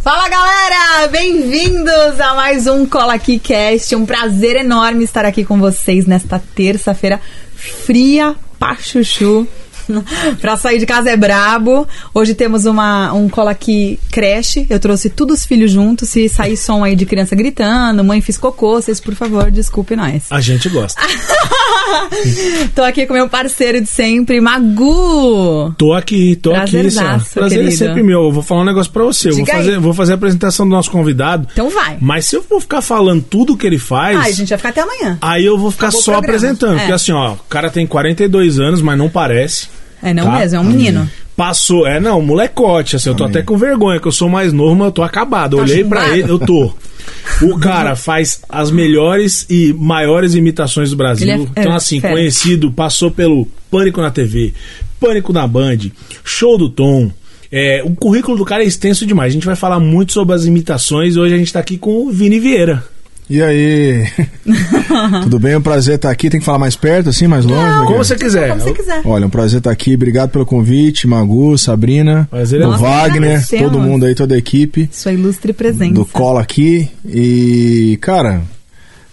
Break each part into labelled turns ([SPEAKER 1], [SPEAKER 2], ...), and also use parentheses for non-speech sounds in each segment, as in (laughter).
[SPEAKER 1] Fala galera, bem-vindos a mais um Cola Aqui Cast. Um prazer enorme estar aqui com vocês nesta terça-feira fria pra chuchu. (laughs) pra sair de casa é brabo. Hoje temos uma, um cola aqui creche. Eu trouxe todos os filhos juntos. Se sair som aí de criança gritando, mãe fiz cocô, vocês por favor, desculpe nós.
[SPEAKER 2] A gente gosta.
[SPEAKER 1] Ah, Tô aqui com meu parceiro de sempre, Magu.
[SPEAKER 2] Tô aqui, tô aqui, Sam.
[SPEAKER 1] Prazerzaço,
[SPEAKER 2] Prazer
[SPEAKER 1] querido.
[SPEAKER 2] é sempre meu. Eu vou falar um negócio pra você. Eu vou
[SPEAKER 1] Diga aí.
[SPEAKER 2] fazer, vou fazer a apresentação do nosso convidado.
[SPEAKER 1] Então vai.
[SPEAKER 2] Mas se eu for ficar falando tudo que ele faz,
[SPEAKER 1] Ai, gente, vai ficar até amanhã.
[SPEAKER 2] aí eu vou ficar
[SPEAKER 1] Acabou o
[SPEAKER 2] só
[SPEAKER 1] programa.
[SPEAKER 2] apresentando.
[SPEAKER 1] É.
[SPEAKER 2] Porque assim, ó, o cara tem 42 anos, mas não parece.
[SPEAKER 1] É não
[SPEAKER 2] Tá.
[SPEAKER 1] mesmo, é um menino.
[SPEAKER 2] Passou, é não, molecote, assim, eu tô até com vergonha, que eu sou mais novo, mas eu tô acabado.
[SPEAKER 1] Tá
[SPEAKER 2] Eu Olhei pra
[SPEAKER 1] chumbado?
[SPEAKER 2] ele, eu tô.
[SPEAKER 1] (laughs)
[SPEAKER 2] O cara faz as melhores e maiores imitações do Brasil.
[SPEAKER 1] Ele é- é,
[SPEAKER 2] então, assim,
[SPEAKER 1] fera.
[SPEAKER 2] conhecido, passou pelo Pânico na TV, Pânico na Band, Show do Tom. É, o currículo do cara é extenso demais. A gente vai falar muito sobre as imitações. Hoje a gente tá aqui com o Vini Vieira.
[SPEAKER 3] E aí? (laughs) Tudo bem? É um prazer estar aqui. Tem que falar mais perto, assim, mais longe?
[SPEAKER 1] Não.
[SPEAKER 3] Porque-
[SPEAKER 2] Como você quiser.
[SPEAKER 1] Como você quiser.
[SPEAKER 3] Olha, é um prazer estar aqui. Obrigado pelo convite, Magu, Sabrina,
[SPEAKER 2] Prazer é
[SPEAKER 3] o
[SPEAKER 2] nosso.
[SPEAKER 3] Wagner,
[SPEAKER 1] Agradecemos.
[SPEAKER 3] todo mundo aí, toda a equipe
[SPEAKER 1] Sua ilustre presença.
[SPEAKER 3] do Cola aqui. E, cara,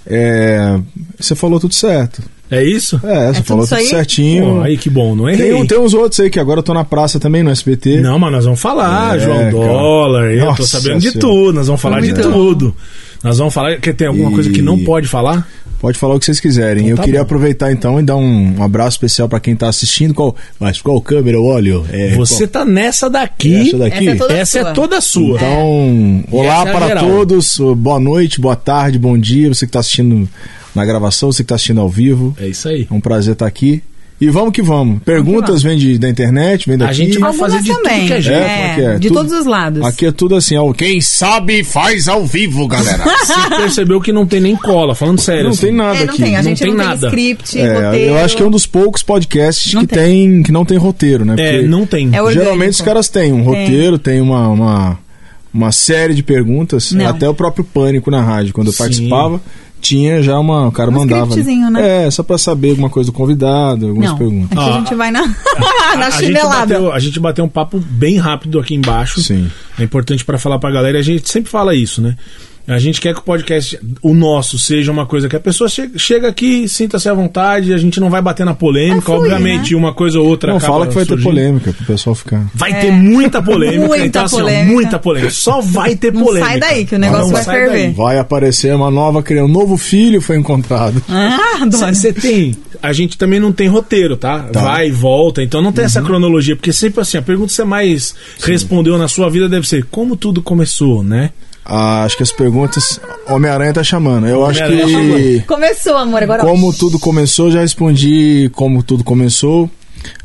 [SPEAKER 3] é, você falou tudo certo.
[SPEAKER 2] É isso?
[SPEAKER 3] É, você
[SPEAKER 1] tudo
[SPEAKER 3] falou
[SPEAKER 1] isso
[SPEAKER 3] tudo
[SPEAKER 1] aí?
[SPEAKER 3] certinho.
[SPEAKER 2] Pô, aí que bom, não é? errei.
[SPEAKER 3] tem, um- tem uns outros aí que agora eu tô na praça também, no SBT.
[SPEAKER 2] Não, mas nós vamos falar,
[SPEAKER 3] É,
[SPEAKER 2] João
[SPEAKER 3] cara.
[SPEAKER 2] Dólar, eu tô
[SPEAKER 3] Nossa
[SPEAKER 2] sabendo de
[SPEAKER 3] Senhora.
[SPEAKER 2] tudo, nós vamos falar de
[SPEAKER 1] Muito bom.
[SPEAKER 2] tudo. Nós vamos falar que tem alguma
[SPEAKER 3] E-
[SPEAKER 2] coisa que não pode falar?
[SPEAKER 3] Pode falar o que vocês quiserem.
[SPEAKER 2] Então
[SPEAKER 3] eu
[SPEAKER 2] tá
[SPEAKER 3] queria
[SPEAKER 2] bom.
[SPEAKER 3] aproveitar então e dar um, um abraço especial pra quem tá assistindo. Qual, mas qual câmera eu olho? É,
[SPEAKER 2] Você tá nessa daqui,
[SPEAKER 3] Essa daqui?
[SPEAKER 1] Essa é toda sua.
[SPEAKER 2] essa é toda sua.
[SPEAKER 3] Então, olá
[SPEAKER 2] essa é a
[SPEAKER 3] para
[SPEAKER 2] geral.
[SPEAKER 3] todos, boa noite, boa tarde, bom dia, você que está assistindo na gravação, você que está assistindo ao vivo,
[SPEAKER 2] É isso aí.
[SPEAKER 3] é um prazer estar aqui. E vamos que vamos. Perguntas vêm de- da internet, vêm daqui.
[SPEAKER 2] A gente vai
[SPEAKER 1] Algumas
[SPEAKER 2] fazer de tudo
[SPEAKER 1] também.
[SPEAKER 2] que é jeito.
[SPEAKER 3] É, como é que é?
[SPEAKER 1] de
[SPEAKER 3] Tudo-
[SPEAKER 1] todos os lados.
[SPEAKER 3] Aqui é tudo assim, ó, quem sabe faz ao vivo,
[SPEAKER 1] (laughs)
[SPEAKER 3] galera.
[SPEAKER 2] Você percebeu que não tem nem cola, falando sério.
[SPEAKER 3] não
[SPEAKER 2] assim.
[SPEAKER 3] tem nada
[SPEAKER 1] É, não
[SPEAKER 3] aqui.
[SPEAKER 1] tem, a
[SPEAKER 2] não
[SPEAKER 1] gente
[SPEAKER 2] tem
[SPEAKER 1] não
[SPEAKER 2] nada.
[SPEAKER 1] tem script,
[SPEAKER 3] É,
[SPEAKER 1] roteiro.
[SPEAKER 3] eu acho que é um dos poucos podcasts
[SPEAKER 1] Não
[SPEAKER 3] que tem. que não tem roteiro, né?
[SPEAKER 2] É,
[SPEAKER 3] Porque
[SPEAKER 2] não tem.
[SPEAKER 1] É o- orgânico.
[SPEAKER 3] geralmente os caras têm um roteiro, tem, uma, uma, uma série de perguntas,
[SPEAKER 1] Não.
[SPEAKER 3] até o próprio pânico na rádio, quando eu
[SPEAKER 2] Sim.
[SPEAKER 3] participava, tinha já uma, o cara
[SPEAKER 1] Um
[SPEAKER 3] mandava.
[SPEAKER 1] scriptzinho, né?
[SPEAKER 3] É, só pra saber alguma coisa do convidado, algumas
[SPEAKER 1] Não, É.
[SPEAKER 3] perguntas.
[SPEAKER 1] aqui a
[SPEAKER 2] Ah,
[SPEAKER 1] gente vai (laughs) na, na
[SPEAKER 2] a, gente
[SPEAKER 1] chinelada.
[SPEAKER 2] bateu, a gente bateu um papo bem rápido aqui embaixo.
[SPEAKER 3] Sim.
[SPEAKER 2] É importante pra falar pra galera. e A gente sempre fala isso, né? A gente quer que o podcast, o nosso, seja uma coisa que a pessoa che- chega aqui, sinta-se à vontade. A gente não vai bater na polêmica,
[SPEAKER 1] Vai É fluir, né?
[SPEAKER 2] obviamente. Uma coisa ou outra.
[SPEAKER 3] Não,
[SPEAKER 2] acaba
[SPEAKER 3] fala que vai ter
[SPEAKER 2] surgindo.
[SPEAKER 3] polêmica pro pessoal ficar.
[SPEAKER 2] Vai ter muita polêmica.
[SPEAKER 1] É. Muita
[SPEAKER 2] então, assim, ó,
[SPEAKER 1] polêmica.
[SPEAKER 2] muita polêmica. Só vai ter
[SPEAKER 1] Não
[SPEAKER 2] polêmica.
[SPEAKER 1] sai daí, que o negócio
[SPEAKER 2] Não
[SPEAKER 1] vai
[SPEAKER 2] sai
[SPEAKER 1] ferver.
[SPEAKER 2] daí.
[SPEAKER 3] Vai aparecer uma nova criança, um novo filho foi encontrado.
[SPEAKER 1] Ah, adoro.
[SPEAKER 2] Você tem. A gente também não tem roteiro, tá?
[SPEAKER 3] Tá. Uhum.
[SPEAKER 2] Vai e volta. Então não tem essa cronologia. Porque sempre assim, a pergunta que você mais respondeu na sua vida deve ser: como tudo começou, né?
[SPEAKER 3] Ah, acho que as perguntas. Homem-Aranha tá chamando. Eu acho
[SPEAKER 2] Homem-Aranha tá
[SPEAKER 3] que.
[SPEAKER 1] Começou, amor, agora...
[SPEAKER 3] Como tudo começou, já respondi como tudo começou.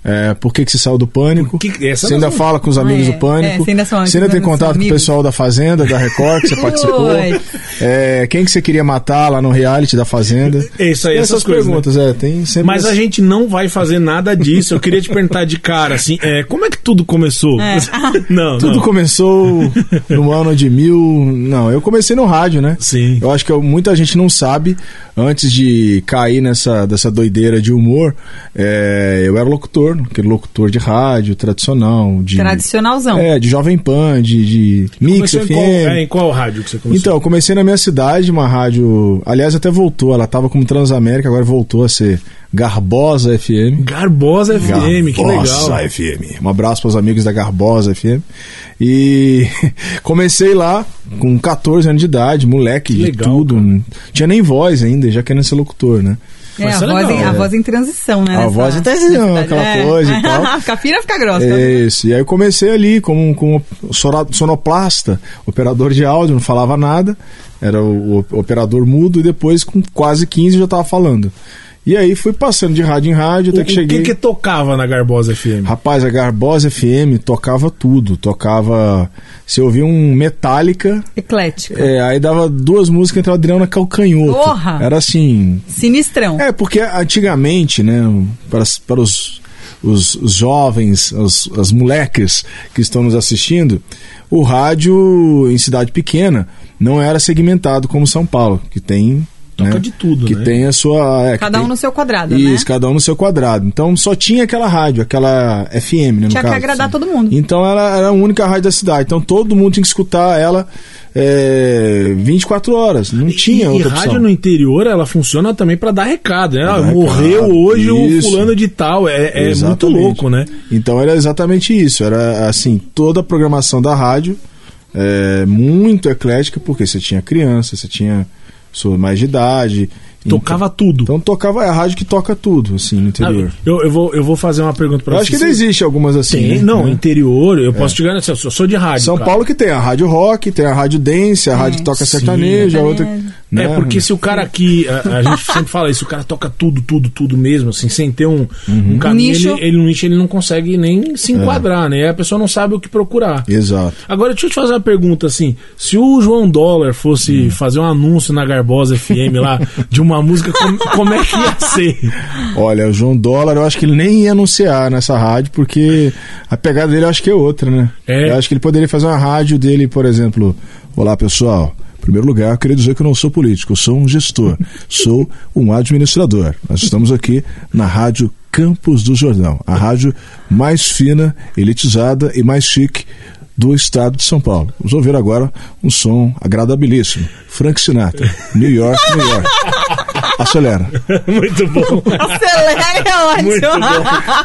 [SPEAKER 3] É, por que, que você saiu do pânico?
[SPEAKER 2] Por que- essa
[SPEAKER 3] você
[SPEAKER 2] nós
[SPEAKER 3] ainda
[SPEAKER 2] não-
[SPEAKER 3] fala com os amigos
[SPEAKER 1] Ah, é.
[SPEAKER 3] do pânico.
[SPEAKER 1] É, você ainda são-
[SPEAKER 3] você ainda tem
[SPEAKER 1] são
[SPEAKER 3] contato com o
[SPEAKER 1] amigos.
[SPEAKER 3] pessoal da Fazenda, da
[SPEAKER 1] (laughs)
[SPEAKER 3] Record, que você participou.
[SPEAKER 1] Oi.
[SPEAKER 3] É, quem que você queria matar lá no reality da Fazenda?
[SPEAKER 2] É Isso aí,
[SPEAKER 3] Tem
[SPEAKER 2] essas coisas, né?
[SPEAKER 3] perguntas, é, tem sempre.
[SPEAKER 2] Mas a gente não vai fazer nada disso. Eu queria te perguntar de cara, assim, é, como é que tudo começou? (laughs) Não,
[SPEAKER 3] (laughs) Tudo
[SPEAKER 2] não.
[SPEAKER 3] começou no ano de mil. Não, eu comecei no rádio, né?
[SPEAKER 2] Sim.
[SPEAKER 3] Eu acho que eu- muita gente não sabe. Antes de cair nessa dessa doideira de humor, é, eu era locutor, aquele locutor de rádio tradicional, de
[SPEAKER 1] Tradicionalzão.
[SPEAKER 3] é, de jovem pan, de, de mix
[SPEAKER 2] Começou em
[SPEAKER 3] FM.
[SPEAKER 2] qual, é, em qual rádio que você começou?
[SPEAKER 3] Então, eu comecei na minha cidade, uma rádio. Aliás, até voltou. Ela tava como Transamérica, agora voltou a ser Garbosa FM.
[SPEAKER 2] Garbosa FM, que legal.
[SPEAKER 3] Garbosa FM. Um abraço para os amigos da Garbosa FM. E (laughs) comecei lá com 14 anos de idade, moleque de
[SPEAKER 2] legal,
[SPEAKER 3] tudo. Tinha nem voz ainda, já querendo ser locutor, né?
[SPEAKER 1] É, a,
[SPEAKER 2] isso é
[SPEAKER 1] voz
[SPEAKER 2] legal,
[SPEAKER 1] em, a
[SPEAKER 2] é.
[SPEAKER 1] voz em transição, né?
[SPEAKER 3] A
[SPEAKER 1] nessa-
[SPEAKER 3] voz em transição, aquela
[SPEAKER 1] (laughs)
[SPEAKER 3] coisa e tal.
[SPEAKER 1] fica fina, fica
[SPEAKER 2] Ah,
[SPEAKER 1] grossa.
[SPEAKER 2] né?
[SPEAKER 3] É isso. E aí eu comecei ali como, como sora- sonoplasta, operador de áudio, não falava nada, era o, o operador mudo, e depois com quase 15 já tava falando. E aí fui passando de rádio em
[SPEAKER 2] O,
[SPEAKER 3] rádio até
[SPEAKER 2] o
[SPEAKER 3] que cheguei.
[SPEAKER 2] que que tocava na Garbosa FM?
[SPEAKER 3] Rapaz, a Garbosa FM tocava tudo, tocava. Se eu ouvia um Metallica,
[SPEAKER 1] Eclético.
[SPEAKER 3] é, aí dava duas músicas entre o Adriana Calcanhoto.
[SPEAKER 1] Porra!
[SPEAKER 3] Era assim.
[SPEAKER 1] Sinistrão.
[SPEAKER 3] É, porque antigamente, né, para, as- para os, os, os jovens, os, as moleques que estão nos assistindo, o rádio em cidade pequena não era segmentado como São Paulo, que tem
[SPEAKER 2] Toca
[SPEAKER 3] né?
[SPEAKER 2] de tudo,
[SPEAKER 3] que
[SPEAKER 2] né?
[SPEAKER 3] tem a sua. é, que
[SPEAKER 1] Cada um
[SPEAKER 3] tem-
[SPEAKER 1] no seu quadrado,
[SPEAKER 3] Isso,
[SPEAKER 1] né?
[SPEAKER 3] cada um no seu quadrado. Então só tinha aquela rádio, aquela FM, né? no
[SPEAKER 1] Tinha que
[SPEAKER 3] caso.
[SPEAKER 1] agradar todo mundo.
[SPEAKER 3] Então ela era a única rádio da cidade. Então todo mundo tinha que escutar ela é, 24 horas. Não tinha
[SPEAKER 2] e,
[SPEAKER 3] outra
[SPEAKER 2] e
[SPEAKER 3] opção.
[SPEAKER 2] rádio no interior, ela funciona também pra dar recado, né? Ah,
[SPEAKER 3] dar
[SPEAKER 2] morreu
[SPEAKER 3] recado,
[SPEAKER 2] hoje o
[SPEAKER 3] isso.
[SPEAKER 2] fulano de tal. É, é muito
[SPEAKER 3] Exatamente.
[SPEAKER 2] louco, né?
[SPEAKER 3] Então era exatamente isso. Era assim, toda a programação da rádio é, muito eclética, porque você tinha criança, você tinha pessoa mais de idade.
[SPEAKER 2] Tocava tudo.
[SPEAKER 3] Então, então tocava é a rádio que toca tudo, assim, no interior.
[SPEAKER 2] Ah, eu, eu vou, eu vou fazer uma pergunta pra
[SPEAKER 3] Eu
[SPEAKER 2] você.
[SPEAKER 3] acho que ainda existe algumas assim.
[SPEAKER 2] Tem,
[SPEAKER 3] né?
[SPEAKER 2] não,
[SPEAKER 3] Né?
[SPEAKER 2] interior, eu posso te garantir, eu sou, sou de rádio.
[SPEAKER 3] São
[SPEAKER 2] cara.
[SPEAKER 3] Paulo que tem a rádio rock, tem a rádio dance, a rádio que toca
[SPEAKER 2] Sim.
[SPEAKER 3] sertanejo, a outra.
[SPEAKER 1] Sertanejo.
[SPEAKER 3] né?
[SPEAKER 2] É, porque se o cara aqui, a, a gente (laughs) sempre fala isso, o cara toca tudo, tudo, tudo mesmo, assim, sem ter um,
[SPEAKER 3] Uhum.
[SPEAKER 2] um caminho,
[SPEAKER 1] Nicho.
[SPEAKER 2] Ele, ele, um nicho, ele não consegue nem
[SPEAKER 3] É.
[SPEAKER 2] se enquadrar, né? A pessoa não sabe o que procurar.
[SPEAKER 3] Exato.
[SPEAKER 2] Agora, deixa eu te fazer uma pergunta, assim, se o João Dólar fosse fazer um anúncio na Garbosa FM lá, de uma música, com- como é que ia ser?
[SPEAKER 3] Olha, o João Dólar, eu acho que ele nem ia anunciar nessa rádio, porque a pegada dele eu acho que é outra, né?
[SPEAKER 2] É.
[SPEAKER 3] Eu acho que ele poderia fazer uma rádio dele, por exemplo. Olá, pessoal. Em primeiro lugar, eu queria dizer que eu não sou político, eu sou um gestor, sou um administrador. Nós estamos aqui na Rádio Campos do Jordão, a rádio mais fina, elitizada e mais chique do estado de São Paulo. Vamos ouvir agora um som agradabilíssimo. Frank Sinatra, New York, New York. Acelera.
[SPEAKER 2] (laughs) Muito bom.
[SPEAKER 1] Acelera, é ótimo.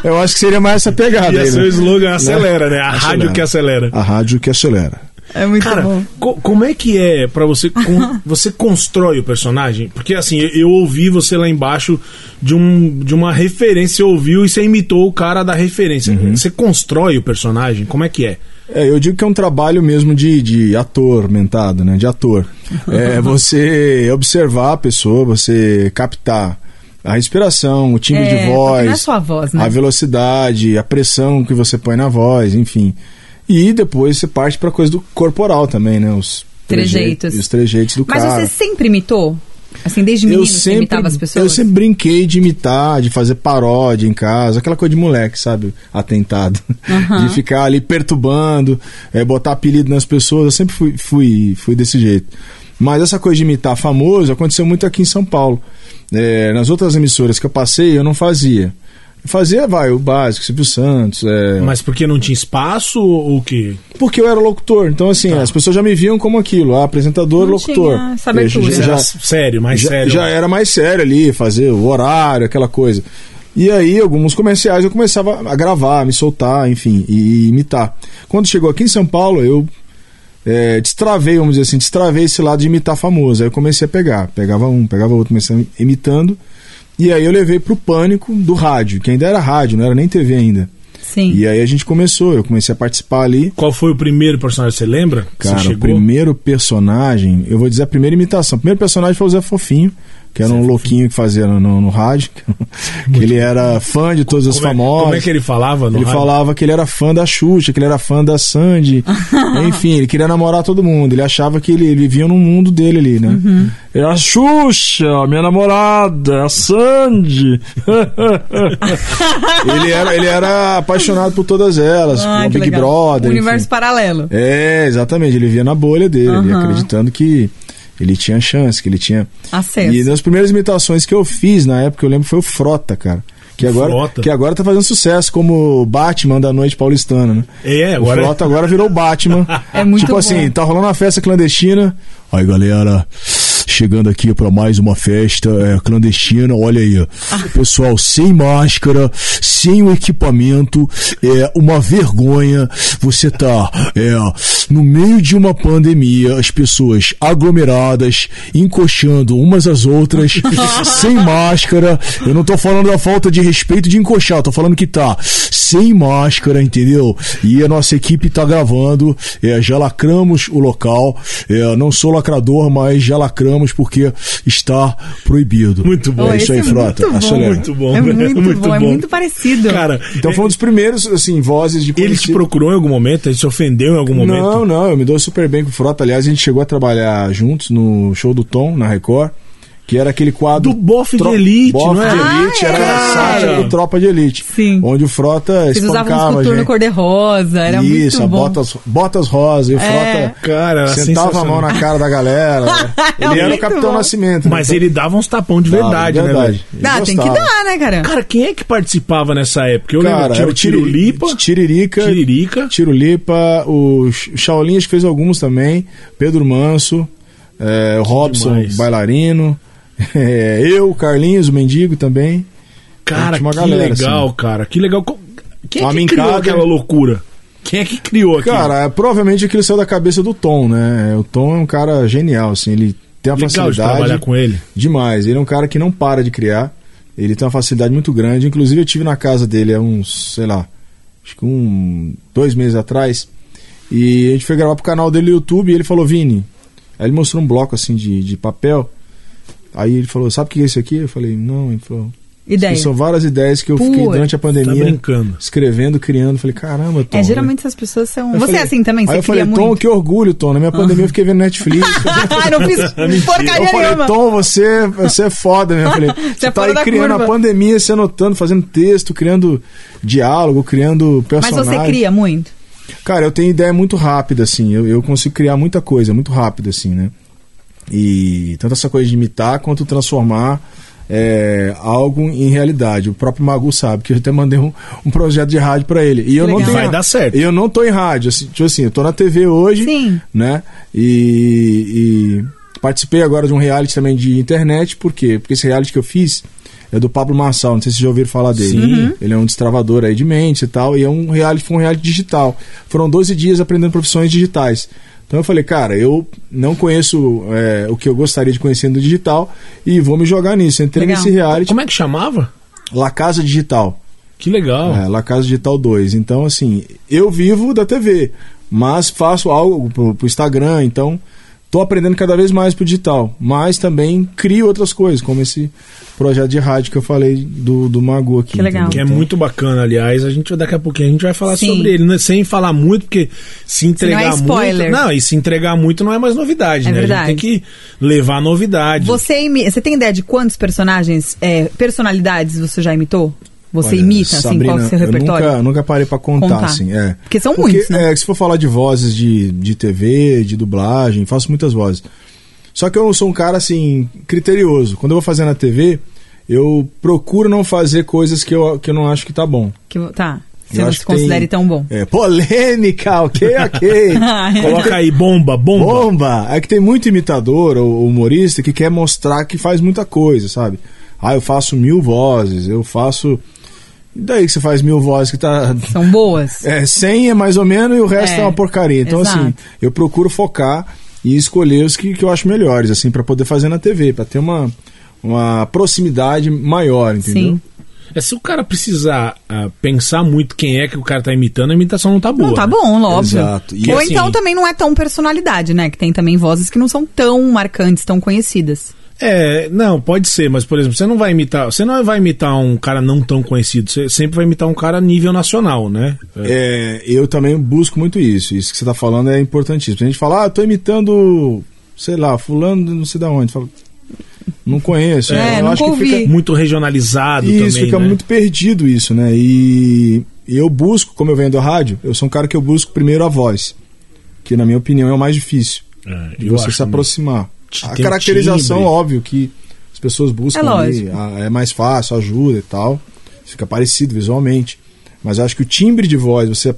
[SPEAKER 3] Eu acho que seria mais essa pegada.
[SPEAKER 2] Ia
[SPEAKER 3] aí,
[SPEAKER 2] ser o
[SPEAKER 3] né?
[SPEAKER 2] slogan, acelera, Tá né? A rádio que acelera.
[SPEAKER 3] A rádio que acelera.
[SPEAKER 1] É muito
[SPEAKER 2] Cara,
[SPEAKER 1] bom.
[SPEAKER 2] co- como é que é pra você (laughs) con- você constrói o personagem? Porque assim, eu, eu ouvi você lá embaixo de, um, de uma referência, você ouviu e você imitou o cara da referência. Você constrói o personagem? Como é que é?
[SPEAKER 3] É, eu digo que é um trabalho mesmo de, de ator mentado, né? De ator.
[SPEAKER 1] Uhum.
[SPEAKER 3] É você observar a pessoa, você captar a respiração, o timbre
[SPEAKER 1] É,
[SPEAKER 3] de voz.
[SPEAKER 1] porque não é só a voz, né?
[SPEAKER 3] A velocidade, a pressão que você põe na voz, enfim. E depois você parte pra coisa do corporal também, né? Os
[SPEAKER 1] Trejeitos.
[SPEAKER 3] Os trejeitos do
[SPEAKER 1] Mas
[SPEAKER 3] cara.
[SPEAKER 1] você sempre imitou? Assim, desde menino você imitava as pessoas?
[SPEAKER 3] Eu sempre brinquei de imitar, de fazer paródia em casa, aquela coisa de moleque, sabe? Atentado. De ficar ali perturbando, é, botar apelido nas pessoas. Eu sempre fui, fui, fui desse jeito. Mas essa coisa de imitar famoso aconteceu muito aqui em São Paulo. É, nas outras emissoras que eu passei, eu não fazia. Eu fazia, vai, o básico, Silvio Santos. é,
[SPEAKER 2] Mas porque não tinha espaço ou o quê?
[SPEAKER 3] Porque eu era locutor. Então, assim, as pessoas já me viam como aquilo, ah, apresentador,
[SPEAKER 1] Não tinha
[SPEAKER 3] locutor.
[SPEAKER 1] essa abertura.
[SPEAKER 3] Eu
[SPEAKER 2] Você
[SPEAKER 3] já-
[SPEAKER 2] era s- sério, mais
[SPEAKER 3] já,
[SPEAKER 2] sério. né?
[SPEAKER 3] já era mais sério ali, fazer o horário, aquela coisa. E aí, alguns comerciais eu começava a gravar, me soltar, enfim, e, imitar. Quando chegou aqui em São Paulo, eu eh, destravei, vamos dizer assim, destravei esse lado de imitar famoso. Aí eu comecei a pegar, pegava um, pegava outro, comecei imitando. E aí eu levei pro pânico do rádio, que ainda era rádio, não era nem TV ainda.
[SPEAKER 1] Sim.
[SPEAKER 3] E aí a gente começou, eu comecei a participar ali.
[SPEAKER 2] Qual foi o primeiro personagem? Você lembra? que você
[SPEAKER 3] Cara, o
[SPEAKER 2] chegou?
[SPEAKER 3] primeiro personagem, eu vou dizer a primeira imitação. O primeiro personagem foi o Zé Fofinho, que era um louquinho que fazia no, no- no rádio. (laughs) Que ele era fã de todos os
[SPEAKER 2] Como é-
[SPEAKER 3] famosos.
[SPEAKER 2] Como é que ele falava? no
[SPEAKER 3] Ele
[SPEAKER 2] rádio?
[SPEAKER 3] falava que ele era fã da Xuxa, que ele era fã
[SPEAKER 1] (laughs)
[SPEAKER 3] da Sandy. Enfim, ele queria namorar todo mundo. Ele achava que ele, ele vivia num mundo dele ali, né?
[SPEAKER 1] Uhum.
[SPEAKER 3] É a Xuxa, a minha namorada, a Sandy. (laughs) ele, era, ele era apaixonado por todas elas,
[SPEAKER 1] Ah,
[SPEAKER 3] por
[SPEAKER 1] que
[SPEAKER 3] Tipo, um Big
[SPEAKER 1] legal.
[SPEAKER 3] Brother. enfim.
[SPEAKER 1] Universo paralelo.
[SPEAKER 3] É, exatamente. Ele via na bolha dele, ele
[SPEAKER 1] Aham.
[SPEAKER 3] acreditando que ele tinha chance, que ele tinha.
[SPEAKER 1] Acesso.
[SPEAKER 3] E nas primeiras imitações que eu fiz na época, eu lembro foi o Frota, cara. Que agora,
[SPEAKER 2] Frota.
[SPEAKER 3] que agora tá fazendo sucesso como Batman da noite paulistana, né?
[SPEAKER 2] É, agora.
[SPEAKER 3] O Frota agora virou Batman.
[SPEAKER 1] É muito
[SPEAKER 3] Tipo
[SPEAKER 1] bom.
[SPEAKER 3] assim, tá rolando uma festa clandestina. Aí, galera, chegando aqui pra mais uma festa é, clandestina. Olha aí, pessoal, sem máscara, sem o equipamento, é uma vergonha. Você tá é, no meio de uma pandemia, as pessoas aglomeradas, encoxando umas às outras, sem máscara. Eu não tô falando da falta de respeito de encoxar, eu tô falando que tá sem máscara, entendeu? E a nossa equipe tá gravando, é, já lacramos o local. É, não sou lacrador, mas já lacramos porque está proibido.
[SPEAKER 2] Muito bom.
[SPEAKER 1] Oh,
[SPEAKER 3] É
[SPEAKER 1] esse
[SPEAKER 3] isso aí,
[SPEAKER 1] é
[SPEAKER 3] Frota.
[SPEAKER 1] Muito bom.
[SPEAKER 3] Acelera.
[SPEAKER 2] Muito bom,
[SPEAKER 1] É
[SPEAKER 2] velho,
[SPEAKER 1] muito,
[SPEAKER 2] muito
[SPEAKER 1] bom, é
[SPEAKER 2] bom.
[SPEAKER 1] muito parecido.
[SPEAKER 2] Cara,
[SPEAKER 3] Então foi um dos primeiros, assim, vozes de
[SPEAKER 2] ele te
[SPEAKER 3] polícia.
[SPEAKER 2] procurou em algum momento? Ele se ofendeu em algum momento?
[SPEAKER 3] Não, não, eu me dou super bem com o Frota. Aliás, a gente chegou a trabalhar juntos no show do Tom, na Record. que era aquele quadro.
[SPEAKER 2] Do Bofe de Elite,
[SPEAKER 3] Bofe
[SPEAKER 2] não é?
[SPEAKER 3] de Elite,
[SPEAKER 1] Ah,
[SPEAKER 3] era
[SPEAKER 1] é.
[SPEAKER 3] a sátira do Tropa de Elite.
[SPEAKER 1] Sim.
[SPEAKER 3] Onde o Frota
[SPEAKER 1] Vocês usavam um
[SPEAKER 3] espancava.
[SPEAKER 1] coturno
[SPEAKER 3] gente.
[SPEAKER 1] cor-de-rosa, era
[SPEAKER 3] Isso,
[SPEAKER 1] muito
[SPEAKER 3] a
[SPEAKER 1] bom.
[SPEAKER 3] botas, botas rosa. E o
[SPEAKER 1] É.
[SPEAKER 3] Frota
[SPEAKER 2] Cara,
[SPEAKER 3] sentava a
[SPEAKER 2] sensacional.
[SPEAKER 3] mão na cara da galera. né?
[SPEAKER 1] (laughs) É
[SPEAKER 3] Ele era o
[SPEAKER 1] muito
[SPEAKER 3] Capitão
[SPEAKER 1] bom.
[SPEAKER 3] Nascimento. né?
[SPEAKER 2] Mas ele dava uns tapão de
[SPEAKER 3] Dava,
[SPEAKER 2] verdade, né? velho?
[SPEAKER 3] Ele
[SPEAKER 1] Ah, tem que
[SPEAKER 3] gostava.
[SPEAKER 1] dar, né, cara?
[SPEAKER 2] Cara, quem é que participava nessa época? Eu lembro,
[SPEAKER 3] Cara,
[SPEAKER 2] tinha
[SPEAKER 3] era
[SPEAKER 2] o Tirolipa,
[SPEAKER 3] Tiririca.
[SPEAKER 2] Tiririca,
[SPEAKER 3] Tirolipa, o Ch- Shaolin acho que fez alguns também, Pedro Manso, é, o Robson,
[SPEAKER 2] demais.
[SPEAKER 3] bailarino, (laughs) é, eu, Carlinhos, o mendigo também.
[SPEAKER 2] Cara, que
[SPEAKER 3] Tinha uma galera,
[SPEAKER 2] legal,
[SPEAKER 3] assim.
[SPEAKER 2] cara. Que legal. Co- Quem é
[SPEAKER 3] Homem
[SPEAKER 2] que criou
[SPEAKER 3] Carter.
[SPEAKER 2] aquela loucura? Quem é que criou aquilo?
[SPEAKER 3] Cara, é, provavelmente aquilo saiu da cabeça do Tom, né? O Tom é um cara genial, assim, ele tem a
[SPEAKER 2] legal de
[SPEAKER 3] facilidade
[SPEAKER 2] trabalhar com ele.
[SPEAKER 3] demais. Ele é um cara que não para de criar, ele tem uma facilidade muito grande. Inclusive, eu tive na casa dele há uns, sei lá, acho que um, dois meses atrás. E a gente foi gravar pro canal dele no YouTube e ele falou, Vini. Aí ele mostrou um bloco assim de, de papel. Aí ele falou, sabe o que é isso aqui? Eu falei, não, ele falou.
[SPEAKER 1] Ideia.
[SPEAKER 3] São várias ideias que eu fiquei
[SPEAKER 1] Putz.
[SPEAKER 3] durante a
[SPEAKER 2] Tá
[SPEAKER 3] pandemia
[SPEAKER 2] brincando.
[SPEAKER 3] escrevendo, criando. Eu falei, caramba, Tom.
[SPEAKER 1] É, geralmente essas pessoas são...
[SPEAKER 3] né? Eu
[SPEAKER 1] Você é
[SPEAKER 3] falei-
[SPEAKER 1] assim também?
[SPEAKER 3] Aí
[SPEAKER 1] Você
[SPEAKER 3] eu falei,
[SPEAKER 1] queria
[SPEAKER 3] Tom,
[SPEAKER 1] muito? (laughs)
[SPEAKER 3] que orgulho, Tom. Na minha pandemia eu fiquei vendo Netflix.
[SPEAKER 1] Ah, não
[SPEAKER 3] (laughs)
[SPEAKER 1] fiz
[SPEAKER 3] Eu
[SPEAKER 1] porcaria
[SPEAKER 3] falei,
[SPEAKER 1] nenhuma.
[SPEAKER 3] Tom, você, você é foda, meu. Eu
[SPEAKER 1] (laughs)
[SPEAKER 3] falei, você
[SPEAKER 1] é
[SPEAKER 3] tá
[SPEAKER 1] fora
[SPEAKER 3] aí
[SPEAKER 1] da
[SPEAKER 3] criando
[SPEAKER 1] curva.
[SPEAKER 3] a pandemia, se anotando, fazendo texto, criando diálogo, criando
[SPEAKER 1] Mas
[SPEAKER 3] personagem.
[SPEAKER 1] você cria muito?
[SPEAKER 3] Cara, eu tenho ideia muito rápida, assim. Eu, eu consigo criar muita coisa, muito rápido, assim, né? E tanto essa coisa de imitar quanto transformar é, algo em realidade. O próprio Magu sabe que eu até mandei um, um projeto de rádio pra ele. E eu não
[SPEAKER 1] Legal.
[SPEAKER 3] tenho,
[SPEAKER 2] Vai dar certo.
[SPEAKER 3] E eu não tô em rádio. Assim, tipo assim, eu tô na TV hoje,
[SPEAKER 1] Sim.
[SPEAKER 3] né? E, e participei agora de um reality também de internet. Por quê? Porque esse reality que eu fiz é do Pablo Marçal. Não sei se vocês já ouviram falar dele.
[SPEAKER 1] Uhum.
[SPEAKER 3] Ele é um destravador aí de mentes e tal. E é um reality, foi um reality digital. Foram 12 dias aprendendo profissões digitais. Então eu falei, cara, eu não conheço é, o que eu gostaria de conhecer no digital e vou me jogar nisso. Entrei
[SPEAKER 1] Legal.
[SPEAKER 3] nesse reality,
[SPEAKER 2] Como é que chamava?
[SPEAKER 3] La Casa Digital.
[SPEAKER 2] Que legal.
[SPEAKER 3] É, La Casa Digital 2. Então, assim, eu vivo da TV, mas faço algo pro, pro Instagram, então tô aprendendo cada vez mais pro digital. Mas também crio outras coisas, como esse projeto de rádio que eu falei do, do Magu aqui.
[SPEAKER 1] Que legal.
[SPEAKER 3] entendeu?
[SPEAKER 2] Que é
[SPEAKER 3] Então,
[SPEAKER 2] muito bacana, aliás. A gente daqui a pouquinho a gente vai falar
[SPEAKER 1] Sim.
[SPEAKER 2] sobre ele, né? sem falar muito, porque se entregar
[SPEAKER 1] Senão é spoiler.
[SPEAKER 2] muito, não, e se entregar muito não é mais novidade,
[SPEAKER 1] É
[SPEAKER 2] né? A
[SPEAKER 1] verdade.
[SPEAKER 2] gente tem que levar novidade.
[SPEAKER 1] Você, imi- você tem ideia de quantos personagens, é, personalidades você já imitou? Você
[SPEAKER 3] olha,
[SPEAKER 1] imita, assim, qual é o seu
[SPEAKER 3] eu
[SPEAKER 1] repertório?
[SPEAKER 3] Nunca, nunca parei pra contar,
[SPEAKER 1] Contar.
[SPEAKER 3] assim. É.
[SPEAKER 1] Porque são muitos, né?
[SPEAKER 3] é, se for falar de vozes de, de TV, de dublagem, faço muitas vozes. Só que eu não sou um cara, assim, criterioso. Quando eu vou fazer na TV, eu procuro não fazer coisas que eu, que eu não acho que tá bom.
[SPEAKER 1] Que vo- tá. Você
[SPEAKER 3] Eu
[SPEAKER 1] não
[SPEAKER 3] acho
[SPEAKER 1] se
[SPEAKER 3] que tem-
[SPEAKER 1] considere tão
[SPEAKER 3] (laughs)
[SPEAKER 1] bom.
[SPEAKER 3] É, polêmica, ok,
[SPEAKER 1] (laughs)
[SPEAKER 3] ok.
[SPEAKER 2] Coloca aí, bomba, bomba.
[SPEAKER 3] Bomba! É que tem muito imitador ou humorista que quer mostrar que faz muita coisa, sabe? Ah, eu faço mil vozes, eu faço. E daí que você faz mil vozes que tá.
[SPEAKER 1] São boas?
[SPEAKER 3] É, 100 é mais ou menos e o resto
[SPEAKER 1] É,
[SPEAKER 3] é, uma porcaria. Então,
[SPEAKER 1] exato.
[SPEAKER 3] assim, eu procuro focar e escolher os que, que eu acho melhores, assim, para poder fazer na TV, para ter uma, uma proximidade maior, entendeu?
[SPEAKER 1] Sim.
[SPEAKER 2] É, se o cara precisar ah, pensar muito quem é que o cara tá imitando, a imitação não tá boa.
[SPEAKER 1] não tá
[SPEAKER 2] né?
[SPEAKER 1] bom, óbvio.
[SPEAKER 3] Exato. E
[SPEAKER 1] Ou
[SPEAKER 2] assim-
[SPEAKER 1] então também não é tão personalidade, né? Que tem também vozes que não são tão marcantes, tão conhecidas.
[SPEAKER 2] É, não, pode ser, mas por exemplo, você não vai imitar, você não vai imitar um cara não tão conhecido, você sempre vai imitar um cara nível nacional, né? É,
[SPEAKER 3] É, eu também busco muito isso. Isso que você tá falando é importantíssimo. A gente fala, ah, eu tô imitando, sei lá, fulano de não sei da onde. Fala, não conheço.
[SPEAKER 1] É,
[SPEAKER 3] eu
[SPEAKER 1] nunca
[SPEAKER 3] acho que
[SPEAKER 1] ouvi.
[SPEAKER 3] fica,
[SPEAKER 2] muito regionalizado
[SPEAKER 3] isso,
[SPEAKER 2] também,
[SPEAKER 3] fica
[SPEAKER 2] né?
[SPEAKER 3] muito perdido isso, né? E, e eu busco, como eu venho do rádio, eu sou um cara que eu busco primeiro a voz. Que na minha opinião é o mais difícil.
[SPEAKER 2] É,
[SPEAKER 3] De
[SPEAKER 2] eu
[SPEAKER 3] você
[SPEAKER 2] acho
[SPEAKER 3] se aproximar.
[SPEAKER 2] Tem
[SPEAKER 3] A
[SPEAKER 2] um
[SPEAKER 3] caracterização,
[SPEAKER 2] timbre.
[SPEAKER 3] óbvio, que as pessoas buscam
[SPEAKER 1] É
[SPEAKER 3] ali,
[SPEAKER 1] lógico.
[SPEAKER 3] a- é mais fácil, ajuda e tal. Fica parecido visualmente. Mas eu acho que o timbre de voz, você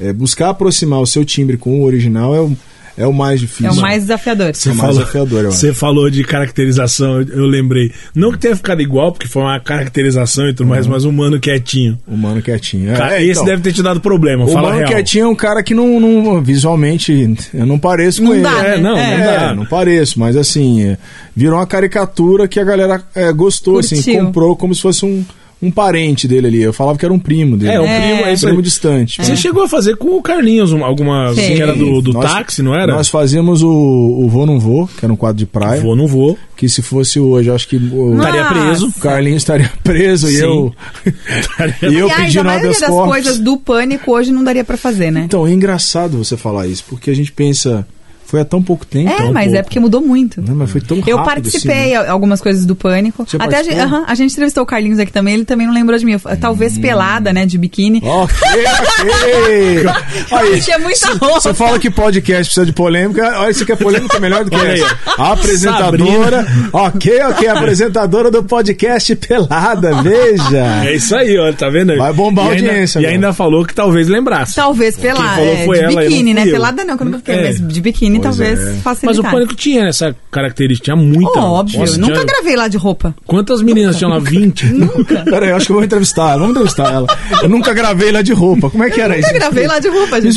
[SPEAKER 3] é, buscar aproximar o seu timbre com o original é o, é o mais difícil.
[SPEAKER 1] É o mais desafiador.
[SPEAKER 3] É o mais
[SPEAKER 2] falou-
[SPEAKER 3] desafiador, eu acho.
[SPEAKER 2] Você falou de caracterização, eu- eu lembrei. Não que tenha ficado igual, porque foi uma caracterização e tudo mais, mas um mano quietinho.
[SPEAKER 3] O mano quietinho. Uhum. É,
[SPEAKER 2] Cara,
[SPEAKER 3] é,
[SPEAKER 2] esse
[SPEAKER 3] então,
[SPEAKER 2] deve ter te dado problema,
[SPEAKER 3] O
[SPEAKER 2] fala
[SPEAKER 3] mano
[SPEAKER 2] real.
[SPEAKER 3] quietinho é um cara que não, não- visualmente eu não pareço
[SPEAKER 1] Não
[SPEAKER 3] com
[SPEAKER 1] dá,
[SPEAKER 3] ele.
[SPEAKER 1] né?
[SPEAKER 2] É, não,
[SPEAKER 1] É.
[SPEAKER 2] não
[SPEAKER 3] É,
[SPEAKER 2] dá.
[SPEAKER 3] não pareço, mas assim, é, virou uma caricatura que a galera é, gostou, assim,
[SPEAKER 1] Curtiu.
[SPEAKER 3] comprou como se fosse um, um parente dele ali. Eu falava que era um primo dele.
[SPEAKER 2] É, um
[SPEAKER 1] É.
[SPEAKER 2] primo, é
[SPEAKER 3] um
[SPEAKER 2] isso
[SPEAKER 3] primo
[SPEAKER 2] aí.
[SPEAKER 3] distante.
[SPEAKER 2] Você chegou a fazer com o Carlinhos uma- alguma. assim,
[SPEAKER 1] Sim.
[SPEAKER 2] Que era do, do
[SPEAKER 3] Nós-
[SPEAKER 2] táxi, não era?
[SPEAKER 3] Nós fazíamos o, o Vou Não Vou, que era um quadro de praia,
[SPEAKER 2] Vou, não vou.
[SPEAKER 3] que se fosse hoje, eu acho que o
[SPEAKER 1] Nossa.
[SPEAKER 2] Estaria preso.
[SPEAKER 3] o Carlinhos estaria preso e
[SPEAKER 2] Sim.
[SPEAKER 3] eu, (laughs) e eu
[SPEAKER 1] Aliás,
[SPEAKER 3] pedi
[SPEAKER 1] a
[SPEAKER 3] no
[SPEAKER 1] maioria
[SPEAKER 3] habeas
[SPEAKER 1] das
[SPEAKER 3] corpus.
[SPEAKER 1] coisas do pânico hoje não daria pra fazer, né?
[SPEAKER 3] Então, é engraçado você falar isso, porque a gente pensa, Foi há tão pouco tempo.
[SPEAKER 1] É,
[SPEAKER 3] tão
[SPEAKER 1] mas
[SPEAKER 3] pouco.
[SPEAKER 1] é porque mudou muito.
[SPEAKER 3] Não, mas foi tão rápido,
[SPEAKER 1] Eu
[SPEAKER 3] assim,
[SPEAKER 1] participei a- algumas coisas do Pânico.
[SPEAKER 3] Você
[SPEAKER 1] Até a gente,
[SPEAKER 3] participou?
[SPEAKER 1] aham, a gente entrevistou o Carlinhos aqui também, ele também não lembrou de mim. Eu fa- Talvez pelada, né, de biquíni.
[SPEAKER 3] (laughs) Ok, ok.
[SPEAKER 1] (laughs) Eu tinha muita roupa.
[SPEAKER 3] Você fala que podcast precisa de polêmica. Olha, isso que é polêmica melhor do que
[SPEAKER 2] Olha aí.
[SPEAKER 3] essa. A apresentadora. Ok, ok. a Apresentadora do podcast Pelada, veja.
[SPEAKER 2] É isso aí, olha, tá vendo?
[SPEAKER 3] Vai bombar
[SPEAKER 2] e
[SPEAKER 3] a
[SPEAKER 2] ainda-
[SPEAKER 3] audiência
[SPEAKER 2] E
[SPEAKER 3] agora.
[SPEAKER 2] ainda falou que talvez lembrasse.
[SPEAKER 1] Talvez pelada.
[SPEAKER 2] falou
[SPEAKER 1] é,
[SPEAKER 2] foi
[SPEAKER 1] de
[SPEAKER 2] ela, eu
[SPEAKER 1] biquíni,
[SPEAKER 2] não
[SPEAKER 1] né?
[SPEAKER 2] fui eu.
[SPEAKER 1] Pelada não, que eu nunca fiquei,
[SPEAKER 2] É.
[SPEAKER 1] mas de biquíni
[SPEAKER 3] Pois
[SPEAKER 1] talvez
[SPEAKER 3] é.
[SPEAKER 2] Mas
[SPEAKER 1] facilitar.
[SPEAKER 2] o Pânico tinha essa característica, tinha muita.
[SPEAKER 1] Óbvio,
[SPEAKER 2] Nossa,
[SPEAKER 1] nunca
[SPEAKER 2] tinha-
[SPEAKER 1] gravei lá de roupa.
[SPEAKER 2] Quantas meninas tinham lá? 20?
[SPEAKER 3] Peraí, eu acho que eu vou entrevistar ela. Vamos entrevistar ela. Eu nunca gravei lá de roupa. Como é (laughs) que era
[SPEAKER 1] Nunca
[SPEAKER 3] isso?
[SPEAKER 1] gravei lá de roupa, gente.
[SPEAKER 3] Me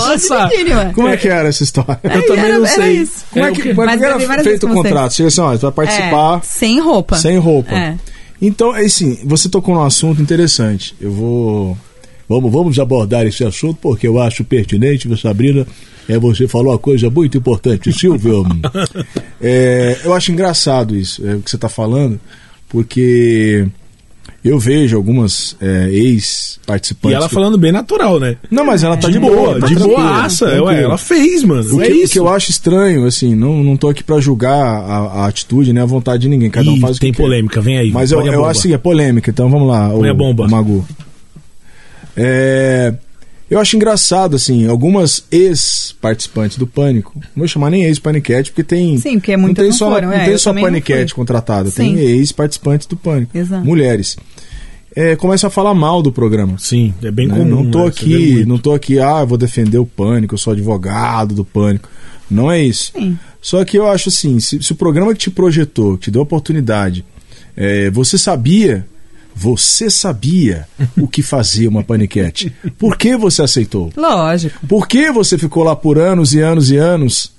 [SPEAKER 1] Só- só
[SPEAKER 3] isso.
[SPEAKER 1] de biquíni, ué.
[SPEAKER 3] Como é que era essa história?
[SPEAKER 1] É,
[SPEAKER 2] também
[SPEAKER 1] era-
[SPEAKER 2] não
[SPEAKER 1] era
[SPEAKER 2] sei.
[SPEAKER 1] isso.
[SPEAKER 3] Como é que,
[SPEAKER 2] Mas
[SPEAKER 3] como é que
[SPEAKER 1] gravei
[SPEAKER 3] era
[SPEAKER 1] várias
[SPEAKER 3] feito o
[SPEAKER 1] vezes com vocês.
[SPEAKER 3] contrato? Chega assim, ó, você vai participar.
[SPEAKER 1] É, sem roupa.
[SPEAKER 3] Sem roupa.
[SPEAKER 1] É.
[SPEAKER 3] Então, é assim, você tocou num assunto interessante. Eu vou. Vamos, vamos abordar esse assunto porque eu acho pertinente, Sabrina. É, você falou uma coisa muito
[SPEAKER 2] (laughs)
[SPEAKER 3] importante, Silvio. É, eu acho engraçado isso, é, o que você está falando, porque eu vejo algumas é, ex-participantes.
[SPEAKER 2] E ela
[SPEAKER 3] que-
[SPEAKER 2] falando bem natural, né?
[SPEAKER 3] Não, mas ela tá de,
[SPEAKER 2] De boa,
[SPEAKER 3] tá
[SPEAKER 2] de
[SPEAKER 3] tranquila,
[SPEAKER 2] boaça.
[SPEAKER 3] tranquila.
[SPEAKER 2] Ué, ela fez, mano.
[SPEAKER 3] O que,
[SPEAKER 2] é
[SPEAKER 3] o que
[SPEAKER 2] isso.
[SPEAKER 3] eu acho estranho, assim, não, não tô aqui para julgar a, a atitude, né, a vontade de ninguém. Cada um
[SPEAKER 2] Ih,
[SPEAKER 3] faz o que
[SPEAKER 2] tem
[SPEAKER 3] quer.
[SPEAKER 2] polêmica, vem aí.
[SPEAKER 3] Mas eu,
[SPEAKER 2] Põe a
[SPEAKER 3] eu
[SPEAKER 2] bomba.
[SPEAKER 3] acho que é polêmica, então vamos lá,
[SPEAKER 2] Põe a
[SPEAKER 3] o,
[SPEAKER 2] bomba.
[SPEAKER 3] o Magu. É, eu acho engraçado, assim, algumas ex-participantes do Pânico, não vou chamar nem ex-paniquete, porque tem...
[SPEAKER 1] Sim, porque
[SPEAKER 3] não
[SPEAKER 1] muitas
[SPEAKER 3] tem
[SPEAKER 1] não
[SPEAKER 3] só,
[SPEAKER 1] foram,
[SPEAKER 3] Não
[SPEAKER 1] é,
[SPEAKER 3] tem
[SPEAKER 1] eu
[SPEAKER 3] só
[SPEAKER 1] também não
[SPEAKER 3] paniquete
[SPEAKER 1] fui.
[SPEAKER 3] contratada,
[SPEAKER 1] Sim.
[SPEAKER 3] tem ex-participantes do Pânico,
[SPEAKER 1] Exato.
[SPEAKER 3] mulheres. É, começa a falar mal do programa.
[SPEAKER 2] Sim, é bem
[SPEAKER 3] né?
[SPEAKER 2] comum.
[SPEAKER 3] não tô
[SPEAKER 2] né? Você vê
[SPEAKER 3] aqui,
[SPEAKER 2] muito.
[SPEAKER 3] não tô aqui, ah, eu vou defender o pânico, eu sou advogado do pânico. Não é isso.
[SPEAKER 1] Sim.
[SPEAKER 3] Só que eu acho assim, se, se o programa que te projetou, que te deu a oportunidade, é, você sabia, você sabia o que fazia uma paniquete. Por que você aceitou?
[SPEAKER 1] Lógico.
[SPEAKER 3] Por que você ficou lá por anos e anos e anos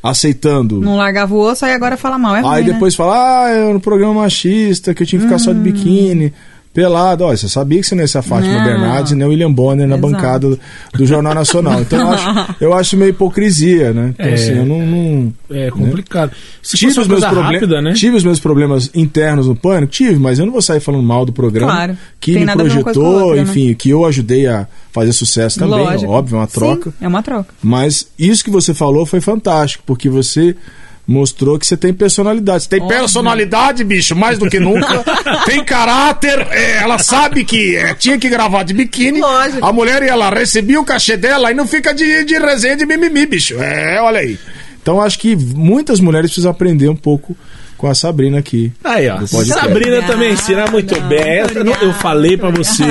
[SPEAKER 3] aceitando?
[SPEAKER 1] Não largava o osso, aí agora fala mal. É ruim,
[SPEAKER 3] Aí
[SPEAKER 1] né? Hum.
[SPEAKER 3] depois fala, ah, eu no programa machista, que eu tinha que ficar só de biquíni, pelado. Olha, você sabia que você não ia ser a Fátima
[SPEAKER 1] Não.
[SPEAKER 3] Bernardes e nem o William Bonner na
[SPEAKER 1] Exato.
[SPEAKER 3] bancada do- do Jornal Nacional. Então
[SPEAKER 1] (laughs)
[SPEAKER 3] eu acho, eu acho meio hipocrisia, né? Então,
[SPEAKER 2] É.
[SPEAKER 3] assim, eu não. não-
[SPEAKER 2] É complicado. Se
[SPEAKER 3] Tive
[SPEAKER 2] fosse
[SPEAKER 3] né?
[SPEAKER 2] uma
[SPEAKER 3] os, meus
[SPEAKER 2] coisa
[SPEAKER 3] proble-
[SPEAKER 2] rápida, né?
[SPEAKER 3] tive os meus problemas internos no pânico, tive, mas eu não vou sair falando mal do programa
[SPEAKER 1] Claro.
[SPEAKER 3] que
[SPEAKER 1] Tem
[SPEAKER 3] me
[SPEAKER 1] nada a ver uma coisa com a
[SPEAKER 3] projetou,
[SPEAKER 1] outra, né?
[SPEAKER 3] enfim, que eu ajudei a fazer sucesso também,
[SPEAKER 1] Lógico.
[SPEAKER 3] óbvio, é uma troca.
[SPEAKER 1] Sim, é uma troca.
[SPEAKER 3] Mas isso que você falou foi fantástico, porque você mostrou que você tem personalidade. Você tem
[SPEAKER 1] Óbvio.
[SPEAKER 3] personalidade, bicho, mais do
[SPEAKER 1] (laughs)
[SPEAKER 3] que nunca. tem caráter, é, ela sabe que é, tinha que gravar de biquíni.
[SPEAKER 1] Lógico.
[SPEAKER 3] A mulher ia lá, recebia o cachê dela e não fica de, de resenha de mimimi, bicho. É, olha aí. Então acho que muitas mulheres precisam aprender um pouco com a Sabrina aqui.
[SPEAKER 2] Aí, ó.
[SPEAKER 3] Do podcast.
[SPEAKER 2] Sabrina
[SPEAKER 1] Obrigada,
[SPEAKER 2] também ensina muito bem. Essa- não, eu falei pra você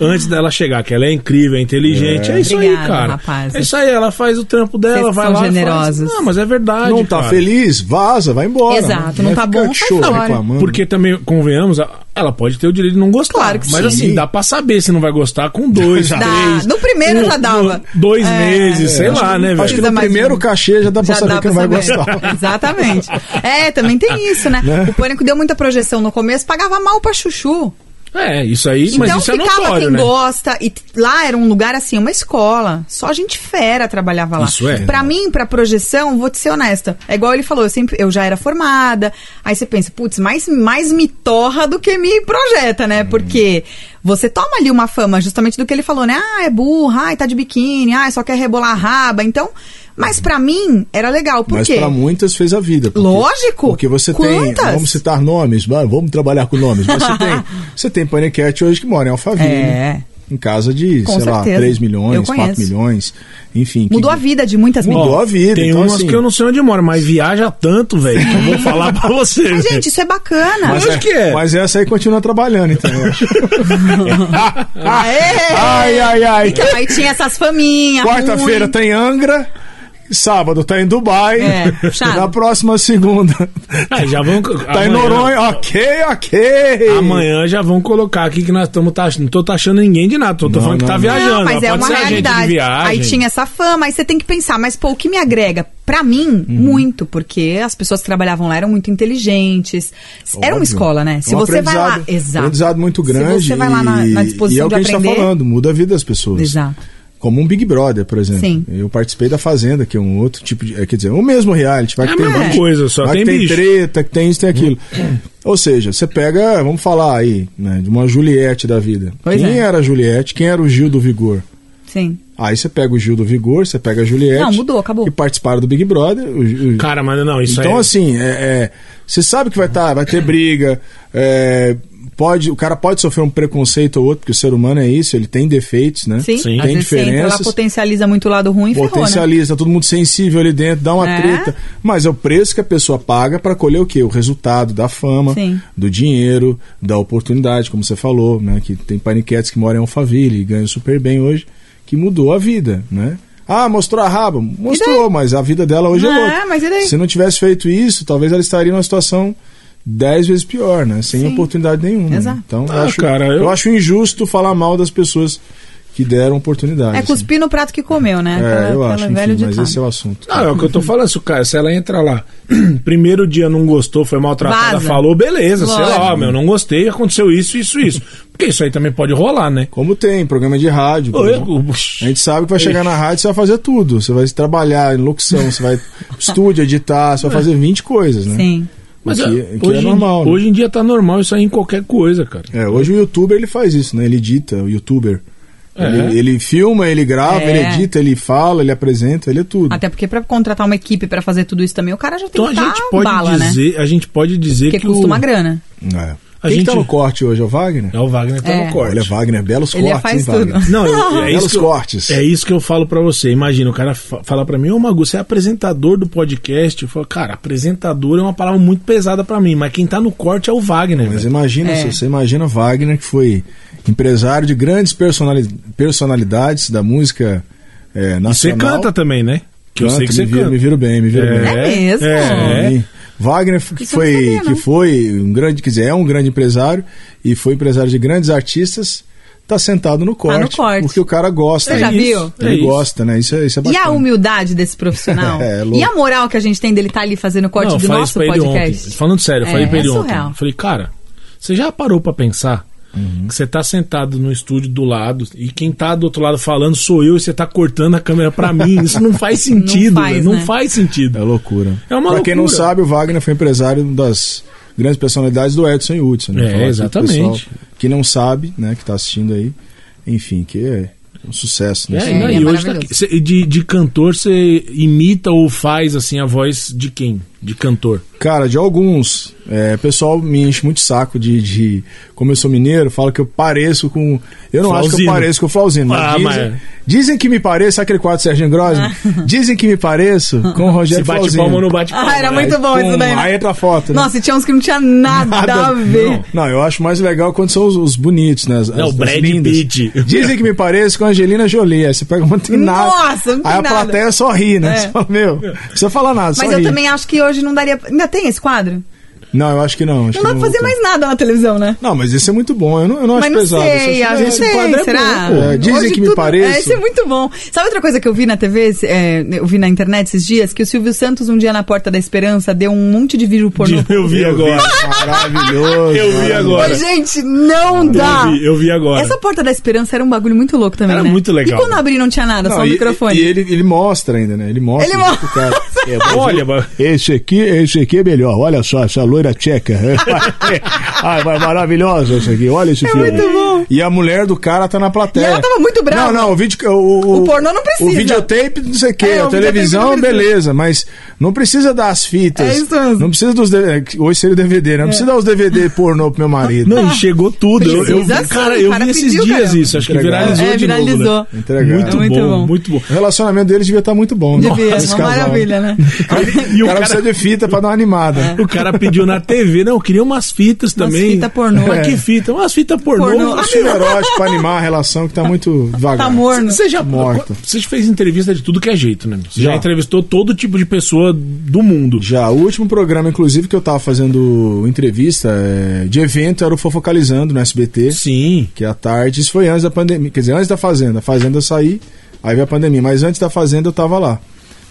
[SPEAKER 2] antes dela chegar que ela é incrível, é inteligente. É, isso aí,
[SPEAKER 1] Obrigada,
[SPEAKER 2] cara.
[SPEAKER 1] rapazes.
[SPEAKER 2] É isso aí, ela faz o trampo dela,
[SPEAKER 1] Vocês
[SPEAKER 2] vai
[SPEAKER 1] são
[SPEAKER 2] lá. e faz.
[SPEAKER 1] generosos.
[SPEAKER 2] Não, mas é verdade.
[SPEAKER 3] não tá
[SPEAKER 2] cara.
[SPEAKER 3] feliz? Vaza, vai embora. né?
[SPEAKER 1] Exato, não
[SPEAKER 3] vai
[SPEAKER 1] tá
[SPEAKER 3] ficar
[SPEAKER 1] bom, vai
[SPEAKER 3] show
[SPEAKER 1] embora.
[SPEAKER 3] reclamando.
[SPEAKER 2] Porque também, convenhamos, a- ela pode ter o direito de não gostar.
[SPEAKER 1] Claro que
[SPEAKER 2] mas
[SPEAKER 1] sim.
[SPEAKER 2] assim, dá pra saber se não vai gostar com
[SPEAKER 1] (laughs)
[SPEAKER 2] dois,
[SPEAKER 3] Dá.
[SPEAKER 2] três.
[SPEAKER 1] No
[SPEAKER 3] Um,
[SPEAKER 1] primeiro já dava.
[SPEAKER 2] no- Dois
[SPEAKER 1] É.
[SPEAKER 2] meses,
[SPEAKER 1] É,
[SPEAKER 2] sei
[SPEAKER 1] acho que-
[SPEAKER 2] lá, né,
[SPEAKER 1] acho
[SPEAKER 2] velho?
[SPEAKER 3] Acho que
[SPEAKER 1] Precisa
[SPEAKER 3] no
[SPEAKER 1] mais
[SPEAKER 3] primeiro
[SPEAKER 1] um.
[SPEAKER 3] cachê já dá pra saber que não vai gostar.
[SPEAKER 1] (laughs) Exatamente. É, também tem isso, né? O pânico deu muita projeção no começo, pagava mal pra chuchu.
[SPEAKER 2] É, isso aí, mas
[SPEAKER 1] então
[SPEAKER 2] isso é
[SPEAKER 1] ficava
[SPEAKER 2] notório,
[SPEAKER 1] quem
[SPEAKER 2] né?
[SPEAKER 1] gosta. E t- lá era um lugar assim, uma escola. Só gente fera trabalhava lá.
[SPEAKER 2] Isso é.
[SPEAKER 1] Pra mim, pra projeção, vou te ser honesta. É igual ele falou, eu, sempre, eu já era formada. Aí você pensa, putz, mais, mais me torra do que me projeta, né? Porque você toma ali uma fama justamente do que ele falou, né? Ah, é burra, ai, tá de biquíni, ai, só quer rebolar a raba. Então, mas pra mim, era legal. Por
[SPEAKER 3] Mas
[SPEAKER 1] quê?
[SPEAKER 3] pra muitas fez a vida. porque-
[SPEAKER 1] Lógico.
[SPEAKER 3] Porque você tem,
[SPEAKER 1] Quantas?
[SPEAKER 3] vamos citar nomes, vai, vamos trabalhar com
[SPEAKER 1] (laughs)
[SPEAKER 3] nomes. Você tem, você tem Panicat hoje que mora em Alphaville, né?
[SPEAKER 1] É.
[SPEAKER 3] em casa de,
[SPEAKER 1] Com
[SPEAKER 3] sei lá,
[SPEAKER 1] certeza.
[SPEAKER 3] 3
[SPEAKER 1] Eu
[SPEAKER 3] milhões,
[SPEAKER 1] conheço.
[SPEAKER 3] 4 milhões, enfim. que-
[SPEAKER 1] Mudou a vida de muitas
[SPEAKER 3] Mudou
[SPEAKER 1] meninas.
[SPEAKER 3] a vida,
[SPEAKER 2] Tem
[SPEAKER 3] então,
[SPEAKER 2] umas
[SPEAKER 3] assim-
[SPEAKER 2] que eu não sei onde mora, mas viaja tanto, velho, que
[SPEAKER 1] (laughs)
[SPEAKER 2] eu vou falar pra você.
[SPEAKER 1] Mas,
[SPEAKER 2] velho.
[SPEAKER 1] gente, isso é bacana.
[SPEAKER 3] Mas,
[SPEAKER 2] Lógico que é.
[SPEAKER 3] mas essa aí continua trabalhando, então. eu acho.
[SPEAKER 1] (laughs) Aê!
[SPEAKER 3] ai, ai, ai.
[SPEAKER 1] Então, aí tinha essas faminhas.
[SPEAKER 3] Quarta-feira tá
[SPEAKER 1] ruim.
[SPEAKER 3] tem Angra. Sábado tá em Dubai.
[SPEAKER 1] É, puxado.
[SPEAKER 3] na próxima segunda (laughs)
[SPEAKER 2] Ah, já vão,
[SPEAKER 3] tá em Noronha. Ok, ok.
[SPEAKER 2] Amanhã já vão colocar aqui que nós estamos taxando. Não tô taxando ninguém de nada, tô, tô
[SPEAKER 3] Não,
[SPEAKER 2] falando que
[SPEAKER 3] não,
[SPEAKER 2] tá
[SPEAKER 3] não.
[SPEAKER 2] viajando.
[SPEAKER 1] Não, mas é
[SPEAKER 2] pode
[SPEAKER 1] uma
[SPEAKER 2] ser Agente de
[SPEAKER 1] realidade.
[SPEAKER 2] viagem.
[SPEAKER 1] Aí tinha essa fama, aí você tem que pensar, mas pô, o que me agrega? Pra
[SPEAKER 3] Uhum.
[SPEAKER 1] mim, muito, porque as pessoas que trabalhavam lá eram muito inteligentes. Era uma
[SPEAKER 3] Óbvio.
[SPEAKER 1] escola, né? Se
[SPEAKER 3] É um
[SPEAKER 1] você vai lá.
[SPEAKER 3] aprendizado-
[SPEAKER 1] Exato.
[SPEAKER 3] aprendizado muito grande.
[SPEAKER 1] Se você vai lá na, na
[SPEAKER 3] e-
[SPEAKER 1] disposição
[SPEAKER 3] e é o
[SPEAKER 1] de
[SPEAKER 3] que a gente
[SPEAKER 1] aprender.
[SPEAKER 3] tá falando, muda a vida das pessoas.
[SPEAKER 1] Exato.
[SPEAKER 3] Como um Big Brother, por exemplo.
[SPEAKER 1] Sim.
[SPEAKER 3] Eu participei da Fazenda, que é um outro tipo de. é, Quer dizer, o mesmo reality. Vai
[SPEAKER 2] É
[SPEAKER 3] que
[SPEAKER 2] a
[SPEAKER 3] tem
[SPEAKER 2] mesma
[SPEAKER 3] vai-
[SPEAKER 2] coisa, só
[SPEAKER 3] vai que
[SPEAKER 2] tem
[SPEAKER 3] tem
[SPEAKER 2] bicho.
[SPEAKER 3] treta, que tem isso, tem aquilo. Ou seja, você pega, vamos falar aí, né, de uma Juliette da vida.
[SPEAKER 1] Pois
[SPEAKER 3] Quem
[SPEAKER 1] é.
[SPEAKER 3] era a Juliette? Quem era o Gil do Vigor?
[SPEAKER 1] Sim.
[SPEAKER 3] Aí você pega o Gil do Vigor, você pega a Juliette.
[SPEAKER 1] Não, mudou, acabou.
[SPEAKER 3] Que participaram do Big Brother. o- o-
[SPEAKER 2] Cara, mas não, isso
[SPEAKER 3] então,
[SPEAKER 2] aí.
[SPEAKER 3] assim, é, é, você sabe que vai, tá, vai ter briga, é, pode, o cara pode sofrer um preconceito ou outro, porque o ser humano é isso, ele tem defeitos, né?
[SPEAKER 1] Sim,
[SPEAKER 2] Sim.
[SPEAKER 1] às
[SPEAKER 3] Tem
[SPEAKER 1] vezes você entra lá,
[SPEAKER 3] diferenças.
[SPEAKER 1] potencializa muito o lado ruim e ferrou, né?
[SPEAKER 3] Potencializa, todo mundo sensível ali dentro, dá uma
[SPEAKER 1] É.
[SPEAKER 3] treta. Mas é o preço que a pessoa paga para colher o quê? O resultado da fama,
[SPEAKER 1] Sim.
[SPEAKER 3] do dinheiro, da oportunidade, como você falou, né? Que tem paniquetes que moram em Alphaville e ganham super bem hoje, que mudou a vida, né? Ah, mostrou a raba? Mostrou, mas a vida dela hoje é,
[SPEAKER 1] É,
[SPEAKER 3] outra.
[SPEAKER 1] mas e daí?
[SPEAKER 3] Se não tivesse feito isso, talvez ela estaria numa situação dez vezes pior, né? Sem
[SPEAKER 1] Sim.
[SPEAKER 3] oportunidade nenhuma. né?
[SPEAKER 1] Exato.
[SPEAKER 3] Então, eu,
[SPEAKER 2] Ah,
[SPEAKER 3] acho,
[SPEAKER 2] cara, eu-
[SPEAKER 3] eu acho injusto falar mal das pessoas que deram oportunidade.
[SPEAKER 1] É
[SPEAKER 3] assim.
[SPEAKER 1] cuspir no prato que comeu, né?
[SPEAKER 3] É, eu acho,
[SPEAKER 1] velho
[SPEAKER 3] enfim, mas
[SPEAKER 1] ditado.
[SPEAKER 3] esse é o assunto.
[SPEAKER 2] Não, é o que eu tô falando, se, o cara, se ela entra lá, (clears throat) primeiro dia não gostou, foi maltratada,
[SPEAKER 1] Vaza.
[SPEAKER 2] falou, beleza, sei lá,
[SPEAKER 1] Lógico.
[SPEAKER 2] ó, meu, não gostei, aconteceu isso, isso, isso. Porque isso aí também pode rolar, né?
[SPEAKER 3] Como tem, programa de rádio.
[SPEAKER 2] Ô,
[SPEAKER 3] por
[SPEAKER 2] eu-
[SPEAKER 3] exemplo. A gente sabe que vai chegar na rádio, você vai fazer tudo. Você vai trabalhar em locução,
[SPEAKER 1] (laughs)
[SPEAKER 3] você vai estúdio, editar, você vai fazer 20 coisas, né?
[SPEAKER 1] Sim.
[SPEAKER 2] Mas
[SPEAKER 3] O
[SPEAKER 2] é-
[SPEAKER 3] que, o que
[SPEAKER 2] hoje,
[SPEAKER 3] é
[SPEAKER 2] em-
[SPEAKER 3] normal. né?
[SPEAKER 2] hoje em dia tá normal isso aí em qualquer coisa, cara.
[SPEAKER 3] É, hoje o youtuber ele faz isso, né? Ele edita, o youtuber.
[SPEAKER 2] É.
[SPEAKER 3] Ele, ele filma, ele grava,
[SPEAKER 1] É.
[SPEAKER 3] ele edita, ele fala, ele apresenta, ele é tudo.
[SPEAKER 1] Até porque pra contratar uma equipe pra fazer tudo isso também, o cara já tem
[SPEAKER 2] Então
[SPEAKER 1] que
[SPEAKER 2] a
[SPEAKER 1] estar
[SPEAKER 2] gente pode
[SPEAKER 1] bala, né?
[SPEAKER 2] dizer, a gente pode dizer
[SPEAKER 1] Porque
[SPEAKER 2] que
[SPEAKER 1] custa
[SPEAKER 2] o,
[SPEAKER 1] uma grana.
[SPEAKER 3] É.
[SPEAKER 2] A
[SPEAKER 3] Quem
[SPEAKER 2] gente-
[SPEAKER 3] que tá no corte hoje? É o Wagner?
[SPEAKER 2] É, o Wagner tá
[SPEAKER 1] É.
[SPEAKER 2] no corte.
[SPEAKER 3] Olha, Wagner, belos
[SPEAKER 1] Ele
[SPEAKER 3] cortes,
[SPEAKER 1] faz
[SPEAKER 3] hein,
[SPEAKER 1] tudo.
[SPEAKER 3] Wagner?
[SPEAKER 2] Não,
[SPEAKER 3] (laughs)
[SPEAKER 2] eu- é
[SPEAKER 3] Belos
[SPEAKER 2] isso que eu-
[SPEAKER 3] cortes.
[SPEAKER 2] É isso que eu falo pra você. Imagina, o cara fa- fala pra mim, ô Magu, você é apresentador do podcast? Eu falo, cara, apresentador é uma palavra muito pesada pra mim, mas quem tá no corte é o Wagner.
[SPEAKER 3] Mas
[SPEAKER 2] velho.
[SPEAKER 3] imagina,
[SPEAKER 1] É.
[SPEAKER 3] você imagina Wagner, que foi empresário de grandes personali- personalidades da música
[SPEAKER 2] E
[SPEAKER 3] é,
[SPEAKER 2] você
[SPEAKER 3] nacional.
[SPEAKER 2] canta também, né? Que eu
[SPEAKER 3] Canta,
[SPEAKER 2] sei que você
[SPEAKER 3] me viro,
[SPEAKER 2] canta.
[SPEAKER 3] me viro bem, me viro bem.
[SPEAKER 1] É mesmo?
[SPEAKER 2] É,
[SPEAKER 3] E Wagner f- que
[SPEAKER 1] Isso eu não
[SPEAKER 3] foi,
[SPEAKER 1] sabia, não.
[SPEAKER 3] que foi um grande, quer dizer, é um grande empresário e foi empresário de grandes artistas, tá sentado no corte,
[SPEAKER 1] corte.
[SPEAKER 3] porque o cara gosta.
[SPEAKER 1] Você já
[SPEAKER 3] né?
[SPEAKER 1] viu?
[SPEAKER 3] Ele
[SPEAKER 2] É isso.
[SPEAKER 3] gosta, né? Isso é, isso é
[SPEAKER 1] E
[SPEAKER 3] bacana.
[SPEAKER 1] a humildade desse profissional?
[SPEAKER 3] É, é louco.
[SPEAKER 1] e a moral que a gente tem dele estar ali fazendo o corte
[SPEAKER 2] Não, eu
[SPEAKER 1] do
[SPEAKER 2] falei
[SPEAKER 1] nosso
[SPEAKER 2] isso pra ele
[SPEAKER 1] podcast?
[SPEAKER 2] ontem. Falando sério, eu
[SPEAKER 1] É,
[SPEAKER 2] falei pra ele
[SPEAKER 1] é
[SPEAKER 2] ontem.
[SPEAKER 1] surreal.
[SPEAKER 2] Eu Falei, cara, você já parou pra pensar que você tá sentado no estúdio do lado e quem tá do outro lado falando sou eu e você tá cortando a câmera
[SPEAKER 1] (laughs)
[SPEAKER 2] pra mim? Isso não faz sentido,
[SPEAKER 1] faz,
[SPEAKER 2] velho, não
[SPEAKER 1] né?
[SPEAKER 2] faz sentido.
[SPEAKER 3] É loucura.
[SPEAKER 2] É uma
[SPEAKER 3] pra quem não
[SPEAKER 2] loucura.
[SPEAKER 3] sabe, o Wagner foi empresário das grandes personalidades do Edson e Hudson. Né?
[SPEAKER 2] É,
[SPEAKER 3] Falar aqui pro
[SPEAKER 2] exatamente.
[SPEAKER 3] pessoal Que não sabe, né, que tá assistindo aí. Enfim, que é um sucesso. Né?
[SPEAKER 2] É,
[SPEAKER 3] Esse
[SPEAKER 1] é
[SPEAKER 2] não,
[SPEAKER 3] nome.
[SPEAKER 2] e hoje tá
[SPEAKER 1] maravilhoso.
[SPEAKER 2] aqui. Cê- de, de cantor, você imita ou faz assim a voz de quem? De cantor.
[SPEAKER 3] Cara, de alguns. É, o pessoal me enche muito saco de, de. Como eu sou mineiro, fala que eu pareço com. Eu não acho que
[SPEAKER 2] Flauzino.
[SPEAKER 3] eu pareço com o Flauzino. Mas
[SPEAKER 2] Ah,
[SPEAKER 3] dizem,
[SPEAKER 2] mas-
[SPEAKER 3] dizem que me pareço. Sabe aquele quadro do Serginho Grosman?
[SPEAKER 1] Ah.
[SPEAKER 3] Dizem que me pareço com o
[SPEAKER 2] Você
[SPEAKER 3] Rogério
[SPEAKER 2] bate
[SPEAKER 3] Flauzino.
[SPEAKER 2] palma ou não bate palma?
[SPEAKER 1] Ah, era muito
[SPEAKER 3] Aí,
[SPEAKER 1] bom isso
[SPEAKER 3] pum,
[SPEAKER 1] daí. né?
[SPEAKER 3] Aí entra a foto. Né?
[SPEAKER 1] Nossa, e tinha uns que não tinha nada, a ver.
[SPEAKER 3] Não, não, eu acho mais legal quando são os, os bonitos, né? As,
[SPEAKER 2] Não,
[SPEAKER 3] as-
[SPEAKER 2] o
[SPEAKER 3] as
[SPEAKER 2] Brad
[SPEAKER 3] lindas.
[SPEAKER 2] Pitt.
[SPEAKER 3] Dizem que me pareço com a Angelina Jolie. Aí você pega uma não tem nada.
[SPEAKER 1] Nossa, não tem
[SPEAKER 3] Aí a
[SPEAKER 1] nada.
[SPEAKER 3] plateia só ri, né?
[SPEAKER 1] É.
[SPEAKER 3] Você fala, meu, não precisa falar nada, só
[SPEAKER 1] Mas eu
[SPEAKER 3] ri.
[SPEAKER 1] também acho que hoje não daria. Ainda tem esse quadro?
[SPEAKER 3] Não, eu acho que não. acho
[SPEAKER 1] Não
[SPEAKER 3] que
[SPEAKER 1] dá pra fazer
[SPEAKER 3] vou-
[SPEAKER 1] mais nada na televisão, né?
[SPEAKER 3] Não, mas esse é muito bom. Eu não, eu não
[SPEAKER 1] Mas
[SPEAKER 3] acho
[SPEAKER 1] não
[SPEAKER 3] pesado.
[SPEAKER 1] sei,
[SPEAKER 3] esse
[SPEAKER 1] acho que
[SPEAKER 3] esse
[SPEAKER 1] sei,
[SPEAKER 3] quadro é
[SPEAKER 1] será?
[SPEAKER 3] bom, pô. É, dizem
[SPEAKER 1] Hoje
[SPEAKER 3] que me
[SPEAKER 1] tudo-
[SPEAKER 3] pareço. um
[SPEAKER 1] É, isso é muito bom. Sabe outra coisa que eu vi na TV, é, eu vi na internet esses dias? Que o Silvio Santos, um dia na Porta da Esperança, deu um monte de vídeo pornô.
[SPEAKER 2] (laughs) Eu vi agora.
[SPEAKER 3] Maravilhoso.
[SPEAKER 2] Eu vi
[SPEAKER 3] maravilhoso.
[SPEAKER 2] agora.
[SPEAKER 1] Mas, gente, não dá!
[SPEAKER 2] Eu vi, eu vi agora.
[SPEAKER 1] Essa Porta da Esperança era um bagulho muito louco também,
[SPEAKER 2] Era
[SPEAKER 1] né?
[SPEAKER 2] muito legal.
[SPEAKER 1] E quando abri não tinha nada, só
[SPEAKER 3] Não,
[SPEAKER 1] o
[SPEAKER 3] e,
[SPEAKER 1] microfone.
[SPEAKER 3] e ele, ele mostra ainda, né? Ele mostra.
[SPEAKER 1] Ele
[SPEAKER 3] pro cara. É,
[SPEAKER 1] (laughs)
[SPEAKER 3] mas
[SPEAKER 2] Olha, ba-
[SPEAKER 3] Esse aqui, esse aqui é melhor. Olha só, essa loira tcheca. (laughs) Ai, mas maravilhosa essa aqui. Olha esse filme.
[SPEAKER 1] É muito bom.
[SPEAKER 3] E a mulher do cara tá na plateia.
[SPEAKER 1] E ela tava muito brava.
[SPEAKER 3] Não, não, o vídeo. O,
[SPEAKER 1] O pornô não precisa.
[SPEAKER 3] O videotape, não sei o quê.
[SPEAKER 1] É,
[SPEAKER 3] a
[SPEAKER 1] o
[SPEAKER 3] televisão,
[SPEAKER 1] videotape não precisa.
[SPEAKER 3] beleza. Mas não precisa das fitas.
[SPEAKER 1] É isso mesmo. É.
[SPEAKER 3] Não precisa dos. D- Hoje seria o DVD, né? Não precisa dar os DVD pornô pro meu marido.
[SPEAKER 2] Não, e chegou tudo. Eu, eu vi,
[SPEAKER 1] Tá. Precisa sim,
[SPEAKER 2] cara, eu
[SPEAKER 1] o cara
[SPEAKER 2] vi esses
[SPEAKER 1] pediu,
[SPEAKER 2] dias
[SPEAKER 1] caramba.
[SPEAKER 2] isso. Acho que
[SPEAKER 3] Entregar.
[SPEAKER 2] viralizou.
[SPEAKER 1] é,
[SPEAKER 2] de novo, né?
[SPEAKER 1] viralizou.
[SPEAKER 3] Entregar.
[SPEAKER 2] Muito,
[SPEAKER 1] É muito
[SPEAKER 2] bom,
[SPEAKER 1] bom.
[SPEAKER 2] muito bom.
[SPEAKER 3] O relacionamento deles devia estar muito bom, né?
[SPEAKER 1] Devia, é
[SPEAKER 3] Esse
[SPEAKER 1] uma
[SPEAKER 3] casal.
[SPEAKER 1] maravilha, É. né?
[SPEAKER 2] E
[SPEAKER 3] O
[SPEAKER 2] o
[SPEAKER 3] cara precisa
[SPEAKER 2] cara,
[SPEAKER 3] de fita pra dar uma animada.
[SPEAKER 2] o cara pediu na TV, não, eu queria umas fitas também.
[SPEAKER 1] fita pornô.
[SPEAKER 2] Mas
[SPEAKER 1] É.
[SPEAKER 2] que fita? Umas fitas pornô.
[SPEAKER 1] Pornô.
[SPEAKER 2] Ah,
[SPEAKER 1] (laughs)
[SPEAKER 3] Um filme erótico pra animar a relação que tá muito vagar.
[SPEAKER 1] Tá morno.
[SPEAKER 2] Você já
[SPEAKER 3] Morta.
[SPEAKER 2] Você fez entrevista de tudo que é jeito, né? Você já,
[SPEAKER 3] Já.
[SPEAKER 2] entrevistou todo tipo de pessoa do mundo.
[SPEAKER 3] Já, o último programa, inclusive, que eu tava fazendo entrevista é, de evento era o Fofocalizando no SBT,
[SPEAKER 2] Sim.
[SPEAKER 3] que é à tarde. Isso foi antes da pandemia, quer dizer, antes da Fazenda. A Fazenda eu saí, aí veio a pandemia. Mas antes da Fazenda eu tava lá,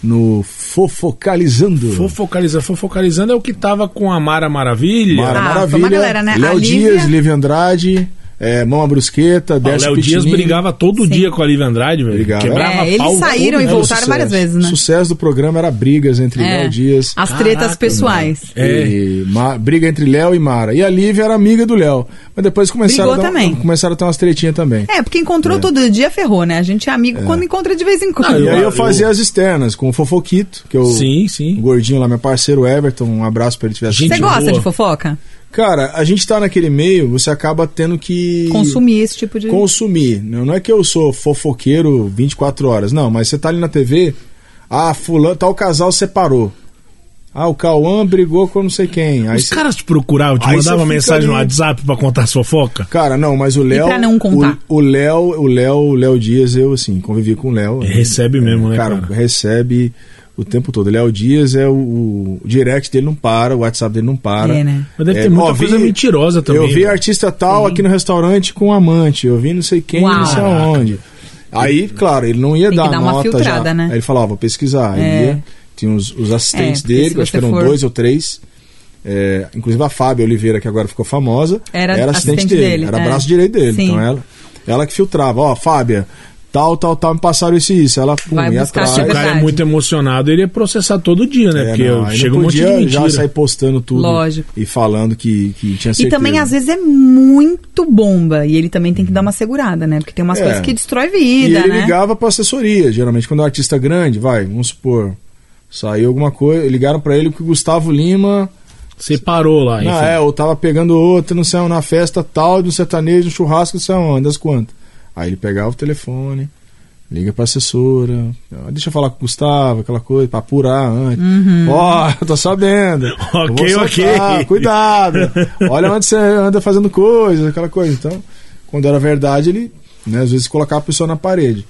[SPEAKER 3] no Fofocalizando.
[SPEAKER 2] Fofocalizando. Fofocalizando é o que tava com a Mara Maravilha.
[SPEAKER 3] Mara
[SPEAKER 1] Ah, foi uma
[SPEAKER 3] Maravilha,
[SPEAKER 1] galera, né? A
[SPEAKER 3] Léo
[SPEAKER 1] Lívia- Ah,
[SPEAKER 3] Dias, Lívia Andrade, é, Mama Brusqueta,
[SPEAKER 2] O
[SPEAKER 3] Décio
[SPEAKER 2] Léo Dias
[SPEAKER 3] Pitinini.
[SPEAKER 2] brigava todo
[SPEAKER 1] Sim.
[SPEAKER 2] dia com a Lívia Andrade, velho.
[SPEAKER 3] Brigava.
[SPEAKER 2] Quebrava
[SPEAKER 1] É, eles
[SPEAKER 2] pau.
[SPEAKER 1] saíram e
[SPEAKER 3] Era o
[SPEAKER 1] voltaram várias vezes, né?
[SPEAKER 3] O sucesso do programa era brigas entre
[SPEAKER 1] É,
[SPEAKER 3] Léo Dias
[SPEAKER 1] As tretas
[SPEAKER 2] Caraca,
[SPEAKER 1] pessoais.
[SPEAKER 2] É.
[SPEAKER 3] e Ma- briga entre Léo e Mara. E a Lívia era amiga do Léo. Mas depois começaram a,
[SPEAKER 1] Brigou
[SPEAKER 3] dar,
[SPEAKER 1] também.
[SPEAKER 3] começaram a ter umas tretinhas também.
[SPEAKER 1] É, porque encontrou todo dia, ferrou, né? A gente é amigo quando encontra de vez em quando.
[SPEAKER 2] Ah,
[SPEAKER 3] E aí
[SPEAKER 2] Eu-
[SPEAKER 3] eu fazia as externas com o Fofoquito, que eu.
[SPEAKER 2] Sim,
[SPEAKER 3] O
[SPEAKER 2] sim.
[SPEAKER 3] gordinho lá, meu parceiro Everton, um abraço pra ele tiver
[SPEAKER 2] Gente
[SPEAKER 1] Você
[SPEAKER 3] assistindo.
[SPEAKER 1] gosta
[SPEAKER 2] boa.
[SPEAKER 1] de fofoca?
[SPEAKER 3] Cara, a gente tá naquele meio, você acaba tendo que.
[SPEAKER 1] Consumir esse tipo de.
[SPEAKER 3] consumir. Não não é que eu sou fofoqueiro 24 horas, não, mas você tá ali na TV, ah, fulano, tal casal separou. Ah, o Cauã brigou com não sei quem. Aí
[SPEAKER 2] Os
[SPEAKER 3] cê-
[SPEAKER 2] caras te procuravam, te
[SPEAKER 3] Aí você
[SPEAKER 2] mandavam
[SPEAKER 3] fica
[SPEAKER 2] mensagem no
[SPEAKER 3] ali.
[SPEAKER 2] WhatsApp pra contar as fofoca.
[SPEAKER 3] Cara, não, mas o Léo.
[SPEAKER 1] pra não contar?
[SPEAKER 3] O o Léo, o Léo, o Léo Dias, eu assim, convivi com o Léo.
[SPEAKER 2] Recebe mesmo, né, cara?
[SPEAKER 3] recebe o tempo todo. O Léo Dias é o, o direct dele não para, o WhatsApp dele não para.
[SPEAKER 1] É, né?
[SPEAKER 2] Mas deve
[SPEAKER 3] É,
[SPEAKER 2] ter muita
[SPEAKER 3] ó, vi-
[SPEAKER 2] coisa mentirosa também. né?
[SPEAKER 3] Eu vi
[SPEAKER 2] velho.
[SPEAKER 3] artista tal
[SPEAKER 1] Sim.
[SPEAKER 3] aqui no restaurante com um amante, eu vi não sei quem,
[SPEAKER 1] Uau.
[SPEAKER 3] não sei aonde. Aí, claro, ele não
[SPEAKER 1] Tem
[SPEAKER 3] ia
[SPEAKER 1] que
[SPEAKER 3] dar,
[SPEAKER 1] dar uma
[SPEAKER 3] nota
[SPEAKER 1] filtrada,
[SPEAKER 3] já.
[SPEAKER 1] né?
[SPEAKER 3] Aí ele falava, vou pesquisar. Aí
[SPEAKER 1] É.
[SPEAKER 3] ia, tinha os, os assistentes
[SPEAKER 1] É, porque
[SPEAKER 3] dele,
[SPEAKER 1] se
[SPEAKER 3] que eu acho que
[SPEAKER 1] você
[SPEAKER 3] eram
[SPEAKER 1] for-
[SPEAKER 3] dois ou três. É, inclusive a Fábia Oliveira, que agora ficou famosa,
[SPEAKER 1] Era
[SPEAKER 3] era, assistente,
[SPEAKER 1] assistente
[SPEAKER 3] dele,
[SPEAKER 1] dele,
[SPEAKER 3] era
[SPEAKER 1] é.
[SPEAKER 3] braço direito dele.
[SPEAKER 1] Sim.
[SPEAKER 3] Então ela, ela que filtrava, ó, Fábia, tal, tal, tal, me passaram isso e isso. Ela pum,
[SPEAKER 1] Vai
[SPEAKER 3] ia
[SPEAKER 1] buscar né?
[SPEAKER 3] atrás.
[SPEAKER 2] Se o cara é
[SPEAKER 1] Verdade.
[SPEAKER 2] muito emocionado, ele ia processar todo dia, né?
[SPEAKER 3] É,
[SPEAKER 2] Porque
[SPEAKER 3] não, aí
[SPEAKER 2] chega
[SPEAKER 3] não
[SPEAKER 2] um monte de
[SPEAKER 3] podia já
[SPEAKER 2] mentira.
[SPEAKER 3] sair postando tudo
[SPEAKER 1] Lógico.
[SPEAKER 3] e falando que, que tinha certeza.
[SPEAKER 1] E também, às vezes, é muito bomba. E ele também tem que dar uma segurada, né? Porque tem umas
[SPEAKER 3] É.
[SPEAKER 1] coisas que destrói
[SPEAKER 3] E
[SPEAKER 1] vida,
[SPEAKER 3] ele
[SPEAKER 1] né?
[SPEAKER 3] ligava pra assessoria, geralmente quando é um artista grande, vai, vamos supor, saiu alguma coisa, ligaram pra ele que o Gustavo Lima,
[SPEAKER 2] Você parou lá, enfim.
[SPEAKER 3] ah, é, ou tava pegando outro, não sei, onde, na festa tal, de um sertanejo, um churrasco, não sei onde, das quantas. Aí ele pegava o telefone, liga pra assessora, ah, deixa eu falar com o Gustavo, aquela coisa, pra apurar antes. Ó, eu tô sabendo. Eu vou
[SPEAKER 2] Uhum. (laughs) Ok, ok.
[SPEAKER 3] soltar,
[SPEAKER 2] (laughs)
[SPEAKER 3] Cuidado. Olha onde você anda fazendo coisa, aquela coisa. Então, quando era verdade, ele, né, às vezes colocava a pessoa na parede.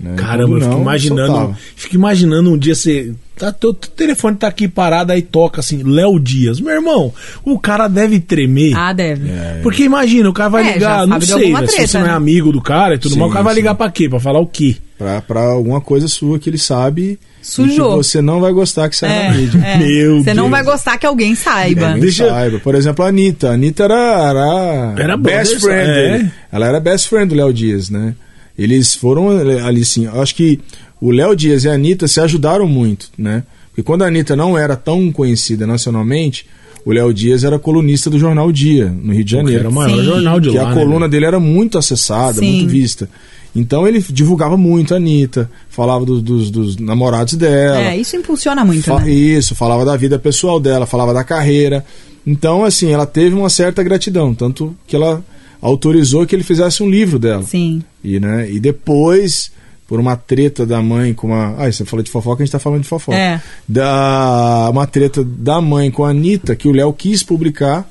[SPEAKER 3] né?
[SPEAKER 2] Caramba, eu
[SPEAKER 3] Quando
[SPEAKER 2] fico
[SPEAKER 3] não,
[SPEAKER 2] imaginando.
[SPEAKER 3] soltava.
[SPEAKER 2] Fico imaginando um dia você. Tá, teu, teu telefone tá aqui parado, aí toca assim, Léo Dias. Meu irmão, o cara deve tremer.
[SPEAKER 1] Ah, deve.
[SPEAKER 3] É.
[SPEAKER 2] Porque imagina, o cara vai
[SPEAKER 1] É, já
[SPEAKER 2] ligar, não
[SPEAKER 1] sabe de
[SPEAKER 2] sei,
[SPEAKER 1] alguma
[SPEAKER 2] né, se
[SPEAKER 1] treta,
[SPEAKER 2] você não é
[SPEAKER 1] né?
[SPEAKER 2] amigo do cara e tudo
[SPEAKER 3] Sim,
[SPEAKER 2] mais, o cara vai
[SPEAKER 3] sim.
[SPEAKER 2] ligar pra quê? Pra falar o quê?
[SPEAKER 3] Pra, pra alguma coisa sua que ele sabe e
[SPEAKER 1] Sujou.
[SPEAKER 3] que você não vai gostar que saia Tá na mídia. É,
[SPEAKER 1] É, é.
[SPEAKER 2] Meu
[SPEAKER 1] Você não
[SPEAKER 2] Deus.
[SPEAKER 1] vai gostar que alguém saiba.
[SPEAKER 3] Alguém
[SPEAKER 2] Deixa-
[SPEAKER 3] saiba. Por exemplo, a Anitta. A Anitta era, era,
[SPEAKER 2] Era
[SPEAKER 3] best
[SPEAKER 2] brothers,
[SPEAKER 3] friend.
[SPEAKER 2] é.
[SPEAKER 3] dele. Ela era best friend do Léo Dias, né? Eles foram ali assim. eu Acho que o Léo Dias e a Anitta se ajudaram muito, né? Porque quando a Anitta não era tão conhecida nacionalmente, o Léo Dias era colunista do jornal Dia, no Rio de Janeiro.
[SPEAKER 2] Era o maior
[SPEAKER 1] Sim.
[SPEAKER 2] jornal de
[SPEAKER 3] que
[SPEAKER 2] lá. né,
[SPEAKER 3] a coluna dele era muito acessada,
[SPEAKER 1] Sim.
[SPEAKER 3] muito vista. Então ele divulgava muito a Anitta, falava do- dos, dos namorados dela.
[SPEAKER 1] É, isso impulsiona muito,
[SPEAKER 3] Fa-
[SPEAKER 1] né?
[SPEAKER 3] Isso, falava da vida pessoal dela, falava da carreira. Então, assim, ela teve uma certa gratidão, tanto que ela autorizou que ele fizesse um livro dela.
[SPEAKER 1] Sim.
[SPEAKER 3] E, né, e depois, por uma treta da mãe com uma. Ah, você falou de fofoca, a gente tá falando de fofoca.
[SPEAKER 1] É.
[SPEAKER 3] Da, uma treta da mãe com a Anitta, que o Léo quis publicar,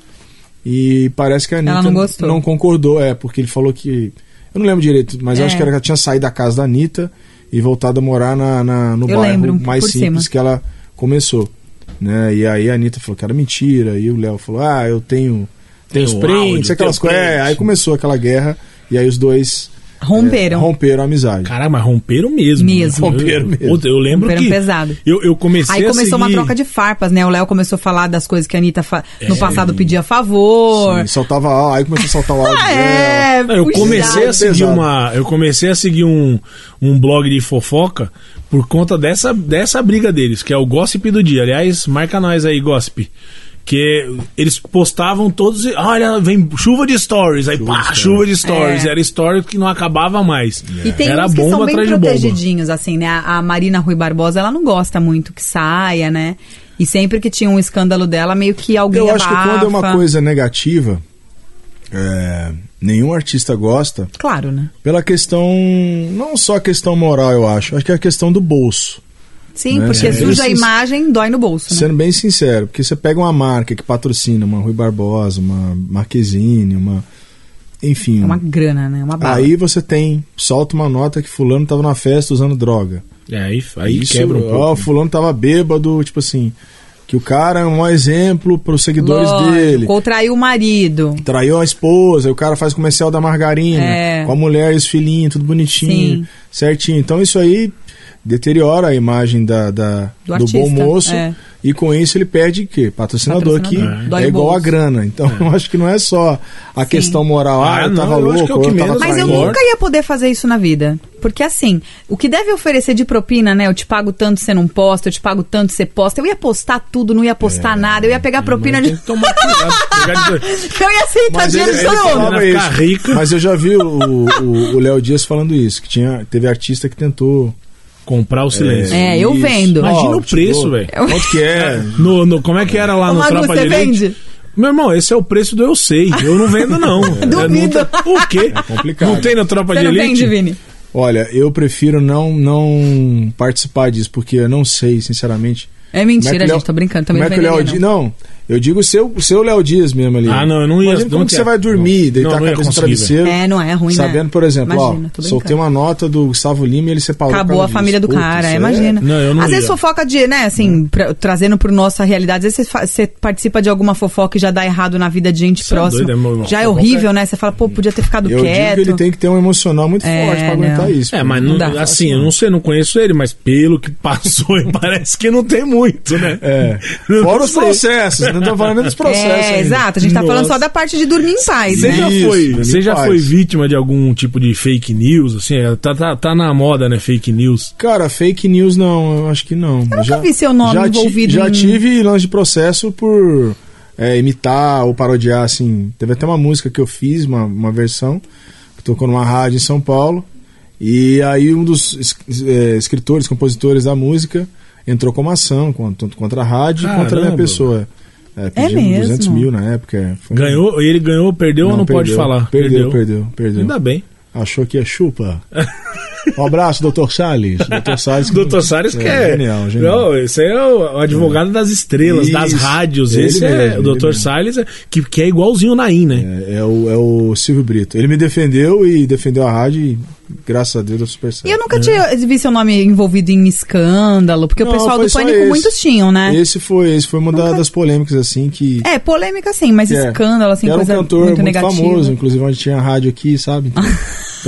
[SPEAKER 3] e parece que a Anitta
[SPEAKER 1] não gostou.
[SPEAKER 3] concordou, é, porque ele falou que. Eu não lembro direito, mas eu
[SPEAKER 1] É.
[SPEAKER 3] acho que era que ela tinha saído da casa da Anitta e voltado a morar na, na- no
[SPEAKER 1] Eu
[SPEAKER 3] bairro
[SPEAKER 1] lembro,
[SPEAKER 3] mais
[SPEAKER 1] por
[SPEAKER 3] simples
[SPEAKER 1] cima.
[SPEAKER 3] que ela começou. Né? E aí a Anitta falou que era mentira, e o Léo falou: Ah, eu tenho,
[SPEAKER 2] Tem
[SPEAKER 3] tenho os
[SPEAKER 2] o
[SPEAKER 3] prints,
[SPEAKER 2] áudio,
[SPEAKER 3] aquelas
[SPEAKER 2] tem o
[SPEAKER 3] coisas. É,
[SPEAKER 2] print.
[SPEAKER 3] aí começou aquela guerra, e aí os dois
[SPEAKER 1] Romperam.
[SPEAKER 3] é, romperam a amizade.
[SPEAKER 2] Caramba, mas romperam mesmo.
[SPEAKER 1] Mesmo.
[SPEAKER 2] Eu-
[SPEAKER 3] Romperam mesmo.
[SPEAKER 2] outra- Eu, lembro
[SPEAKER 1] Romperam
[SPEAKER 2] que.
[SPEAKER 1] pesado.
[SPEAKER 2] Eu, eu comecei
[SPEAKER 1] Aí
[SPEAKER 2] a
[SPEAKER 1] começou uma
[SPEAKER 3] assim,
[SPEAKER 2] seguir-
[SPEAKER 1] troca de farpas, né? O Léo começou a falar das coisas que a Anitta fa- no passado pedia favor.
[SPEAKER 3] Sim, soltava áudio, aí começou
[SPEAKER 1] (laughs)
[SPEAKER 3] a soltar o áudio.
[SPEAKER 1] Ah,
[SPEAKER 3] dela.
[SPEAKER 1] é,
[SPEAKER 2] Não, eu
[SPEAKER 1] puxado.
[SPEAKER 2] comecei a
[SPEAKER 3] Pesado.
[SPEAKER 2] seguir uma, eu comecei a seguir um, um blog de fofoca por conta dessa, dessa briga deles, que é o Gossip do dia. Aliás, marca nós aí, Gossip. Que eles postavam todos, e, olha, vem chuva de stories, aí pá, chuva de stories,
[SPEAKER 1] É.
[SPEAKER 2] era stories que não acabava mais.
[SPEAKER 1] E tem
[SPEAKER 2] era
[SPEAKER 1] uns que
[SPEAKER 2] bomba
[SPEAKER 1] são bem
[SPEAKER 2] atrás de bomba.
[SPEAKER 1] protegidinhos, assim, né? A, a Marina Rui Barbosa, ela não gosta muito que saia, né? E sempre que tinha um escândalo dela, meio que alguém
[SPEAKER 3] Eu acho que quando é uma
[SPEAKER 1] abafa.
[SPEAKER 3] coisa negativa, é, nenhum artista gosta,
[SPEAKER 1] Claro, né?
[SPEAKER 3] pela questão. Não só a questão moral, eu acho, acho que é a questão do bolso.
[SPEAKER 1] Sim,
[SPEAKER 3] Né?
[SPEAKER 1] porque
[SPEAKER 3] É.
[SPEAKER 1] suja a
[SPEAKER 3] Esses-
[SPEAKER 1] imagem, dói no bolso, né?
[SPEAKER 3] Sendo bem sincero, porque você pega uma marca que patrocina, uma Rui Barbosa, uma Marquezine, uma. Enfim.
[SPEAKER 1] É uma grana, né? Uma bala.
[SPEAKER 3] um Aí você tem, solta uma nota que fulano tava na festa usando droga.
[SPEAKER 2] É, aí aí
[SPEAKER 3] Isso,
[SPEAKER 2] quebra um pouco.
[SPEAKER 3] Ó, fulano tava bêbado, tipo assim, que o cara é um maior exemplo pros seguidores
[SPEAKER 1] Lógico,
[SPEAKER 3] dele.
[SPEAKER 1] Ou traiu o marido.
[SPEAKER 3] Traiu a esposa, aí o cara faz comercial da margarina,
[SPEAKER 1] É.
[SPEAKER 3] com a mulher e os filhinhos, tudo bonitinho,
[SPEAKER 1] Sim.
[SPEAKER 3] certinho. Então isso aí deteriora a imagem da, da-
[SPEAKER 1] Do
[SPEAKER 3] do,
[SPEAKER 1] artista,
[SPEAKER 3] bom moço
[SPEAKER 1] é.
[SPEAKER 3] e com isso ele perde que patrocinador,
[SPEAKER 1] Patrocinador.
[SPEAKER 3] que
[SPEAKER 1] Dói
[SPEAKER 3] é
[SPEAKER 1] o
[SPEAKER 3] igual a
[SPEAKER 1] bolso.
[SPEAKER 3] grana. Então (laughs) eu acho que não é só a questão moral, ah,
[SPEAKER 2] Ah,
[SPEAKER 3] eu
[SPEAKER 2] não,
[SPEAKER 3] tava
[SPEAKER 2] eu acho
[SPEAKER 3] louco,
[SPEAKER 2] que é o que
[SPEAKER 3] eu tava
[SPEAKER 2] menos
[SPEAKER 1] Mas um eu
[SPEAKER 2] Vai.
[SPEAKER 3] traindo.
[SPEAKER 1] nunca ia poder fazer isso na vida. Porque assim, o que deve oferecer de propina, né? Eu te pago tanto, você não posta, eu te pago tanto, você posta. Eu ia postar tudo, não ia postar nada, eu ia pegar propina
[SPEAKER 2] É, Mas é
[SPEAKER 1] de.
[SPEAKER 2] tem que tomar cuidado. (laughs) pegar
[SPEAKER 1] (laughs)
[SPEAKER 2] de-
[SPEAKER 1] Eu ia aceitar
[SPEAKER 3] Mas
[SPEAKER 1] dinheiro
[SPEAKER 3] ele,
[SPEAKER 1] de
[SPEAKER 3] ele
[SPEAKER 2] é
[SPEAKER 1] todo mundo.
[SPEAKER 3] falava
[SPEAKER 2] né? Ficar
[SPEAKER 3] isso.
[SPEAKER 2] rica.
[SPEAKER 3] Mas eu já vi o- o o Léo Dias falando isso, que tinha, teve artista que tentou.
[SPEAKER 2] Comprar o silêncio.
[SPEAKER 1] É, eu vendo.
[SPEAKER 2] Imagina
[SPEAKER 3] Ó,
[SPEAKER 2] o preço,
[SPEAKER 3] tipo,
[SPEAKER 2] velho.
[SPEAKER 3] Quanto que é?
[SPEAKER 1] (laughs)
[SPEAKER 2] No, no- como é que era lá
[SPEAKER 1] Ô,
[SPEAKER 2] no
[SPEAKER 1] Magu,
[SPEAKER 2] Tropa
[SPEAKER 1] você
[SPEAKER 2] de Elite?
[SPEAKER 1] vende?
[SPEAKER 2] Meu irmão, esse é o preço do eu sei. Eu não vendo,
[SPEAKER 1] (laughs)
[SPEAKER 2] não. Eu não
[SPEAKER 1] Duvido.
[SPEAKER 2] tenho- o quê?
[SPEAKER 3] É complicado.
[SPEAKER 2] Não tem na Tropa
[SPEAKER 1] Você
[SPEAKER 2] de
[SPEAKER 1] não
[SPEAKER 2] Elite?
[SPEAKER 1] vende, Vini?
[SPEAKER 3] Olha, eu prefiro não, não participar disso, porque eu não sei, sinceramente.
[SPEAKER 1] É
[SPEAKER 3] Como que
[SPEAKER 1] mentira,
[SPEAKER 3] o Léo-
[SPEAKER 1] gente, tô brincando. Também
[SPEAKER 3] como é que o
[SPEAKER 1] não
[SPEAKER 3] Léo
[SPEAKER 1] venderia,
[SPEAKER 3] Dias.
[SPEAKER 1] não.
[SPEAKER 3] Não, eu digo o seu, o seu Léo Dias mesmo ali.
[SPEAKER 2] Ah, não, eu não ia-
[SPEAKER 3] Imagina
[SPEAKER 2] não
[SPEAKER 3] como que
[SPEAKER 2] quero.
[SPEAKER 3] você vai dormir,
[SPEAKER 2] Não,
[SPEAKER 3] deitar
[SPEAKER 2] não
[SPEAKER 3] com a
[SPEAKER 2] ia
[SPEAKER 3] cabeça no
[SPEAKER 2] conseguir,
[SPEAKER 3] travesseiro.
[SPEAKER 1] É, não é ruim, né?
[SPEAKER 3] Sabendo, por exemplo,
[SPEAKER 1] Imagina, tô
[SPEAKER 3] ó,
[SPEAKER 1] brincando.
[SPEAKER 3] soltei uma nota do Gustavo Lima e ele separou. por
[SPEAKER 1] Acabou
[SPEAKER 3] causa
[SPEAKER 1] a
[SPEAKER 3] disso.
[SPEAKER 1] família do
[SPEAKER 3] Puta,
[SPEAKER 1] cara,
[SPEAKER 3] isso é-
[SPEAKER 1] imagina.
[SPEAKER 2] Não, eu não
[SPEAKER 1] Às vezes
[SPEAKER 2] ia.
[SPEAKER 1] fofoca de, né, assim, pra- trazendo pro nossa realidade, às vezes você fa- você participa de alguma fofoca e já dá errado na vida de gente
[SPEAKER 2] Isso é
[SPEAKER 1] próxima.
[SPEAKER 2] doido, é meu-
[SPEAKER 1] já é
[SPEAKER 2] fofoca
[SPEAKER 1] horrível, né? Você fala, pô, podia ter ficado
[SPEAKER 3] Eu
[SPEAKER 1] quieto.
[SPEAKER 3] digo que ele tem que ter um emocional muito
[SPEAKER 1] É,
[SPEAKER 3] forte pra
[SPEAKER 1] não.
[SPEAKER 3] aguentar isso.
[SPEAKER 2] É, mas não-
[SPEAKER 1] Não dá.
[SPEAKER 2] assim, eu não sei, não conheço ele, mas pelo que (laughs) passou, parece que não tem muito, né? (laughs)
[SPEAKER 3] É.
[SPEAKER 2] Eu
[SPEAKER 3] Fora
[SPEAKER 2] não
[SPEAKER 3] os
[SPEAKER 2] sei.
[SPEAKER 3] processos, não tô falando nem dos
[SPEAKER 1] (laughs)
[SPEAKER 3] processos.
[SPEAKER 1] É,
[SPEAKER 3] ainda.
[SPEAKER 1] exato. A gente tá falando só
[SPEAKER 2] Nossa.
[SPEAKER 1] da parte de dormir em paz,
[SPEAKER 2] Você
[SPEAKER 1] né?
[SPEAKER 2] já,
[SPEAKER 3] Isso,
[SPEAKER 2] foi,
[SPEAKER 3] me
[SPEAKER 2] você já
[SPEAKER 3] faz.
[SPEAKER 2] foi vítima de algum tipo de fake news? Assim, É, tá, tá, tá na moda, né? Fake news.
[SPEAKER 3] Cara, fake news não, eu acho que não. Eu
[SPEAKER 1] nunca vi seu nome
[SPEAKER 3] já ti-
[SPEAKER 1] envolvido
[SPEAKER 3] já
[SPEAKER 1] em-
[SPEAKER 3] tive lance de processo por é, imitar ou parodiar, assim. Teve até uma música que eu fiz, uma, uma versão, que tocou numa rádio em São Paulo. E aí um dos es- é, escritores, compositores da música entrou com uma ação, con- tanto contra a rádio e contra a minha
[SPEAKER 2] Caramba.
[SPEAKER 3] pessoa. É, pedindo
[SPEAKER 1] mesmo?
[SPEAKER 3] 200 mil na época. é, Foi- um
[SPEAKER 2] Ganhou, ele ganhou, perdeu ou não pode
[SPEAKER 3] perdeu.
[SPEAKER 2] falar?
[SPEAKER 3] Perdeu, perdeu, perdeu.
[SPEAKER 2] Ainda bem.
[SPEAKER 3] Achou que ia chupa. Um abraço, doutor Salles. Doutor Salles.
[SPEAKER 2] O Dr. Salles
[SPEAKER 3] É,
[SPEAKER 2] que é.
[SPEAKER 3] genial, genial.
[SPEAKER 2] Não, esse é o advogado das estrelas, das
[SPEAKER 3] Isso,
[SPEAKER 2] rádios.
[SPEAKER 3] ele
[SPEAKER 2] Esse é
[SPEAKER 3] mesmo,
[SPEAKER 2] o
[SPEAKER 3] ele
[SPEAKER 2] Dr.
[SPEAKER 3] mesmo.
[SPEAKER 2] Salles, é- que, que é igualzinho o Naim, né?
[SPEAKER 3] É, é o, é o Silvio Brito. Ele me defendeu e defendeu a rádio e, graças a Deus, deu super certo.
[SPEAKER 1] E eu nunca tinha vi seu nome envolvido em escândalo, porque o
[SPEAKER 3] Não,
[SPEAKER 1] pessoal
[SPEAKER 3] foi
[SPEAKER 1] do
[SPEAKER 3] só
[SPEAKER 1] Pânico
[SPEAKER 3] esse.
[SPEAKER 1] muitos tinham, né?
[SPEAKER 3] Esse foi, esse foi uma da- das polêmicas, assim, que...
[SPEAKER 1] É, polêmica sim, mas
[SPEAKER 3] que é.
[SPEAKER 1] escândalo, assim,
[SPEAKER 3] Era um
[SPEAKER 1] coisa
[SPEAKER 3] cantor
[SPEAKER 1] muito,
[SPEAKER 3] muito,
[SPEAKER 1] negativa.
[SPEAKER 3] famoso, inclusive onde tinha rádio
[SPEAKER 1] (laughs)
[SPEAKER 3] aqui, sabe? Então,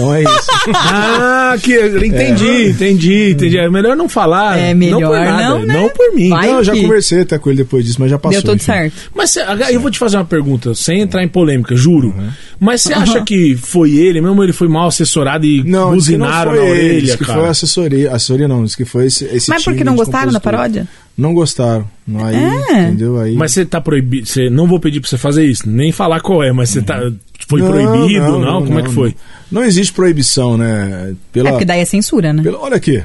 [SPEAKER 3] então é isso.
[SPEAKER 2] Ah,
[SPEAKER 3] (laughs)
[SPEAKER 2] que entendi, entendi, entendi. É melhor não falar.
[SPEAKER 1] É
[SPEAKER 2] não
[SPEAKER 1] melhor
[SPEAKER 2] por nada,
[SPEAKER 1] não, né?
[SPEAKER 2] não por mim.
[SPEAKER 1] Vai.
[SPEAKER 3] Não, Então, eu já
[SPEAKER 1] que-
[SPEAKER 3] conversei até com ele depois disso, mas já
[SPEAKER 1] Deu
[SPEAKER 3] passou.
[SPEAKER 1] tudo
[SPEAKER 3] enfim.
[SPEAKER 1] certo.
[SPEAKER 2] Mas cê- agora eu vou te fazer uma pergunta, sem entrar em polêmica, juro.
[SPEAKER 3] Uhum.
[SPEAKER 2] Mas você acha que foi ele mesmo? Ele foi mal assessorado e
[SPEAKER 3] Não, diz que não
[SPEAKER 2] buzinaram
[SPEAKER 3] foi
[SPEAKER 2] na
[SPEAKER 3] ele,
[SPEAKER 2] orelha,
[SPEAKER 3] diz que
[SPEAKER 2] cara?
[SPEAKER 3] foi assim. assessoria. Assessoria não, diz que foi esse, esse
[SPEAKER 1] Mas porque
[SPEAKER 3] time
[SPEAKER 1] não
[SPEAKER 3] de
[SPEAKER 1] gostaram da
[SPEAKER 3] compositor.
[SPEAKER 1] paródia?
[SPEAKER 3] Não gostaram. Aí,
[SPEAKER 1] É.
[SPEAKER 3] entendeu? Aí...
[SPEAKER 2] Mas você tá proibido. Cê, não vou pedir pra você fazer isso, nem falar qual é, mas você tá. Foi
[SPEAKER 3] Não,
[SPEAKER 2] proibido? Não, Como é que foi?
[SPEAKER 3] Não, Não existe proibição, né? Pela,
[SPEAKER 1] É porque daí é censura, né?
[SPEAKER 3] pela- olha aqui.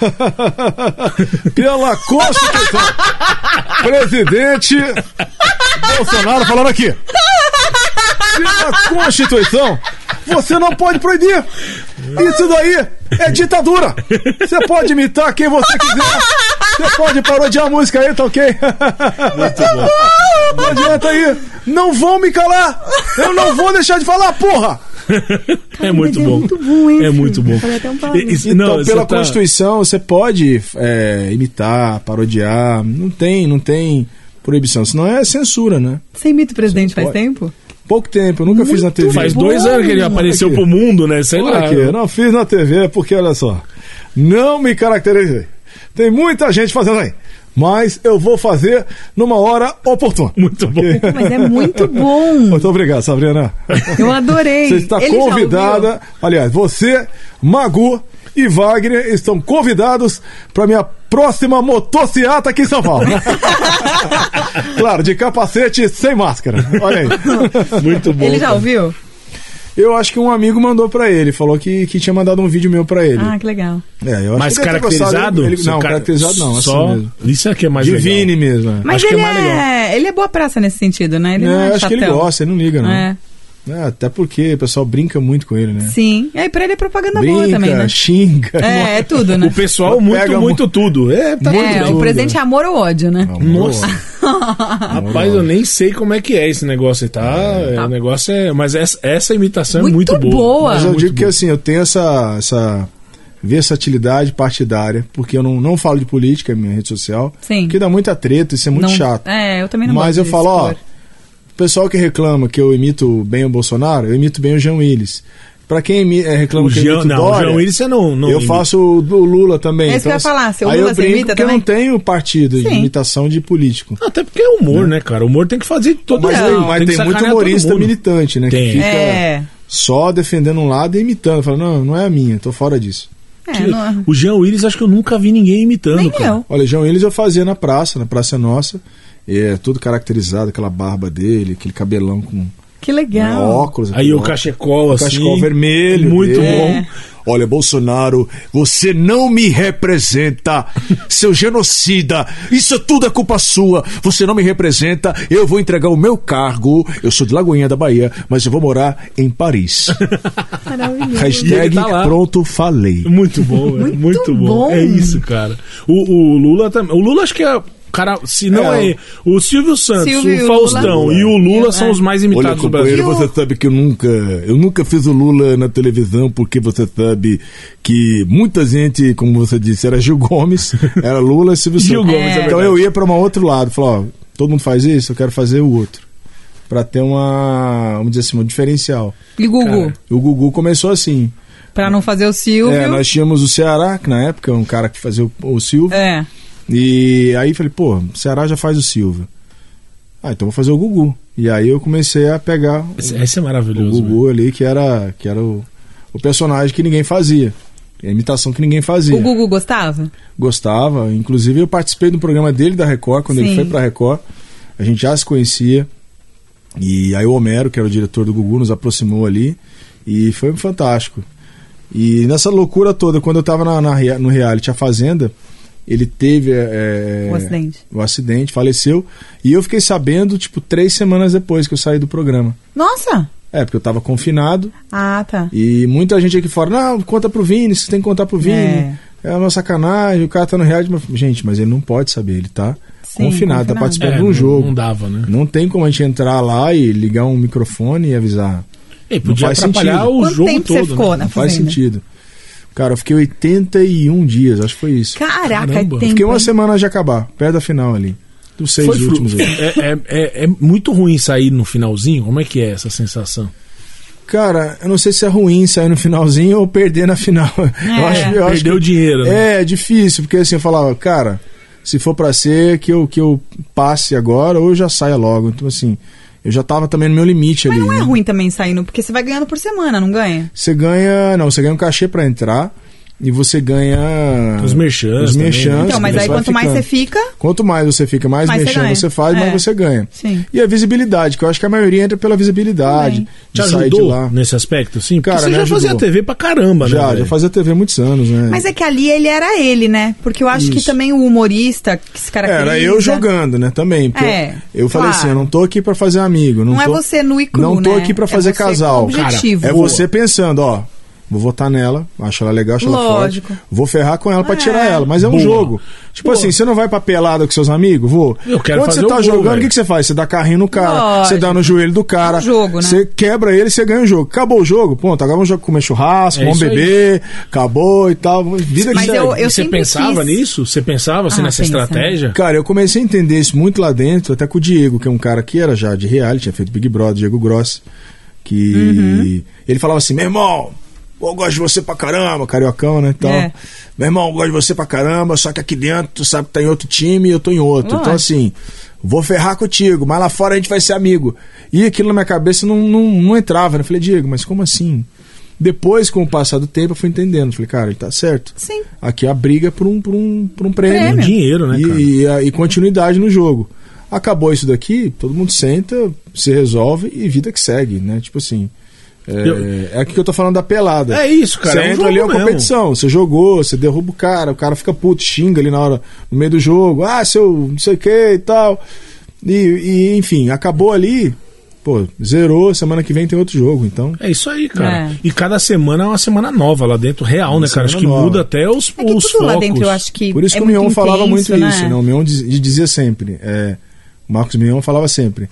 [SPEAKER 3] (laughs) pela Constituição. Presidente Bolsonaro falando aqui. Pela Constituição, você não pode proibir. Isso daí é ditadura. Você pode imitar quem você quiser. Você pode parodiar a música aí, tá ok? Não adianta aí. Não vão me calar. Eu não vou deixar de falar, porra.
[SPEAKER 2] é muito
[SPEAKER 1] mas é
[SPEAKER 2] bom.
[SPEAKER 1] muito bom, hein,
[SPEAKER 2] É muito
[SPEAKER 1] filho?
[SPEAKER 2] bom.
[SPEAKER 1] Eu falei até um palavrão.
[SPEAKER 2] E- isso-
[SPEAKER 3] Então,
[SPEAKER 2] não,
[SPEAKER 3] pela
[SPEAKER 2] cê tá-
[SPEAKER 3] Constituição, você pode é, imitar, parodiar. Não tem, não tem proibição. Senão é censura, né?
[SPEAKER 1] Você imita o presidente faz
[SPEAKER 3] pode.
[SPEAKER 1] tempo?
[SPEAKER 3] Pouco tempo, eu nunca fiz na TV.
[SPEAKER 2] Faz dois anos que ele apareceu
[SPEAKER 3] aqui.
[SPEAKER 2] pro mundo, né? Sei
[SPEAKER 3] Olha
[SPEAKER 2] lá.
[SPEAKER 3] aqui, eu não fiz na TV, porque olha só. Não me caracterizei. Tem muita gente fazendo aí. Mas eu vou fazer numa hora oportuna.
[SPEAKER 2] Muito bom.
[SPEAKER 1] Mas é muito bom.
[SPEAKER 3] (laughs) Muito obrigado, Sabrina.
[SPEAKER 2] (laughs)
[SPEAKER 1] Eu adorei.
[SPEAKER 3] Você está
[SPEAKER 1] Ele já
[SPEAKER 3] convidada. Aliás, você, Magu e Wagner estão convidados para minha próxima motociata aqui em São (laughs) Paulo. claro, de capacete sem máscara. Olha aí.
[SPEAKER 2] Muito bom.
[SPEAKER 1] ouviu? Ele já
[SPEAKER 2] cara.
[SPEAKER 1] ouviu?
[SPEAKER 3] (laughs) Eu acho que um amigo mandou para ele, falou que, que tinha mandado um vídeo meu para ele.
[SPEAKER 1] Ah, que legal.
[SPEAKER 3] É, eu acho
[SPEAKER 2] Mas
[SPEAKER 3] que ele deve ter
[SPEAKER 2] caracterizado?
[SPEAKER 3] gostado, ele-
[SPEAKER 2] Seu
[SPEAKER 3] não,
[SPEAKER 2] cara-
[SPEAKER 3] caracterizado não,
[SPEAKER 2] Só...
[SPEAKER 3] assim mesmo.
[SPEAKER 2] Isso aqui é mais
[SPEAKER 3] Divine mesmo. né?
[SPEAKER 1] Mas
[SPEAKER 2] Acho que
[SPEAKER 1] ele
[SPEAKER 2] é mais
[SPEAKER 1] é, ele é boa praça nesse sentido, né? Ele não
[SPEAKER 3] É,
[SPEAKER 1] é
[SPEAKER 3] eu acho que ele
[SPEAKER 1] chatão.
[SPEAKER 3] gosta, ele não liga, não.
[SPEAKER 1] É,
[SPEAKER 3] É, até porque o pessoal brinca muito com ele, né?
[SPEAKER 1] Sim. E aí pra ele é propaganda boa
[SPEAKER 3] brinca,
[SPEAKER 1] também,
[SPEAKER 3] (laughs)
[SPEAKER 1] né?
[SPEAKER 3] xinga.
[SPEAKER 1] É, é tudo, né?
[SPEAKER 2] legal. O pessoal muito,
[SPEAKER 3] Pega
[SPEAKER 2] muito tudo. É, tá muito
[SPEAKER 1] é,
[SPEAKER 2] bem.
[SPEAKER 1] o presente é amor ou ódio, né?
[SPEAKER 2] Nossa.
[SPEAKER 3] Olha,
[SPEAKER 2] Rapaz,
[SPEAKER 3] olha.
[SPEAKER 2] eu nem sei como é que é esse negócio, tá? É,
[SPEAKER 1] Tá.
[SPEAKER 2] O negócio é. Mas essa, essa imitação
[SPEAKER 1] Muito
[SPEAKER 2] é muito boa.
[SPEAKER 1] boa.
[SPEAKER 3] Mas
[SPEAKER 1] É
[SPEAKER 3] eu
[SPEAKER 2] muito
[SPEAKER 3] digo que
[SPEAKER 2] boa.
[SPEAKER 3] assim, eu tenho essa, essa versatilidade partidária, porque eu não, não falo de política na minha rede social,
[SPEAKER 1] Sim.
[SPEAKER 3] porque dá muita treta, isso é muito
[SPEAKER 1] Não-
[SPEAKER 3] chato.
[SPEAKER 1] É, eu também não
[SPEAKER 3] Mas
[SPEAKER 1] gosto
[SPEAKER 3] eu
[SPEAKER 1] de
[SPEAKER 3] falo, ó,
[SPEAKER 1] expor.
[SPEAKER 3] o pessoal que reclama que eu imito bem o Bolsonaro, eu imito bem o Jean Willis. Pra quem me é, reclama
[SPEAKER 2] O
[SPEAKER 3] que
[SPEAKER 2] Jean,
[SPEAKER 3] imito
[SPEAKER 2] não, o
[SPEAKER 3] Dória,
[SPEAKER 2] Jean Willis você não, não
[SPEAKER 3] eu
[SPEAKER 2] imita.
[SPEAKER 3] faço o do Lula também.
[SPEAKER 1] É isso que eu ia
[SPEAKER 3] assim,
[SPEAKER 1] falar, seu
[SPEAKER 3] aí
[SPEAKER 1] Lula
[SPEAKER 3] eu
[SPEAKER 1] você
[SPEAKER 3] brinco
[SPEAKER 1] imita
[SPEAKER 3] porque eu não
[SPEAKER 1] também?
[SPEAKER 3] tenho partido de
[SPEAKER 1] Sim.
[SPEAKER 3] imitação de político.
[SPEAKER 2] Até porque é humor, né, cara? O humor tem que fazer de todo
[SPEAKER 3] Mas,
[SPEAKER 1] Não,
[SPEAKER 3] tem-
[SPEAKER 2] jeito,
[SPEAKER 3] mas
[SPEAKER 2] que
[SPEAKER 3] tem, muito
[SPEAKER 2] sacanear todo
[SPEAKER 3] humorista
[SPEAKER 2] mundo.
[SPEAKER 3] militante, né?
[SPEAKER 2] Tem.
[SPEAKER 3] Que fica
[SPEAKER 1] É.
[SPEAKER 3] só defendendo um lado e imitando. Fala, não, não é a minha, tô fora disso.
[SPEAKER 1] É, não-
[SPEAKER 2] O Jean Willis acho que eu nunca vi ninguém imitando,
[SPEAKER 1] Nem
[SPEAKER 2] cara.
[SPEAKER 1] eu.
[SPEAKER 3] Olha, João Willis eu fazia na praça, na Praça Nossa. E é tudo caracterizado, aquela barba dele, aquele cabelão com
[SPEAKER 1] Que
[SPEAKER 3] né,
[SPEAKER 1] legal.
[SPEAKER 3] óculos.
[SPEAKER 2] Aí
[SPEAKER 3] aquele
[SPEAKER 2] o
[SPEAKER 3] óculos.
[SPEAKER 2] cachecol,
[SPEAKER 3] O
[SPEAKER 2] assim.
[SPEAKER 3] cachecol vermelho.
[SPEAKER 2] Muito
[SPEAKER 3] dele. É.
[SPEAKER 2] bom.
[SPEAKER 3] Olha, Bolsonaro, você não me representa, (laughs) seu genocida. Isso tudo é culpa sua. Você não me representa. Eu vou entregar o meu cargo. Eu sou de Lagoinha da Bahia, mas eu vou morar
[SPEAKER 2] (laughs)
[SPEAKER 3] em Paris.
[SPEAKER 1] Maravilhoso.
[SPEAKER 3] Hashtag
[SPEAKER 2] E ele tá lá.
[SPEAKER 3] pronto falei.
[SPEAKER 2] Muito bom, velho. muito,
[SPEAKER 1] É. Muito
[SPEAKER 2] bom.
[SPEAKER 1] bom.
[SPEAKER 2] É isso, cara. O, o Lula também. O Lula acho que é. Cara, se não
[SPEAKER 3] É,
[SPEAKER 2] é. O Silvio Santos,
[SPEAKER 1] Silvio e
[SPEAKER 2] o
[SPEAKER 1] o
[SPEAKER 2] Faustão
[SPEAKER 1] Lula.
[SPEAKER 2] e o Lula
[SPEAKER 1] Eu,
[SPEAKER 2] são
[SPEAKER 1] é.
[SPEAKER 2] os mais
[SPEAKER 3] Olha,
[SPEAKER 2] imitados do
[SPEAKER 3] companheiro,
[SPEAKER 2] Brasil.
[SPEAKER 3] você sabe que eu nunca, eu nunca fiz o Lula na televisão porque você sabe que muita gente, como você disse, era
[SPEAKER 2] (laughs)
[SPEAKER 3] Gil Gomes, era Lula e Silvio
[SPEAKER 2] Gil
[SPEAKER 3] Santos.
[SPEAKER 2] Gomes, é
[SPEAKER 3] então
[SPEAKER 2] verdade.
[SPEAKER 3] eu ia para um outro lado, falava, ó, todo mundo faz isso, eu quero fazer o outro. Pra ter uma, vamos dizer assim, um diferencial.
[SPEAKER 1] E Gugu,
[SPEAKER 2] Cara.
[SPEAKER 3] O Gugu começou assim.
[SPEAKER 1] pra não fazer o Silvio.
[SPEAKER 3] É, nós tínhamos o Ceará, que na época é um cara que fazia o, o Silvio.
[SPEAKER 1] É.
[SPEAKER 3] E aí falei, pô, o Ceará já faz o Silvio. Ah, então vou fazer o Gugu. E aí eu comecei a pegar
[SPEAKER 2] Esse, esse é
[SPEAKER 3] o
[SPEAKER 2] maravilhoso. velho.
[SPEAKER 3] Gugu ali, que era, que era o, o personagem que ninguém fazia. A imitação que ninguém fazia.
[SPEAKER 1] O Gugu gostava?
[SPEAKER 3] Gostava. Inclusive, eu participei do programa dele da Record, quando ele
[SPEAKER 1] Sim.
[SPEAKER 3] foi pra Record. A gente já se conhecia. E aí o Homero, que era o diretor do Gugu, nos aproximou ali. E foi fantástico. E nessa loucura toda, quando eu tava na, na rea- no reality A Fazenda, ele teve é,
[SPEAKER 1] O acidente.
[SPEAKER 3] o acidente, faleceu. E eu fiquei sabendo, tipo, três semanas depois que eu saí do programa.
[SPEAKER 1] Nossa!
[SPEAKER 3] É, porque eu tava confinado.
[SPEAKER 1] Ah, tá.
[SPEAKER 3] E muita gente aqui fora, não, conta pro Vini, você tem que contar pro Vini. É,
[SPEAKER 1] É.
[SPEAKER 3] uma sacanagem, o cara tá no reality. Mas, gente, mas ele não pode saber, ele tá
[SPEAKER 1] Sim,
[SPEAKER 3] confinado, tá
[SPEAKER 1] confinado.
[SPEAKER 3] participando
[SPEAKER 2] É,
[SPEAKER 3] de um
[SPEAKER 2] não,
[SPEAKER 3] jogo.
[SPEAKER 2] não
[SPEAKER 3] Não,
[SPEAKER 2] dava, né?
[SPEAKER 3] tem como a gente entrar lá e ligar um microfone e avisar.
[SPEAKER 2] E podia
[SPEAKER 3] faz
[SPEAKER 2] atrapalhar
[SPEAKER 3] sentido.
[SPEAKER 2] o
[SPEAKER 1] Quanto
[SPEAKER 2] jogo
[SPEAKER 1] tempo
[SPEAKER 2] todo.
[SPEAKER 1] você ficou
[SPEAKER 2] né?
[SPEAKER 1] na
[SPEAKER 3] Não faz
[SPEAKER 1] fazenda?
[SPEAKER 3] sentido. Cara, eu fiquei 81 dias, acho que foi isso.
[SPEAKER 1] Caraca,
[SPEAKER 2] Caramba.
[SPEAKER 1] tem.
[SPEAKER 3] Fiquei uma semana de acabar, perto da final ali. Dos seis
[SPEAKER 2] Foi fru-
[SPEAKER 3] últimos. ali.
[SPEAKER 2] (laughs) é, é, é, é muito ruim sair no finalzinho. Como é que é essa sensação?
[SPEAKER 3] Cara, eu não sei se é ruim sair no finalzinho ou perder na final. (laughs) eu acho, É. eu acho que-
[SPEAKER 2] Perdeu dinheiro, né?
[SPEAKER 3] É, é difícil, porque assim, eu falava, cara, se for pra ser, que eu, que eu passe agora ou eu já saia logo. Então, assim, eu já tava também no meu limite
[SPEAKER 1] Mas
[SPEAKER 3] ali.
[SPEAKER 1] não é
[SPEAKER 3] né?
[SPEAKER 1] ruim também saindo, porque você vai ganhando por semana, não ganha?
[SPEAKER 3] Você ganha. Não, você ganha um cachê pra entrar e você ganha.
[SPEAKER 2] Os merchans
[SPEAKER 3] é. Os
[SPEAKER 2] também,
[SPEAKER 3] merchans.
[SPEAKER 2] né?
[SPEAKER 1] Então, mas
[SPEAKER 3] você
[SPEAKER 1] aí
[SPEAKER 3] vai
[SPEAKER 1] quanto mais
[SPEAKER 3] ficando.
[SPEAKER 1] você fica.
[SPEAKER 3] Quanto mais você fica, mais,
[SPEAKER 1] Mais você
[SPEAKER 3] merchan
[SPEAKER 1] ganha.
[SPEAKER 3] você faz, mais
[SPEAKER 1] É.
[SPEAKER 3] você ganha.
[SPEAKER 1] Sim.
[SPEAKER 3] E a visibilidade, que eu acho que a maioria entra pela visibilidade.
[SPEAKER 1] Também.
[SPEAKER 2] Te
[SPEAKER 3] de sair de lá.
[SPEAKER 2] ajudou nesse aspecto, sim? Porque
[SPEAKER 3] Cara,
[SPEAKER 2] você
[SPEAKER 3] me
[SPEAKER 2] já fazia
[SPEAKER 3] ajudou.
[SPEAKER 2] TV pra caramba, né?
[SPEAKER 3] Já, já
[SPEAKER 2] velho?
[SPEAKER 3] fazia TV há muitos anos, né?
[SPEAKER 1] Mas é que ali ele era ele, né? Porque eu acho que
[SPEAKER 3] Isso.
[SPEAKER 1] também o humorista que se caracteriza.
[SPEAKER 3] Era eu jogando, né? Também. Porque
[SPEAKER 1] É,
[SPEAKER 3] eu, eu falei
[SPEAKER 1] claro.
[SPEAKER 3] assim, eu não tô aqui pra fazer amigo. Não,
[SPEAKER 1] Não é
[SPEAKER 3] tô-
[SPEAKER 1] você nu e cru,
[SPEAKER 3] Não tô
[SPEAKER 1] né?
[SPEAKER 3] aqui pra
[SPEAKER 1] É
[SPEAKER 3] fazer
[SPEAKER 1] você com
[SPEAKER 3] casal.
[SPEAKER 1] objetivo.
[SPEAKER 3] Cara, é
[SPEAKER 2] Boa.
[SPEAKER 3] você pensando, ó. Vou votar nela, acho ela legal, acho
[SPEAKER 1] Lógico.
[SPEAKER 3] ela forte. Vou ferrar com ela pra
[SPEAKER 1] É.
[SPEAKER 3] tirar ela, mas é um
[SPEAKER 2] Boa.
[SPEAKER 3] jogo. Tipo
[SPEAKER 2] Boa.
[SPEAKER 3] assim, você não vai pra pelada com seus amigos? Vou.
[SPEAKER 2] Eu quero
[SPEAKER 3] Quando
[SPEAKER 2] fazer
[SPEAKER 3] você tá
[SPEAKER 2] o gol,
[SPEAKER 3] jogando, o
[SPEAKER 2] velho.
[SPEAKER 3] que, que você faz? Você dá carrinho no cara,
[SPEAKER 1] Lógico.
[SPEAKER 3] você dá no joelho do cara.
[SPEAKER 1] É um jogo, né?
[SPEAKER 3] Você quebra ele, você ganha o jogo. Acabou o jogo, pronto. Agora vamos jogar- comer churrasco,
[SPEAKER 2] É
[SPEAKER 3] vamos
[SPEAKER 2] isso aí.
[SPEAKER 3] beber, acabou e tal. Vida que
[SPEAKER 1] Mas
[SPEAKER 3] segue.
[SPEAKER 1] eu-
[SPEAKER 2] E você
[SPEAKER 1] sempre
[SPEAKER 2] pensava
[SPEAKER 1] quis-
[SPEAKER 2] nisso? Você pensava assim,
[SPEAKER 1] Ah,
[SPEAKER 2] nessa
[SPEAKER 1] pensa, né?
[SPEAKER 2] estratégia?
[SPEAKER 3] Cara, eu comecei a entender isso muito lá dentro, até com o Diego, que é um cara que era já de reality, tinha feito Big Brother, Diego Grossi, que
[SPEAKER 1] Uhum.
[SPEAKER 3] ele falava assim, meu irmão, eu gosto de você pra caramba, cariocão, né, então,
[SPEAKER 1] É.
[SPEAKER 3] meu irmão, eu gosto de você pra caramba, só que aqui dentro, tu sabe que tá em outro time e eu tô em outro,
[SPEAKER 1] Lógico.
[SPEAKER 3] então assim, vou ferrar contigo, mas lá fora a gente vai ser amigo. E aquilo na minha cabeça não, não, não entrava, né, eu falei, Diego, mas como assim? Depois, com o passar do tempo, eu fui entendendo. Falei, cara, ele tá certo.
[SPEAKER 1] Sim.
[SPEAKER 3] Aqui é a briga por um, por um, por um
[SPEAKER 1] Prêmio.
[SPEAKER 3] prêmio.
[SPEAKER 2] Um dinheiro, né,
[SPEAKER 3] E-
[SPEAKER 2] cara?
[SPEAKER 3] E, a- e continuidade no jogo. Acabou isso daqui, todo mundo senta, se resolve e vida que segue, né? Tipo assim. É,
[SPEAKER 2] Eu-
[SPEAKER 3] é aqui que eu tô falando da pelada.
[SPEAKER 2] É isso, cara,
[SPEAKER 3] Você
[SPEAKER 2] é um
[SPEAKER 3] entra
[SPEAKER 2] jogo
[SPEAKER 3] ali, é uma
[SPEAKER 2] mesmo.
[SPEAKER 3] competição. Você jogou, você derruba o cara, o cara fica puto, xinga ali na hora, no meio do jogo. Ah, seu não sei o que e tal. E, e, enfim, acabou ali. Pô, zerou, semana que vem tem outro jogo, então.
[SPEAKER 2] É isso aí, cara.
[SPEAKER 1] É.
[SPEAKER 2] E cada semana é uma semana nova lá dentro, real, né, cara? Acho que
[SPEAKER 3] semana nova.
[SPEAKER 2] muda até os,
[SPEAKER 1] É que tudo
[SPEAKER 2] os
[SPEAKER 1] lá
[SPEAKER 2] focos.
[SPEAKER 1] dentro eu acho que.
[SPEAKER 3] Por isso
[SPEAKER 1] é
[SPEAKER 3] que o Mion
[SPEAKER 1] muito
[SPEAKER 3] falava né?
[SPEAKER 1] intenso,
[SPEAKER 3] muito isso, né?
[SPEAKER 1] né?
[SPEAKER 3] O Mion diz- dizia sempre, é, o Marcos Mion falava sempre,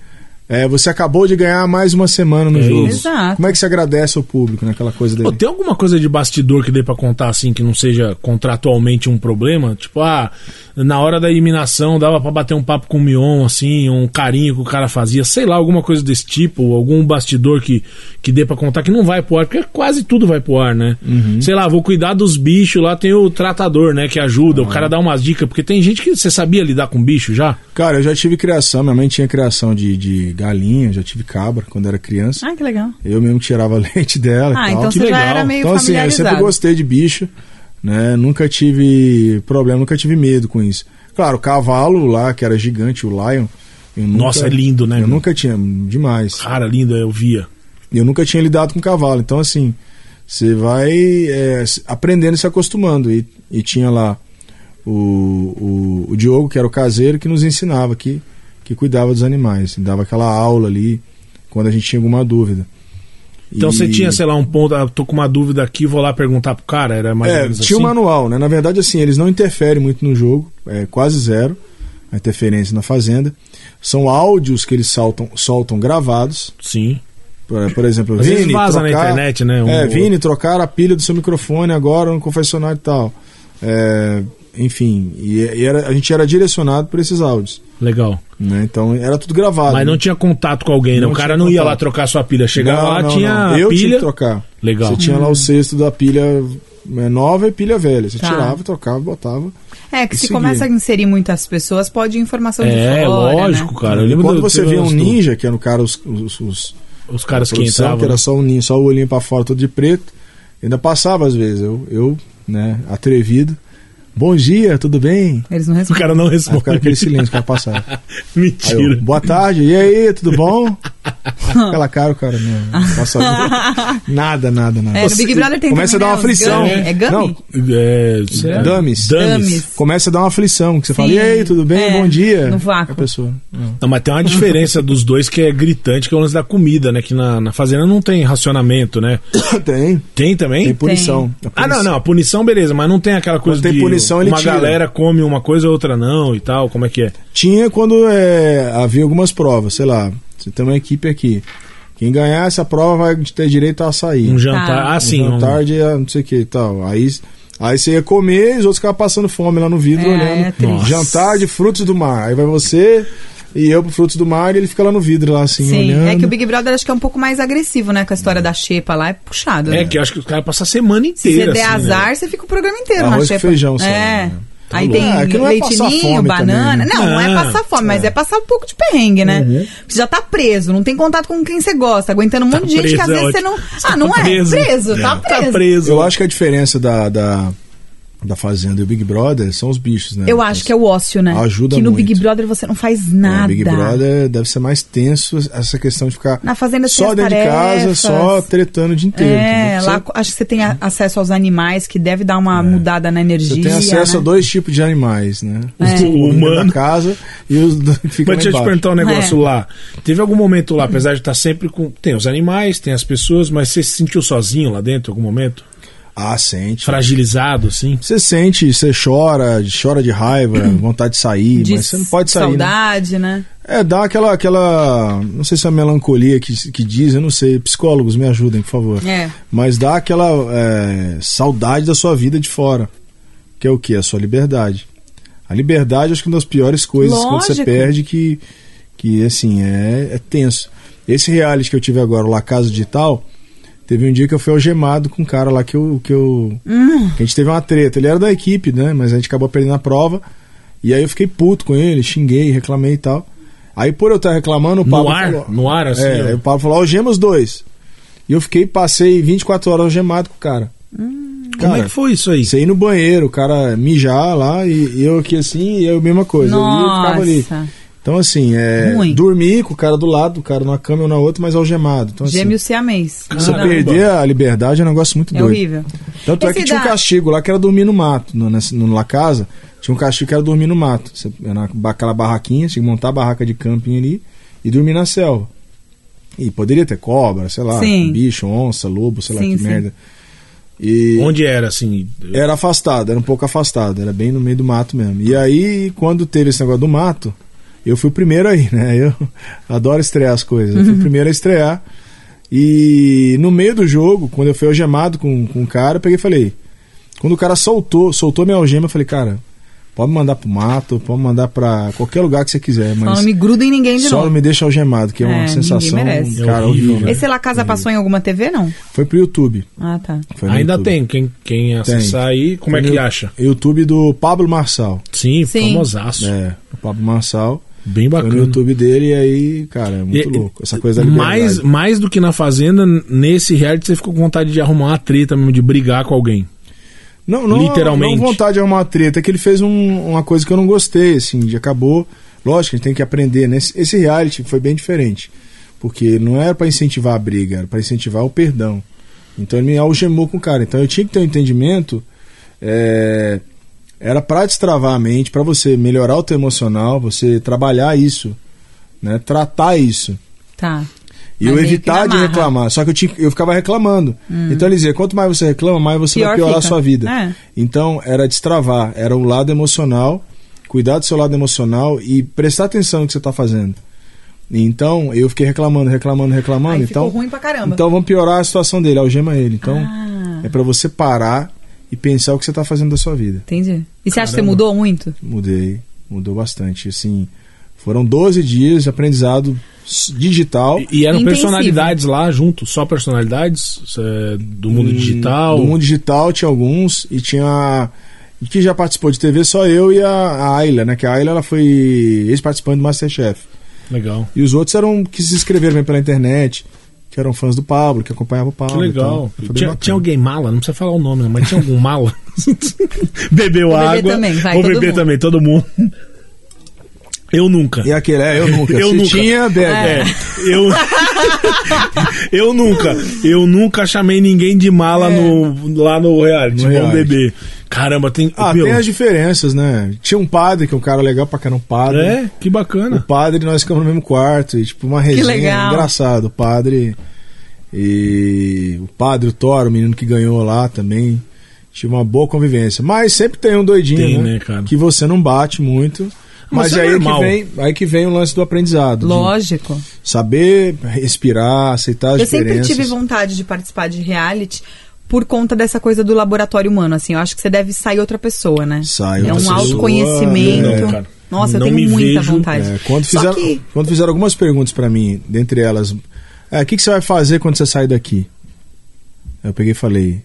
[SPEAKER 3] é, você acabou de ganhar mais uma semana no
[SPEAKER 2] É
[SPEAKER 3] jogo.
[SPEAKER 2] isso.
[SPEAKER 1] Exato.
[SPEAKER 3] Como é que você agradece ao público naquela coisa
[SPEAKER 2] Pô,
[SPEAKER 3] dele?
[SPEAKER 2] tem alguma coisa de bastidor que dê pra contar assim que não seja contratualmente um problema? Tipo, ah, na hora da eliminação dava pra bater um papo com o Mion, assim, um carinho que o cara fazia, sei lá, alguma coisa desse tipo, algum bastidor que, que dê pra contar que não vai pro ar, porque quase tudo vai pro ar, né?
[SPEAKER 3] Uhum.
[SPEAKER 2] Sei lá, vou cuidar dos bichos, lá tem o tratador, né, que ajuda,
[SPEAKER 3] Ah.
[SPEAKER 2] o cara dá umas dicas, porque tem gente que você sabia lidar com bicho já?
[SPEAKER 3] Cara, eu já tive criação, minha mãe tinha criação de, de galinha, já tive cabra quando era criança.
[SPEAKER 1] Ah, que legal.
[SPEAKER 3] Eu mesmo tirava (laughs) leite dela
[SPEAKER 1] Ah,
[SPEAKER 3] e tal.
[SPEAKER 1] então
[SPEAKER 2] que
[SPEAKER 1] você já
[SPEAKER 2] legal.
[SPEAKER 1] era meio
[SPEAKER 3] Então, assim, eu
[SPEAKER 1] familiarizado.
[SPEAKER 3] sempre gostei de bicho, né? Nunca tive problema, nunca tive medo com isso. Claro, o cavalo lá, que era gigante, o Lion. eu nunca-
[SPEAKER 2] Nossa, é lindo, né?
[SPEAKER 3] Eu
[SPEAKER 2] meu?
[SPEAKER 3] nunca tinha, demais.
[SPEAKER 2] Cara, lindo, eu via.
[SPEAKER 3] E eu nunca tinha lidado com cavalo. Então, assim, você vai é, s- aprendendo e se acostumando. E, e tinha lá o, o, o Diogo, que era o caseiro, que nos ensinava, que, que cuidava dos animais. Dava aquela aula ali quando a gente tinha alguma dúvida.
[SPEAKER 2] Então
[SPEAKER 3] E-
[SPEAKER 2] você tinha, sei lá, um ponto, ah, tô com uma dúvida aqui, vou lá perguntar pro cara, era mais ou
[SPEAKER 3] É,
[SPEAKER 2] menos
[SPEAKER 3] tinha um
[SPEAKER 2] assim?
[SPEAKER 3] manual, né? Na verdade, assim, eles não interferem muito no jogo, é quase zero a interferência na fazenda. São áudios que eles saltam, soltam gravados.
[SPEAKER 2] Sim.
[SPEAKER 3] Por, por exemplo,
[SPEAKER 2] Às vezes
[SPEAKER 3] Vini,
[SPEAKER 2] vaza na
[SPEAKER 3] trocar-
[SPEAKER 2] internet, né? Um-
[SPEAKER 3] é, Vini, trocar a pilha do seu microfone agora no confessionário e tal. É, enfim, e, e era- a gente era direcionado por esses áudios.
[SPEAKER 2] Legal.
[SPEAKER 3] né? Então era tudo gravado.
[SPEAKER 2] Mas não
[SPEAKER 3] né?
[SPEAKER 2] tinha contato com alguém, né?
[SPEAKER 3] Não
[SPEAKER 2] O cara
[SPEAKER 3] tinha
[SPEAKER 2] não ia
[SPEAKER 3] contato.
[SPEAKER 2] lá trocar sua pilha. Chegava
[SPEAKER 3] Não,
[SPEAKER 2] lá,
[SPEAKER 3] não,
[SPEAKER 2] tinha
[SPEAKER 3] não. Eu
[SPEAKER 2] pilha.
[SPEAKER 3] tinha que trocar.
[SPEAKER 2] Legal.
[SPEAKER 3] Você tinha lá o cesto da pilha né, nova e pilha velha. Você
[SPEAKER 1] Tá.
[SPEAKER 3] tirava, trocava, botava.
[SPEAKER 1] É, que
[SPEAKER 3] e
[SPEAKER 1] se
[SPEAKER 3] seguir.
[SPEAKER 1] começa a inserir muitas pessoas, pode informação de fora,
[SPEAKER 2] É, lógico,
[SPEAKER 1] né?
[SPEAKER 2] cara. Eu lembro
[SPEAKER 3] Quando
[SPEAKER 2] do-
[SPEAKER 3] você
[SPEAKER 2] do-
[SPEAKER 3] via um
[SPEAKER 2] os-
[SPEAKER 3] ninja, que era o cara, os, os, os
[SPEAKER 2] Os caras que
[SPEAKER 3] produção,
[SPEAKER 2] entravam.
[SPEAKER 3] que era
[SPEAKER 2] né?
[SPEAKER 3] só um ninja, só o olhinho pra fora, todo de preto, ainda passava às vezes. Eu, eu né, atrevido. Bom dia, tudo bem?
[SPEAKER 1] Eles não
[SPEAKER 2] O
[SPEAKER 1] respondem.
[SPEAKER 2] cara não
[SPEAKER 3] Aí Ah, o
[SPEAKER 2] responde. (laughs)
[SPEAKER 3] cara aquele silêncio, o cara passava. Aí eu,
[SPEAKER 2] Mentira.
[SPEAKER 3] boa tarde, e aí, tudo
[SPEAKER 1] (laughs)
[SPEAKER 3] bom? Aquela cara, o cara, não, não passa
[SPEAKER 1] (laughs)
[SPEAKER 3] nada, nada, nada.
[SPEAKER 1] É, no Big Brother tem
[SPEAKER 3] Começa a
[SPEAKER 1] também,
[SPEAKER 3] dar uma
[SPEAKER 1] né, os
[SPEAKER 3] aflição.
[SPEAKER 1] gummy. É gummy?
[SPEAKER 3] Não,
[SPEAKER 2] É, isso é-
[SPEAKER 3] Dummies.
[SPEAKER 2] Dummies.
[SPEAKER 1] Dummies.
[SPEAKER 3] começa a dar uma aflição, que você fala,
[SPEAKER 1] Sim.
[SPEAKER 3] e aí, tudo bem?
[SPEAKER 1] É,
[SPEAKER 3] Bom dia.
[SPEAKER 1] no vácuo.
[SPEAKER 3] A pessoa. (coughs)
[SPEAKER 2] Não, mas tem uma diferença dos dois que é gritante, que é o lance da comida, né? Que na, na fazenda não tem racionamento, né?
[SPEAKER 3] Tem,
[SPEAKER 2] Tem também?
[SPEAKER 3] tem punição. A
[SPEAKER 2] Ah, não,
[SPEAKER 3] punição-
[SPEAKER 2] não. A punição, beleza, mas não tem aquela coisa
[SPEAKER 3] Quando tem
[SPEAKER 2] de
[SPEAKER 3] punição, ele
[SPEAKER 2] uma
[SPEAKER 3] tira.
[SPEAKER 2] galera come uma coisa, a outra não e tal. Como é que é?
[SPEAKER 3] Tinha quando é, havia algumas provas, sei lá, você tem uma equipe aqui. Quem ganhar essa prova vai ter direito a açaí.
[SPEAKER 2] Um jantar.
[SPEAKER 1] Ah.
[SPEAKER 2] Ah, sim.
[SPEAKER 3] Um jantar de ah, não sei o que e tal. Aí, aí você ia comer e os outros ficavam passando fome lá no
[SPEAKER 1] É,
[SPEAKER 3] vidro olhando.
[SPEAKER 1] é triste.
[SPEAKER 3] Jantar de frutos do mar. Aí vai você e eu pro frutos do mar e ele fica lá no vidro, lá assim,
[SPEAKER 1] Sim,
[SPEAKER 3] olhando.
[SPEAKER 1] é que o Big Brother acho que é um pouco mais agressivo, né? Com a história da xepa lá, é puxado.
[SPEAKER 2] É
[SPEAKER 1] né?
[SPEAKER 2] que eu acho que os caras passam a semana
[SPEAKER 1] Se você
[SPEAKER 2] inteira.
[SPEAKER 1] der
[SPEAKER 2] assim, né?
[SPEAKER 1] azar, você fica o programa inteiro na
[SPEAKER 3] é. Arroz e
[SPEAKER 1] xepa.
[SPEAKER 3] feijão só,
[SPEAKER 1] É.
[SPEAKER 3] né? Tá
[SPEAKER 1] Aí
[SPEAKER 3] louco.
[SPEAKER 1] tem
[SPEAKER 3] É, que não é passar
[SPEAKER 1] leitinho,
[SPEAKER 3] fome
[SPEAKER 1] banana.
[SPEAKER 3] também, né?
[SPEAKER 1] Não, não é
[SPEAKER 2] Ah,
[SPEAKER 1] passar fome, mas é passar um pouco de perrengue, né?
[SPEAKER 3] Uhum. Tá
[SPEAKER 1] Você já tá preso, não tem contato com quem você gosta, aguentando um monte de gente que às
[SPEAKER 2] preso é
[SPEAKER 1] vezes você não.
[SPEAKER 2] ótimo.
[SPEAKER 1] Ah, não é? Preso, tá
[SPEAKER 2] Tá
[SPEAKER 1] preso.
[SPEAKER 2] preso.
[SPEAKER 3] Eu acho que a diferença da, da, da Fazenda e o Big Brother são os bichos, né?
[SPEAKER 1] Eu acho que é o ócio, né?
[SPEAKER 3] Ajuda
[SPEAKER 1] Que no
[SPEAKER 3] muito.
[SPEAKER 1] Big Brother você não faz nada.
[SPEAKER 3] É, O Big Brother deve ser mais tenso essa questão de ficar
[SPEAKER 1] Na fazenda tem
[SPEAKER 3] só
[SPEAKER 1] as
[SPEAKER 3] dentro de casa,
[SPEAKER 1] tarefas.
[SPEAKER 3] só tretando o dia inteiro.
[SPEAKER 1] É,
[SPEAKER 3] entendeu?
[SPEAKER 1] lá
[SPEAKER 3] né? Você- É.
[SPEAKER 1] acho que você tem a- acesso aos animais, que deve dar uma mudada na energia.
[SPEAKER 3] Você tem acesso
[SPEAKER 1] né?
[SPEAKER 3] a dois tipos de animais, né?
[SPEAKER 2] É. O
[SPEAKER 3] dentro
[SPEAKER 2] humano.
[SPEAKER 3] da casa e os (laughs) do- que ficam
[SPEAKER 2] Mas
[SPEAKER 3] lá
[SPEAKER 2] deixa eu te
[SPEAKER 3] embaixo.
[SPEAKER 2] perguntar um negócio
[SPEAKER 1] É.
[SPEAKER 2] lá. Teve algum momento lá, apesar de estar sempre com. Tem os animais, tem as pessoas, mas você se sentiu sozinho lá dentro em algum momento?
[SPEAKER 3] Ah, sente.
[SPEAKER 2] Fragilizado, assim?
[SPEAKER 3] Você sente, você chora, chora de raiva, vontade de sair, mas você não pode sair. né?
[SPEAKER 1] Saudade, né?
[SPEAKER 3] É, dá aquela, aquela. Não sei se é a melancolia que, que diz, eu não sei. Psicólogos, me ajudem, por favor.
[SPEAKER 1] É.
[SPEAKER 3] Mas dá aquela é, saudade da sua vida de fora. Que é o que? A sua liberdade. A liberdade acho que é uma das piores coisas quando você
[SPEAKER 1] Lógico.
[SPEAKER 3] perde que, que assim, é, é tenso. Esse reality que eu tive agora, lá Casa Digital, teve um dia que eu fui algemado com um cara lá que eu. Que eu que a gente teve uma treta. Ele era da equipe, né? Mas a gente acabou perdendo a prova. E aí eu fiquei puto com ele, xinguei, reclamei e tal. Aí por eu estar reclamando, o
[SPEAKER 2] No
[SPEAKER 3] Pablo
[SPEAKER 2] ar?
[SPEAKER 3] falou-
[SPEAKER 2] No ar, assim?
[SPEAKER 3] é,
[SPEAKER 2] ó.
[SPEAKER 3] aí o Pablo falou, algema os dois. E eu fiquei, passei 24 horas algemado com o cara.
[SPEAKER 2] Como é
[SPEAKER 3] cara,
[SPEAKER 2] que foi isso aí?
[SPEAKER 3] Você ir no banheiro, o cara mijar lá, e, e eu aqui assim, e eu mesma coisa. Eu ia e ficava ali.
[SPEAKER 1] Nossa.
[SPEAKER 3] Então, assim, é.
[SPEAKER 1] Ruim.
[SPEAKER 3] Dormir com o cara do lado, o cara numa cama ou na outra, mas algemado. Então, assim,
[SPEAKER 1] Gêmeos siamês.
[SPEAKER 2] Cara,
[SPEAKER 3] você
[SPEAKER 1] Não,
[SPEAKER 3] perder a liberdade é um negócio muito
[SPEAKER 1] É
[SPEAKER 3] doido.
[SPEAKER 1] horrível.
[SPEAKER 3] Tanto é
[SPEAKER 1] Esse
[SPEAKER 3] que tinha um
[SPEAKER 1] da-
[SPEAKER 3] castigo lá que era dormir no mato, no, nessa- no- La Casa. Tinha um castigo que era dormir no mato. Você, era ba- aquela barraquinha, tinha que montar a barraca de camping ali e dormir na selva. E poderia ter cobra, sei lá,
[SPEAKER 1] Sim.
[SPEAKER 3] bicho, onça, lobo, sei lá
[SPEAKER 1] Sim,
[SPEAKER 3] que
[SPEAKER 1] sim.
[SPEAKER 3] merda. E
[SPEAKER 2] Onde era, assim?
[SPEAKER 3] era afastado, era um pouco afastado, era bem no meio do mato mesmo. E aí, quando teve esse negócio do mato, eu fui o primeiro aí, né? Eu (laughs) adoro estrear as coisas.
[SPEAKER 1] Uhum.
[SPEAKER 3] Eu fui o primeiro a estrear. E no meio do jogo, quando eu fui algemado com, com o cara, eu peguei e falei. Quando o cara soltou, soltou minha algema, eu falei, cara, pode me mandar pro mato, pode me mandar pra qualquer lugar que você quiser,
[SPEAKER 1] Só
[SPEAKER 3] mas
[SPEAKER 1] não me gruda em ninguém de
[SPEAKER 3] só não
[SPEAKER 1] novo.
[SPEAKER 3] me deixa algemado, que é
[SPEAKER 1] É,
[SPEAKER 3] uma
[SPEAKER 1] ninguém
[SPEAKER 3] sensação,
[SPEAKER 1] merece.
[SPEAKER 3] cara,
[SPEAKER 2] É horrível,
[SPEAKER 3] horrível. né?
[SPEAKER 1] Esse La Casa passou em alguma TV, não?
[SPEAKER 3] Foi pro YouTube.
[SPEAKER 1] Ah, tá.
[SPEAKER 3] Foi no
[SPEAKER 2] Ainda
[SPEAKER 3] YouTube.
[SPEAKER 2] tem, quem, quem acessar aí, como é
[SPEAKER 3] Foi
[SPEAKER 2] que
[SPEAKER 3] no
[SPEAKER 2] acha?
[SPEAKER 3] YouTube do Pablo Marçal.
[SPEAKER 2] Sim,
[SPEAKER 1] Sim.
[SPEAKER 2] famosaço.
[SPEAKER 3] É, o Pablo Marçal.
[SPEAKER 2] Bem
[SPEAKER 3] Foi
[SPEAKER 2] bacana.
[SPEAKER 3] no YouTube dele e aí, cara, é muito
[SPEAKER 2] E-
[SPEAKER 3] louco. Essa coisa da liberdade.
[SPEAKER 2] mais, mais do que na Fazenda, nesse reality você ficou com vontade de arrumar uma treta mesmo, de brigar com alguém.
[SPEAKER 3] Não, não,
[SPEAKER 2] Literalmente.
[SPEAKER 3] Não vontade de arrumar uma treta, é que ele fez um- uma coisa que eu não gostei, assim, de acabou. Lógico, a gente tem que aprender, né? Esse, esse reality foi bem diferente. Porque não era pra incentivar a briga, era pra incentivar o perdão. Então ele me algemou com o cara. Então eu tinha que ter um entendimento. é, era pra destravar a mente, pra você melhorar o teu emocional, você trabalhar isso, né? Tratar isso.
[SPEAKER 1] Tá.
[SPEAKER 3] E
[SPEAKER 1] Mas meio que né?
[SPEAKER 3] eu
[SPEAKER 1] na
[SPEAKER 3] evitar de
[SPEAKER 1] marra.
[SPEAKER 3] reclamar. Só que eu, tinha, eu ficava reclamando. Então ele dizia: quanto mais você reclama, mais você vai piorar a
[SPEAKER 1] fica.
[SPEAKER 3] sua vida.
[SPEAKER 1] É.
[SPEAKER 3] Então era destravar, era o lado emocional, cuidar do seu lado emocional e prestar atenção no que você está fazendo. Então eu fiquei reclamando, reclamando, reclamando.
[SPEAKER 1] Aí
[SPEAKER 3] então,
[SPEAKER 1] ficou ruim pra caramba.
[SPEAKER 3] então vamos piorar a situação dele, algema ele. Então
[SPEAKER 1] Ah,
[SPEAKER 3] é para você parar e pensar o que você está fazendo da sua vida.
[SPEAKER 1] entendi. E você acha que você
[SPEAKER 2] Caramba.
[SPEAKER 1] mudou muito?
[SPEAKER 3] Mudei, mudou bastante. Assim, foram 12 dias de aprendizado s- digital.
[SPEAKER 2] E, e eram
[SPEAKER 1] Intensivo.
[SPEAKER 2] personalidades lá junto, só personalidades é, do mundo
[SPEAKER 3] Hum,
[SPEAKER 2] digital.
[SPEAKER 3] Do mundo digital tinha alguns e tinha. e Que já participou de TV, só eu e a, a Ayla, né? Que a Ayla ela foi ex-participante do Masterchef.
[SPEAKER 2] Legal.
[SPEAKER 3] E os outros eram que se inscreveram mesmo pela internet, que eram fãs do Pablo, que acompanhavam o
[SPEAKER 2] Que
[SPEAKER 3] Pablo.
[SPEAKER 2] legal.
[SPEAKER 3] então, foi
[SPEAKER 2] tinha, um-
[SPEAKER 3] bem bacana.
[SPEAKER 2] tinha alguém mala, não precisa falar o nome, né, mas tinha algum mala. (laughs) Bebeu
[SPEAKER 1] Vou beber
[SPEAKER 2] água.
[SPEAKER 1] também, vai,
[SPEAKER 2] vou
[SPEAKER 1] todo
[SPEAKER 2] beber
[SPEAKER 1] mundo.
[SPEAKER 2] também, todo mundo. Eu nunca.
[SPEAKER 3] E aquele, é, eu
[SPEAKER 2] (laughs)
[SPEAKER 3] nunca.
[SPEAKER 2] Eu
[SPEAKER 3] Se
[SPEAKER 2] nunca.
[SPEAKER 3] tinha, bebe.
[SPEAKER 2] É, eu, (laughs) eu nunca, eu nunca chamei ninguém de mala
[SPEAKER 3] É.
[SPEAKER 2] no, lá no reality,
[SPEAKER 3] No
[SPEAKER 2] vamos
[SPEAKER 3] reality.
[SPEAKER 2] beber. Caramba, tem.
[SPEAKER 3] Ah,
[SPEAKER 2] meu,
[SPEAKER 3] tem as diferenças, né? Tinha um padre, que é um cara legal pra caramba, um padre.
[SPEAKER 2] É, que
[SPEAKER 3] O
[SPEAKER 2] bacana.
[SPEAKER 3] padre, nós ficamos no mesmo quarto, e tipo, uma resenha
[SPEAKER 1] legal.
[SPEAKER 3] engraçado. O padre e o padre, o Toro, o menino que ganhou lá também, tive uma boa convivência. Mas sempre tem um doidinho,
[SPEAKER 2] Tem,
[SPEAKER 3] né?
[SPEAKER 2] né, cara?
[SPEAKER 3] Que você não bate muito.
[SPEAKER 2] Mas
[SPEAKER 3] Mas,
[SPEAKER 2] é
[SPEAKER 3] aí, que
[SPEAKER 2] normal.
[SPEAKER 3] vem, aí que vem o lance do aprendizado. de
[SPEAKER 1] Lógico.
[SPEAKER 3] Saber respirar, aceitar as
[SPEAKER 1] Eu sempre
[SPEAKER 3] diferenças.
[SPEAKER 1] tive vontade de participar de reality por conta dessa coisa do laboratório humano, assim. Eu acho que você deve sair outra pessoa, né?
[SPEAKER 3] Sai
[SPEAKER 1] É
[SPEAKER 3] outra
[SPEAKER 1] um
[SPEAKER 3] pessoa, né,
[SPEAKER 1] autoconhecimento.
[SPEAKER 2] Não, cara.
[SPEAKER 1] Nossa,
[SPEAKER 2] Não
[SPEAKER 1] eu
[SPEAKER 2] me
[SPEAKER 1] tenho muita
[SPEAKER 2] vejo,
[SPEAKER 1] vontade.
[SPEAKER 3] É, quando,
[SPEAKER 1] Só
[SPEAKER 3] fizeram,
[SPEAKER 1] que-
[SPEAKER 3] quando fizeram algumas perguntas pra mim, dentre elas, é, o que, que você vai fazer quando você sair daqui? Eu peguei e falei,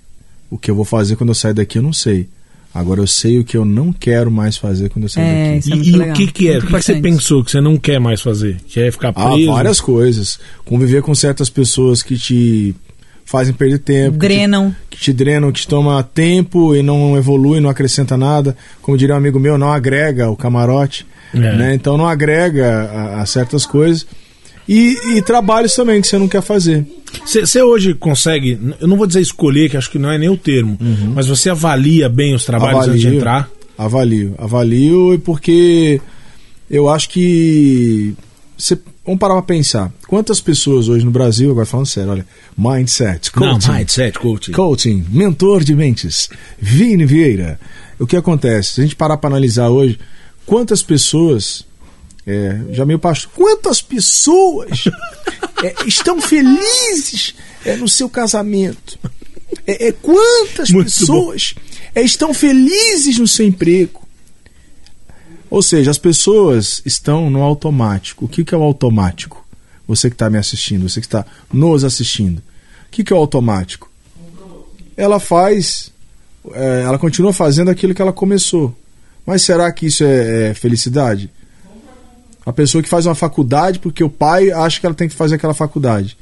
[SPEAKER 3] o que eu vou fazer quando eu sair daqui eu não sei. Agora eu sei o que eu não quero mais fazer quando eu sair
[SPEAKER 1] É,
[SPEAKER 3] daqui.
[SPEAKER 1] isso é
[SPEAKER 2] E,
[SPEAKER 1] muito
[SPEAKER 2] e o
[SPEAKER 1] legal,
[SPEAKER 2] que que é?
[SPEAKER 1] muito
[SPEAKER 2] O que, que você
[SPEAKER 1] importante.
[SPEAKER 2] pensou que você não quer mais fazer? Quer ficar
[SPEAKER 3] Há
[SPEAKER 2] preso?
[SPEAKER 3] Ah, várias coisas. Conviver com certas pessoas que te fazem perder tempo. que É, te-
[SPEAKER 1] Drenam.
[SPEAKER 3] que te drenam, que te toma tempo e não evolui, não acrescenta nada. Como diria um amigo meu, não agrega o camarote.
[SPEAKER 2] É.
[SPEAKER 3] Né? Então não agrega a, a certas coisas. E, e trabalhos também que você não quer fazer.
[SPEAKER 2] Você hoje consegue, n- eu não vou dizer escolher, que acho que não é nem o termo,
[SPEAKER 3] Uhum.
[SPEAKER 2] mas você avalia bem os trabalhos antes de
[SPEAKER 3] Avalio.
[SPEAKER 2] entrar?
[SPEAKER 3] Avalio. Avalio e porque eu acho que. Cê, vamos parar pra pensar. Quantas pessoas hoje no Brasil, agora falando sério, olha, mindset, coaching,
[SPEAKER 2] Não, mindset, coaching.
[SPEAKER 3] Coaching, mentor de mentes, Vini Vieira. O que acontece? Se a gente parar para analisar hoje, quantas pessoas. É, já meio pastor. Quantas pessoas é, estão felizes é, no seu casamento? É, é, quantas
[SPEAKER 2] Muito
[SPEAKER 3] pessoas é, estão felizes no seu emprego? Ou seja, as pessoas estão no automático. O que, que é o automático? Você que está me assistindo, você que está nos assistindo. O que, que é o automático? Ela faz, é, ela continua fazendo aquilo que ela começou. Mas será que isso é, é felicidade? A pessoa que faz uma faculdade porque o pai acha que ela tem que fazer aquela faculdade.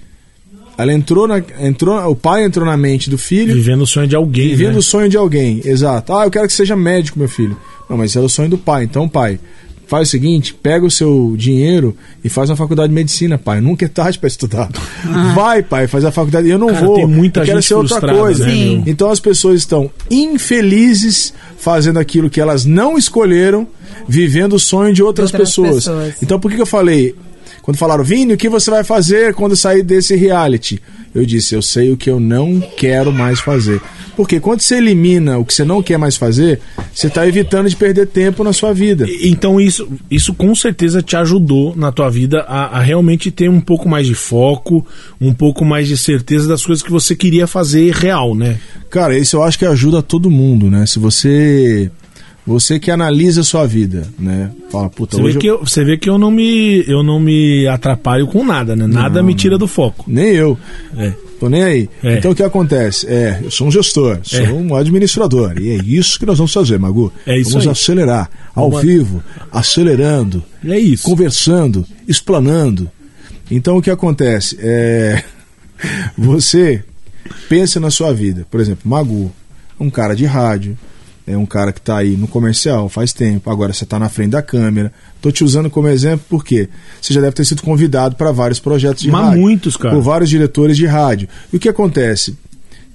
[SPEAKER 3] Ela entrou na, entrou, o pai entrou na mente do filho
[SPEAKER 2] Vivendo o sonho de alguém,
[SPEAKER 3] Vivendo
[SPEAKER 2] né?
[SPEAKER 3] o sonho de alguém, exato. Ah, eu quero que seja médico, meu filho. Não, mas era o sonho do pai. Então, pai, faz o seguinte: pega o seu dinheiro e faz uma faculdade de medicina, pai. Nunca é tarde
[SPEAKER 1] (laughs)
[SPEAKER 3] para estudar.
[SPEAKER 1] Ah.
[SPEAKER 3] Vai, pai, faz a faculdade. Eu não
[SPEAKER 2] Cara,
[SPEAKER 3] vou.
[SPEAKER 2] tem muita
[SPEAKER 3] eu quero
[SPEAKER 2] gente
[SPEAKER 3] ser outra
[SPEAKER 2] frustrada,
[SPEAKER 3] coisa.
[SPEAKER 2] né,
[SPEAKER 1] Sim.
[SPEAKER 2] meu?
[SPEAKER 3] Então as pessoas estão infelizes fazendo aquilo que elas não escolheram, vivendo o sonho de outras,
[SPEAKER 1] Outras
[SPEAKER 3] pessoas.
[SPEAKER 1] pessoas.
[SPEAKER 3] Então por que, que eu falei? Quando falaram, Vini, o que você vai fazer quando sair desse reality? Eu disse, eu sei o que eu não quero mais fazer. Porque quando você elimina o que você não quer mais fazer, você está evitando de perder tempo na sua vida.
[SPEAKER 2] E- Então isso, isso com certeza te ajudou na tua vida a, a realmente ter um pouco mais de foco, um pouco mais de certeza das coisas que você queria fazer real, né?
[SPEAKER 3] Cara, isso eu acho que ajuda todo mundo, né? Se você. Você que analisa a sua vida, né? Fala, puta,
[SPEAKER 2] Você
[SPEAKER 3] hoje.
[SPEAKER 2] vê,
[SPEAKER 3] eu-
[SPEAKER 2] que eu, você vê que eu não me eu não me atrapalho com nada, né? Nada me tira do foco.
[SPEAKER 3] Nem eu.
[SPEAKER 2] É.
[SPEAKER 3] Tô nem aí.
[SPEAKER 2] É.
[SPEAKER 3] Então o que acontece? É, eu sou um gestor, sou
[SPEAKER 2] É.
[SPEAKER 3] um administrador. E é isso que nós vamos fazer, Magu.
[SPEAKER 2] É isso
[SPEAKER 3] vamos
[SPEAKER 2] aí.
[SPEAKER 3] acelerar, ao
[SPEAKER 2] Vamos-
[SPEAKER 3] vivo, acelerando,
[SPEAKER 2] É isso.
[SPEAKER 3] conversando, explanando. Então o que acontece? É, (laughs) você pensa na sua vida. Por exemplo, Magu, um cara de rádio, é um cara que está aí no comercial faz tempo, agora você está na frente da câmera. Tô te usando como exemplo porque você já deve ter sido convidado para vários projetos de
[SPEAKER 2] Mas
[SPEAKER 3] rádio.
[SPEAKER 2] muitos, cara.
[SPEAKER 3] Por vários diretores de rádio. E o que acontece?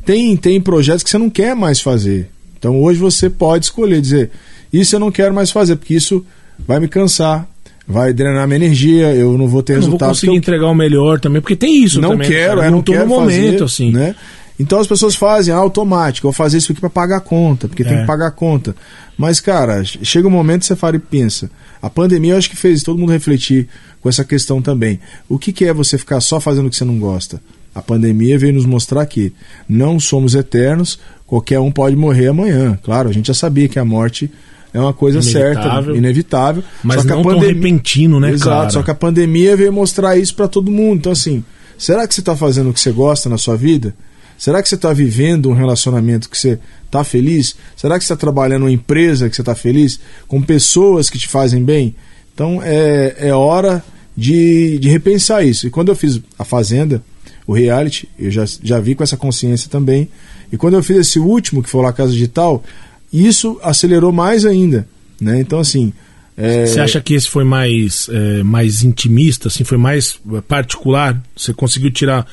[SPEAKER 3] Tem, tem projetos que você não quer mais fazer. Então hoje você pode escolher dizer: Isso eu não quero mais fazer, porque isso vai me cansar, vai drenar minha energia, eu não vou ter
[SPEAKER 2] Eu não vou
[SPEAKER 3] resultado.
[SPEAKER 2] conseguir
[SPEAKER 3] que eu
[SPEAKER 2] entregar o melhor também, porque tem isso
[SPEAKER 3] não
[SPEAKER 2] também.
[SPEAKER 3] quero,
[SPEAKER 2] cara.
[SPEAKER 3] é,
[SPEAKER 2] Eu
[SPEAKER 3] não,
[SPEAKER 2] tô
[SPEAKER 3] quero
[SPEAKER 2] no momento,
[SPEAKER 3] fazer,
[SPEAKER 2] assim.
[SPEAKER 3] Né? Então as pessoas fazem ah, automático, eu vou fazer isso aqui para pagar a conta, porque tem
[SPEAKER 2] É.
[SPEAKER 3] que pagar a conta. Mas, cara, che- chega um momento que você fala e pensa. A pandemia eu acho que fez todo mundo refletir com essa questão também. O que, que é você ficar só fazendo o que você não gosta? A pandemia veio nos mostrar que não somos eternos, qualquer um pode morrer amanhã. Claro, a gente já sabia que a morte é uma coisa certa,
[SPEAKER 2] Inevitável.
[SPEAKER 3] inevitável.
[SPEAKER 2] Mas
[SPEAKER 3] só que a
[SPEAKER 2] não tão
[SPEAKER 3] pandemia-
[SPEAKER 2] repentino, né,
[SPEAKER 3] Exato,
[SPEAKER 2] cara?
[SPEAKER 3] só que a pandemia veio mostrar isso pra todo mundo. Então, assim, será que você tá fazendo o que você gosta na sua vida? Será que você tá vivendo um relacionamento que você tá feliz? Será que você tá trabalhando em uma empresa que você tá feliz? Com pessoas que te fazem bem? Então, é, é hora de, de repensar isso. E quando eu fiz A Fazenda, o reality, eu já, já vi com essa consciência também. E quando eu fiz esse último, que foi o La Casa Digital, isso acelerou mais ainda. Né? Então, assim. é-
[SPEAKER 2] Você acha que esse foi mais, é, mais intimista, assim, foi mais é, particular? Você conseguiu tirar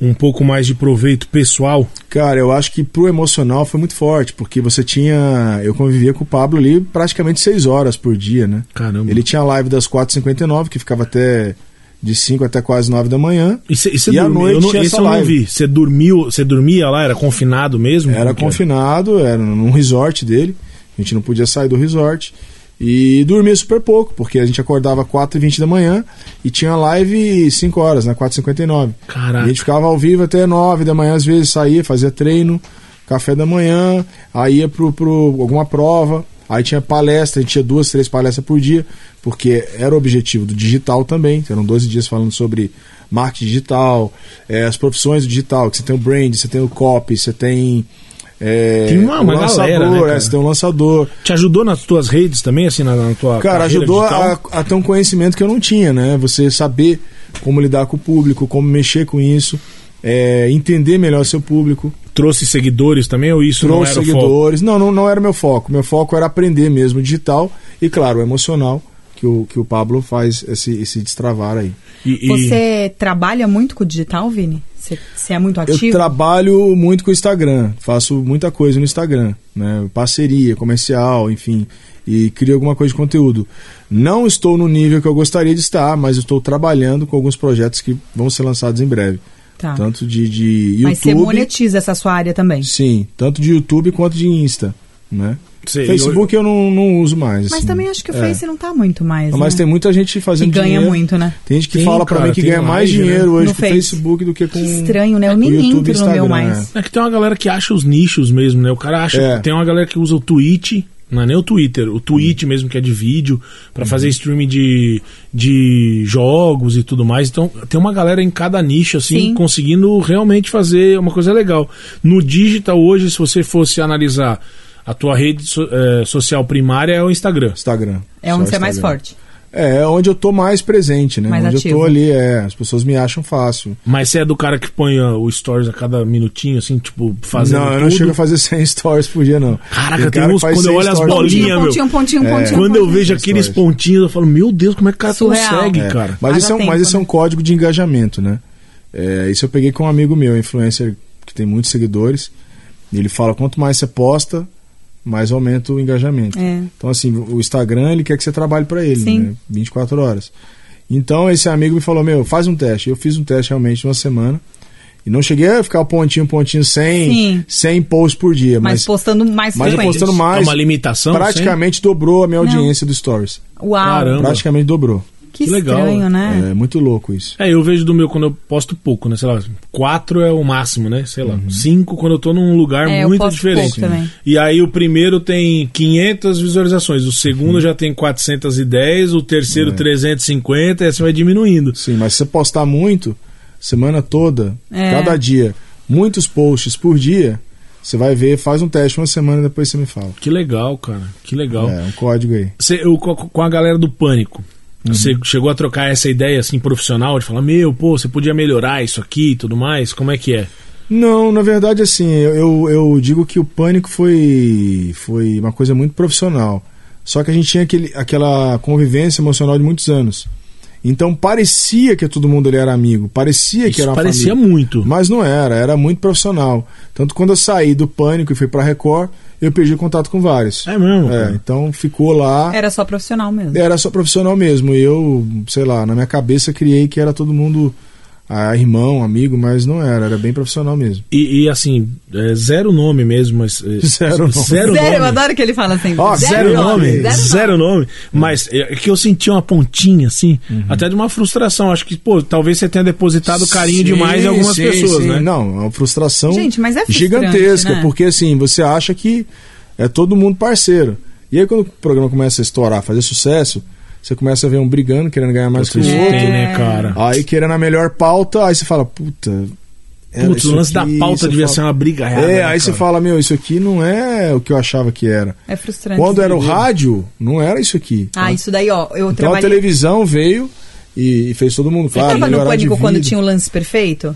[SPEAKER 2] um pouco mais de proveito pessoal?
[SPEAKER 3] Cara, eu acho que pro emocional foi muito forte, porque você tinha. Eu convivia com o Pablo ali praticamente seis horas por dia, né?
[SPEAKER 2] Caramba.
[SPEAKER 3] Ele tinha live das 4h59, que ficava até. de 5 até quase 9 da manhã.
[SPEAKER 2] E, cê, e, cê
[SPEAKER 3] E à
[SPEAKER 2] dormiu?
[SPEAKER 3] noite
[SPEAKER 2] é eu não,
[SPEAKER 3] tinha
[SPEAKER 2] esse
[SPEAKER 3] essa
[SPEAKER 2] eu não
[SPEAKER 3] live.
[SPEAKER 2] vi. Você dormiu, você dormia lá, era confinado mesmo?
[SPEAKER 3] Era
[SPEAKER 2] Como que
[SPEAKER 3] confinado, era num resort dele. A gente não podia sair do resort. E dormia super pouco, porque a gente acordava 4h20 da manhã e tinha live 5 horas, né? 4h59. E
[SPEAKER 2] Caraca.
[SPEAKER 3] a gente ficava ao vivo até 9 da manhã, às vezes saía, fazia treino, café da manhã, aí ia pro, pro alguma prova, aí tinha palestra, a gente tinha duas, três palestras por dia, porque era o objetivo do digital também. Eram 12 dias falando sobre marketing digital, eh, as profissões do digital, que você tem o brand, você tem o copy, você tem. eh,
[SPEAKER 2] Tem uma-
[SPEAKER 3] o
[SPEAKER 2] uma
[SPEAKER 3] lançador,
[SPEAKER 2] galera, né,
[SPEAKER 3] é,
[SPEAKER 2] cara?
[SPEAKER 3] você tem um lançador.
[SPEAKER 2] Te ajudou nas tuas redes também, assim, na, na tua.
[SPEAKER 3] Cara,
[SPEAKER 2] carreira
[SPEAKER 3] ajudou
[SPEAKER 2] digital?
[SPEAKER 3] a, a ter um conhecimento que eu não tinha, né? Você saber como lidar com o público, como mexer com isso, é, entender melhor seu público,
[SPEAKER 2] Trouxe seguidores também ou isso
[SPEAKER 3] trouxe
[SPEAKER 2] não era o foco?
[SPEAKER 3] seguidores. Não, não, não era meu foco. Meu foco era aprender mesmo digital e, claro, o emocional, que o, que o Pablo faz esse, esse destravar aí.
[SPEAKER 2] E- e-
[SPEAKER 1] Você trabalha muito com o digital, Vini? Você, você é muito
[SPEAKER 3] Eu
[SPEAKER 1] ativo?
[SPEAKER 3] trabalho muito com o Instagram, faço muita coisa no Instagram, né? Parceria, comercial, enfim, e crio alguma coisa de conteúdo. Não estou no nível que eu gostaria de estar, mas estou trabalhando com alguns projetos que vão ser lançados em breve.
[SPEAKER 1] Tá.
[SPEAKER 3] Tanto de, de YouTube.
[SPEAKER 1] Mas você monetiza essa sua área também.
[SPEAKER 3] Sim, tanto de YouTube quanto de Insta, né?
[SPEAKER 2] Sei,
[SPEAKER 3] Facebook eu não, não uso mais.
[SPEAKER 1] Mas
[SPEAKER 3] assim.
[SPEAKER 1] também acho que o
[SPEAKER 3] É.
[SPEAKER 1] Face não tá muito mais.
[SPEAKER 3] Mas
[SPEAKER 1] né?
[SPEAKER 3] tem muita gente
[SPEAKER 1] que
[SPEAKER 3] fazendo
[SPEAKER 1] ganha
[SPEAKER 3] dinheiro.
[SPEAKER 1] muito, né?
[SPEAKER 3] Tem gente que
[SPEAKER 2] Tem,
[SPEAKER 3] fala pra
[SPEAKER 2] cara,
[SPEAKER 3] mim que
[SPEAKER 2] tem
[SPEAKER 3] ganha mais
[SPEAKER 2] live, né?
[SPEAKER 3] dinheiro hoje
[SPEAKER 1] No
[SPEAKER 3] com o
[SPEAKER 1] Face.
[SPEAKER 3] Facebook do que com.
[SPEAKER 1] Que estranho, né? Eu
[SPEAKER 3] com
[SPEAKER 1] nem
[SPEAKER 3] YouTube e
[SPEAKER 1] entro no meu
[SPEAKER 3] Instagram,
[SPEAKER 1] mais.
[SPEAKER 3] né?
[SPEAKER 2] É que tem uma galera que acha os nichos mesmo, né? O cara acha.
[SPEAKER 3] É.
[SPEAKER 2] Tem uma galera que usa o Twitch, não é nem o Twitter, o Twitch
[SPEAKER 3] Uhum.
[SPEAKER 2] mesmo, que é de vídeo, pra fazer streaming de, de jogos e tudo mais. Então, tem uma galera em cada nicho, assim,
[SPEAKER 1] Sim.
[SPEAKER 2] conseguindo realmente fazer uma coisa legal. No digital, hoje, se você fosse analisar a tua rede so- eh, social primária, é o Instagram.
[SPEAKER 3] Instagram.
[SPEAKER 1] É
[SPEAKER 3] Só
[SPEAKER 1] onde você é mais
[SPEAKER 3] Instagram.
[SPEAKER 1] forte.
[SPEAKER 3] É, é onde eu tô mais presente, né?
[SPEAKER 1] Mais
[SPEAKER 3] onde eu
[SPEAKER 1] ativo.
[SPEAKER 3] tô ali, é. As pessoas me acham fácil.
[SPEAKER 2] Mas você é do cara que põe ah, o stories a cada minutinho, assim, tipo, fazendo
[SPEAKER 3] não, eu
[SPEAKER 2] tudo?
[SPEAKER 3] não chego a fazer (laughs) 100 stories por dia, não.
[SPEAKER 2] Caraca,
[SPEAKER 3] um cara
[SPEAKER 2] tem
[SPEAKER 3] que
[SPEAKER 2] uns-
[SPEAKER 3] faz
[SPEAKER 2] quando eu
[SPEAKER 3] 100
[SPEAKER 2] olho as
[SPEAKER 3] stories por
[SPEAKER 2] bolinhas,
[SPEAKER 3] dia.
[SPEAKER 1] Pontinho,
[SPEAKER 2] meu.
[SPEAKER 1] pontinho, pontinho,
[SPEAKER 3] É.
[SPEAKER 1] pontinho.
[SPEAKER 2] Quando eu
[SPEAKER 1] pontinho.
[SPEAKER 2] vejo aqueles
[SPEAKER 3] Stories.
[SPEAKER 2] pontinhos, eu falo, meu Deus, como é que o cara
[SPEAKER 1] Surreal.
[SPEAKER 2] consegue,
[SPEAKER 3] É,
[SPEAKER 2] cara?
[SPEAKER 3] Mas,
[SPEAKER 1] Haja
[SPEAKER 3] isso é, um-
[SPEAKER 1] tempo,
[SPEAKER 3] mas isso é
[SPEAKER 1] né?
[SPEAKER 3] um código de engajamento, né? É, isso eu peguei com um amigo meu, influencer que tem muitos seguidores. E ele fala: quanto mais você posta, mais aumenta o engajamento.
[SPEAKER 1] É.
[SPEAKER 3] Então, assim, o Instagram, ele quer que você trabalhe para ele,
[SPEAKER 1] Sim.
[SPEAKER 3] né? 24 horas. Então esse amigo me falou: Meu, faz um teste. Eu fiz um teste realmente uma semana. E não cheguei a ficar pontinho, pontinho, sem,
[SPEAKER 1] Sim.
[SPEAKER 3] sem posts por dia.
[SPEAKER 1] Mas,
[SPEAKER 3] Mas,
[SPEAKER 1] postando mais
[SPEAKER 3] mas eu
[SPEAKER 1] frequente.
[SPEAKER 3] postando
[SPEAKER 2] É
[SPEAKER 3] mais.
[SPEAKER 2] uma limitação,
[SPEAKER 3] Praticamente dobrou a minha audiência do Stories.
[SPEAKER 1] Uau,
[SPEAKER 2] Caramba.
[SPEAKER 3] Praticamente dobrou.
[SPEAKER 1] que,
[SPEAKER 2] que legal.
[SPEAKER 1] estranho, né?
[SPEAKER 3] É muito louco isso.
[SPEAKER 2] É, eu vejo do meu quando eu posto pouco, né? Sei lá, quatro é o máximo, né? Sei lá,
[SPEAKER 3] Uhum.
[SPEAKER 2] cinco quando eu tô num lugar
[SPEAKER 1] É, eu
[SPEAKER 2] muito
[SPEAKER 1] posto
[SPEAKER 2] diferente.
[SPEAKER 1] pouco também.
[SPEAKER 2] E aí o primeiro tem 500 visualizações, o segundo já tem 410, o terceiro
[SPEAKER 3] Uhum. É.
[SPEAKER 2] 350 e assim vai diminuindo.
[SPEAKER 3] Sim, mas se você postar muito, semana toda,
[SPEAKER 1] É.
[SPEAKER 3] cada dia, muitos posts por dia, você vai ver, faz um teste uma semana depois você me fala.
[SPEAKER 2] Que legal, cara. Que legal.
[SPEAKER 3] É, um código aí.
[SPEAKER 2] Cê- eu, co- com a galera do pânico.
[SPEAKER 3] Uhum.
[SPEAKER 2] Você chegou a trocar essa ideia assim profissional de falar, meu, pô, você podia melhorar isso aqui e tudo mais? Como é que é?
[SPEAKER 3] Não, na verdade, assim, eu, eu, eu digo que o pânico foi, foi uma coisa muito profissional. Só que a gente tinha aquele, aquela convivência emocional de muitos anos. Então parecia que todo mundo ali era amigo, parecia que
[SPEAKER 2] Isso
[SPEAKER 3] era uma
[SPEAKER 2] parecia
[SPEAKER 3] família.
[SPEAKER 2] muito.
[SPEAKER 3] Mas não era, era muito profissional. Tanto quando eu saí do pânico e fui pra Record, eu perdi contato com vários.
[SPEAKER 2] É mesmo. É.
[SPEAKER 3] É,
[SPEAKER 2] cara.
[SPEAKER 3] então ficou lá.
[SPEAKER 1] Era só profissional mesmo.
[SPEAKER 3] Era só profissional mesmo. E eu, sei lá, na minha cabeça criei que era todo mundo ah, irmão, amigo, mas não era, era bem profissional mesmo.
[SPEAKER 2] E, e, assim, é, zero nome mesmo, mas. é,
[SPEAKER 3] (laughs) Zero nome.
[SPEAKER 2] Zero
[SPEAKER 1] Sério, eu
[SPEAKER 2] nome.
[SPEAKER 1] adoro que ele fala assim.
[SPEAKER 3] Ó,
[SPEAKER 2] Zero nome,
[SPEAKER 1] Zero nome.
[SPEAKER 2] zero nome. Mas é que eu senti uma pontinha, assim,
[SPEAKER 3] Uhum.
[SPEAKER 2] até de uma frustração. Acho que, pô, talvez você tenha depositado carinho
[SPEAKER 3] Sim,
[SPEAKER 2] demais em algumas
[SPEAKER 3] sim,
[SPEAKER 2] pessoas,
[SPEAKER 3] sim.
[SPEAKER 2] né?
[SPEAKER 3] Não, é uma frustração
[SPEAKER 1] Gente, mas é frustrante,
[SPEAKER 3] gigantesca,
[SPEAKER 1] né?
[SPEAKER 3] porque assim, você acha que é todo mundo parceiro. E aí quando o programa começa a estourar, fazer sucesso, você começa a ver um brigando, querendo ganhar mais que o
[SPEAKER 2] Vocês
[SPEAKER 3] outro.
[SPEAKER 2] têm, né,
[SPEAKER 1] É.
[SPEAKER 2] cara?
[SPEAKER 3] Aí querendo a melhor pauta, aí você fala, puta. era
[SPEAKER 2] Putz, o
[SPEAKER 3] isso
[SPEAKER 2] lance da
[SPEAKER 3] aqui,
[SPEAKER 2] pauta
[SPEAKER 3] você
[SPEAKER 2] devia
[SPEAKER 3] fala-
[SPEAKER 2] ser uma briga
[SPEAKER 3] É,
[SPEAKER 2] real,
[SPEAKER 3] aí
[SPEAKER 2] né,
[SPEAKER 3] você
[SPEAKER 2] cara?
[SPEAKER 3] fala, meu, isso aqui não é o que eu achava que era.
[SPEAKER 1] É frustrante.
[SPEAKER 3] Quando era o rádio, não era isso aqui.
[SPEAKER 1] Ah, isso daí, ó. Eu
[SPEAKER 3] então a
[SPEAKER 1] trabalhei.
[SPEAKER 3] televisão veio e, e fez todo mundo
[SPEAKER 1] Você
[SPEAKER 3] falar.
[SPEAKER 1] tava no
[SPEAKER 3] melhorar de
[SPEAKER 1] pânico quando
[SPEAKER 3] vida.
[SPEAKER 1] tinha o lance perfeito?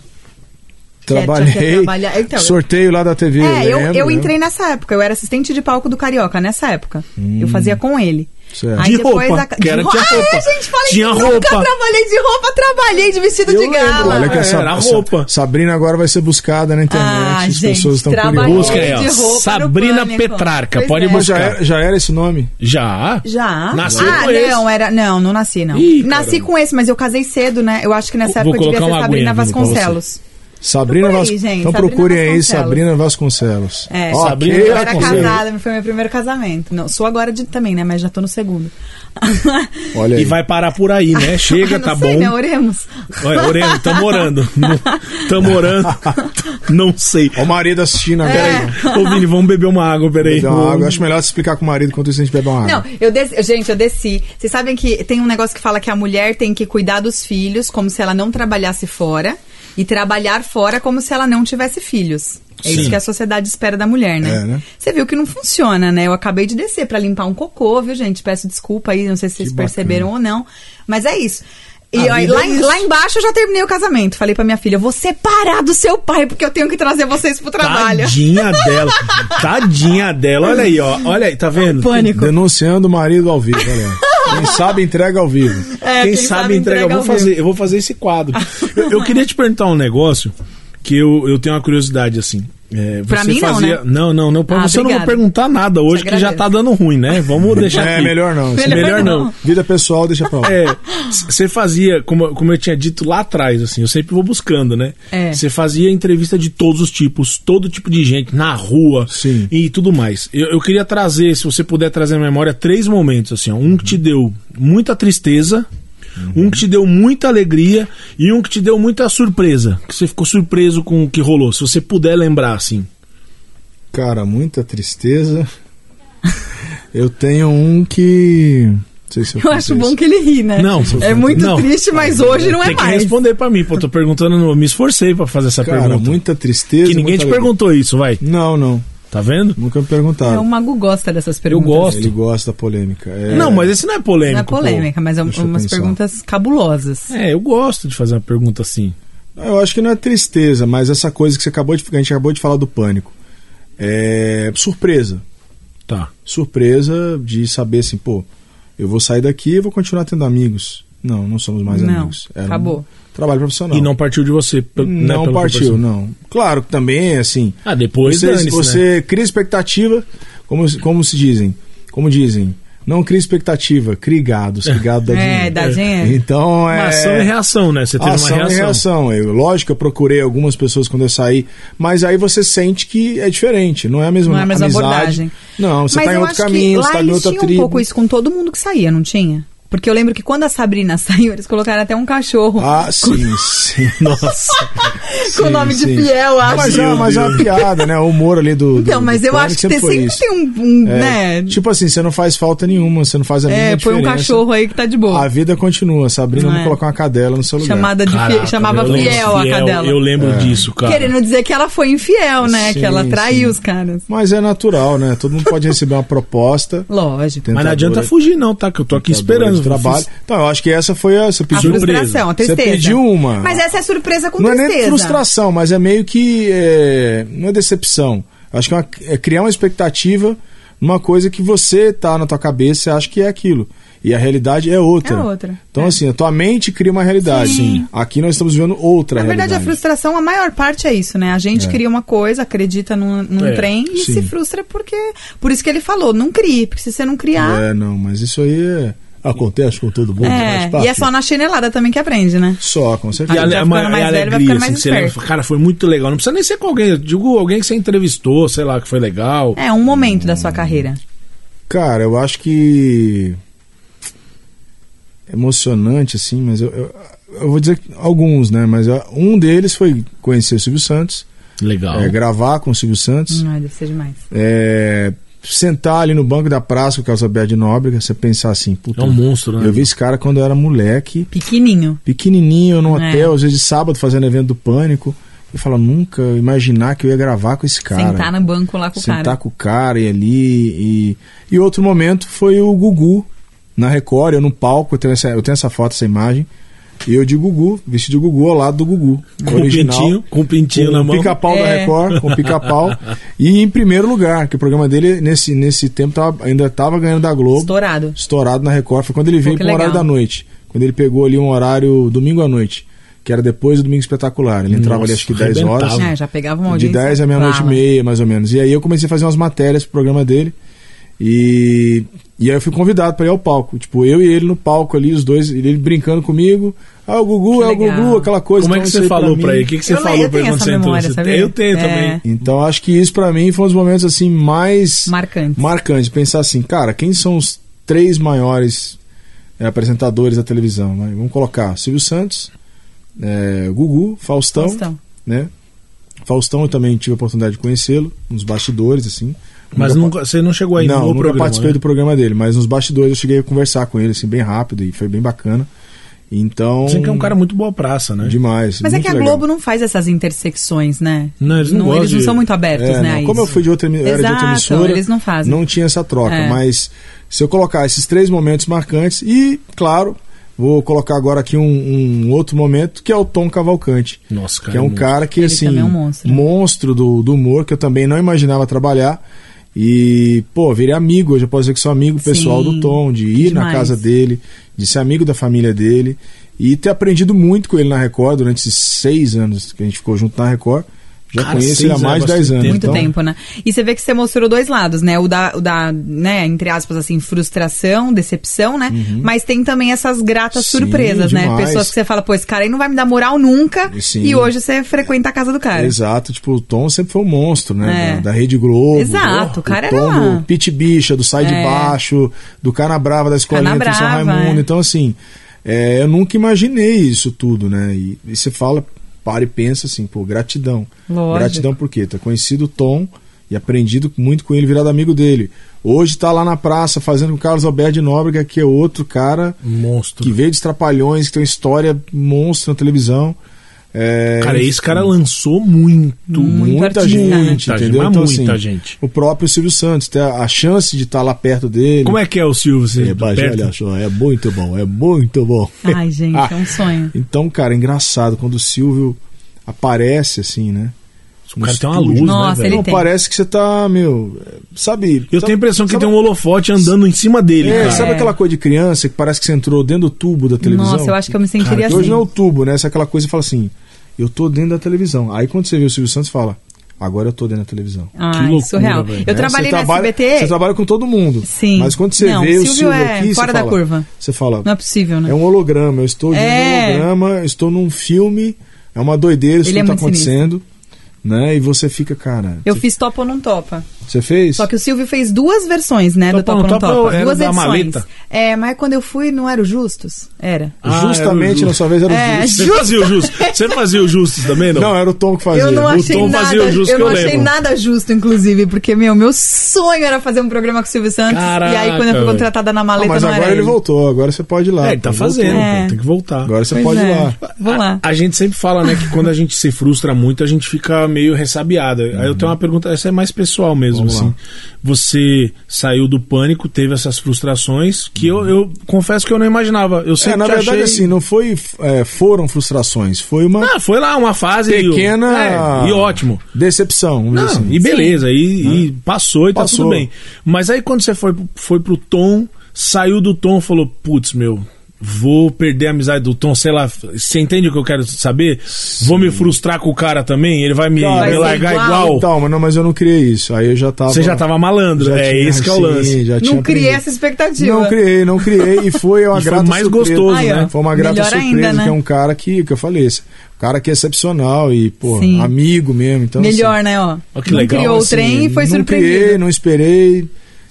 [SPEAKER 1] que tinha que
[SPEAKER 3] Trabalhei.
[SPEAKER 1] trabalhar. Então, eu-
[SPEAKER 3] sorteio lá da TV.
[SPEAKER 1] é, eu,
[SPEAKER 3] lembro,
[SPEAKER 1] eu
[SPEAKER 3] né?
[SPEAKER 1] entrei nessa época. Eu era assistente de palco do Carioca nessa época.
[SPEAKER 3] Hum.
[SPEAKER 1] Eu fazia com ele.
[SPEAKER 3] Certo.
[SPEAKER 1] Aí
[SPEAKER 2] É. De
[SPEAKER 1] depois
[SPEAKER 2] roupa,
[SPEAKER 1] a...
[SPEAKER 2] que era-
[SPEAKER 1] de...
[SPEAKER 2] tinha
[SPEAKER 1] Ah,
[SPEAKER 2] roupa.
[SPEAKER 1] é, gente, falei
[SPEAKER 2] Tinha
[SPEAKER 1] que
[SPEAKER 2] roupa.
[SPEAKER 1] nunca trabalhei de roupa, trabalhei de vestido de gala.
[SPEAKER 3] Olha que
[SPEAKER 2] É,
[SPEAKER 3] essa,
[SPEAKER 2] era
[SPEAKER 3] essa-
[SPEAKER 2] roupa.
[SPEAKER 3] Sabrina agora vai ser buscada na internet.
[SPEAKER 1] Ah,
[SPEAKER 3] as
[SPEAKER 1] gente,
[SPEAKER 3] pessoas estão
[SPEAKER 1] trabalhei.
[SPEAKER 3] curiosas.
[SPEAKER 2] Busca aí, ó.
[SPEAKER 1] De roupa no
[SPEAKER 2] Sabrina
[SPEAKER 1] Pânico.
[SPEAKER 2] Petrarca,
[SPEAKER 1] Pois
[SPEAKER 2] pode
[SPEAKER 1] é.
[SPEAKER 3] Mas já
[SPEAKER 2] buscar.
[SPEAKER 3] era, já era esse nome?
[SPEAKER 2] Já?
[SPEAKER 1] Já.
[SPEAKER 2] Nasceu
[SPEAKER 1] ah,
[SPEAKER 2] com esse.
[SPEAKER 1] não, era. Não, não nasci, não.
[SPEAKER 2] Ih,
[SPEAKER 1] nasci
[SPEAKER 2] caramba.
[SPEAKER 1] com esse, mas eu casei cedo, né? Eu acho que nessa
[SPEAKER 2] Vou
[SPEAKER 1] época devia
[SPEAKER 2] colocar
[SPEAKER 1] ser
[SPEAKER 2] uma
[SPEAKER 1] Sabrina
[SPEAKER 2] aguinha aqui pra você.
[SPEAKER 1] Vasconcelos.
[SPEAKER 3] Sabrina
[SPEAKER 1] Procura aí,
[SPEAKER 3] Vasconcelos.
[SPEAKER 1] gente,
[SPEAKER 3] Então
[SPEAKER 1] Sabrina
[SPEAKER 3] procurem aí
[SPEAKER 1] Vasconcelos.
[SPEAKER 3] Sabrina Vasconcelos.
[SPEAKER 1] É.
[SPEAKER 3] Ok,
[SPEAKER 2] Sabrina
[SPEAKER 1] Eu era
[SPEAKER 2] Vasconcelos.
[SPEAKER 1] casada, foi meu primeiro casamento. Não, sou agora de- também, né? Mas já tô no segundo. (laughs)
[SPEAKER 3] Olha aí.
[SPEAKER 2] E vai parar por aí,
[SPEAKER 3] (laughs)
[SPEAKER 2] né? Chega,
[SPEAKER 1] não
[SPEAKER 2] tá
[SPEAKER 1] sei,
[SPEAKER 2] bom.
[SPEAKER 1] Né? Oremos.
[SPEAKER 2] Olha, orando, tamo
[SPEAKER 3] (laughs)
[SPEAKER 2] orando. Tamo orando. Não sei.
[SPEAKER 3] Ó o marido assistindo agora.
[SPEAKER 1] É.
[SPEAKER 3] aí.
[SPEAKER 2] Ô, Vini, vamos beber uma água, peraí.
[SPEAKER 3] Beber uma água. Acho melhor você explicar com o marido enquanto isso a gente bebe
[SPEAKER 2] Ah.
[SPEAKER 3] uma água.
[SPEAKER 1] Não, eu des... gente, eu desci. Vocês sabem que tem um negócio que fala que a mulher tem que cuidar dos filhos como se ela não trabalhasse fora e trabalhar fora como se ela não tivesse filhos. É
[SPEAKER 2] Sim.
[SPEAKER 1] isso que a sociedade espera da mulher, né?
[SPEAKER 3] É, né?
[SPEAKER 1] Você viu que não funciona, né? Eu acabei de descer pra limpar um cocô, viu, gente? Peço desculpa aí, não sei se vocês
[SPEAKER 3] bacana.
[SPEAKER 1] perceberam ou não, mas é isso. E
[SPEAKER 2] A
[SPEAKER 1] aí,
[SPEAKER 2] vida
[SPEAKER 1] lá,
[SPEAKER 2] é
[SPEAKER 1] em-
[SPEAKER 2] isso.
[SPEAKER 1] lá embaixo eu já terminei o casamento. Falei pra minha filha, eu vou separar do seu pai porque eu tenho que trazer vocês pro trabalho.
[SPEAKER 2] Tadinha dela. Tadinha dela. Olha aí, ó. Olha aí, tá vendo?
[SPEAKER 1] Pânico.
[SPEAKER 3] Denunciando o marido ao vivo. Olha. aí. Quem sabe entrega ao vivo.
[SPEAKER 1] É,
[SPEAKER 2] quem, sabe, entrega. Eu
[SPEAKER 1] ao
[SPEAKER 2] vou,
[SPEAKER 1] vivo.
[SPEAKER 2] fazer, eu vou fazer esse quadro. eu, eu queria te perguntar um negócio que eu, eu tenho uma curiosidade, assim. É, você
[SPEAKER 1] Pra mim não,
[SPEAKER 2] fazia...
[SPEAKER 1] né?
[SPEAKER 2] não, não, não. Pra
[SPEAKER 1] Ah,
[SPEAKER 2] você eu não vou
[SPEAKER 1] obrigada.
[SPEAKER 2] perguntar nada hoje,
[SPEAKER 1] Te
[SPEAKER 2] que já
[SPEAKER 1] agradeço.
[SPEAKER 2] tá dando ruim, né?
[SPEAKER 3] (laughs)
[SPEAKER 2] Vamos deixar
[SPEAKER 3] É,
[SPEAKER 2] aqui.
[SPEAKER 3] melhor não.
[SPEAKER 1] Melhor
[SPEAKER 2] Melhor não.
[SPEAKER 1] não.
[SPEAKER 3] Vida pessoal, deixa pra lá.
[SPEAKER 2] É, você fazia, como, como eu tinha dito lá atrás, assim, eu sempre vou buscando, né?
[SPEAKER 1] É.
[SPEAKER 2] Você fazia entrevista de todos os tipos, todo tipo de gente, na rua
[SPEAKER 3] Sim.
[SPEAKER 2] e tudo mais. Eu, eu queria trazer, se você puder trazer na memória, três momentos, assim, ó. um que te deu muita tristeza,
[SPEAKER 3] Uhum.
[SPEAKER 2] um que te deu muita alegria e um que te deu muita surpresa, que você ficou surpreso com o que rolou. Se você puder lembrar, assim.
[SPEAKER 3] Cara, muita tristeza. Eu tenho um que. Não sei se eu,
[SPEAKER 1] Eu
[SPEAKER 3] conto
[SPEAKER 1] acho
[SPEAKER 3] isso.
[SPEAKER 1] bom que ele ri, né?
[SPEAKER 2] Não,
[SPEAKER 1] É muito
[SPEAKER 2] não.
[SPEAKER 1] triste, mas hoje não é
[SPEAKER 2] Tem que
[SPEAKER 1] mais.
[SPEAKER 2] responder pra mim, pô, eu tô perguntando, eu me esforcei pra fazer essa
[SPEAKER 3] Cara,
[SPEAKER 2] pergunta.
[SPEAKER 3] muita tristeza.
[SPEAKER 2] Que ninguém
[SPEAKER 3] muita
[SPEAKER 2] te
[SPEAKER 3] alegria.
[SPEAKER 2] perguntou isso, vai.
[SPEAKER 3] Não, não.
[SPEAKER 2] Tá vendo?
[SPEAKER 3] Nunca me
[SPEAKER 1] É,
[SPEAKER 3] perguntaram.
[SPEAKER 1] o Mago gosta dessas perguntas.
[SPEAKER 2] gosto.
[SPEAKER 3] Ele gosta da polêmica. É,
[SPEAKER 2] Não, mas esse não é polêmico.
[SPEAKER 1] Não é
[SPEAKER 2] pô.
[SPEAKER 1] polêmica, mas é um-
[SPEAKER 3] Deixa eu
[SPEAKER 1] umas
[SPEAKER 3] pensar.
[SPEAKER 1] perguntas cabulosas.
[SPEAKER 2] É, eu gosto de fazer uma pergunta assim.
[SPEAKER 3] Eu acho que não é tristeza, mas essa coisa que você acabou de. que A gente acabou de falar do pânico. É. Surpresa.
[SPEAKER 2] Tá.
[SPEAKER 3] Surpresa de saber assim, pô, eu vou sair daqui e vou continuar tendo amigos. Não, não somos mais
[SPEAKER 1] Não,
[SPEAKER 3] amigos. Era um
[SPEAKER 1] acabou.
[SPEAKER 3] trabalho profissional.
[SPEAKER 2] E não partiu de você. pe- né,
[SPEAKER 3] Não
[SPEAKER 2] pelo que eu
[SPEAKER 3] partiu,
[SPEAKER 2] percebi.
[SPEAKER 3] não. Claro que também, assim.
[SPEAKER 2] Ah, depois
[SPEAKER 3] Você,
[SPEAKER 2] dane-se, né?
[SPEAKER 3] você cria expectativa, como, como se dizem. Como dizem, Não cria expectativa, cria gados, que gado dá dinheiro.
[SPEAKER 1] (laughs) É, dá dinheiro.
[SPEAKER 3] Então é.
[SPEAKER 2] Uma ação e reação, né? Você teve uma
[SPEAKER 3] ação e
[SPEAKER 2] reação.
[SPEAKER 3] reação. Eu, lógico, eu procurei algumas pessoas quando eu saí, mas aí você sente que é diferente, não é a mesma,
[SPEAKER 1] Não é a mesma
[SPEAKER 3] amizade.
[SPEAKER 1] abordagem.
[SPEAKER 3] Não, você
[SPEAKER 1] Mas
[SPEAKER 3] está em
[SPEAKER 1] eu
[SPEAKER 3] outro
[SPEAKER 1] acho
[SPEAKER 3] caminho,
[SPEAKER 1] que
[SPEAKER 3] você
[SPEAKER 1] lá
[SPEAKER 3] está em
[SPEAKER 1] eles
[SPEAKER 3] outra
[SPEAKER 1] tinham
[SPEAKER 3] tribo.
[SPEAKER 1] um pouco isso com todo mundo que saía, não tinha? Porque eu lembro que quando a Sabrina (laughs) saiu, eles colocaram até um cachorro
[SPEAKER 3] Ah, sim, sim.
[SPEAKER 2] Nossa.
[SPEAKER 1] com o
[SPEAKER 3] sim,
[SPEAKER 1] nome
[SPEAKER 3] sim.
[SPEAKER 1] de Fiel, acho.
[SPEAKER 3] Mas é,
[SPEAKER 2] Meu
[SPEAKER 3] mas é uma piada, né? O humor ali do. do
[SPEAKER 1] Então, mas
[SPEAKER 3] do
[SPEAKER 1] eu acho
[SPEAKER 3] Pânico
[SPEAKER 1] que tem-
[SPEAKER 3] foi
[SPEAKER 1] sempre
[SPEAKER 3] isso.
[SPEAKER 1] tem um. um,
[SPEAKER 3] É,
[SPEAKER 1] né?
[SPEAKER 3] Tipo assim, você não faz falta nenhuma, você não faz a mínima
[SPEAKER 1] é, põe um
[SPEAKER 3] diferença.
[SPEAKER 1] cachorro aí que tá de
[SPEAKER 3] A
[SPEAKER 1] boa.
[SPEAKER 3] vida continua. Sabrina
[SPEAKER 1] Não
[SPEAKER 3] não
[SPEAKER 1] é.
[SPEAKER 3] colocou uma cadela no seu lugar.
[SPEAKER 1] Chamada de
[SPEAKER 2] Caraca,
[SPEAKER 1] fiel, chamava
[SPEAKER 2] eu lembro-
[SPEAKER 1] fiel a cadela.
[SPEAKER 2] Eu lembro
[SPEAKER 3] É.
[SPEAKER 2] disso, cara.
[SPEAKER 1] Querendo dizer que ela foi infiel, né? que
[SPEAKER 3] Tá. Sim,
[SPEAKER 1] ela traiu
[SPEAKER 3] sim.
[SPEAKER 1] os caras.
[SPEAKER 3] Mas é natural, né? Todo mundo pode receber uma proposta.
[SPEAKER 1] Lógico.
[SPEAKER 2] Mas não adianta
[SPEAKER 3] tentadora-
[SPEAKER 2] fugir, não, tá? Que eu tô aqui
[SPEAKER 3] tentadora
[SPEAKER 2] esperando.
[SPEAKER 3] de trabalho. Então, eu acho que essa foi a. Você
[SPEAKER 1] A
[SPEAKER 3] pediu
[SPEAKER 1] frustração, a
[SPEAKER 3] Você
[SPEAKER 1] tristeza.
[SPEAKER 3] pediu uma.
[SPEAKER 1] Mas essa é a surpresa com
[SPEAKER 3] não é
[SPEAKER 1] tristeza.
[SPEAKER 3] nem frustração, mas é meio que. é, não é decepção. Acho que é, uma- é criar uma expectativa numa coisa que você tá na tua cabeça e acha que é aquilo. E a realidade é outra.
[SPEAKER 1] É outra.
[SPEAKER 3] Então, assim, a tua mente cria uma realidade.
[SPEAKER 2] Sim.
[SPEAKER 3] Aqui nós estamos vivendo outra
[SPEAKER 1] Na verdade, é a
[SPEAKER 3] realidade.
[SPEAKER 1] frustração, a maior parte é isso, né? A gente cria uma coisa, acredita num, num
[SPEAKER 2] É,
[SPEAKER 1] trem e
[SPEAKER 3] sim.
[SPEAKER 1] se frustra porque. Por isso que ele falou, não crie, porque se você não criar.
[SPEAKER 3] É, não, mas isso aí é- acontece com todo mundo.
[SPEAKER 1] É,
[SPEAKER 3] faz parte.
[SPEAKER 1] e é só na chinelada também que aprende, né?
[SPEAKER 3] Só, com
[SPEAKER 2] E
[SPEAKER 3] certeza.
[SPEAKER 2] a,
[SPEAKER 1] gente vai
[SPEAKER 2] a,
[SPEAKER 1] ficando
[SPEAKER 2] a,
[SPEAKER 1] mais velho, vai
[SPEAKER 2] alegria,
[SPEAKER 1] ficando
[SPEAKER 2] assim,
[SPEAKER 1] mais
[SPEAKER 2] que você lembra,
[SPEAKER 1] esperto.
[SPEAKER 2] fala, cara, foi muito legal. Não precisa nem ser com alguém. Eu digo alguém que você entrevistou, sei lá, que foi legal.
[SPEAKER 1] É um momento da sua carreira.
[SPEAKER 3] Cara, eu acho que. Emocionante, assim, mas eu, eu, eu vou dizer que alguns, né? Mas eu- um deles foi conhecer o Silvio Santos,
[SPEAKER 2] Legal.
[SPEAKER 1] Ah.
[SPEAKER 3] é, gravar com o Silvio Santos,
[SPEAKER 1] Ai, deve ser demais.
[SPEAKER 3] é, sentar ali no banco da praça com o Carlos Alberto de Nóbrega, você pensar assim, puta,
[SPEAKER 2] É um monstro, né?
[SPEAKER 3] eu vi esse cara quando eu era moleque,
[SPEAKER 1] Pequenininho.
[SPEAKER 3] pequenininho, num
[SPEAKER 1] É.
[SPEAKER 3] hotel, às vezes de sábado fazendo evento do Pânico, e fala, nunca imaginar que eu ia gravar com esse cara
[SPEAKER 1] sentar no banco lá com o
[SPEAKER 3] sentar
[SPEAKER 1] cara.
[SPEAKER 3] com o cara e ali. E, e outro momento foi o Gugu na Record, eu no palco, eu tenho essa, eu tenho essa foto, essa imagem. E eu de Gugu, vestido de Gugu ao lado do Gugu.
[SPEAKER 2] Com o pintinho, com o pintinho
[SPEAKER 3] com
[SPEAKER 2] na
[SPEAKER 3] o
[SPEAKER 2] mão.
[SPEAKER 3] pica-pau da
[SPEAKER 1] É.
[SPEAKER 3] Record, com
[SPEAKER 1] (laughs)
[SPEAKER 3] o pica-pau. e em primeiro lugar, que o programa dele nesse, nesse tempo tava- ainda estava ganhando da Globo
[SPEAKER 1] Estourado.
[SPEAKER 3] estourado na Record. Foi quando ele veio
[SPEAKER 1] que
[SPEAKER 3] para o horário
[SPEAKER 1] legal.
[SPEAKER 3] da noite. Quando ele pegou ali um horário domingo à noite, que era depois do domingo espetacular. Ele entrava ali
[SPEAKER 2] Nossa,
[SPEAKER 3] acho que 10 horas.
[SPEAKER 2] arrebentava.
[SPEAKER 1] É, já pegava uma
[SPEAKER 3] De
[SPEAKER 1] audiência.
[SPEAKER 3] 10 à meia-noite e
[SPEAKER 1] bala.
[SPEAKER 3] meia, mais ou menos. E aí eu comecei a fazer umas matérias pro programa dele. E, e aí eu fui convidado para ir ao palco. Tipo, eu e ele no palco ali, os dois, ele brincando comigo. Ah, o Gugu,
[SPEAKER 1] Que
[SPEAKER 3] é o
[SPEAKER 1] legal.
[SPEAKER 3] Gugu, aquela coisa.
[SPEAKER 2] Como é que
[SPEAKER 3] então
[SPEAKER 2] você
[SPEAKER 3] isso aí
[SPEAKER 2] falou pra
[SPEAKER 3] mim-
[SPEAKER 2] ele? O que, que você
[SPEAKER 1] Eu le-
[SPEAKER 2] falou
[SPEAKER 1] eu
[SPEAKER 2] pra ele
[SPEAKER 1] tenho
[SPEAKER 2] quando
[SPEAKER 1] essa
[SPEAKER 2] você entrou?
[SPEAKER 1] memória,
[SPEAKER 2] Você-
[SPEAKER 1] sabia?
[SPEAKER 2] Eu tenho
[SPEAKER 1] É.
[SPEAKER 2] também.
[SPEAKER 3] Então acho que isso pra mim foi um dos momentos assim mais
[SPEAKER 1] Marcantes.
[SPEAKER 3] marcantes. Pensar assim, cara, quem são os três maiores eh, apresentadores da televisão? né? Vamos colocar Silvio Santos, eh, Gugu, Faustão,
[SPEAKER 1] Faustão.
[SPEAKER 3] né? Faustão eu também tive a oportunidade de conhecê-lo nos bastidores assim.
[SPEAKER 2] Mas
[SPEAKER 3] Nunca-
[SPEAKER 2] nunca, você não chegou aí
[SPEAKER 3] não,
[SPEAKER 2] no
[SPEAKER 3] nunca
[SPEAKER 2] programa.
[SPEAKER 3] participei
[SPEAKER 2] né?
[SPEAKER 3] do programa dele, mas nos bastidores eu cheguei a conversar com ele assim bem rápido e foi bem bacana. Então,
[SPEAKER 2] Dizem que é um cara muito boa praça, né?
[SPEAKER 3] demais.
[SPEAKER 1] Mas é
[SPEAKER 3] muito
[SPEAKER 1] que a
[SPEAKER 3] legal.
[SPEAKER 1] Globo não faz essas intersecções, né?
[SPEAKER 2] Não, eles não gostam
[SPEAKER 1] eles não
[SPEAKER 2] de-
[SPEAKER 1] são muito abertos,
[SPEAKER 3] É,
[SPEAKER 1] né?
[SPEAKER 3] não,
[SPEAKER 1] a
[SPEAKER 3] como eu
[SPEAKER 1] isso.
[SPEAKER 3] fui de outra, emi- eu era de outra
[SPEAKER 1] Exato,
[SPEAKER 3] emissora,
[SPEAKER 1] eles não fazem.
[SPEAKER 3] não tinha essa troca.
[SPEAKER 1] É.
[SPEAKER 3] Mas se eu colocar esses três momentos marcantes, e claro, vou colocar agora aqui um, um outro momento, que é o Tom Cavalcante.
[SPEAKER 2] Nossa, cara.
[SPEAKER 3] que é um
[SPEAKER 2] muito-
[SPEAKER 3] cara que,
[SPEAKER 1] Ele
[SPEAKER 3] assim,
[SPEAKER 1] também é um monstro.
[SPEAKER 3] monstro do, do humor, que eu também não imaginava trabalhar. E, pô, virei amigo, hoje eu posso dizer que sou amigo pessoal
[SPEAKER 1] Sim,
[SPEAKER 3] do Tom, de ir na
[SPEAKER 1] demais.
[SPEAKER 3] casa dele, de ser amigo da família dele. E ter aprendido muito com ele na Record durante esses seis anos que a gente ficou junto na Record. Já
[SPEAKER 2] Cara,
[SPEAKER 3] conheço
[SPEAKER 2] seis
[SPEAKER 3] ele há mais
[SPEAKER 2] anos,
[SPEAKER 3] de 10
[SPEAKER 2] bastante
[SPEAKER 3] anos.
[SPEAKER 1] Muito
[SPEAKER 3] então-
[SPEAKER 1] tempo, né? E você vê que você mostrou dois lados, né? O da, o da né, entre aspas, assim, frustração, decepção, né? Mas tem também essas gratas
[SPEAKER 3] Uhum. Sim,
[SPEAKER 1] surpresas, né?
[SPEAKER 3] demais.
[SPEAKER 1] Pessoas que você fala, pô, esse cara aí não vai me dar moral nunca.
[SPEAKER 3] Sim.
[SPEAKER 1] E hoje você frequenta a casa do cara.
[SPEAKER 3] Exato, tipo, o Tom sempre foi um monstro, né?
[SPEAKER 1] É.
[SPEAKER 3] Da, da Rede Globo.
[SPEAKER 1] Exato, o cara
[SPEAKER 3] Tom
[SPEAKER 1] era-
[SPEAKER 3] do Pit Bicha, do Sai de
[SPEAKER 1] É.
[SPEAKER 3] Baixo, do Cana Brava, da Escolinha
[SPEAKER 1] Cana
[SPEAKER 3] do São
[SPEAKER 1] Brava,
[SPEAKER 3] Raimundo.
[SPEAKER 1] é.
[SPEAKER 3] Então, assim, é, eu nunca imaginei isso tudo, né? E, e você fala, para e pensa assim, pô, gratidão.
[SPEAKER 1] Lógico.
[SPEAKER 3] Gratidão por quê? Ter conhecido o Tom e aprendido muito com ele, virado amigo dele. Hoje tá lá na praça fazendo com o Carlos Alberto de Nóbrega, que é outro cara
[SPEAKER 2] Monstro.
[SPEAKER 3] que veio de Trapalhões, que tem uma história monstro na televisão. É,
[SPEAKER 2] Cara, esse cara lançou muito, muito.
[SPEAKER 3] muita
[SPEAKER 1] artista,
[SPEAKER 3] gente,
[SPEAKER 1] né?
[SPEAKER 2] Muita gente,
[SPEAKER 3] entendeu?
[SPEAKER 2] mas
[SPEAKER 3] Então,
[SPEAKER 2] muita
[SPEAKER 3] assim,
[SPEAKER 2] gente.
[SPEAKER 3] O próprio Silvio Santos, ter a a chance de estar lá perto dele.
[SPEAKER 2] Como é que é o Silvio? Você
[SPEAKER 3] É, mas
[SPEAKER 2] perto?
[SPEAKER 3] olha só, é muito bom, é muito bom.
[SPEAKER 1] (laughs) Ai,
[SPEAKER 3] (laughs)
[SPEAKER 1] gente,
[SPEAKER 3] Ah.
[SPEAKER 1] é um sonho.
[SPEAKER 3] Então, cara, é engraçado quando o Silvio aparece assim, né?
[SPEAKER 2] O cara
[SPEAKER 3] no
[SPEAKER 2] tem uma
[SPEAKER 3] estúdio.
[SPEAKER 2] luz,
[SPEAKER 1] Nossa,
[SPEAKER 2] né, velho?
[SPEAKER 1] ele
[SPEAKER 3] Não,
[SPEAKER 1] tem.
[SPEAKER 3] parece que você tá, meu, é, sabe...
[SPEAKER 2] Eu
[SPEAKER 3] sabe-
[SPEAKER 2] tenho a impressão que
[SPEAKER 3] sabe-
[SPEAKER 2] tem um holofote andando em cima dele,
[SPEAKER 3] É,
[SPEAKER 2] cara.
[SPEAKER 3] sabe
[SPEAKER 1] É.
[SPEAKER 3] aquela coisa de criança que parece que você entrou dentro do tubo da televisão?
[SPEAKER 1] Nossa, eu acho que eu me sentiria
[SPEAKER 3] Porque
[SPEAKER 1] assim.
[SPEAKER 3] hoje não é o tubo, né? Essa é aquela coisa que fala assim, eu tô dentro da televisão. Aí quando você vê o Silvio Santos, fala, Agora eu tô dentro da televisão.
[SPEAKER 1] Ah,
[SPEAKER 2] loucura,
[SPEAKER 1] isso surreal.
[SPEAKER 2] velho.
[SPEAKER 1] Eu
[SPEAKER 3] né?
[SPEAKER 1] trabalhei
[SPEAKER 3] Você
[SPEAKER 1] na
[SPEAKER 3] trabalha-
[SPEAKER 1] SBT.
[SPEAKER 3] Você trabalha com todo mundo.
[SPEAKER 1] Sim.
[SPEAKER 3] Mas quando você
[SPEAKER 1] Não,
[SPEAKER 3] vê o
[SPEAKER 1] Silvio
[SPEAKER 3] Silvio
[SPEAKER 1] é
[SPEAKER 3] aqui,
[SPEAKER 1] fora
[SPEAKER 3] você
[SPEAKER 1] da
[SPEAKER 3] fala,
[SPEAKER 1] curva.
[SPEAKER 3] Você fala,
[SPEAKER 1] Não é possível, né?
[SPEAKER 3] é um holograma, eu estou de
[SPEAKER 1] É.
[SPEAKER 3] um holograma, eu estou num filme, é uma doideira isso
[SPEAKER 1] Ele
[SPEAKER 3] que
[SPEAKER 1] é
[SPEAKER 3] tá
[SPEAKER 1] muito
[SPEAKER 3] acontecendo. Né? E você fica, cara.
[SPEAKER 1] Eu
[SPEAKER 3] você-
[SPEAKER 1] fiz Topa ou Não Topa.
[SPEAKER 3] Você fez?
[SPEAKER 1] Só que o Silvio fez duas versões, né? do Topa
[SPEAKER 2] Topa ou
[SPEAKER 1] ou Não
[SPEAKER 2] Não Topa
[SPEAKER 1] Topa.
[SPEAKER 2] era
[SPEAKER 1] Duas
[SPEAKER 2] da
[SPEAKER 1] edições.
[SPEAKER 2] maleta?
[SPEAKER 1] É, mas quando eu fui, não era o Justus? Era.
[SPEAKER 2] Ah,
[SPEAKER 3] Justamente
[SPEAKER 2] era o
[SPEAKER 3] na sua vez era o
[SPEAKER 1] É, (laughs)
[SPEAKER 3] Justus.
[SPEAKER 2] Você fazia o justo. Você fazia o justo também, não?
[SPEAKER 3] Não, é, era o Tom que fazia.
[SPEAKER 1] Eu não
[SPEAKER 3] O
[SPEAKER 1] achei
[SPEAKER 2] Tom
[SPEAKER 1] nada,
[SPEAKER 2] fazia o justo
[SPEAKER 1] eu
[SPEAKER 2] que
[SPEAKER 1] não
[SPEAKER 2] eu
[SPEAKER 1] achei
[SPEAKER 2] lembro.
[SPEAKER 1] nada justo, inclusive, porque meu, meu sonho era fazer um programa com o Silvio Santos. e aí
[SPEAKER 2] Caraca,
[SPEAKER 1] quando eu fui
[SPEAKER 2] velho.
[SPEAKER 1] contratada na
[SPEAKER 3] Ah,
[SPEAKER 1] maleta
[SPEAKER 3] mas
[SPEAKER 1] não
[SPEAKER 3] agora
[SPEAKER 1] era
[SPEAKER 3] ele voltou, agora você pode ir lá.
[SPEAKER 2] É, ele tá
[SPEAKER 3] Ele voltou.
[SPEAKER 2] fazendo,
[SPEAKER 1] É.
[SPEAKER 2] pô, tem que voltar.
[SPEAKER 3] Agora você
[SPEAKER 1] Pois
[SPEAKER 3] pode ir
[SPEAKER 1] é.
[SPEAKER 3] lá.
[SPEAKER 1] Vamos lá.
[SPEAKER 2] A, a gente sempre fala, né, que quando a gente se frustra muito, a gente fica meio ressabiada. Aí eu tenho uma pergunta, essa é mais pessoal mesmo,
[SPEAKER 3] Vamos lá.
[SPEAKER 2] assim. Você saiu do pânico, teve essas frustrações que eu, eu confesso que eu não imaginava. Eu sempre
[SPEAKER 3] É, na
[SPEAKER 2] te
[SPEAKER 3] verdade,
[SPEAKER 2] achei...
[SPEAKER 3] assim, não foi, é, foram frustrações, foi uma
[SPEAKER 2] Ah, foi lá uma fase
[SPEAKER 3] pequena
[SPEAKER 2] e, é, e ótimo.
[SPEAKER 3] decepção. vamos
[SPEAKER 2] Não,
[SPEAKER 3] dizer assim.
[SPEAKER 2] e beleza, e, e passou e tá
[SPEAKER 3] Né? Passou.
[SPEAKER 2] tudo bem. Mas aí quando você foi, pro- foi pro Tom, saiu do Tom, falou, putz, meu, vou perder a amizade do Tom, sei lá, você entende o que eu quero saber? Vou me frustrar com o cara também, ele vai me,
[SPEAKER 3] Cara,
[SPEAKER 2] me
[SPEAKER 3] vai ser
[SPEAKER 2] largar igual.
[SPEAKER 3] Então, mas, não, mas eu não criei isso. Aí eu já tava.
[SPEAKER 2] Você já tava malandro,
[SPEAKER 3] já
[SPEAKER 2] é
[SPEAKER 3] tinha-
[SPEAKER 2] esse que é o
[SPEAKER 3] sim,
[SPEAKER 2] lance.
[SPEAKER 3] já
[SPEAKER 1] Não
[SPEAKER 3] tinha
[SPEAKER 1] criei
[SPEAKER 3] aprendido.
[SPEAKER 1] essa expectativa.
[SPEAKER 3] Não criei, não criei.
[SPEAKER 2] (laughs)
[SPEAKER 3] E foi uma
[SPEAKER 2] E foi
[SPEAKER 3] grata
[SPEAKER 2] mais
[SPEAKER 3] surpresa.
[SPEAKER 2] gostoso,
[SPEAKER 1] Ai, né? ó,
[SPEAKER 3] Foi uma grata
[SPEAKER 1] melhor
[SPEAKER 3] surpresa,
[SPEAKER 1] ainda, né?
[SPEAKER 3] que é um cara que, que eu falei, esse cara que é excepcional e, pô,
[SPEAKER 1] Sim.
[SPEAKER 3] amigo mesmo. Então,
[SPEAKER 1] Melhor, né, ó.
[SPEAKER 2] Ó, que
[SPEAKER 1] não
[SPEAKER 2] legal,
[SPEAKER 1] criou o
[SPEAKER 2] assim,
[SPEAKER 1] trem e
[SPEAKER 3] assim,
[SPEAKER 1] foi
[SPEAKER 3] não
[SPEAKER 1] surpreendido.
[SPEAKER 3] criei, não esperei.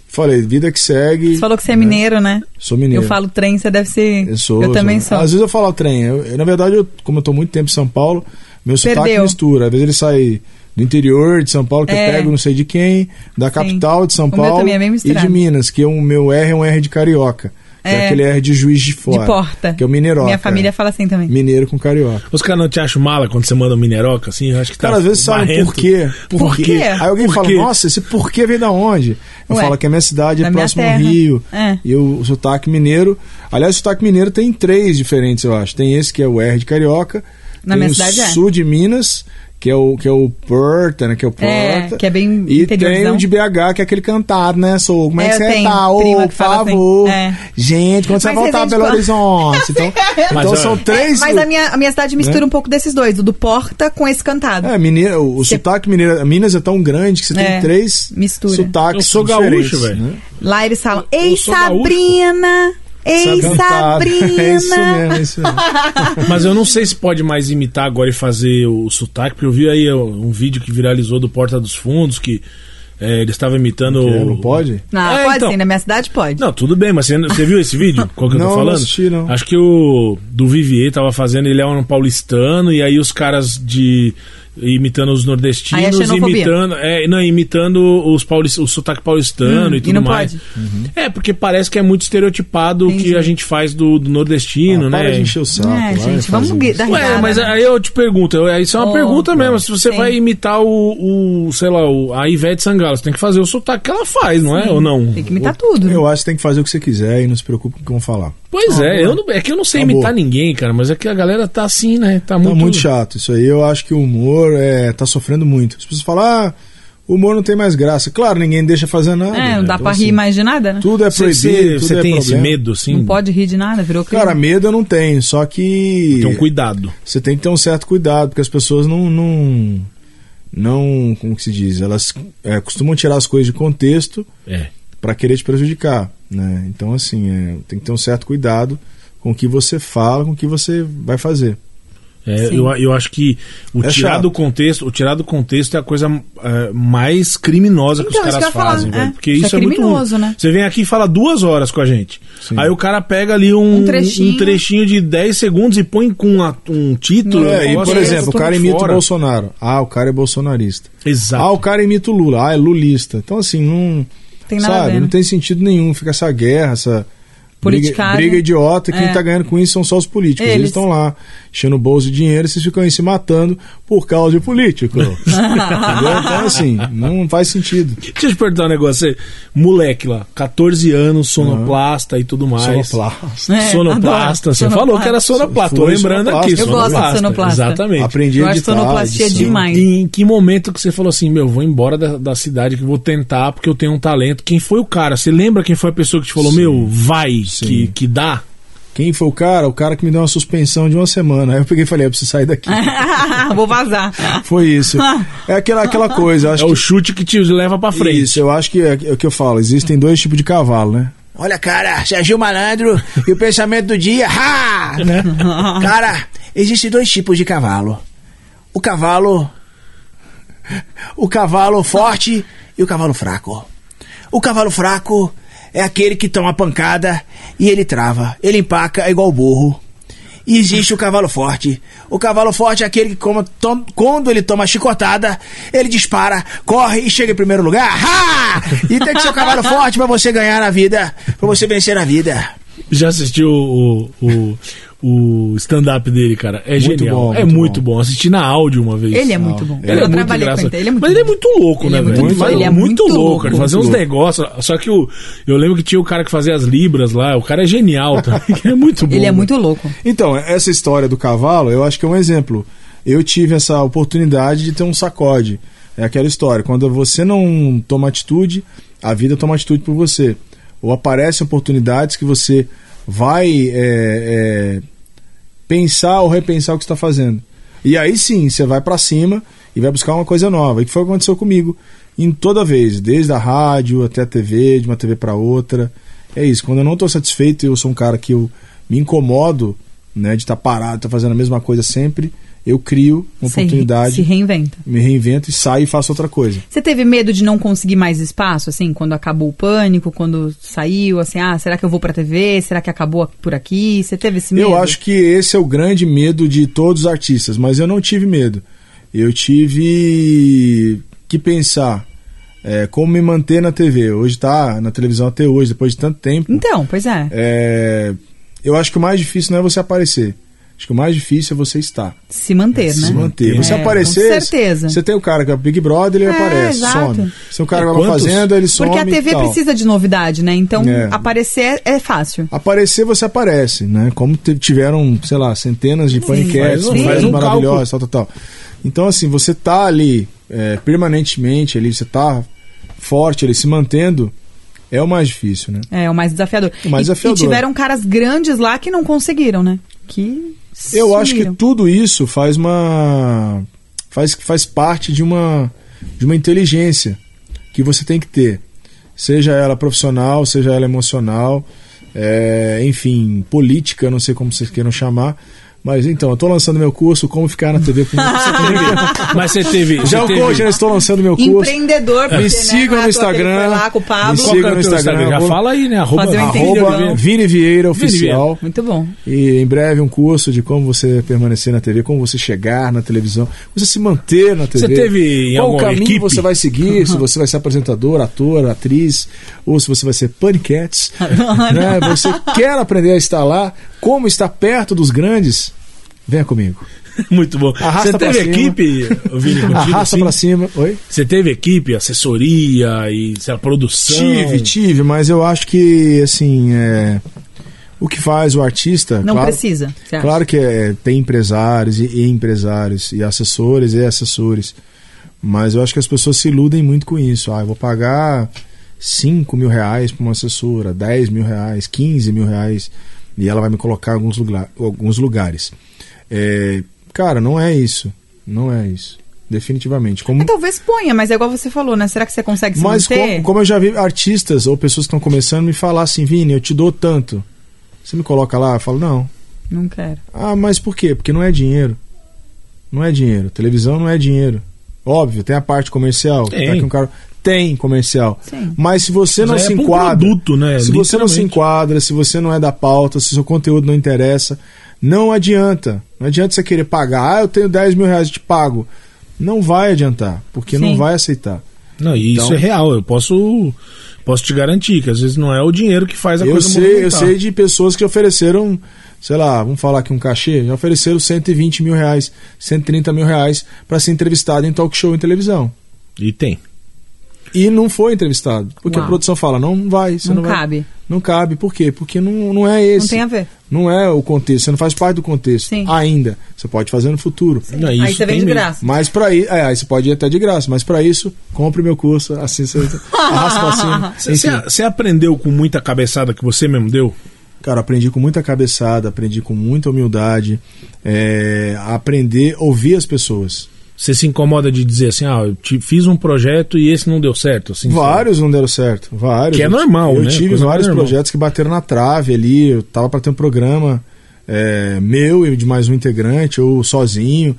[SPEAKER 3] Falei, vida que segue.
[SPEAKER 1] Você falou que você é mineiro, né?
[SPEAKER 3] Sou mineiro.
[SPEAKER 1] Eu falo trem, você deve ser.
[SPEAKER 3] Eu sou.
[SPEAKER 1] eu também sou.
[SPEAKER 3] Às vezes eu falo trem. Eu- eu, na verdade, eu, como eu tô muito tempo em São Paulo, meu sotaque
[SPEAKER 1] Perdeu.
[SPEAKER 3] mistura. Às vezes ele sai do interior de São Paulo, que
[SPEAKER 1] É.
[SPEAKER 3] eu pego não sei de quem, da capital de São
[SPEAKER 1] O meu
[SPEAKER 3] Paulo
[SPEAKER 1] também é bem
[SPEAKER 3] e
[SPEAKER 1] misturado.
[SPEAKER 3] de Minas, que é o meu R é um R de carioca. que É,
[SPEAKER 1] É.
[SPEAKER 3] aquele R de juiz de fora.
[SPEAKER 1] De porta.
[SPEAKER 3] Que é o mineiro.
[SPEAKER 1] Minha família fala assim também.
[SPEAKER 3] Mineiro com carioca.
[SPEAKER 2] Os caras não te acham mala quando você manda um mineroca, assim? Eu acho que tá
[SPEAKER 3] Cara, às vezes sabe
[SPEAKER 2] barrento.
[SPEAKER 3] por quê.
[SPEAKER 1] Por quê?
[SPEAKER 3] Aí alguém
[SPEAKER 2] Por
[SPEAKER 3] fala,
[SPEAKER 2] quê?
[SPEAKER 3] nossa, esse porquê vem da onde? Eu
[SPEAKER 1] Ué,
[SPEAKER 3] falo que a minha cidade
[SPEAKER 1] da
[SPEAKER 3] é
[SPEAKER 1] minha
[SPEAKER 3] próxima ao
[SPEAKER 1] terra.
[SPEAKER 3] Rio.
[SPEAKER 1] É.
[SPEAKER 3] E o, o sotaque mineiro. Aliás, o sotaque mineiro tem três diferentes, eu acho. Tem esse que é o R de Carioca.
[SPEAKER 1] Na
[SPEAKER 3] tem
[SPEAKER 1] minha
[SPEAKER 3] o
[SPEAKER 1] cidade é.
[SPEAKER 3] sul de Minas, que é o que é o Porta, né? Que é o
[SPEAKER 1] É,
[SPEAKER 3] Porta.
[SPEAKER 1] que é bem
[SPEAKER 3] E tem
[SPEAKER 1] interiorzão.
[SPEAKER 3] o de BH, que é aquele cantar, né? Sou, como é,
[SPEAKER 1] É,
[SPEAKER 3] que
[SPEAKER 1] eu
[SPEAKER 3] você
[SPEAKER 1] tenho
[SPEAKER 3] tá?
[SPEAKER 1] prima
[SPEAKER 3] Ô,
[SPEAKER 1] que
[SPEAKER 3] por
[SPEAKER 1] fala assim.
[SPEAKER 3] favor.
[SPEAKER 1] É.
[SPEAKER 3] Gente, quando você
[SPEAKER 1] Mas
[SPEAKER 3] voltar a
[SPEAKER 1] recente,
[SPEAKER 3] Belo
[SPEAKER 1] quando-
[SPEAKER 3] Horizonte?
[SPEAKER 1] (laughs)
[SPEAKER 3] então
[SPEAKER 2] Mas,
[SPEAKER 3] então são
[SPEAKER 2] olha,
[SPEAKER 3] três.
[SPEAKER 1] É, Mas a minha, a minha cidade mistura
[SPEAKER 3] Né?
[SPEAKER 1] um pouco desses dois, o do porta com esse cantado.
[SPEAKER 3] É, mineiro, o
[SPEAKER 1] Cê-
[SPEAKER 3] sotaque mineiro, Minas é tão grande que você
[SPEAKER 1] É,
[SPEAKER 3] tem três
[SPEAKER 1] mistura.
[SPEAKER 3] sotaques.
[SPEAKER 2] Eu sou
[SPEAKER 3] diferentes,
[SPEAKER 2] gaúcho, velho.
[SPEAKER 3] né?
[SPEAKER 1] Lá eles falam, ei
[SPEAKER 2] eu sou gaúcho.
[SPEAKER 1] Sabrina, ei
[SPEAKER 3] Cantado. Então É isso mesmo,
[SPEAKER 1] Sabrina.
[SPEAKER 3] é
[SPEAKER 2] (laughs)
[SPEAKER 3] isso mesmo.
[SPEAKER 2] Mas eu não sei se pode mais imitar agora e fazer o sotaque, porque eu vi aí ó, um vídeo que viralizou do Porta dos Fundos, que é, ele estava imitando.
[SPEAKER 3] É, não pode?
[SPEAKER 1] Não,
[SPEAKER 2] É,
[SPEAKER 1] pode
[SPEAKER 2] então.
[SPEAKER 1] sim, na minha cidade pode.
[SPEAKER 2] Não, tudo bem, mas você, você viu esse
[SPEAKER 3] (laughs)
[SPEAKER 2] vídeo? Qual que eu
[SPEAKER 3] Não,
[SPEAKER 2] tô
[SPEAKER 3] não
[SPEAKER 2] falando?
[SPEAKER 3] assisti, não.
[SPEAKER 2] Acho que o do Vivier tava fazendo, ele é um paulistano, e aí os caras de. imitando os
[SPEAKER 1] Aí é
[SPEAKER 2] nordestinos,
[SPEAKER 1] xenofobia.
[SPEAKER 2] imitando. É, não, imitando os paulis, o sotaque paulistano
[SPEAKER 1] Hum,
[SPEAKER 2] e
[SPEAKER 1] e
[SPEAKER 2] tudo
[SPEAKER 1] não
[SPEAKER 2] mais.
[SPEAKER 1] pode?
[SPEAKER 2] É, porque parece que é muito estereotipado o que
[SPEAKER 1] Entendi.
[SPEAKER 2] a gente faz do, do nordestino,
[SPEAKER 3] Ah,
[SPEAKER 2] né?
[SPEAKER 3] Para de encher o saco.
[SPEAKER 1] É,
[SPEAKER 3] vai,
[SPEAKER 1] gente,
[SPEAKER 3] faz um-
[SPEAKER 1] vamos
[SPEAKER 3] isso.
[SPEAKER 1] gu- dar risada.
[SPEAKER 2] Ué, mas
[SPEAKER 1] né?
[SPEAKER 2] aí eu te pergunto, eu- isso é uma
[SPEAKER 1] Oh,
[SPEAKER 2] pergunta mesmo. Se você
[SPEAKER 1] sim.
[SPEAKER 2] vai imitar o, o, sei lá, o, a Ivete Sangalo, você tem que fazer o sotaque que ela faz, não é? Ou não?
[SPEAKER 1] Tem que imitar tudo. né?
[SPEAKER 3] Eu acho que tem que fazer o que você quiser e não se preocupe com o que vão falar. Tá
[SPEAKER 2] Pois é, eu não- é que eu não sei
[SPEAKER 3] Acabou.
[SPEAKER 2] imitar ninguém, cara, mas é que a galera tá assim, né? Tá
[SPEAKER 3] Tá
[SPEAKER 2] muito.
[SPEAKER 3] muito chato. Isso aí eu acho que o humor é, tá sofrendo muito. As pessoas falam, ah, o humor não tem mais graça. Claro, ninguém deixa fazer nada.
[SPEAKER 1] É, não
[SPEAKER 3] né?
[SPEAKER 1] dá
[SPEAKER 3] Então,
[SPEAKER 1] pra rir
[SPEAKER 3] assim,
[SPEAKER 1] mais de nada, né?
[SPEAKER 3] Tudo é
[SPEAKER 2] Você,
[SPEAKER 3] proibido.
[SPEAKER 2] você,
[SPEAKER 3] tudo
[SPEAKER 2] você
[SPEAKER 3] é
[SPEAKER 2] tem esse
[SPEAKER 3] problema.
[SPEAKER 2] medo, assim?
[SPEAKER 1] Não pode rir de nada, virou crime.
[SPEAKER 3] Cara, medo eu não tenho, só que.
[SPEAKER 2] Então, cuidado.
[SPEAKER 3] você tem que ter um certo cuidado, porque as pessoas não. não, não como que se diz? Elas é, costumam tirar as coisas de contexto
[SPEAKER 2] É.
[SPEAKER 3] para querer te prejudicar. Né? Então, assim, é, tem que ter um certo cuidado com o que você fala, com o que você vai fazer.
[SPEAKER 2] É,
[SPEAKER 1] Sim.
[SPEAKER 2] eu, eu acho que o
[SPEAKER 3] É
[SPEAKER 2] tirar
[SPEAKER 3] chato.
[SPEAKER 2] do contexto, o tirar do contexto é a coisa é, mais criminosa que
[SPEAKER 1] Então,
[SPEAKER 2] os
[SPEAKER 1] isso
[SPEAKER 2] caras
[SPEAKER 1] que eu ia falar,
[SPEAKER 2] fazem,
[SPEAKER 1] é.
[SPEAKER 2] velho. Porque
[SPEAKER 1] Isso
[SPEAKER 2] isso,
[SPEAKER 1] é
[SPEAKER 2] é, muito
[SPEAKER 1] criminoso, né?
[SPEAKER 2] Você vem aqui e fala duas horas com a gente.
[SPEAKER 3] Sim.
[SPEAKER 2] Aí o cara pega ali um,
[SPEAKER 1] Um trechinho.
[SPEAKER 2] um trechinho de 10 segundos e põe com uma- um título.
[SPEAKER 1] Não,
[SPEAKER 2] um
[SPEAKER 3] É, e,
[SPEAKER 2] negócio
[SPEAKER 3] por
[SPEAKER 2] que
[SPEAKER 3] exemplo,
[SPEAKER 2] eu
[SPEAKER 3] o
[SPEAKER 2] tô
[SPEAKER 3] cara imita
[SPEAKER 2] fora.
[SPEAKER 3] o Bolsonaro. Ah, o cara é bolsonarista.
[SPEAKER 2] Exato.
[SPEAKER 3] Ah, o cara imita o Lula. Ah, é lulista. Então, assim, não.
[SPEAKER 1] Tem nada a
[SPEAKER 3] sabe,
[SPEAKER 1] ver,
[SPEAKER 3] não
[SPEAKER 1] né?
[SPEAKER 3] tem sentido nenhum. Fica essa guerra, essa. Briga,
[SPEAKER 1] Politicagem.
[SPEAKER 3] briga idiota, e quem
[SPEAKER 1] É.
[SPEAKER 3] tá ganhando com isso são só os políticos.
[SPEAKER 1] Eles.
[SPEAKER 3] Eles estão lá, enchendo o bolso de dinheiro e vocês ficam aí se matando por causa de
[SPEAKER 1] (laughs)
[SPEAKER 3] político. Entendeu? Então, assim, não faz sentido.
[SPEAKER 2] Deixa eu te perguntar um negócio. Você, moleque lá, 14 anos, sonoplasta e tudo mais.
[SPEAKER 3] Sonoplasta.
[SPEAKER 1] É,
[SPEAKER 2] sonoplasta,
[SPEAKER 1] adoro.
[SPEAKER 2] você falou que era sonoplasta, tô
[SPEAKER 3] Foi
[SPEAKER 2] lembrando
[SPEAKER 3] sonoplasta.
[SPEAKER 2] aqui.
[SPEAKER 3] Eu
[SPEAKER 1] gosto de sonoplasta.
[SPEAKER 2] Exatamente.
[SPEAKER 3] Aprendi
[SPEAKER 1] Eu
[SPEAKER 3] a
[SPEAKER 1] acho
[SPEAKER 3] editar,
[SPEAKER 1] sonoplastia
[SPEAKER 3] edição.
[SPEAKER 1] demais. (laughs)
[SPEAKER 2] E em que momento que você falou assim, meu, vou embora da, da cidade que vou tentar porque eu tenho um talento? Quem foi o cara? Você lembra quem foi a pessoa que te falou, meu, vai, que, que dá?
[SPEAKER 3] Quem foi o cara? O cara que me deu uma suspensão de uma semana. Aí eu peguei e falei, "É, eu preciso sair
[SPEAKER 1] (laughs)
[SPEAKER 3] daqui.
[SPEAKER 1] Vou vazar.
[SPEAKER 3] Foi isso. É aquela, aquela coisa. eu Acho
[SPEAKER 2] É o chute que te leva pra
[SPEAKER 3] que,
[SPEAKER 2] frente.
[SPEAKER 3] Isso, eu acho que é, é o que eu falo. Existem dois tipos de cavalo, né? Olha, cara, Serginho Malandro e o pensamento do dia. Ha! Né? (laughs) Cara, existem dois tipos de cavalo. O cavalo... O cavalo forte e o cavalo fraco. O cavalo fraco é aquele que toma pancada e ele trava. Ele empaca é igual o burro. E existe o cavalo forte. O cavalo forte é aquele que, como tom- quando ele toma chicotada, ele dispara, corre e chega em primeiro lugar. Ha! E tem que ser o cavalo forte pra você ganhar na vida, pra você vencer na vida.
[SPEAKER 2] Já assistiu o, o, o stand-up dele, cara? É genial.
[SPEAKER 3] bom,
[SPEAKER 2] é
[SPEAKER 3] muito
[SPEAKER 2] muito bom. Assisti na áudio uma vez.
[SPEAKER 1] Ele é muito bom.
[SPEAKER 2] Ele é
[SPEAKER 1] eu
[SPEAKER 2] muito
[SPEAKER 1] trabalhei
[SPEAKER 2] engraçado.
[SPEAKER 1] com ele. Ele é muito
[SPEAKER 2] Mas ele é muito louco,
[SPEAKER 1] Ele
[SPEAKER 2] né,
[SPEAKER 1] é muito
[SPEAKER 2] velho?
[SPEAKER 1] louco.
[SPEAKER 2] faz-
[SPEAKER 1] Ele é muito louco.
[SPEAKER 2] Ele fazia uns
[SPEAKER 3] Muito louco.
[SPEAKER 2] negócios. Só que o, eu lembro que tinha o cara que fazia as libras lá. O cara é genial, tá? (laughs) Ele é muito bom.
[SPEAKER 1] Ele é
[SPEAKER 2] né?
[SPEAKER 1] muito louco.
[SPEAKER 3] Então, essa história do cavalo, eu acho que é um exemplo. Eu tive essa oportunidade de ter um sacode. É aquela história, quando você não toma atitude, a vida toma atitude por você. Ou aparecem oportunidades que você vai é, é, pensar ou repensar o que está fazendo. E aí sim, você vai para cima e vai buscar uma coisa nova. E que foi o que aconteceu comigo em toda vez, desde a rádio até a TV, de uma TV para outra. É isso, quando eu não tô satisfeito, eu sou um cara que eu me incomodo, né, de estar parado, estar fazendo a mesma coisa sempre, eu crio uma
[SPEAKER 1] Se re-
[SPEAKER 3] oportunidade,
[SPEAKER 1] Se reinventa.
[SPEAKER 3] me reinvento e saio e faço outra coisa.
[SPEAKER 1] Você teve medo de não conseguir mais espaço, assim, quando acabou o pânico, quando saiu, assim, ah, será que eu vou pra TV? Será que acabou por aqui? Você teve esse medo?
[SPEAKER 3] Eu acho que esse é o grande medo de todos os artistas, mas eu não tive medo. Eu tive que pensar é, como me manter na TV. Hoje tá na televisão até hoje, depois de tanto tempo.
[SPEAKER 1] Então, pois é.
[SPEAKER 3] É, eu acho que o mais difícil não é você aparecer. Acho que o mais difícil é você estar,
[SPEAKER 1] Se manter, né?
[SPEAKER 3] se manter. Você
[SPEAKER 1] É,
[SPEAKER 3] aparecer,
[SPEAKER 1] com certeza.
[SPEAKER 3] você tem o cara que é o Big Brother, ele
[SPEAKER 1] É,
[SPEAKER 3] aparece,
[SPEAKER 1] exato.
[SPEAKER 3] some. Se o cara
[SPEAKER 2] E
[SPEAKER 3] vai pra
[SPEAKER 2] quantos?
[SPEAKER 3] fazenda, ele some
[SPEAKER 1] Porque a TV
[SPEAKER 3] e tal.
[SPEAKER 1] precisa de novidade, né? Então,
[SPEAKER 3] É.
[SPEAKER 1] aparecer é fácil.
[SPEAKER 3] Aparecer, você aparece, né? Como te- tiveram, sei lá, centenas de
[SPEAKER 2] Faz
[SPEAKER 3] panicasts,
[SPEAKER 2] um-
[SPEAKER 1] faz
[SPEAKER 3] coisas
[SPEAKER 2] um
[SPEAKER 3] maravilhosas, tal, tal, tal. Então, assim, você tá ali é, permanentemente, ali, você tá forte, ali, se mantendo, é o mais difícil, né?
[SPEAKER 1] É, o mais desafiador.
[SPEAKER 3] O
[SPEAKER 1] E-
[SPEAKER 3] mais desafiador.
[SPEAKER 1] E, tiveram caras grandes lá que não conseguiram, né? Que
[SPEAKER 3] Eu acho que
[SPEAKER 1] sumiram.
[SPEAKER 3] tudo isso faz uma. faz, faz parte de uma, de uma inteligência que você tem que ter. Seja ela profissional, seja ela emocional, é, enfim, política, não sei como vocês queiram chamar. Mas então, eu estou lançando meu curso, Como Ficar na TV por Muito Tempo.
[SPEAKER 2] Mas você teve.
[SPEAKER 3] Já
[SPEAKER 2] você
[SPEAKER 3] o
[SPEAKER 2] teve...
[SPEAKER 3] coach, eu estou lançando meu curso.
[SPEAKER 1] Empreendedor, porque,
[SPEAKER 3] Me
[SPEAKER 1] né,
[SPEAKER 3] sigam
[SPEAKER 1] não é à
[SPEAKER 3] no
[SPEAKER 1] toa que ele
[SPEAKER 3] Instagram,
[SPEAKER 1] Foi lá com o Pablo.
[SPEAKER 2] Qual
[SPEAKER 3] me
[SPEAKER 2] que é o
[SPEAKER 3] Siga no
[SPEAKER 2] teu Instagram?
[SPEAKER 3] Instagram,
[SPEAKER 2] Já
[SPEAKER 3] vou-
[SPEAKER 2] fala aí, né? Arroba,
[SPEAKER 1] Fazer um entendimento.
[SPEAKER 2] arroba
[SPEAKER 3] Arroba Vini Vieira
[SPEAKER 2] Vieira.
[SPEAKER 3] Oficial.
[SPEAKER 1] Muito bom.
[SPEAKER 3] E em breve um curso de como você permanecer na TV, como você chegar na televisão, como você se manter na TV.
[SPEAKER 2] Você teve em
[SPEAKER 3] Qual o
[SPEAKER 2] alguma
[SPEAKER 3] caminho
[SPEAKER 2] equipe?
[SPEAKER 3] você vai seguir, (laughs) se você vai ser apresentador, ator, atriz, ou se você vai ser (laughs) paniquetes. né? Você quer aprender a estar lá, como estar perto dos grandes? Venha comigo.
[SPEAKER 2] Muito bom.
[SPEAKER 3] Arrasta
[SPEAKER 2] você
[SPEAKER 3] pra
[SPEAKER 2] teve
[SPEAKER 3] cima.
[SPEAKER 2] equipe, Vini, contigo?
[SPEAKER 3] Arrasta
[SPEAKER 2] assim?
[SPEAKER 3] pra cima. Oi?
[SPEAKER 2] Você teve equipe, assessoria e sei lá, produção?
[SPEAKER 3] Tive, tive, mas eu acho que, assim, é, o que faz o artista.
[SPEAKER 1] Não
[SPEAKER 3] claro,
[SPEAKER 1] precisa. você acha?
[SPEAKER 3] Claro que é, tem empresários e, e empresários, e assessores e assessores. Mas eu acho que as pessoas se iludem muito com isso. Ah, eu vou pagar 5 mil reais para uma assessora, 10 mil reais, 15 mil reais, e ela vai me colocar em alguns, lugar, alguns lugares. É, cara, não é isso. Não é isso. Definitivamente. Como,
[SPEAKER 1] Mas talvez ponha, mas é igual você falou, né? Será que você consegue se
[SPEAKER 3] mas
[SPEAKER 1] manter?
[SPEAKER 3] como, como eu já vi artistas ou pessoas que estão começando me falar assim, Vini, eu te dou tanto. Você me coloca lá? Eu falo, não.
[SPEAKER 1] Não quero.
[SPEAKER 3] Ah, mas por quê? Porque não é dinheiro. Não é dinheiro. Televisão não é dinheiro. Óbvio, tem a parte comercial.
[SPEAKER 2] Tem.
[SPEAKER 3] Tá aqui um cara... Tem comercial.
[SPEAKER 1] Sim.
[SPEAKER 3] Mas se você
[SPEAKER 2] Mas
[SPEAKER 3] não
[SPEAKER 2] aí
[SPEAKER 3] se
[SPEAKER 2] é pra um
[SPEAKER 3] enquadra.
[SPEAKER 2] produto, né?
[SPEAKER 3] Se você não
[SPEAKER 2] Literalmente.
[SPEAKER 3] se enquadra, se você não é da pauta, se seu conteúdo não interessa, não adianta. Não adianta você querer pagar. Ah, eu tenho 10 mil reais, eu te pago. Não vai adiantar, porque não
[SPEAKER 1] Sim.
[SPEAKER 3] vai aceitar.
[SPEAKER 2] Não, e isso
[SPEAKER 3] Então-
[SPEAKER 2] é real. Eu posso, posso te garantir que às vezes não é o dinheiro que faz a
[SPEAKER 3] Eu
[SPEAKER 2] coisa
[SPEAKER 3] sei, eu
[SPEAKER 2] movimentar.
[SPEAKER 3] sei de pessoas que ofereceram, sei lá, vamos falar aqui um cachê, já ofereceram 120 mil reais, 130 mil reais para ser entrevistado em talk show em televisão.
[SPEAKER 2] E tem.
[SPEAKER 3] e não foi entrevistado. Porque
[SPEAKER 1] Uau.
[SPEAKER 3] a produção fala, não vai, você
[SPEAKER 1] Não
[SPEAKER 3] não,
[SPEAKER 2] é
[SPEAKER 3] vai.
[SPEAKER 1] cabe.
[SPEAKER 3] Não cabe, por quê? Porque não, não é
[SPEAKER 1] Não
[SPEAKER 3] esse.
[SPEAKER 1] tem a ver.
[SPEAKER 3] Não é o contexto, você não faz parte do contexto
[SPEAKER 1] Sim.
[SPEAKER 3] ainda. Você pode fazer no futuro.
[SPEAKER 2] Não,
[SPEAKER 1] Aí
[SPEAKER 2] isso
[SPEAKER 1] você vem
[SPEAKER 2] tem
[SPEAKER 1] de
[SPEAKER 2] mesmo.
[SPEAKER 1] graça.
[SPEAKER 3] Mas para isso, é, aí você pode ir até de graça, mas para isso, compre meu curso,
[SPEAKER 1] (laughs)
[SPEAKER 3] assim você arrasta pra cima.
[SPEAKER 2] Você- Você você aprendeu com muita cabeçada que você mesmo deu?
[SPEAKER 3] Cara, aprendi com muita cabeçada, aprendi com muita humildade, é, a aprender a ouvir as pessoas.
[SPEAKER 2] Você se incomoda de dizer assim, ah, eu te- fiz um projeto e esse não deu certo? Assim,
[SPEAKER 3] Vários não deram certo, vários.
[SPEAKER 2] Que é
[SPEAKER 3] Eu-
[SPEAKER 2] normal,
[SPEAKER 3] eu
[SPEAKER 2] né?
[SPEAKER 3] tive
[SPEAKER 2] Coisa
[SPEAKER 3] vários
[SPEAKER 2] normal.
[SPEAKER 3] projetos que bateram na trave ali, eu tava para ter um programa é, meu e de mais um integrante, ou sozinho.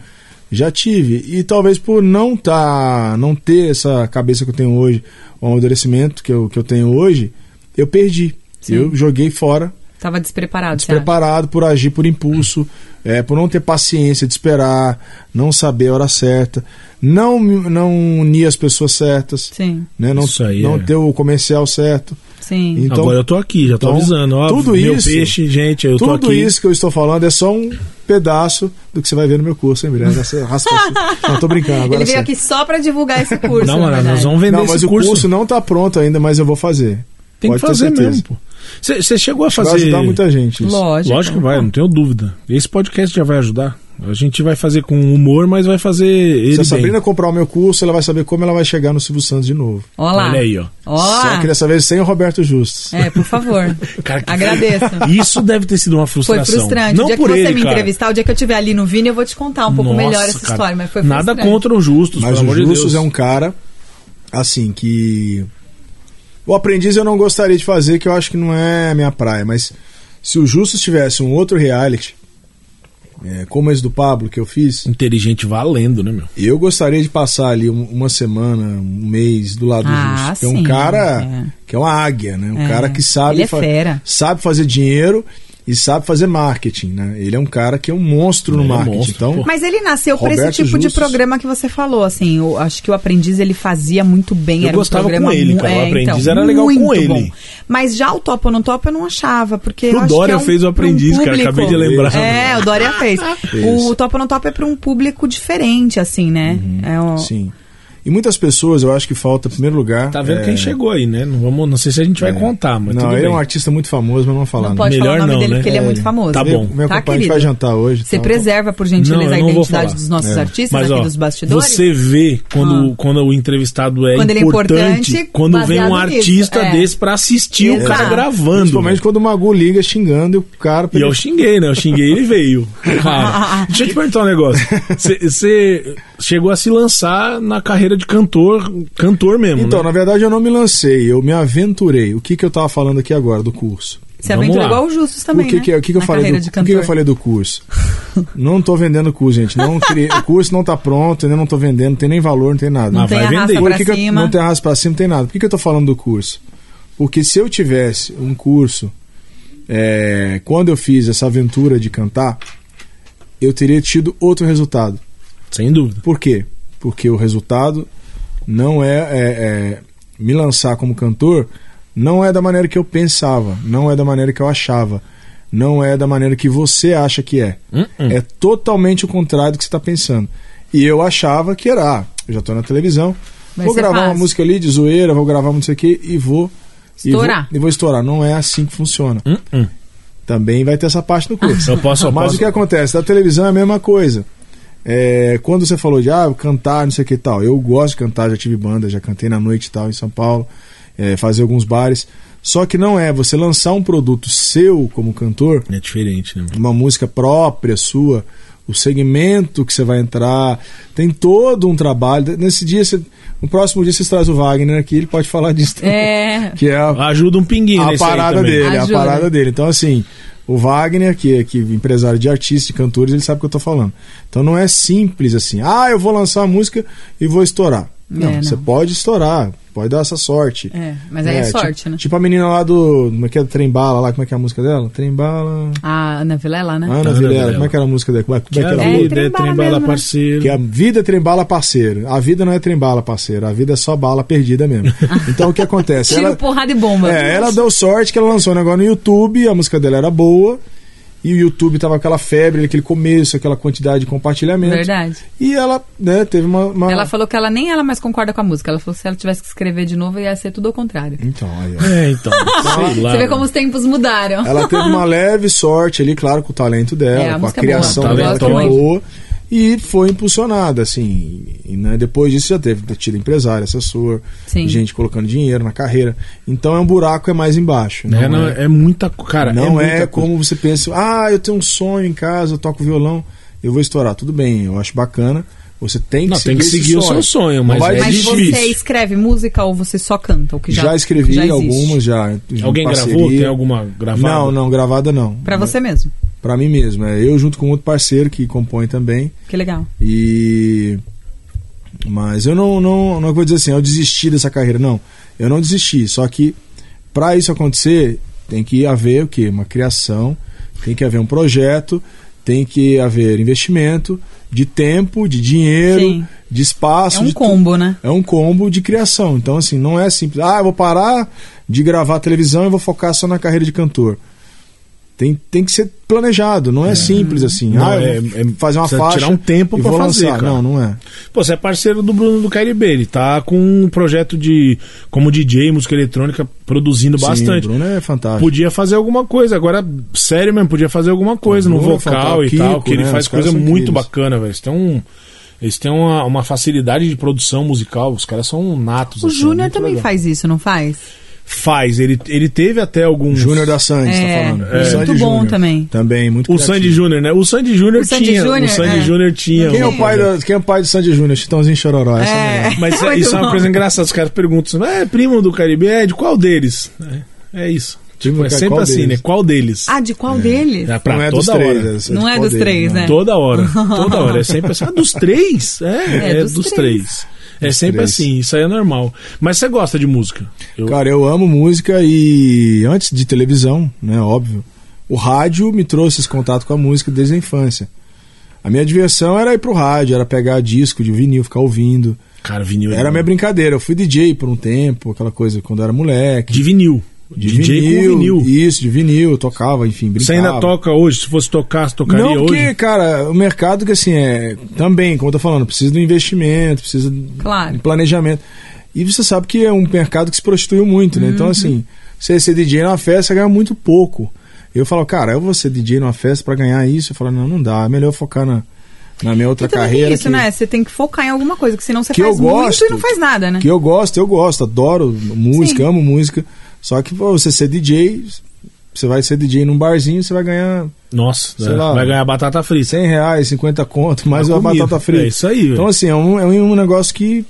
[SPEAKER 3] Já tive. E talvez por não tá, não ter essa cabeça que eu tenho hoje, o amadurecimento que eu, que eu tenho hoje, eu perdi.
[SPEAKER 1] Sim.
[SPEAKER 3] Eu joguei fora
[SPEAKER 1] Tava despreparado, você acha?
[SPEAKER 3] despreparado por agir por impulso, é, por não ter paciência de esperar, não saber a hora certa, não, não unir as pessoas certas,
[SPEAKER 1] Sim,
[SPEAKER 3] né? não,
[SPEAKER 2] Isso aí,
[SPEAKER 3] não
[SPEAKER 2] é.
[SPEAKER 3] ter o comercial certo.
[SPEAKER 1] sim.
[SPEAKER 3] Então,
[SPEAKER 2] Agora eu tô aqui, já tô
[SPEAKER 3] então,
[SPEAKER 2] avisando. Ó,
[SPEAKER 3] tudo
[SPEAKER 2] meu
[SPEAKER 3] isso-
[SPEAKER 2] peixe, gente, eu tô
[SPEAKER 3] Tudo
[SPEAKER 2] aqui.
[SPEAKER 3] isso que eu estou falando é só um pedaço do que você vai ver no meu curso, hein, Miranda? Essa raspa-
[SPEAKER 1] (laughs)
[SPEAKER 3] não, tô brincando. Agora
[SPEAKER 1] Ele veio
[SPEAKER 3] sério.
[SPEAKER 1] aqui só pra divulgar
[SPEAKER 2] (laughs)
[SPEAKER 1] esse curso.
[SPEAKER 2] Dá
[SPEAKER 1] na
[SPEAKER 2] uma olhada, nós
[SPEAKER 1] verdade.
[SPEAKER 2] vamos vender
[SPEAKER 3] Não, mas
[SPEAKER 2] esse
[SPEAKER 3] o
[SPEAKER 2] curso.
[SPEAKER 3] curso. não tá pronto ainda, mas eu vou fazer.
[SPEAKER 2] Tem
[SPEAKER 3] Pode
[SPEAKER 2] que
[SPEAKER 3] ter
[SPEAKER 2] fazer
[SPEAKER 3] certeza.
[SPEAKER 2] mesmo, pô. Você chegou a fazer...
[SPEAKER 3] Vai ajudar muita gente isso.
[SPEAKER 1] Lógico.
[SPEAKER 2] Lógico que vai, não tenho dúvida. Esse podcast já vai ajudar. A gente vai fazer com humor, mas vai fazer ele
[SPEAKER 3] Se a
[SPEAKER 2] bem.
[SPEAKER 3] Sabrina comprar o meu curso, ela vai saber como ela vai chegar no Silvio Santos de novo.
[SPEAKER 1] Olha lá.
[SPEAKER 2] Olha aí, ó.
[SPEAKER 1] Ó
[SPEAKER 3] Só que dessa vez sem o Roberto Justus.
[SPEAKER 1] É, por favor.
[SPEAKER 2] (laughs) Cara, que- (laughs)
[SPEAKER 1] Agradeço.
[SPEAKER 2] Isso deve ter sido uma
[SPEAKER 1] Foi
[SPEAKER 2] frustração.
[SPEAKER 1] frustrante.
[SPEAKER 2] Não
[SPEAKER 1] o dia
[SPEAKER 2] por
[SPEAKER 1] que
[SPEAKER 2] ele,
[SPEAKER 1] você me
[SPEAKER 2] cara.
[SPEAKER 1] entrevistar, o dia que eu estiver ali no Vini, eu vou te contar um pouco
[SPEAKER 2] Nossa,
[SPEAKER 1] melhor essa
[SPEAKER 2] cara.
[SPEAKER 1] história, mas foi
[SPEAKER 2] Nada
[SPEAKER 1] frustrante.
[SPEAKER 2] contra o Justus,
[SPEAKER 3] Mas
[SPEAKER 2] pelo
[SPEAKER 3] o
[SPEAKER 2] amor de
[SPEAKER 3] Justus
[SPEAKER 2] Deus.
[SPEAKER 3] é um cara, assim, que. O aprendiz eu não gostaria de fazer, que eu acho que não é a minha praia, mas se o Justus tivesse um outro reality, é, como esse do Pablo que eu fiz,
[SPEAKER 2] Inteligente valendo, né, meu?
[SPEAKER 3] eu gostaria de passar ali um- uma semana, um mês do lado
[SPEAKER 1] Ah,
[SPEAKER 3] do Justus. Que é um
[SPEAKER 1] sim,
[SPEAKER 3] cara
[SPEAKER 1] é.
[SPEAKER 3] que é uma águia, né? Um
[SPEAKER 1] É.
[SPEAKER 3] cara que sabe,
[SPEAKER 1] Ele é fera.
[SPEAKER 3] sabe fazer dinheiro e sabe fazer marketing, né? Ele é um cara que é um monstro
[SPEAKER 2] Ele
[SPEAKER 3] no
[SPEAKER 2] é um
[SPEAKER 3] marketing.
[SPEAKER 2] monstro,
[SPEAKER 3] então,
[SPEAKER 2] pô.
[SPEAKER 1] Mas ele nasceu pra esse
[SPEAKER 3] Roberto
[SPEAKER 1] tipo de
[SPEAKER 3] Justus.
[SPEAKER 1] programa que você falou, assim. Eu acho que o aprendiz ele fazia muito bem.
[SPEAKER 2] Eu
[SPEAKER 1] era um
[SPEAKER 2] gostava
[SPEAKER 1] programa
[SPEAKER 2] com ele,
[SPEAKER 1] mu-
[SPEAKER 2] cara, o
[SPEAKER 1] é,
[SPEAKER 2] Aprendiz
[SPEAKER 1] então,
[SPEAKER 2] era legal com
[SPEAKER 1] muito
[SPEAKER 2] ele.
[SPEAKER 1] bom. Mas já o Topa ou não Topa eu não achava, porque. eu
[SPEAKER 2] O
[SPEAKER 1] acho que
[SPEAKER 2] Dória
[SPEAKER 1] é um-
[SPEAKER 2] fez o
[SPEAKER 1] pra um
[SPEAKER 2] Aprendiz, cara,
[SPEAKER 1] público-
[SPEAKER 2] acabei de lembrar.
[SPEAKER 1] É, o Dória
[SPEAKER 2] (laughs)
[SPEAKER 1] fez. o Topa ou não Topa é pra um público diferente, assim, né?
[SPEAKER 2] Uhum.
[SPEAKER 1] É o-
[SPEAKER 3] Sim. E muitas pessoas, eu acho que falta, em primeiro lugar.
[SPEAKER 2] Tá vendo
[SPEAKER 3] é,
[SPEAKER 2] quem chegou aí, né? Não, vamos, não sei se a gente vai contar, mas
[SPEAKER 3] Não,
[SPEAKER 2] tudo
[SPEAKER 3] ele
[SPEAKER 2] bem.
[SPEAKER 3] é um artista muito famoso, mas não vou falar.
[SPEAKER 1] Não pode falar o
[SPEAKER 2] Melhor
[SPEAKER 1] nome
[SPEAKER 2] não,
[SPEAKER 1] dele,
[SPEAKER 2] né?
[SPEAKER 1] porque ele é
[SPEAKER 2] É,
[SPEAKER 1] muito famoso.
[SPEAKER 2] tá bom.
[SPEAKER 3] Meu
[SPEAKER 1] Tá,
[SPEAKER 3] acompanhante
[SPEAKER 1] querido?
[SPEAKER 3] vai jantar hoje.
[SPEAKER 1] Você
[SPEAKER 3] tá?
[SPEAKER 1] preserva, por
[SPEAKER 2] Não,
[SPEAKER 1] gentileza,
[SPEAKER 2] eu
[SPEAKER 1] a
[SPEAKER 2] não vou
[SPEAKER 1] identidade
[SPEAKER 2] falar.
[SPEAKER 1] dos nossos
[SPEAKER 3] É.
[SPEAKER 1] artistas
[SPEAKER 2] Mas,
[SPEAKER 1] aqui
[SPEAKER 2] ó,
[SPEAKER 1] dos bastidores? Ah.
[SPEAKER 2] Você vê quando, quando o entrevistado é
[SPEAKER 1] Quando ele é
[SPEAKER 2] importante,
[SPEAKER 1] importante,
[SPEAKER 2] quando vem um
[SPEAKER 1] baseado nisso,
[SPEAKER 2] artista
[SPEAKER 1] é.
[SPEAKER 2] desse pra assistir o cara
[SPEAKER 1] Exato.
[SPEAKER 2] gravando.
[SPEAKER 3] Principalmente quando o Magu liga xingando e o cara.
[SPEAKER 2] E eu xinguei, né? Eu xinguei ele
[SPEAKER 1] (laughs)
[SPEAKER 2] veio. Cara, deixa eu te perguntar um negócio. Você chegou a se lançar na carreira de cantor, cantor mesmo,
[SPEAKER 3] Então,
[SPEAKER 2] né?
[SPEAKER 3] na verdade, eu não me lancei, eu me aventurei. O que, que eu tava falando aqui agora do curso?
[SPEAKER 1] Você
[SPEAKER 2] Vamos
[SPEAKER 1] aventura
[SPEAKER 2] lá.
[SPEAKER 1] igual o Justus também,
[SPEAKER 3] o que,
[SPEAKER 1] né?
[SPEAKER 3] que, eu- o que, que eu
[SPEAKER 1] Na
[SPEAKER 3] falei
[SPEAKER 1] carreira
[SPEAKER 3] do,
[SPEAKER 1] de
[SPEAKER 3] o que, que eu
[SPEAKER 1] cantor.
[SPEAKER 3] falei
[SPEAKER 1] (laughs)
[SPEAKER 3] do curso? não tô vendendo curso, gente. Não criei- o curso não tá pronto, ainda não tô vendendo, não tem nem valor, não tem nada.
[SPEAKER 1] Não
[SPEAKER 2] Ah,
[SPEAKER 1] tem
[SPEAKER 2] vai
[SPEAKER 1] a
[SPEAKER 2] vender.
[SPEAKER 1] raça
[SPEAKER 3] Por
[SPEAKER 1] pra
[SPEAKER 3] que que eu-
[SPEAKER 1] cima.
[SPEAKER 3] não tem arrasto pra cima, não tem nada. Por que, que eu tô falando do curso? Porque se eu tivesse um curso, é, quando eu fiz essa aventura de cantar, eu teria tido outro resultado.
[SPEAKER 2] Sem dúvida.
[SPEAKER 3] Por quê? Porque o resultado não é, é- é- me lançar como cantor não é da maneira que eu pensava, não é da maneira que eu achava, não é da maneira que você acha que é.
[SPEAKER 2] Hum, hum.
[SPEAKER 3] É totalmente o contrário do que você está pensando. E eu achava que era, ah, eu já tô na televisão,
[SPEAKER 1] Vai
[SPEAKER 3] vou
[SPEAKER 1] ser
[SPEAKER 3] gravar uma
[SPEAKER 1] fácil.
[SPEAKER 3] música ali de zoeira, vou gravar não sei o quê e vou. e vou-
[SPEAKER 1] Estourar.
[SPEAKER 3] E vou, estourar. Não é assim que funciona.
[SPEAKER 2] Hum, hum.
[SPEAKER 3] Também vai ter essa parte no curso.
[SPEAKER 2] Eu posso, eu
[SPEAKER 3] Mas
[SPEAKER 2] posso.
[SPEAKER 3] o que acontece? Da televisão é a mesma coisa. É, quando você falou de ah, cantar, não sei o que e tal, eu gosto de cantar, já tive banda, já cantei na noite e tal em São Paulo, é, fazer alguns bares. Só que não é, você lançar um produto seu como cantor,
[SPEAKER 2] É diferente, né?
[SPEAKER 3] uma música própria sua, o segmento que você vai entrar, tem todo um trabalho. Nesse dia, você- no próximo dia, vocês trazem o Wagner aqui, ele pode falar disso também.
[SPEAKER 1] É.
[SPEAKER 3] Que é a,
[SPEAKER 2] Ajuda um pinguinho
[SPEAKER 3] a
[SPEAKER 2] nesse aí
[SPEAKER 3] parada
[SPEAKER 2] também.
[SPEAKER 3] dele, a
[SPEAKER 1] Ajuda.
[SPEAKER 3] parada dele. Então, assim, o Wagner, que, que é empresário de artistas, de cantores, ele sabe o que eu tô falando. Então não é simples assim, ah, eu vou lançar a música e vou estourar. Não,
[SPEAKER 1] É, não.
[SPEAKER 3] você pode estourar, pode dar essa sorte.
[SPEAKER 1] É, mas aí é sorte,
[SPEAKER 3] tipo,
[SPEAKER 1] né?
[SPEAKER 3] Tipo a menina lá do. Como é que é? Trembala lá, como é que é a música dela? Trembala.
[SPEAKER 1] A Ana Vilela, né?
[SPEAKER 3] Ana
[SPEAKER 2] Ana
[SPEAKER 3] Vilera,
[SPEAKER 2] Vilela.
[SPEAKER 3] como é que era a música dela? Como é, como é
[SPEAKER 2] Que
[SPEAKER 3] que
[SPEAKER 2] a
[SPEAKER 3] era a
[SPEAKER 1] É,
[SPEAKER 2] vida é
[SPEAKER 1] trembala
[SPEAKER 2] trembala,
[SPEAKER 1] mesmo, né?
[SPEAKER 2] parceiro.
[SPEAKER 3] que a vida é trembala parceiro. A vida não é trembala parceiro. A vida é só bala
[SPEAKER 1] (laughs)
[SPEAKER 3] perdida mesmo. Então o que acontece?
[SPEAKER 1] Tiro,
[SPEAKER 3] Ela,
[SPEAKER 1] porrada e bomba.
[SPEAKER 3] é, ela deu sorte que ela lançou um negócio no YouTube, a música dela era boa, e o YouTube tava aquela febre, aquele começo, aquela quantidade de compartilhamento.
[SPEAKER 1] Verdade.
[SPEAKER 3] E ela, né, teve uma. uma-
[SPEAKER 1] Ela falou que ela nem ela mais concorda com a música. Ela falou que se ela tivesse que escrever de novo, ia ser tudo ao contrário.
[SPEAKER 3] Então, aí, ó.
[SPEAKER 1] (laughs)
[SPEAKER 2] É, então. sei lá,
[SPEAKER 1] Você vê
[SPEAKER 2] né?
[SPEAKER 1] como os tempos mudaram. (laughs)
[SPEAKER 3] é Ela teve uma leve sorte ali, claro, com o talento dela,
[SPEAKER 1] É, a
[SPEAKER 3] com a
[SPEAKER 1] música é boa.
[SPEAKER 3] criação dela que é
[SPEAKER 2] Talentosa.
[SPEAKER 3] boa. e foi impulsionada, assim. E, né, depois disso já teve tido empresário, assessor,
[SPEAKER 1] Sim.
[SPEAKER 3] gente colocando dinheiro na carreira. Então é um buraco, é mais embaixo.
[SPEAKER 2] É, não, é muita. co- Cara,
[SPEAKER 3] Não
[SPEAKER 2] muita coisa.
[SPEAKER 3] é, como você pensa, ah, eu tenho um sonho em casa, eu toco violão, eu vou estourar. Tudo bem, eu acho bacana. Você tem que
[SPEAKER 2] Não, tem
[SPEAKER 3] seguir
[SPEAKER 2] que
[SPEAKER 3] esse
[SPEAKER 2] seguir o seu sonho, mas
[SPEAKER 3] Não vai
[SPEAKER 2] é
[SPEAKER 1] Mas
[SPEAKER 2] difícil.
[SPEAKER 1] você escreve música ou você só canta? O que já,
[SPEAKER 3] Já,
[SPEAKER 1] o que
[SPEAKER 3] escrevi
[SPEAKER 1] já existe?
[SPEAKER 3] algumas, já. em
[SPEAKER 2] Alguém
[SPEAKER 3] parceria.
[SPEAKER 2] gravou? Tem alguma gravada?
[SPEAKER 3] Não, não, gravada não.
[SPEAKER 1] Pra você mesmo.
[SPEAKER 3] Pra mim mesmo. É eu junto com outro parceiro que compõe também.
[SPEAKER 1] Que legal.
[SPEAKER 3] E. Mas eu não, não, não vou dizer assim, eu desisti dessa carreira. Não, eu não desisti. Só que pra isso acontecer, tem que haver o quê? Uma criação, tem que haver um projeto, tem que haver investimento de tempo, de dinheiro,
[SPEAKER 1] Sim.
[SPEAKER 3] de espaço.
[SPEAKER 1] É um
[SPEAKER 3] de tu-
[SPEAKER 1] combo, né?
[SPEAKER 3] é um combo de criação. Então, assim, não é simples. Ah, eu vou parar de gravar televisão e vou focar só na carreira de cantor. Tem, tem que ser planejado, não é, simples assim.
[SPEAKER 2] Não,
[SPEAKER 3] ah,
[SPEAKER 2] é-
[SPEAKER 3] eu vou
[SPEAKER 2] é-
[SPEAKER 3] fazer uma
[SPEAKER 2] precisa
[SPEAKER 3] faixa.
[SPEAKER 2] tirar um tempo
[SPEAKER 3] e
[SPEAKER 2] pra
[SPEAKER 3] vou
[SPEAKER 2] fazer,
[SPEAKER 3] lançar.
[SPEAKER 2] cara.
[SPEAKER 3] Não, não é.
[SPEAKER 2] Pô, você é parceiro do Bruno do Caribe, ele tá com um projeto de como DJ, música eletrônica, produzindo bastante.
[SPEAKER 3] Sim, o Bruno é fantástico.
[SPEAKER 2] Podia fazer alguma coisa, agora, sério mesmo, podia fazer alguma coisa no
[SPEAKER 3] Bruno, faltar
[SPEAKER 2] vocal
[SPEAKER 3] o
[SPEAKER 2] e tal,
[SPEAKER 3] Kiko,
[SPEAKER 2] que ele
[SPEAKER 3] né?
[SPEAKER 2] faz
[SPEAKER 3] Os caras
[SPEAKER 2] coisa
[SPEAKER 3] são
[SPEAKER 2] muito
[SPEAKER 3] incríveis.
[SPEAKER 2] bacana, velho. Eles têm, um, eles têm uma, uma facilidade de produção musical, os caras são natos.
[SPEAKER 1] O
[SPEAKER 3] é
[SPEAKER 2] assim,
[SPEAKER 1] Júnior
[SPEAKER 2] muito
[SPEAKER 1] também
[SPEAKER 2] legal.
[SPEAKER 1] faz isso, não faz?
[SPEAKER 2] Faz, ele, ele teve até alguns.
[SPEAKER 3] Júnior da Sandy, você
[SPEAKER 1] É,
[SPEAKER 3] tá falando.
[SPEAKER 1] é.
[SPEAKER 3] Sandy
[SPEAKER 1] Muito bom
[SPEAKER 3] Júnior.
[SPEAKER 1] também.
[SPEAKER 3] Também, muito
[SPEAKER 2] O
[SPEAKER 3] criativo.
[SPEAKER 2] Sandy Júnior, um né? O Sandy Júnior
[SPEAKER 1] O Sandy
[SPEAKER 2] tinha.
[SPEAKER 1] Júnior,
[SPEAKER 2] o Sandy
[SPEAKER 1] é.
[SPEAKER 2] Júnior tinha.
[SPEAKER 3] Quem é, o pai da, quem é o pai do Sandy Júnior? Chitãozinho Chororó. Essa é. melhor.
[SPEAKER 2] Mas
[SPEAKER 1] Muito
[SPEAKER 2] isso é uma
[SPEAKER 1] bom.
[SPEAKER 2] coisa engraçada. Os caras perguntam assim, é primo do Caribe, é de qual deles? É, é isso.
[SPEAKER 3] Primo
[SPEAKER 2] Tipo, é
[SPEAKER 3] do Ca-
[SPEAKER 2] sempre
[SPEAKER 3] qual
[SPEAKER 2] assim,
[SPEAKER 3] deles?
[SPEAKER 2] né? Qual deles?
[SPEAKER 1] Ah, de qual deles?
[SPEAKER 2] É pra
[SPEAKER 3] Não é tipo,
[SPEAKER 2] toda
[SPEAKER 3] dos três.
[SPEAKER 2] hora.
[SPEAKER 3] essa
[SPEAKER 1] Não é
[SPEAKER 3] qual
[SPEAKER 1] dos
[SPEAKER 3] deles,
[SPEAKER 1] três,
[SPEAKER 3] não.
[SPEAKER 1] né?
[SPEAKER 2] Toda hora. Toda hora. É sempre assim. Ah, dos três? É, é, dos, três. É sempre
[SPEAKER 3] três.
[SPEAKER 2] assim. Isso aí é normal. Mas você gosta de música? Eu-
[SPEAKER 3] Cara, eu amo música e antes de televisão, né? Óbvio. O rádio me trouxe esse contato com a música desde a infância. A minha diversão era ir pro rádio, era pegar disco de vinil, ficar ouvindo.
[SPEAKER 2] Cara, vinil. é
[SPEAKER 3] Era a
[SPEAKER 2] bom.
[SPEAKER 3] minha brincadeira. Eu fui DJ por um tempo, aquela coisa quando eu era moleque.
[SPEAKER 2] De vinil. DJ com vinil.
[SPEAKER 3] Isso, de vinil, eu tocava, enfim, brincava.
[SPEAKER 2] Você ainda toca hoje? Se fosse tocar, você tocaria
[SPEAKER 3] Não, porque,
[SPEAKER 2] hoje?
[SPEAKER 3] cara, o mercado que assim é. Também, como eu tô falando, precisa do investimento, precisa
[SPEAKER 1] Claro.
[SPEAKER 3] do planejamento. E você sabe que é um mercado que se prostituiu muito, né?
[SPEAKER 1] Uhum.
[SPEAKER 3] Então, assim, você ser DJ numa festa, você ganha muito pouco. Eu falo, cara, eu vou ser DJ numa festa pra ganhar isso. Eu falo, não, não dá, é melhor eu focar na, na minha outra
[SPEAKER 1] E também
[SPEAKER 3] carreira.
[SPEAKER 1] tem isso,
[SPEAKER 3] que,
[SPEAKER 1] né? Você tem que focar em alguma coisa, que senão você
[SPEAKER 3] que eu
[SPEAKER 1] faz
[SPEAKER 3] gosto.
[SPEAKER 1] muito e não faz nada, né?
[SPEAKER 3] Que eu gosto, eu gosto, adoro música,
[SPEAKER 1] Sim.
[SPEAKER 3] amo música. Só que pô, você ser DJ, você vai ser DJ num barzinho, você vai ganhar
[SPEAKER 2] Nossa,
[SPEAKER 3] Sei
[SPEAKER 2] é.
[SPEAKER 3] lá.
[SPEAKER 2] vai ganhar batata frita.
[SPEAKER 3] 100 reais, 50 conto, mais
[SPEAKER 2] Uma
[SPEAKER 3] uma
[SPEAKER 2] comida.
[SPEAKER 3] batata frita.
[SPEAKER 2] É isso aí, velho.
[SPEAKER 3] Então, assim, é um, é um negócio que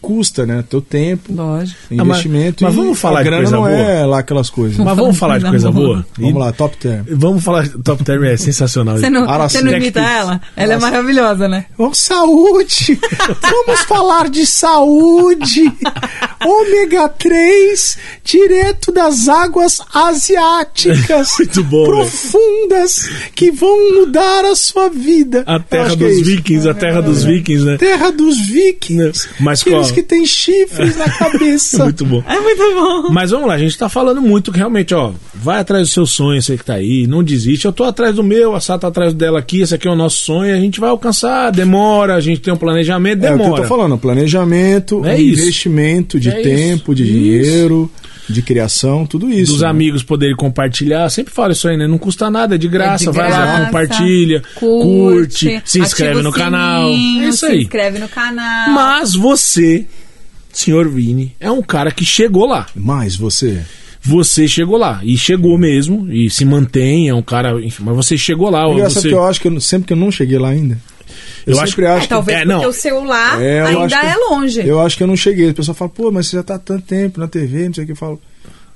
[SPEAKER 3] custa, né? Teu tempo,
[SPEAKER 1] Lógico.
[SPEAKER 2] Ah, mas-
[SPEAKER 3] investimento.
[SPEAKER 2] mas
[SPEAKER 3] e
[SPEAKER 2] vamos falar
[SPEAKER 3] a
[SPEAKER 2] de
[SPEAKER 3] grana
[SPEAKER 2] coisa
[SPEAKER 3] não
[SPEAKER 2] boa?
[SPEAKER 3] é lá aquelas coisas.
[SPEAKER 2] Mas vamos falar de coisa boa?
[SPEAKER 3] Vamos lá, top term.
[SPEAKER 2] Vamos falar. Top Term é sensacional.
[SPEAKER 1] Você não,
[SPEAKER 3] Araceli.
[SPEAKER 1] você
[SPEAKER 2] assim.
[SPEAKER 1] não imita
[SPEAKER 2] Jack
[SPEAKER 1] ela? Ela
[SPEAKER 2] assim.
[SPEAKER 1] é maravilhosa, né?
[SPEAKER 3] Oh, saúde! (laughs) Vamos falar de saúde! Ômega 3, direto das águas asiáticas.
[SPEAKER 2] (laughs) Muito bom, velho.
[SPEAKER 3] Profundas, que vão mudar a sua vida.
[SPEAKER 2] A
[SPEAKER 3] Eu
[SPEAKER 2] terra
[SPEAKER 3] acho que é
[SPEAKER 2] dos
[SPEAKER 3] isso. É.
[SPEAKER 2] vikings, a terra dos vikings, né?
[SPEAKER 3] Terra dos vikings.
[SPEAKER 2] Né? Mas
[SPEAKER 3] aqueles
[SPEAKER 2] qual?
[SPEAKER 3] que têm chifres
[SPEAKER 2] (laughs)
[SPEAKER 3] na cabeça.
[SPEAKER 2] Muito bom.
[SPEAKER 1] É muito bom.
[SPEAKER 2] Mas vamos lá, a gente tá falando muito que realmente, ó, vai atrás do seu sonho, você que tá aí, não desiste. Eu tô atrás do meu, a Sá tá atrás dela aqui, esse aqui é o nosso sonho, a gente vai alcançar, demora, a gente tem um planejamento,
[SPEAKER 3] É o que eu
[SPEAKER 2] demora.
[SPEAKER 3] tô falando, planejamento,
[SPEAKER 2] É
[SPEAKER 3] um
[SPEAKER 2] isso.
[SPEAKER 3] investimento de
[SPEAKER 2] É
[SPEAKER 3] tempo,
[SPEAKER 2] isso.
[SPEAKER 3] de dinheiro, de criação, tudo isso.
[SPEAKER 2] Dos
[SPEAKER 3] né?
[SPEAKER 2] amigos poderem compartilhar, sempre falo isso aí, né? Não custa nada, é de graça,
[SPEAKER 1] É de
[SPEAKER 2] vai lá,
[SPEAKER 1] graça,
[SPEAKER 2] compartilha, curte, se
[SPEAKER 1] ativa
[SPEAKER 2] inscreve
[SPEAKER 1] o
[SPEAKER 2] no canal.
[SPEAKER 1] sininho,
[SPEAKER 2] É isso
[SPEAKER 1] Se
[SPEAKER 2] aí.
[SPEAKER 1] inscreve no canal.
[SPEAKER 2] Mas você, senhor Vini, é um cara que chegou lá.
[SPEAKER 3] Mas você,
[SPEAKER 2] você chegou lá. E chegou mesmo, e se mantém, é um cara, enfim, mas você chegou lá.
[SPEAKER 3] engraçado
[SPEAKER 2] Você,
[SPEAKER 3] que eu acho que eu, não- sempre que eu não cheguei lá ainda.
[SPEAKER 2] Eu
[SPEAKER 3] Eu,
[SPEAKER 2] acho-
[SPEAKER 3] sempre acho,
[SPEAKER 1] É, talvez
[SPEAKER 2] é, não.
[SPEAKER 1] porque o celular
[SPEAKER 3] É, eu
[SPEAKER 1] ainda
[SPEAKER 3] acho que-
[SPEAKER 1] é longe.
[SPEAKER 3] que eu acho que eu não cheguei. O pessoal fala, pô, mas você já tá há tanto tempo na TV, não sei o que eu falo.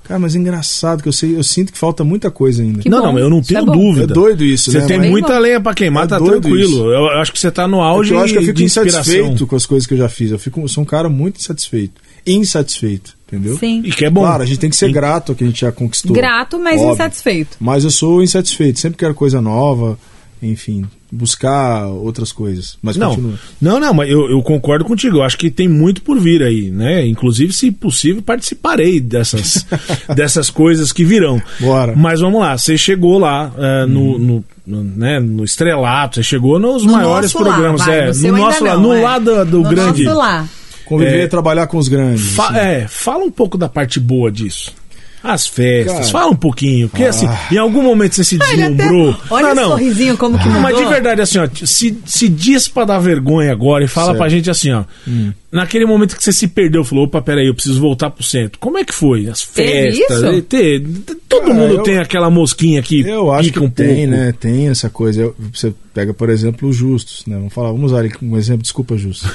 [SPEAKER 3] Cara, mas é engraçado que eu sei, eu sinto que falta muita coisa ainda.
[SPEAKER 1] Que
[SPEAKER 2] não,
[SPEAKER 1] bom,
[SPEAKER 2] não, eu não
[SPEAKER 1] isso é
[SPEAKER 2] tenho
[SPEAKER 1] bom.
[SPEAKER 3] É
[SPEAKER 2] dúvida.
[SPEAKER 3] doido isso,
[SPEAKER 2] Você
[SPEAKER 3] né?
[SPEAKER 2] tem
[SPEAKER 3] Mas-
[SPEAKER 2] muita
[SPEAKER 1] bom.
[SPEAKER 2] lenha pra queimar,
[SPEAKER 3] É
[SPEAKER 2] tá
[SPEAKER 3] doido
[SPEAKER 2] tranquilo.
[SPEAKER 3] isso.
[SPEAKER 2] Eu acho que você tá no
[SPEAKER 3] Porque
[SPEAKER 2] auge
[SPEAKER 3] eu acho É que eu
[SPEAKER 2] de
[SPEAKER 3] fico
[SPEAKER 2] inspiração.
[SPEAKER 3] insatisfeito com as coisas que eu já fiz. Eu fico, sou um cara muito insatisfeito. Insatisfeito, entendeu?
[SPEAKER 1] Sim.
[SPEAKER 2] E que é bom.
[SPEAKER 3] Claro, a gente tem que ser
[SPEAKER 2] E-
[SPEAKER 3] grato ao que a gente já conquistou.
[SPEAKER 1] Grato, mas
[SPEAKER 3] Óbvio.
[SPEAKER 1] insatisfeito.
[SPEAKER 3] Mas eu sou insatisfeito, sempre quero coisa nova, enfim, buscar outras coisas. Mas
[SPEAKER 2] Não,
[SPEAKER 3] continua.
[SPEAKER 2] não, não, mas eu, eu concordo contigo. Eu acho que tem muito por vir aí, né? Inclusive, se possível, participarei
[SPEAKER 3] (laughs)
[SPEAKER 2] dessas, dessas coisas que virão.
[SPEAKER 3] Bora. Hum.
[SPEAKER 2] Mas vamos lá, você chegou lá eh, no, no, no, né, no estrelato, você chegou nos
[SPEAKER 1] No
[SPEAKER 2] maiores
[SPEAKER 1] nosso
[SPEAKER 2] programas.
[SPEAKER 1] lá, vai,
[SPEAKER 2] é,
[SPEAKER 1] no seu
[SPEAKER 2] no
[SPEAKER 1] ainda
[SPEAKER 2] nosso lá,
[SPEAKER 1] não,
[SPEAKER 2] no
[SPEAKER 1] é.
[SPEAKER 2] lado do
[SPEAKER 1] no
[SPEAKER 2] grande.
[SPEAKER 1] nosso lá.
[SPEAKER 3] Conviver
[SPEAKER 2] É.
[SPEAKER 3] e trabalhar com os grandes.
[SPEAKER 2] Fa-
[SPEAKER 3] assim.
[SPEAKER 2] é, fala um pouco da parte boa disso. As festas.
[SPEAKER 3] Cara. Ah.
[SPEAKER 2] Fala um pouquinho. Porque assim, em algum momento você se
[SPEAKER 1] Olha, até-
[SPEAKER 2] deslumbrou.
[SPEAKER 1] olha o sorrisinho como que
[SPEAKER 2] Não, Ah, mas de
[SPEAKER 1] mudou.
[SPEAKER 2] verdade, assim, ó, se, se diz pra dar vergonha agora e fala
[SPEAKER 3] Certo. Hum.
[SPEAKER 2] pra gente assim, ó. Naquele momento que você se perdeu, falou, opa, peraí, eu preciso voltar pro centro. Como é que foi? As
[SPEAKER 1] Teve
[SPEAKER 2] festas.
[SPEAKER 1] isso?
[SPEAKER 2] e ter- todo
[SPEAKER 3] Cara,
[SPEAKER 2] mundo
[SPEAKER 3] Ah, eu-
[SPEAKER 2] tem aquela mosquinha que
[SPEAKER 3] Eu acho
[SPEAKER 2] pica
[SPEAKER 3] que
[SPEAKER 2] um
[SPEAKER 3] tem,
[SPEAKER 2] pouco.
[SPEAKER 3] né? Tem essa coisa. Eu- você pega, por exemplo, o Justus, né? Vamos falar, vamos usar ele como exemplo,
[SPEAKER 2] (laughs)
[SPEAKER 3] desculpa, Justus.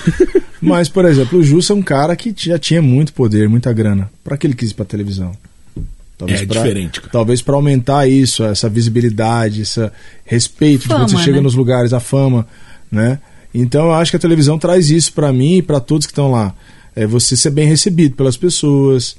[SPEAKER 3] Mas, por exemplo, o Justus é um cara que já tinha muito poder, muita grana. Pra que ele quis ir pra televisão?
[SPEAKER 2] É
[SPEAKER 3] pra-
[SPEAKER 2] diferente, cara.
[SPEAKER 3] Talvez pra aumentar isso, essa visibilidade, esse respeito
[SPEAKER 1] Fama,
[SPEAKER 3] de quando você chega
[SPEAKER 1] né?
[SPEAKER 3] nos lugares, a fama, né? Então eu acho que a televisão traz isso pra mim e pra todos que estão lá. É você ser bem recebido pelas pessoas,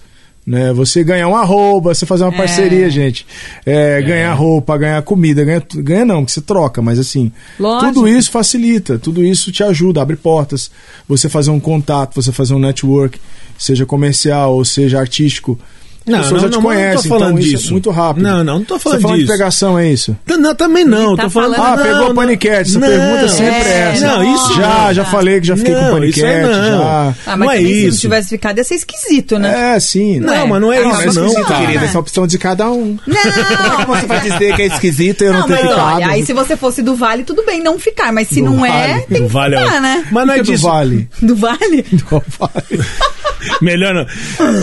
[SPEAKER 3] né? Você ganhar um arroba, você fazer uma
[SPEAKER 1] É.
[SPEAKER 3] parceria, gente. É, Ganhar roupa, ganhar comida, ganhar tu- ganha não, que você troca, mas assim,
[SPEAKER 1] Lógico.
[SPEAKER 3] tudo isso facilita, tudo isso te ajuda, abre portas. Você fazer um contato, você fazer um network, seja comercial ou seja artístico. As
[SPEAKER 2] Não,
[SPEAKER 3] pessoas
[SPEAKER 2] não,
[SPEAKER 3] já te
[SPEAKER 2] não, mas eu não tô
[SPEAKER 3] conhecem,
[SPEAKER 2] falando
[SPEAKER 3] então isso é
[SPEAKER 2] disso.
[SPEAKER 3] muito rápido.
[SPEAKER 2] Não, não, não tô falando
[SPEAKER 3] Você tá falando
[SPEAKER 2] disso.
[SPEAKER 3] de pegação, é isso?
[SPEAKER 2] Não, não, também não.
[SPEAKER 1] Ele tá
[SPEAKER 2] tô falando.
[SPEAKER 1] falando-
[SPEAKER 3] Ah,
[SPEAKER 2] não,
[SPEAKER 3] pegou
[SPEAKER 2] não,
[SPEAKER 3] o paniquete. Essa
[SPEAKER 2] não,
[SPEAKER 3] pergunta sempre é
[SPEAKER 1] é,
[SPEAKER 3] essa.
[SPEAKER 2] Não, isso
[SPEAKER 3] já, já falei que já fiquei com
[SPEAKER 2] Não,
[SPEAKER 3] paniquete.
[SPEAKER 2] isso aí não.
[SPEAKER 3] já...
[SPEAKER 1] Ah, mas
[SPEAKER 2] Não é
[SPEAKER 1] também se não
[SPEAKER 2] isso.
[SPEAKER 1] tivesse ficado ia ser esquisito, né?
[SPEAKER 3] É, sim.
[SPEAKER 2] Não, mas não é
[SPEAKER 1] Ah,
[SPEAKER 2] isso,
[SPEAKER 1] mas
[SPEAKER 2] não,
[SPEAKER 1] esquisito,
[SPEAKER 2] cara.
[SPEAKER 1] querida,
[SPEAKER 3] Querida, essa é a opção de cada um.
[SPEAKER 1] Não!
[SPEAKER 3] Como você vai dizer que é esquisito eu não,
[SPEAKER 1] Não,
[SPEAKER 3] ter
[SPEAKER 1] mas
[SPEAKER 3] ficado?
[SPEAKER 1] olha, aí se você fosse do Vale, tudo bem não ficar, mas se
[SPEAKER 3] Do
[SPEAKER 1] não é,
[SPEAKER 3] Vale.
[SPEAKER 1] tem
[SPEAKER 2] Não
[SPEAKER 1] que
[SPEAKER 2] vale,
[SPEAKER 1] ficar,
[SPEAKER 2] ó.
[SPEAKER 1] né?
[SPEAKER 2] Mas não é
[SPEAKER 3] Por que do
[SPEAKER 2] disso.
[SPEAKER 3] (laughs) vale.
[SPEAKER 1] Do Vale?
[SPEAKER 3] Do vale.
[SPEAKER 2] Melhor não.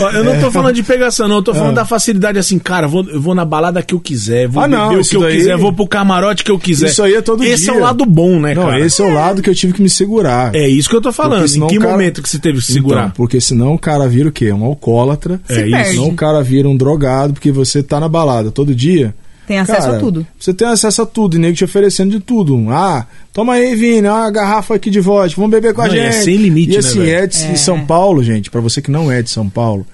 [SPEAKER 2] Ó, Eu não tô falando de pegação, não. Eu tô falando da facilidade assim, cara, eu vou, eu vou na balada que eu quiser, vou
[SPEAKER 3] Ah, não,
[SPEAKER 2] beber o
[SPEAKER 3] isso
[SPEAKER 2] que eu
[SPEAKER 3] daí-
[SPEAKER 2] quiser, vou pro camarote que eu quiser.
[SPEAKER 3] Isso aí é todo
[SPEAKER 2] Esse
[SPEAKER 3] dia.
[SPEAKER 2] é o lado bom, né,
[SPEAKER 3] Não,
[SPEAKER 2] cara?
[SPEAKER 3] esse é o lado que eu tive que me segurar.
[SPEAKER 2] É isso que eu tô falando.
[SPEAKER 3] Porque senão
[SPEAKER 2] em que
[SPEAKER 3] o cara-
[SPEAKER 2] momento que você teve que
[SPEAKER 3] Então,
[SPEAKER 2] segurar?
[SPEAKER 3] porque senão o cara vira o quê? Um alcoólatra.
[SPEAKER 1] Se
[SPEAKER 2] É
[SPEAKER 1] perde.
[SPEAKER 2] isso.
[SPEAKER 3] Senão o cara vira um drogado, porque você tá na balada todo dia.
[SPEAKER 1] Tem acesso
[SPEAKER 3] Cara,
[SPEAKER 1] a tudo.
[SPEAKER 3] Você tem acesso a tudo, e nego te oferecendo de tudo. Ah, toma aí, Vini, ó, uma garrafa aqui de vodka, vamos beber com a
[SPEAKER 2] Não, e
[SPEAKER 3] gente.
[SPEAKER 2] é sem limite,
[SPEAKER 3] E
[SPEAKER 2] né,
[SPEAKER 3] assim,
[SPEAKER 2] velho?
[SPEAKER 3] é de
[SPEAKER 1] É.
[SPEAKER 3] de São Paulo, gente, pra você que não é de São Paulo.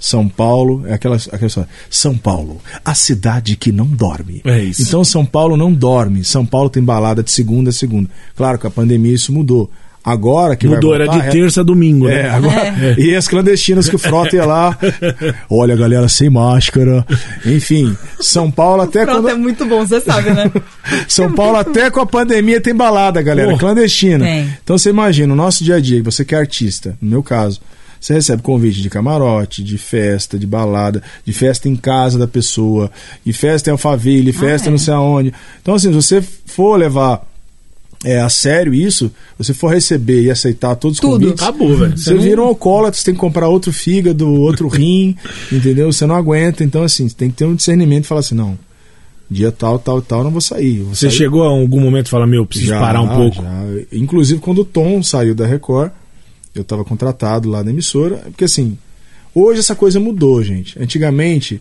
[SPEAKER 3] São Paulo, é aquela, aquela história. São Paulo, a cidade que não dorme.
[SPEAKER 2] É isso.
[SPEAKER 3] Então São Paulo não dorme. São Paulo tem balada de segunda a segunda. Claro que a pandemia isso mudou. Agora que
[SPEAKER 2] Mudou,
[SPEAKER 3] vai
[SPEAKER 2] era
[SPEAKER 3] voltar,
[SPEAKER 2] de
[SPEAKER 3] é-
[SPEAKER 2] terça a domingo,
[SPEAKER 3] é,
[SPEAKER 2] né?
[SPEAKER 3] agora. E as clandestinas que o Frota ia lá.
[SPEAKER 2] (laughs)
[SPEAKER 3] Olha, galera, sem máscara. Enfim, São Paulo até
[SPEAKER 1] Pronto,
[SPEAKER 3] quando.
[SPEAKER 1] é muito bom, você sabe,
[SPEAKER 3] (laughs)
[SPEAKER 1] né?
[SPEAKER 3] São Paulo até com a pandemia tem balada, galera,
[SPEAKER 2] Porra.
[SPEAKER 3] clandestina.
[SPEAKER 1] Tem.
[SPEAKER 3] Então você imagina, o nosso dia a dia, você que é artista, no meu caso, você recebe convite de camarote, de festa, de balada, de festa em casa da pessoa, de festa em Alphaville, festa
[SPEAKER 1] é.
[SPEAKER 3] não sei aonde. Então assim, se você for levar é, a sério isso, você for receber e aceitar todos os
[SPEAKER 1] Tudo.
[SPEAKER 3] convites,
[SPEAKER 2] Acabou, velho.
[SPEAKER 3] você
[SPEAKER 2] não-
[SPEAKER 3] vira um alcoólatra, você tem que comprar outro fígado,
[SPEAKER 1] (laughs)
[SPEAKER 3] outro rim, entendeu? Você não aguenta. Então, assim, você tem que ter um discernimento e falar assim: não, dia tal, tal, tal, não vou sair. eu Vou
[SPEAKER 2] Você
[SPEAKER 3] sair.
[SPEAKER 2] chegou a algum momento e fala, meu, eu preciso parar um pouco.
[SPEAKER 3] já. Inclusive, quando o Tom saiu da Record, eu estava contratado lá na emissora, porque assim, hoje essa coisa mudou, gente. Antigamente,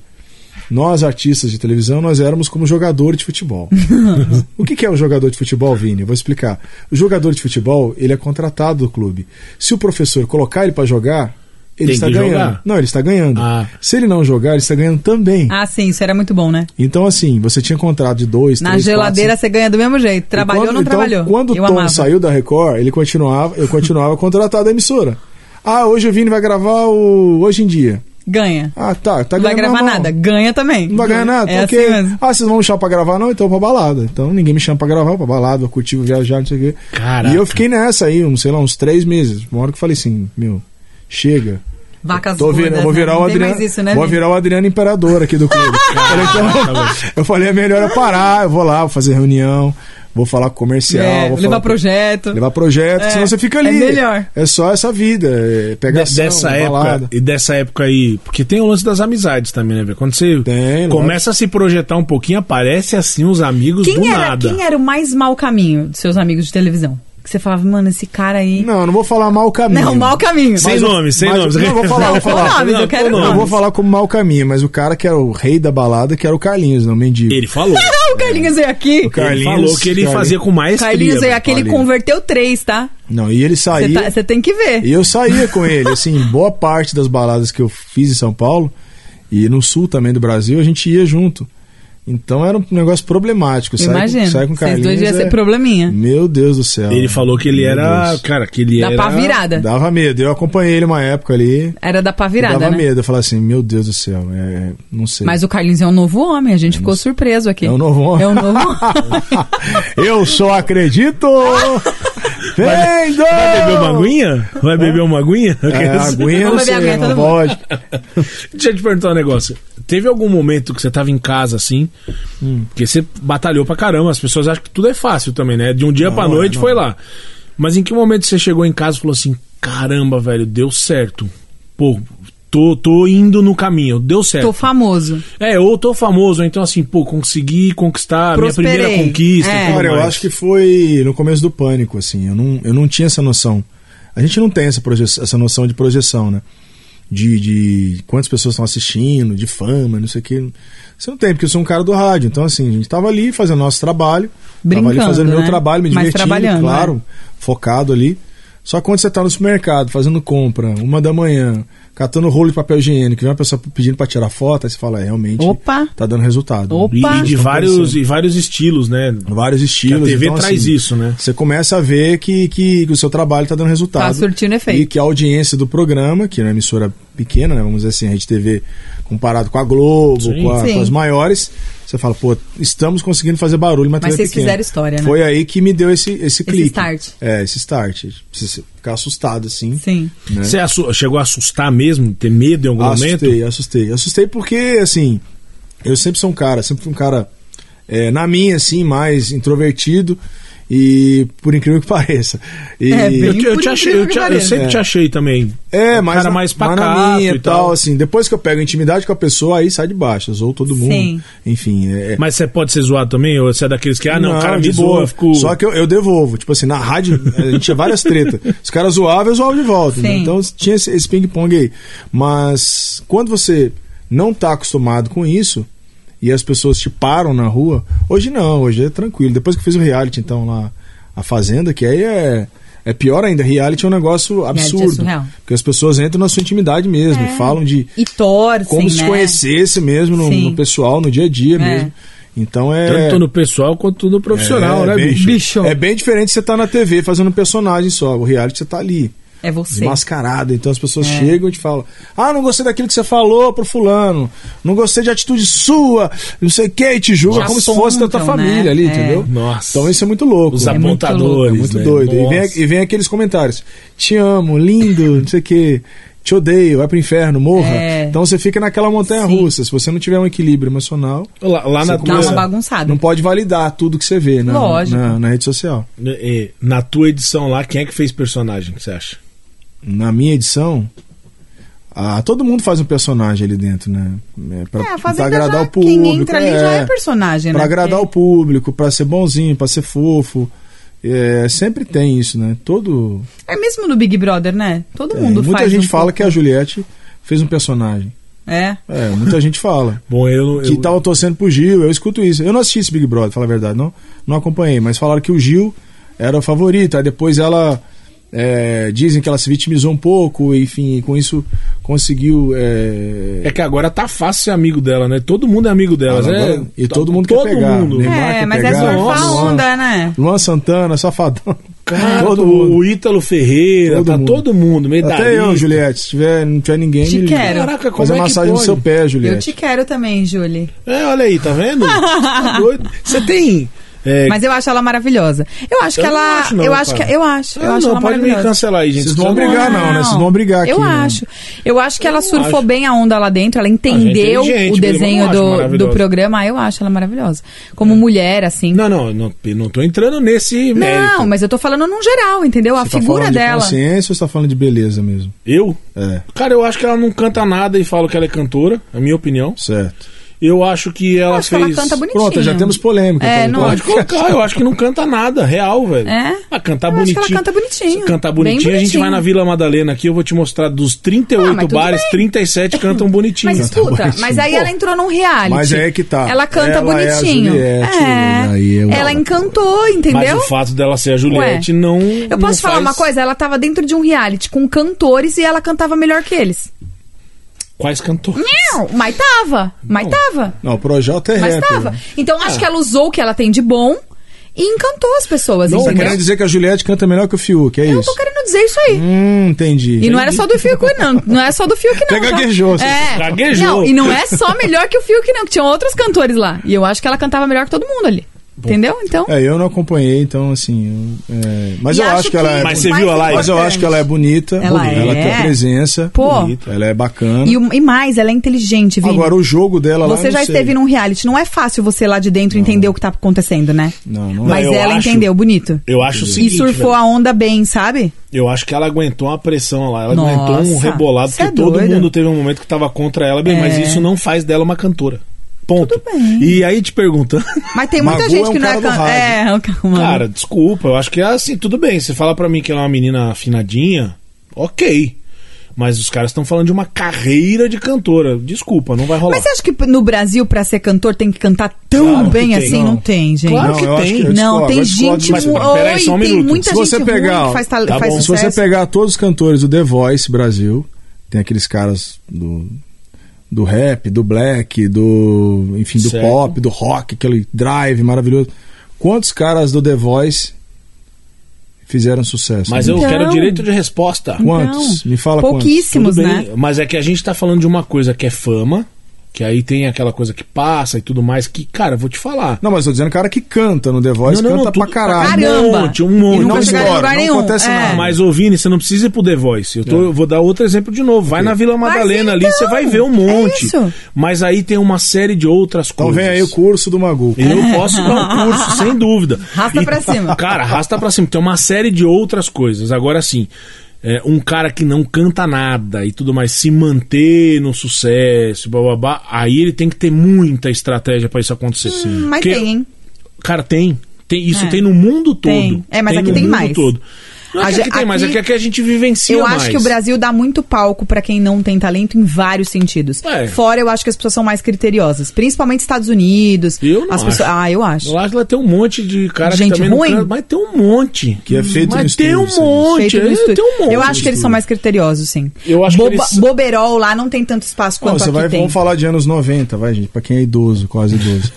[SPEAKER 3] nós artistas de televisão, nós éramos como jogadores
[SPEAKER 2] (laughs)
[SPEAKER 3] de futebol. o que, que é o jogador de futebol, Vini? Eu vou explicar. O jogador de futebol, ele é contratado do clube. Se o professor colocar ele para jogar, ele
[SPEAKER 2] Tem
[SPEAKER 3] está
[SPEAKER 2] que
[SPEAKER 3] ganhando.
[SPEAKER 2] jogar.
[SPEAKER 3] Não, ele está ganhando.
[SPEAKER 2] Ah.
[SPEAKER 3] Se ele não jogar, ele está ganhando também.
[SPEAKER 1] Ah, sim, isso era muito bom, né?
[SPEAKER 3] Então, assim, você tinha contrato de dois,
[SPEAKER 1] Na
[SPEAKER 3] três, quatro,
[SPEAKER 1] geladeira você ganha do mesmo jeito. Trabalhou ou
[SPEAKER 3] quando-
[SPEAKER 1] não
[SPEAKER 3] então,
[SPEAKER 1] trabalhou?
[SPEAKER 3] Quando o
[SPEAKER 1] eu
[SPEAKER 3] Tom
[SPEAKER 1] amava.
[SPEAKER 3] saiu da Record, ele continuava, eu continuava (laughs) contratado da emissora. Ah, hoje o Vini vai gravar o Hoje em Dia.
[SPEAKER 1] Ganha.
[SPEAKER 3] Ah, tá, tá
[SPEAKER 1] não vai
[SPEAKER 3] ganhando
[SPEAKER 1] gravar
[SPEAKER 3] normal.
[SPEAKER 1] nada, ganha também.
[SPEAKER 3] Não vai ganhar nada,
[SPEAKER 1] É
[SPEAKER 3] ok.
[SPEAKER 1] assim mesmo.
[SPEAKER 3] Ah, vocês vão me chamar pra gravar? Não, então pra balada. Então ninguém me chama pra gravar, pra balada, vou curtir, vou viajar, não sei o quê.
[SPEAKER 2] Caraca.
[SPEAKER 3] E eu fiquei nessa aí, uns, sei lá, uns três meses. Uma hora que eu falei assim, meu, chega.
[SPEAKER 1] Vacas
[SPEAKER 3] Tô
[SPEAKER 1] gordas,
[SPEAKER 3] virando, vou
[SPEAKER 1] né?
[SPEAKER 3] virar
[SPEAKER 1] Não
[SPEAKER 3] o
[SPEAKER 1] tem
[SPEAKER 3] Adriano.
[SPEAKER 1] mais isso, né,
[SPEAKER 3] vou
[SPEAKER 1] Vini?
[SPEAKER 3] virar o Adriano Imperador aqui
[SPEAKER 1] (laughs)
[SPEAKER 3] do clube. Falei, então, eu falei, é melhor eu parar, eu vou lá, vou fazer reunião, vou falar com o comercial,
[SPEAKER 1] É,
[SPEAKER 3] Ah, vou
[SPEAKER 1] levar
[SPEAKER 3] falar,
[SPEAKER 1] projeto.
[SPEAKER 3] levar projeto,
[SPEAKER 1] É,
[SPEAKER 3] senão você fica
[SPEAKER 1] é
[SPEAKER 3] ali.
[SPEAKER 1] melhor.
[SPEAKER 3] É só essa vida, é
[SPEAKER 2] De-
[SPEAKER 3] pegação,
[SPEAKER 2] dessa época
[SPEAKER 3] balada.
[SPEAKER 2] e dessa época aí, porque tem o lance das amizades também, né, velho? Quando você
[SPEAKER 3] Tem,
[SPEAKER 2] começa a se projetar um pouquinho, aparece assim os amigos do
[SPEAKER 1] Quem era,
[SPEAKER 2] nada.
[SPEAKER 1] quem era o mais mau caminho dos seus amigos de televisão? Que você falava, mano, esse cara aí.
[SPEAKER 3] Não, eu não vou falar mal caminho.
[SPEAKER 1] Não, é mau caminho.
[SPEAKER 2] Sem
[SPEAKER 3] Mas-
[SPEAKER 2] nomes, sem
[SPEAKER 3] mas-
[SPEAKER 2] nomes.
[SPEAKER 3] não, eu vou
[SPEAKER 1] (laughs)
[SPEAKER 3] falar, eu vou
[SPEAKER 1] Não,
[SPEAKER 3] falar.
[SPEAKER 1] nomes, eu quero
[SPEAKER 2] pô,
[SPEAKER 3] Eu
[SPEAKER 1] nomes.
[SPEAKER 3] vou falar como mau caminho, mas o cara que era o rei da balada, que era o Carlinhos, não o Mendigo.
[SPEAKER 2] Ele falou.
[SPEAKER 1] (laughs) Ah, (laughs) o Carlinhos veio aqui.
[SPEAKER 3] Car-
[SPEAKER 2] ele
[SPEAKER 3] Carlinhos,
[SPEAKER 2] falou que ele
[SPEAKER 3] Carlinhos.
[SPEAKER 2] fazia com né? mais
[SPEAKER 1] Carlinhos veio aqui, ele
[SPEAKER 3] Carlinhos.
[SPEAKER 1] converteu três, tá?
[SPEAKER 3] Não, e ele
[SPEAKER 1] Você
[SPEAKER 3] saía.
[SPEAKER 1] tá- você tem que ver.
[SPEAKER 3] E eu saía com ele,
[SPEAKER 1] (laughs)
[SPEAKER 3] assim, boa parte das baladas que eu fiz em São Paulo e no sul também do Brasil, a gente ia junto. Então era um negócio problemático. Sair,
[SPEAKER 1] Imagina.
[SPEAKER 3] Com, sair com
[SPEAKER 1] Vocês
[SPEAKER 3] Carlinhos
[SPEAKER 1] dois iam
[SPEAKER 3] é-
[SPEAKER 1] ser probleminha.
[SPEAKER 3] Meu Deus do céu.
[SPEAKER 2] Ele falou que ele
[SPEAKER 3] Meu
[SPEAKER 2] era.
[SPEAKER 3] Deus.
[SPEAKER 2] Cara, que ele
[SPEAKER 1] Da
[SPEAKER 2] era.
[SPEAKER 1] pá virada.
[SPEAKER 3] Dava medo. Eu acompanhei ele uma época ali.
[SPEAKER 1] Era da pá virada,
[SPEAKER 3] dava
[SPEAKER 1] né?
[SPEAKER 3] medo. Eu falava assim, meu Deus do céu. é- é- não sei.
[SPEAKER 1] Mas o Carlinhos é um novo homem, a gente ficou surpreso aqui.
[SPEAKER 3] É um novo homem.
[SPEAKER 1] É um
[SPEAKER 3] (laughs)
[SPEAKER 1] novo homem.
[SPEAKER 3] Eu só
[SPEAKER 1] (laughs)
[SPEAKER 3] acredito! Vem,
[SPEAKER 2] Vai beber uma aguinha? Vai beber uma aguinha? (laughs)
[SPEAKER 3] É, aguinha, eu não
[SPEAKER 1] Vamos beber
[SPEAKER 3] sei,
[SPEAKER 1] aguinha,
[SPEAKER 3] uma
[SPEAKER 1] todo mundo.
[SPEAKER 3] vodka.
[SPEAKER 2] Deixa eu te perguntar um negócio. teve algum momento que você tava em casa assim?
[SPEAKER 3] Hum.
[SPEAKER 2] Porque você batalhou pra caramba, as pessoas acham que tudo é fácil também, né? De um dia
[SPEAKER 3] Não,
[SPEAKER 2] pra
[SPEAKER 3] é,
[SPEAKER 2] noite
[SPEAKER 3] não.
[SPEAKER 2] foi lá. Mas em que momento você chegou em casa e falou assim: caramba, velho, deu certo. Pô, tô, tô indo no caminho, deu certo.
[SPEAKER 1] Tô famoso.
[SPEAKER 2] É, ou tô famoso, ou então assim, pô, consegui conquistar a minha
[SPEAKER 1] Prosperei.
[SPEAKER 2] primeira conquista.
[SPEAKER 1] É.
[SPEAKER 2] e tudo
[SPEAKER 3] Olha, eu
[SPEAKER 2] mais.
[SPEAKER 3] acho que foi no começo do pânico, assim. Eu não, eu não tinha essa noção. A gente não tem essa, proje- essa noção de projeção, né? De, de quantas pessoas estão assistindo, de fama, não sei o quê. Você não tem, porque eu sou um cara do rádio. Então, assim, a gente tava ali fazendo nosso trabalho.
[SPEAKER 1] Brincando,
[SPEAKER 3] tava ali fazendo
[SPEAKER 1] né?
[SPEAKER 3] meu trabalho, me
[SPEAKER 1] Mas
[SPEAKER 3] divertindo,
[SPEAKER 1] trabalhando, né?
[SPEAKER 3] claro. Focado ali. Só quando você tá no supermercado, fazendo compra, uma da manhã, catando rolo de papel higiênico, vem uma pessoa pedindo pra tirar foto, aí você fala, é, realmente,
[SPEAKER 1] Opa.
[SPEAKER 3] tá dando resultado.
[SPEAKER 1] Opa.
[SPEAKER 2] E, e de
[SPEAKER 3] Estão
[SPEAKER 2] vários,
[SPEAKER 3] pensando.
[SPEAKER 2] e vários estilos, né?
[SPEAKER 3] Vários
[SPEAKER 2] Que a
[SPEAKER 3] estilos.
[SPEAKER 2] TV
[SPEAKER 3] então,
[SPEAKER 2] traz
[SPEAKER 3] assim,
[SPEAKER 2] isso, né?
[SPEAKER 3] Você começa a ver que, que, que o seu trabalho está dando resultado.
[SPEAKER 1] Tá surtindo efeito.
[SPEAKER 3] E que a audiência do programa, que é uma emissora pequena, né, vamos dizer assim, a Rede TV comparado com a Globo,
[SPEAKER 2] Sim.
[SPEAKER 3] com, a-
[SPEAKER 1] Sim.
[SPEAKER 3] com as maiores, você fala, pô, estamos conseguindo fazer barulho, mas, a
[SPEAKER 1] Mas
[SPEAKER 3] TV é
[SPEAKER 1] vocês
[SPEAKER 3] pequena.
[SPEAKER 1] fizeram história, né?
[SPEAKER 3] Foi aí que me deu esse, esse clique.
[SPEAKER 1] start.
[SPEAKER 3] É, esse start. Precisa ficar assustado, assim.
[SPEAKER 1] Sim.
[SPEAKER 3] né?
[SPEAKER 2] Você assu- chegou a assustar mesmo? Ter medo em algum
[SPEAKER 3] assustei,
[SPEAKER 2] momento?
[SPEAKER 3] Assustei, assustei. porque, assim, eu sempre sou um cara, sempre fui um cara, é, na minha, assim, mais introvertido e, por incrível que (laughs) pareça. E-
[SPEAKER 1] É, bem
[SPEAKER 2] Eu, te- eu
[SPEAKER 1] Por
[SPEAKER 2] te achei, eu,
[SPEAKER 1] incrível que
[SPEAKER 2] te- eu
[SPEAKER 1] pareça.
[SPEAKER 2] sempre
[SPEAKER 3] É.
[SPEAKER 2] te achei também.
[SPEAKER 3] É,
[SPEAKER 2] Um
[SPEAKER 3] mas,
[SPEAKER 2] cara
[SPEAKER 3] na-
[SPEAKER 2] mais
[SPEAKER 3] mas na
[SPEAKER 2] pacato
[SPEAKER 3] minha
[SPEAKER 2] e tal.
[SPEAKER 3] assim, depois que eu pego intimidade com a pessoa, aí sai de baixo, eu zoo todo mundo.
[SPEAKER 1] Sim.
[SPEAKER 3] Enfim, é, é-
[SPEAKER 2] Mas você pode ser zoado também? Ou você é daqueles que, ah, não, o cara me zoa, eu fico.
[SPEAKER 3] Só que eu, eu devolvo. Tipo assim, na rádio a gente tinha
[SPEAKER 2] (laughs)
[SPEAKER 3] várias tretas. Os caras zoavam, eu zoava de volta. né?
[SPEAKER 1] Sim.
[SPEAKER 3] Então tinha esse, esse ping-pong aí. Mas quando você não tá acostumado com isso e as pessoas te param na rua, hoje não, hoje é tranquilo. Depois que eu fiz o reality, então, lá, a Fazenda, que aí é. É pior ainda, reality é um negócio
[SPEAKER 1] Reality é
[SPEAKER 3] absurdo.
[SPEAKER 1] surreal.
[SPEAKER 3] porque as pessoas entram na sua intimidade mesmo, e falam de
[SPEAKER 1] E torcem,
[SPEAKER 3] como se
[SPEAKER 1] né?
[SPEAKER 3] conhecesse mesmo no,
[SPEAKER 1] Sim.
[SPEAKER 3] no pessoal, no dia a dia
[SPEAKER 1] É.
[SPEAKER 3] mesmo. Então é.
[SPEAKER 2] Tanto no pessoal quanto no profissional,
[SPEAKER 3] É,
[SPEAKER 2] né,
[SPEAKER 3] bem-
[SPEAKER 2] bicho?
[SPEAKER 3] É bem diferente você tá na TV fazendo um personagem só. O reality você tá ali,
[SPEAKER 1] É você.
[SPEAKER 3] desmascarado. Então as pessoas
[SPEAKER 1] É.
[SPEAKER 3] chegam e te falam: Ah, não gostei daquilo que você falou pro fulano. Não gostei de atitude sua. Não sei o que, e te julga
[SPEAKER 1] Já
[SPEAKER 3] como se fosse da tua
[SPEAKER 1] apontam,
[SPEAKER 3] família
[SPEAKER 1] né?
[SPEAKER 3] ali,
[SPEAKER 1] É.
[SPEAKER 3] entendeu?
[SPEAKER 2] Nossa.
[SPEAKER 3] Então isso é muito louco.
[SPEAKER 2] Os
[SPEAKER 3] é
[SPEAKER 1] muito louco,
[SPEAKER 2] apontadores.
[SPEAKER 3] é muito
[SPEAKER 2] né?
[SPEAKER 3] doido. E vem,
[SPEAKER 2] Nossa.
[SPEAKER 3] e vem aqueles comentários: Te amo, lindo, não sei o que. Te odeio, vai pro inferno, morra.
[SPEAKER 1] É.
[SPEAKER 3] Então você fica naquela montanha russa. Se você não tiver um equilíbrio emocional,
[SPEAKER 2] Lá, lá na,
[SPEAKER 3] Você
[SPEAKER 1] Dá uma
[SPEAKER 3] começa-
[SPEAKER 2] tua,
[SPEAKER 1] bagunçada.
[SPEAKER 3] não pode validar tudo que você vê na,
[SPEAKER 1] Lógico.
[SPEAKER 3] na, na rede social.
[SPEAKER 2] é, na tua edição lá, quem é que fez personagem, que você acha?
[SPEAKER 3] Na minha edição, ah, todo mundo faz um personagem ali dentro, né? É, pra,
[SPEAKER 1] É, a
[SPEAKER 3] pra
[SPEAKER 1] Fazenda já,
[SPEAKER 3] agradar o público.
[SPEAKER 1] quem entra ali já é personagem,
[SPEAKER 3] Pra
[SPEAKER 1] né?
[SPEAKER 3] agradar o público, pra ser bonzinho, pra ser fofo. É, sempre tem isso, né? Todo.
[SPEAKER 1] É mesmo no Big Brother, né? Todo
[SPEAKER 3] é,
[SPEAKER 1] mundo
[SPEAKER 3] muita
[SPEAKER 1] faz
[SPEAKER 3] gente
[SPEAKER 1] um
[SPEAKER 3] fala
[SPEAKER 1] pouco.
[SPEAKER 3] que a Juliette fez um personagem.
[SPEAKER 1] É.
[SPEAKER 3] É, muita gente fala.
[SPEAKER 2] Bom, eu.
[SPEAKER 3] Que
[SPEAKER 2] eu
[SPEAKER 3] tava torcendo pro Gil, eu escuto isso. Eu não assisti esse Big Brother, fala a verdade, não, não acompanhei, mas falaram que o Gil era o favorito. Aí depois ela. é, dizem que ela se vitimizou um pouco, enfim, e com isso conseguiu. é,
[SPEAKER 2] É que agora tá fácil ser amigo dela, né? Todo mundo é amigo dela.
[SPEAKER 3] Ah,
[SPEAKER 2] né?
[SPEAKER 3] agora- e todo mundo quer pegar,
[SPEAKER 2] mundo.
[SPEAKER 3] né? Neymar
[SPEAKER 1] É,
[SPEAKER 3] quer
[SPEAKER 1] mas é
[SPEAKER 3] pegar,
[SPEAKER 1] surfar a
[SPEAKER 2] nossa.
[SPEAKER 1] onda, né?
[SPEAKER 3] Luan Santana, Safadão.
[SPEAKER 2] Cara,
[SPEAKER 3] todo
[SPEAKER 2] O
[SPEAKER 3] mundo.
[SPEAKER 2] Ítalo Ferreira,
[SPEAKER 3] Todo
[SPEAKER 2] tá
[SPEAKER 3] mundo.
[SPEAKER 2] todo mundo, medalhista.
[SPEAKER 3] Até eu, Juliette. Se tiver, não tiver ninguém.
[SPEAKER 1] Te
[SPEAKER 3] me liga.
[SPEAKER 1] quero.
[SPEAKER 2] Caraca, como
[SPEAKER 3] Fazer
[SPEAKER 2] é que
[SPEAKER 3] massagem no
[SPEAKER 2] pode?
[SPEAKER 3] seu pé,
[SPEAKER 1] Eu
[SPEAKER 3] Juliette.
[SPEAKER 1] te quero também, Julie.
[SPEAKER 2] É, olha aí,
[SPEAKER 1] (laughs)
[SPEAKER 2] tá vendo? Tá doido. Você tem. é,
[SPEAKER 1] Mas eu acho ela maravilhosa. Eu acho
[SPEAKER 2] Eu
[SPEAKER 1] que
[SPEAKER 2] não
[SPEAKER 1] ela.
[SPEAKER 2] acho não,
[SPEAKER 1] eu acho
[SPEAKER 2] cara.
[SPEAKER 1] que eu acho. Eu
[SPEAKER 2] Ah,
[SPEAKER 1] acho
[SPEAKER 2] não,
[SPEAKER 1] ela
[SPEAKER 2] pode me
[SPEAKER 1] maravilhosa.
[SPEAKER 2] cancelar aí, gente.
[SPEAKER 3] Vocês vão brigar, não, né? Vocês vão brigar
[SPEAKER 1] Eu
[SPEAKER 3] aqui, né?
[SPEAKER 1] acho. Eu acho que ela
[SPEAKER 2] não
[SPEAKER 1] surfou
[SPEAKER 2] acho.
[SPEAKER 1] bem a onda lá dentro. Ela entendeu
[SPEAKER 2] inteligente,
[SPEAKER 3] é
[SPEAKER 1] o
[SPEAKER 2] mas eu
[SPEAKER 1] desenho
[SPEAKER 2] não acho
[SPEAKER 1] do, do
[SPEAKER 2] maravilhosa.
[SPEAKER 1] programa. Ah, Eu acho ela maravilhosa. Como
[SPEAKER 3] É.
[SPEAKER 1] mulher, assim.
[SPEAKER 2] Não, não, não, eu não tô entrando nesse mérito.
[SPEAKER 1] Não, mas eu tô falando num geral, entendeu? a
[SPEAKER 3] é, então. Você tá
[SPEAKER 1] figura
[SPEAKER 3] falando
[SPEAKER 1] dela.
[SPEAKER 3] De consciência ou você tá falando de beleza mesmo?
[SPEAKER 2] Eu?
[SPEAKER 3] É,
[SPEAKER 2] Cara, eu acho que ela não canta nada e falo que ela é cantora, é a minha opinião.
[SPEAKER 3] certo.
[SPEAKER 2] Eu acho que ela
[SPEAKER 1] Eu acho que
[SPEAKER 2] fez.
[SPEAKER 1] ela canta bonitinho.
[SPEAKER 3] Pronto, já temos polêmica.
[SPEAKER 1] É,
[SPEAKER 3] Falei,
[SPEAKER 1] não-
[SPEAKER 3] pode
[SPEAKER 2] Pode colocar, eu acho que não canta nada, real, velho.
[SPEAKER 1] É?
[SPEAKER 2] Ah, cantar
[SPEAKER 1] Eu acho que
[SPEAKER 2] bonitinho.
[SPEAKER 1] ela canta bonitinho.
[SPEAKER 2] Se Cantar
[SPEAKER 1] Bem
[SPEAKER 2] bonitinho, a gente
[SPEAKER 1] bonitinho.
[SPEAKER 2] vai na Vila Madalena aqui, eu vou te mostrar dos 38
[SPEAKER 1] Ah, mas tudo
[SPEAKER 2] bares,
[SPEAKER 1] bem.
[SPEAKER 2] 37 cantam bonitinho.
[SPEAKER 1] Mas escuta,
[SPEAKER 3] bonitinho.
[SPEAKER 1] mas aí
[SPEAKER 2] Pô,
[SPEAKER 1] ela entrou num reality.
[SPEAKER 3] mas aí é que tá.
[SPEAKER 1] Ela canta
[SPEAKER 3] Ela é a
[SPEAKER 1] bonitinho.
[SPEAKER 3] Juliette, aí é o-
[SPEAKER 1] Ela encantou, entendeu?
[SPEAKER 2] Mas o fato dela ser a Juliette
[SPEAKER 1] Ué.
[SPEAKER 2] não.
[SPEAKER 1] Eu posso te falar uma coisa? Ela tava dentro de um reality com cantores e ela cantava melhor que eles.
[SPEAKER 2] Quais cantores?
[SPEAKER 1] Não, mas tava. Mas
[SPEAKER 2] Não.
[SPEAKER 1] tava.
[SPEAKER 3] Não, o Projota é Ah.
[SPEAKER 1] Mas
[SPEAKER 3] rapper.
[SPEAKER 1] tava. Então acho que ela usou o que ela tem de bom e encantou as pessoas,
[SPEAKER 3] Você tá
[SPEAKER 1] entendeu?
[SPEAKER 3] querendo dizer que a Juliette canta melhor que o Fiuk, é
[SPEAKER 1] Eu
[SPEAKER 3] isso?
[SPEAKER 1] tô querendo dizer isso aí.
[SPEAKER 3] Hum, entendi.
[SPEAKER 1] E não era só do Fiuk, não. Não é só do Fiuk, não.
[SPEAKER 3] Até
[SPEAKER 1] tá?
[SPEAKER 3] gaguejou, assim.
[SPEAKER 1] É.
[SPEAKER 2] Gaguejou.
[SPEAKER 1] Não, e não é só melhor que o Fiuk, não. Que tinham outros cantores lá. E eu acho que ela cantava melhor que todo mundo ali. Entendeu? Então.
[SPEAKER 3] É, eu não acompanhei, então assim. eu- é, Mas
[SPEAKER 1] E
[SPEAKER 3] eu
[SPEAKER 1] acho
[SPEAKER 3] acho, que, ela
[SPEAKER 1] que-
[SPEAKER 3] é.
[SPEAKER 2] Mas você viu a live?
[SPEAKER 3] Mas eu acho que ela é bonita,
[SPEAKER 1] Ela
[SPEAKER 3] bonita, ela
[SPEAKER 1] é.
[SPEAKER 3] tem a presença,
[SPEAKER 1] Pô.
[SPEAKER 3] bonita, ela é bacana.
[SPEAKER 1] E, o- e mais, ela é inteligente, Vini.
[SPEAKER 3] Agora o jogo dela lá,
[SPEAKER 1] você
[SPEAKER 3] eu
[SPEAKER 1] já
[SPEAKER 3] não sei.
[SPEAKER 1] esteve num reality. Não é fácil você lá de dentro entender o que tá acontecendo, né?
[SPEAKER 3] Não, é. não
[SPEAKER 1] Mas
[SPEAKER 2] eu
[SPEAKER 1] ela
[SPEAKER 2] acho-
[SPEAKER 1] entendeu, bonito.
[SPEAKER 2] Eu acho o seguinte,
[SPEAKER 1] e surfou
[SPEAKER 2] velho,
[SPEAKER 1] a onda bem, sabe?
[SPEAKER 2] eu acho que ela aguentou uma pressão lá, ela aguentou um
[SPEAKER 1] Nossa,
[SPEAKER 2] rebolado,
[SPEAKER 1] cê
[SPEAKER 2] porque
[SPEAKER 1] é
[SPEAKER 2] todo
[SPEAKER 1] doido.
[SPEAKER 2] mundo teve um momento que tava contra ela, bem, mas
[SPEAKER 1] É.
[SPEAKER 2] isso não faz dela uma cantora. Ponto.
[SPEAKER 1] Tudo bem.
[SPEAKER 2] E aí te perguntando,
[SPEAKER 1] Mas tem
[SPEAKER 3] Magu
[SPEAKER 1] muita
[SPEAKER 3] é
[SPEAKER 1] gente
[SPEAKER 3] um
[SPEAKER 1] que não é.
[SPEAKER 3] cara do
[SPEAKER 1] can-
[SPEAKER 3] rádio.
[SPEAKER 1] É, o cara- mano.
[SPEAKER 2] cara, desculpa, eu acho que é assim, tudo bem, você fala pra mim que ela é uma menina afinadinha, ok. Mas os caras estão falando de uma carreira de cantora. Desculpa, não vai rolar.
[SPEAKER 1] Mas você acha que no Brasil, pra ser cantor, tem que cantar tão
[SPEAKER 2] Claro que
[SPEAKER 1] bem
[SPEAKER 2] tem.
[SPEAKER 1] assim? Não,
[SPEAKER 3] Não.
[SPEAKER 1] tem, gente.
[SPEAKER 2] Claro
[SPEAKER 3] Não,
[SPEAKER 2] que
[SPEAKER 3] eu acho
[SPEAKER 2] tem.
[SPEAKER 3] que eu
[SPEAKER 1] Não,
[SPEAKER 3] discordo,
[SPEAKER 1] tem
[SPEAKER 3] eu discordo
[SPEAKER 1] gente.
[SPEAKER 2] mas
[SPEAKER 1] mu-
[SPEAKER 2] pera- pera aí só um
[SPEAKER 1] Oi, tem
[SPEAKER 2] minuto.
[SPEAKER 1] muita
[SPEAKER 3] Se
[SPEAKER 1] gente
[SPEAKER 3] você pegar,
[SPEAKER 1] ruim
[SPEAKER 3] ó,
[SPEAKER 1] que faz, tal-
[SPEAKER 2] tá
[SPEAKER 1] faz
[SPEAKER 2] bom,
[SPEAKER 3] Se você
[SPEAKER 1] sucesso.
[SPEAKER 3] pegar todos os cantores do The Voice Brasil, tem aqueles caras do, do rap, do black, do enfim, do
[SPEAKER 2] Certo.
[SPEAKER 3] pop, do rock, aquele drive maravilhoso. Quantos caras do The Voice fizeram sucesso?
[SPEAKER 2] Mas eu
[SPEAKER 1] Então.
[SPEAKER 2] quero direito de resposta.
[SPEAKER 3] Quantos? Me fala quantos.
[SPEAKER 1] Pouquíssimos,
[SPEAKER 2] Tudo
[SPEAKER 1] né?
[SPEAKER 2] bem, Mas é que a gente tá falando de uma coisa que é fama, que aí tem aquela coisa que passa e tudo mais, que, cara, eu vou te falar.
[SPEAKER 3] Não, mas eu tô dizendo cara que canta no The Voice,
[SPEAKER 2] tudo-
[SPEAKER 3] canta pra caralho.
[SPEAKER 1] pra caramba.
[SPEAKER 2] Um monte, um monte.
[SPEAKER 1] E nunca
[SPEAKER 3] Não
[SPEAKER 1] chegaram em
[SPEAKER 3] estoura,
[SPEAKER 1] lugar
[SPEAKER 3] não
[SPEAKER 1] nenhum.
[SPEAKER 3] acontece
[SPEAKER 1] é.
[SPEAKER 3] nada.
[SPEAKER 2] Ah, Mas, ô Vini, você não precisa ir pro The Voice. Eu,
[SPEAKER 3] É.
[SPEAKER 2] tô- eu vou dar outro exemplo de novo. Vai na Vila Madalena
[SPEAKER 1] Mas
[SPEAKER 2] ali, você
[SPEAKER 1] então,
[SPEAKER 2] vai ver um monte.
[SPEAKER 1] isso.
[SPEAKER 2] Mas aí tem uma série de outras
[SPEAKER 3] Então
[SPEAKER 2] coisas.
[SPEAKER 3] vem aí o curso do Magu.
[SPEAKER 2] Eu posso dar um curso,
[SPEAKER 1] (laughs)
[SPEAKER 2] sem dúvida. tá,
[SPEAKER 1] Arrasta pra cima.
[SPEAKER 2] Cara, arrasta pra cima. Tem uma série de outras coisas. Agora sim, é, um cara que não canta nada e tudo mais, se manter no sucesso, bababá, aí ele tem que ter muita estratégia pra isso acontecer. Sim.
[SPEAKER 1] Hum, Mas tem, hein?
[SPEAKER 2] Cara, tem. tem isso
[SPEAKER 1] É.
[SPEAKER 2] tem no mundo todo.
[SPEAKER 1] Tem. É, mas aqui
[SPEAKER 2] no
[SPEAKER 1] tem
[SPEAKER 2] mundo
[SPEAKER 1] mais.
[SPEAKER 2] Todo. Não é
[SPEAKER 1] A
[SPEAKER 2] que
[SPEAKER 1] ge-
[SPEAKER 2] aqui tem mais, é
[SPEAKER 1] aqui-
[SPEAKER 2] que aqui a gente vivencia
[SPEAKER 1] Eu
[SPEAKER 2] é mais.
[SPEAKER 1] acho que o Brasil dá muito palco pra quem não tem talento em vários sentidos.
[SPEAKER 2] É.
[SPEAKER 1] Fora, eu acho que as pessoas são mais criteriosas. Principalmente Estados Unidos.
[SPEAKER 2] Eu não
[SPEAKER 1] as pessoas-
[SPEAKER 2] acho.
[SPEAKER 1] Ah, eu acho.
[SPEAKER 2] Lá, lá tem um monte de cara
[SPEAKER 1] Gente
[SPEAKER 2] que também
[SPEAKER 1] ruim?
[SPEAKER 2] não canta, mas tem um monte.
[SPEAKER 3] Que é feito
[SPEAKER 2] mas
[SPEAKER 3] no
[SPEAKER 2] tem
[SPEAKER 3] estúdio,
[SPEAKER 2] um
[SPEAKER 3] você
[SPEAKER 2] monte,
[SPEAKER 1] Feito no
[SPEAKER 2] é,
[SPEAKER 1] estúdio.
[SPEAKER 2] tem um monte.
[SPEAKER 1] Eu acho que eles são mais criteriosos, sim.
[SPEAKER 2] Eu acho que eles-
[SPEAKER 1] Boberol lá não tem tanto espaço
[SPEAKER 3] Não,
[SPEAKER 1] quanto
[SPEAKER 3] você
[SPEAKER 1] aqui
[SPEAKER 3] vai,
[SPEAKER 1] tem.
[SPEAKER 3] vamos falar de anos 90, vai, gente, pra quem é idoso,
[SPEAKER 1] (laughs)
[SPEAKER 3] quase idoso.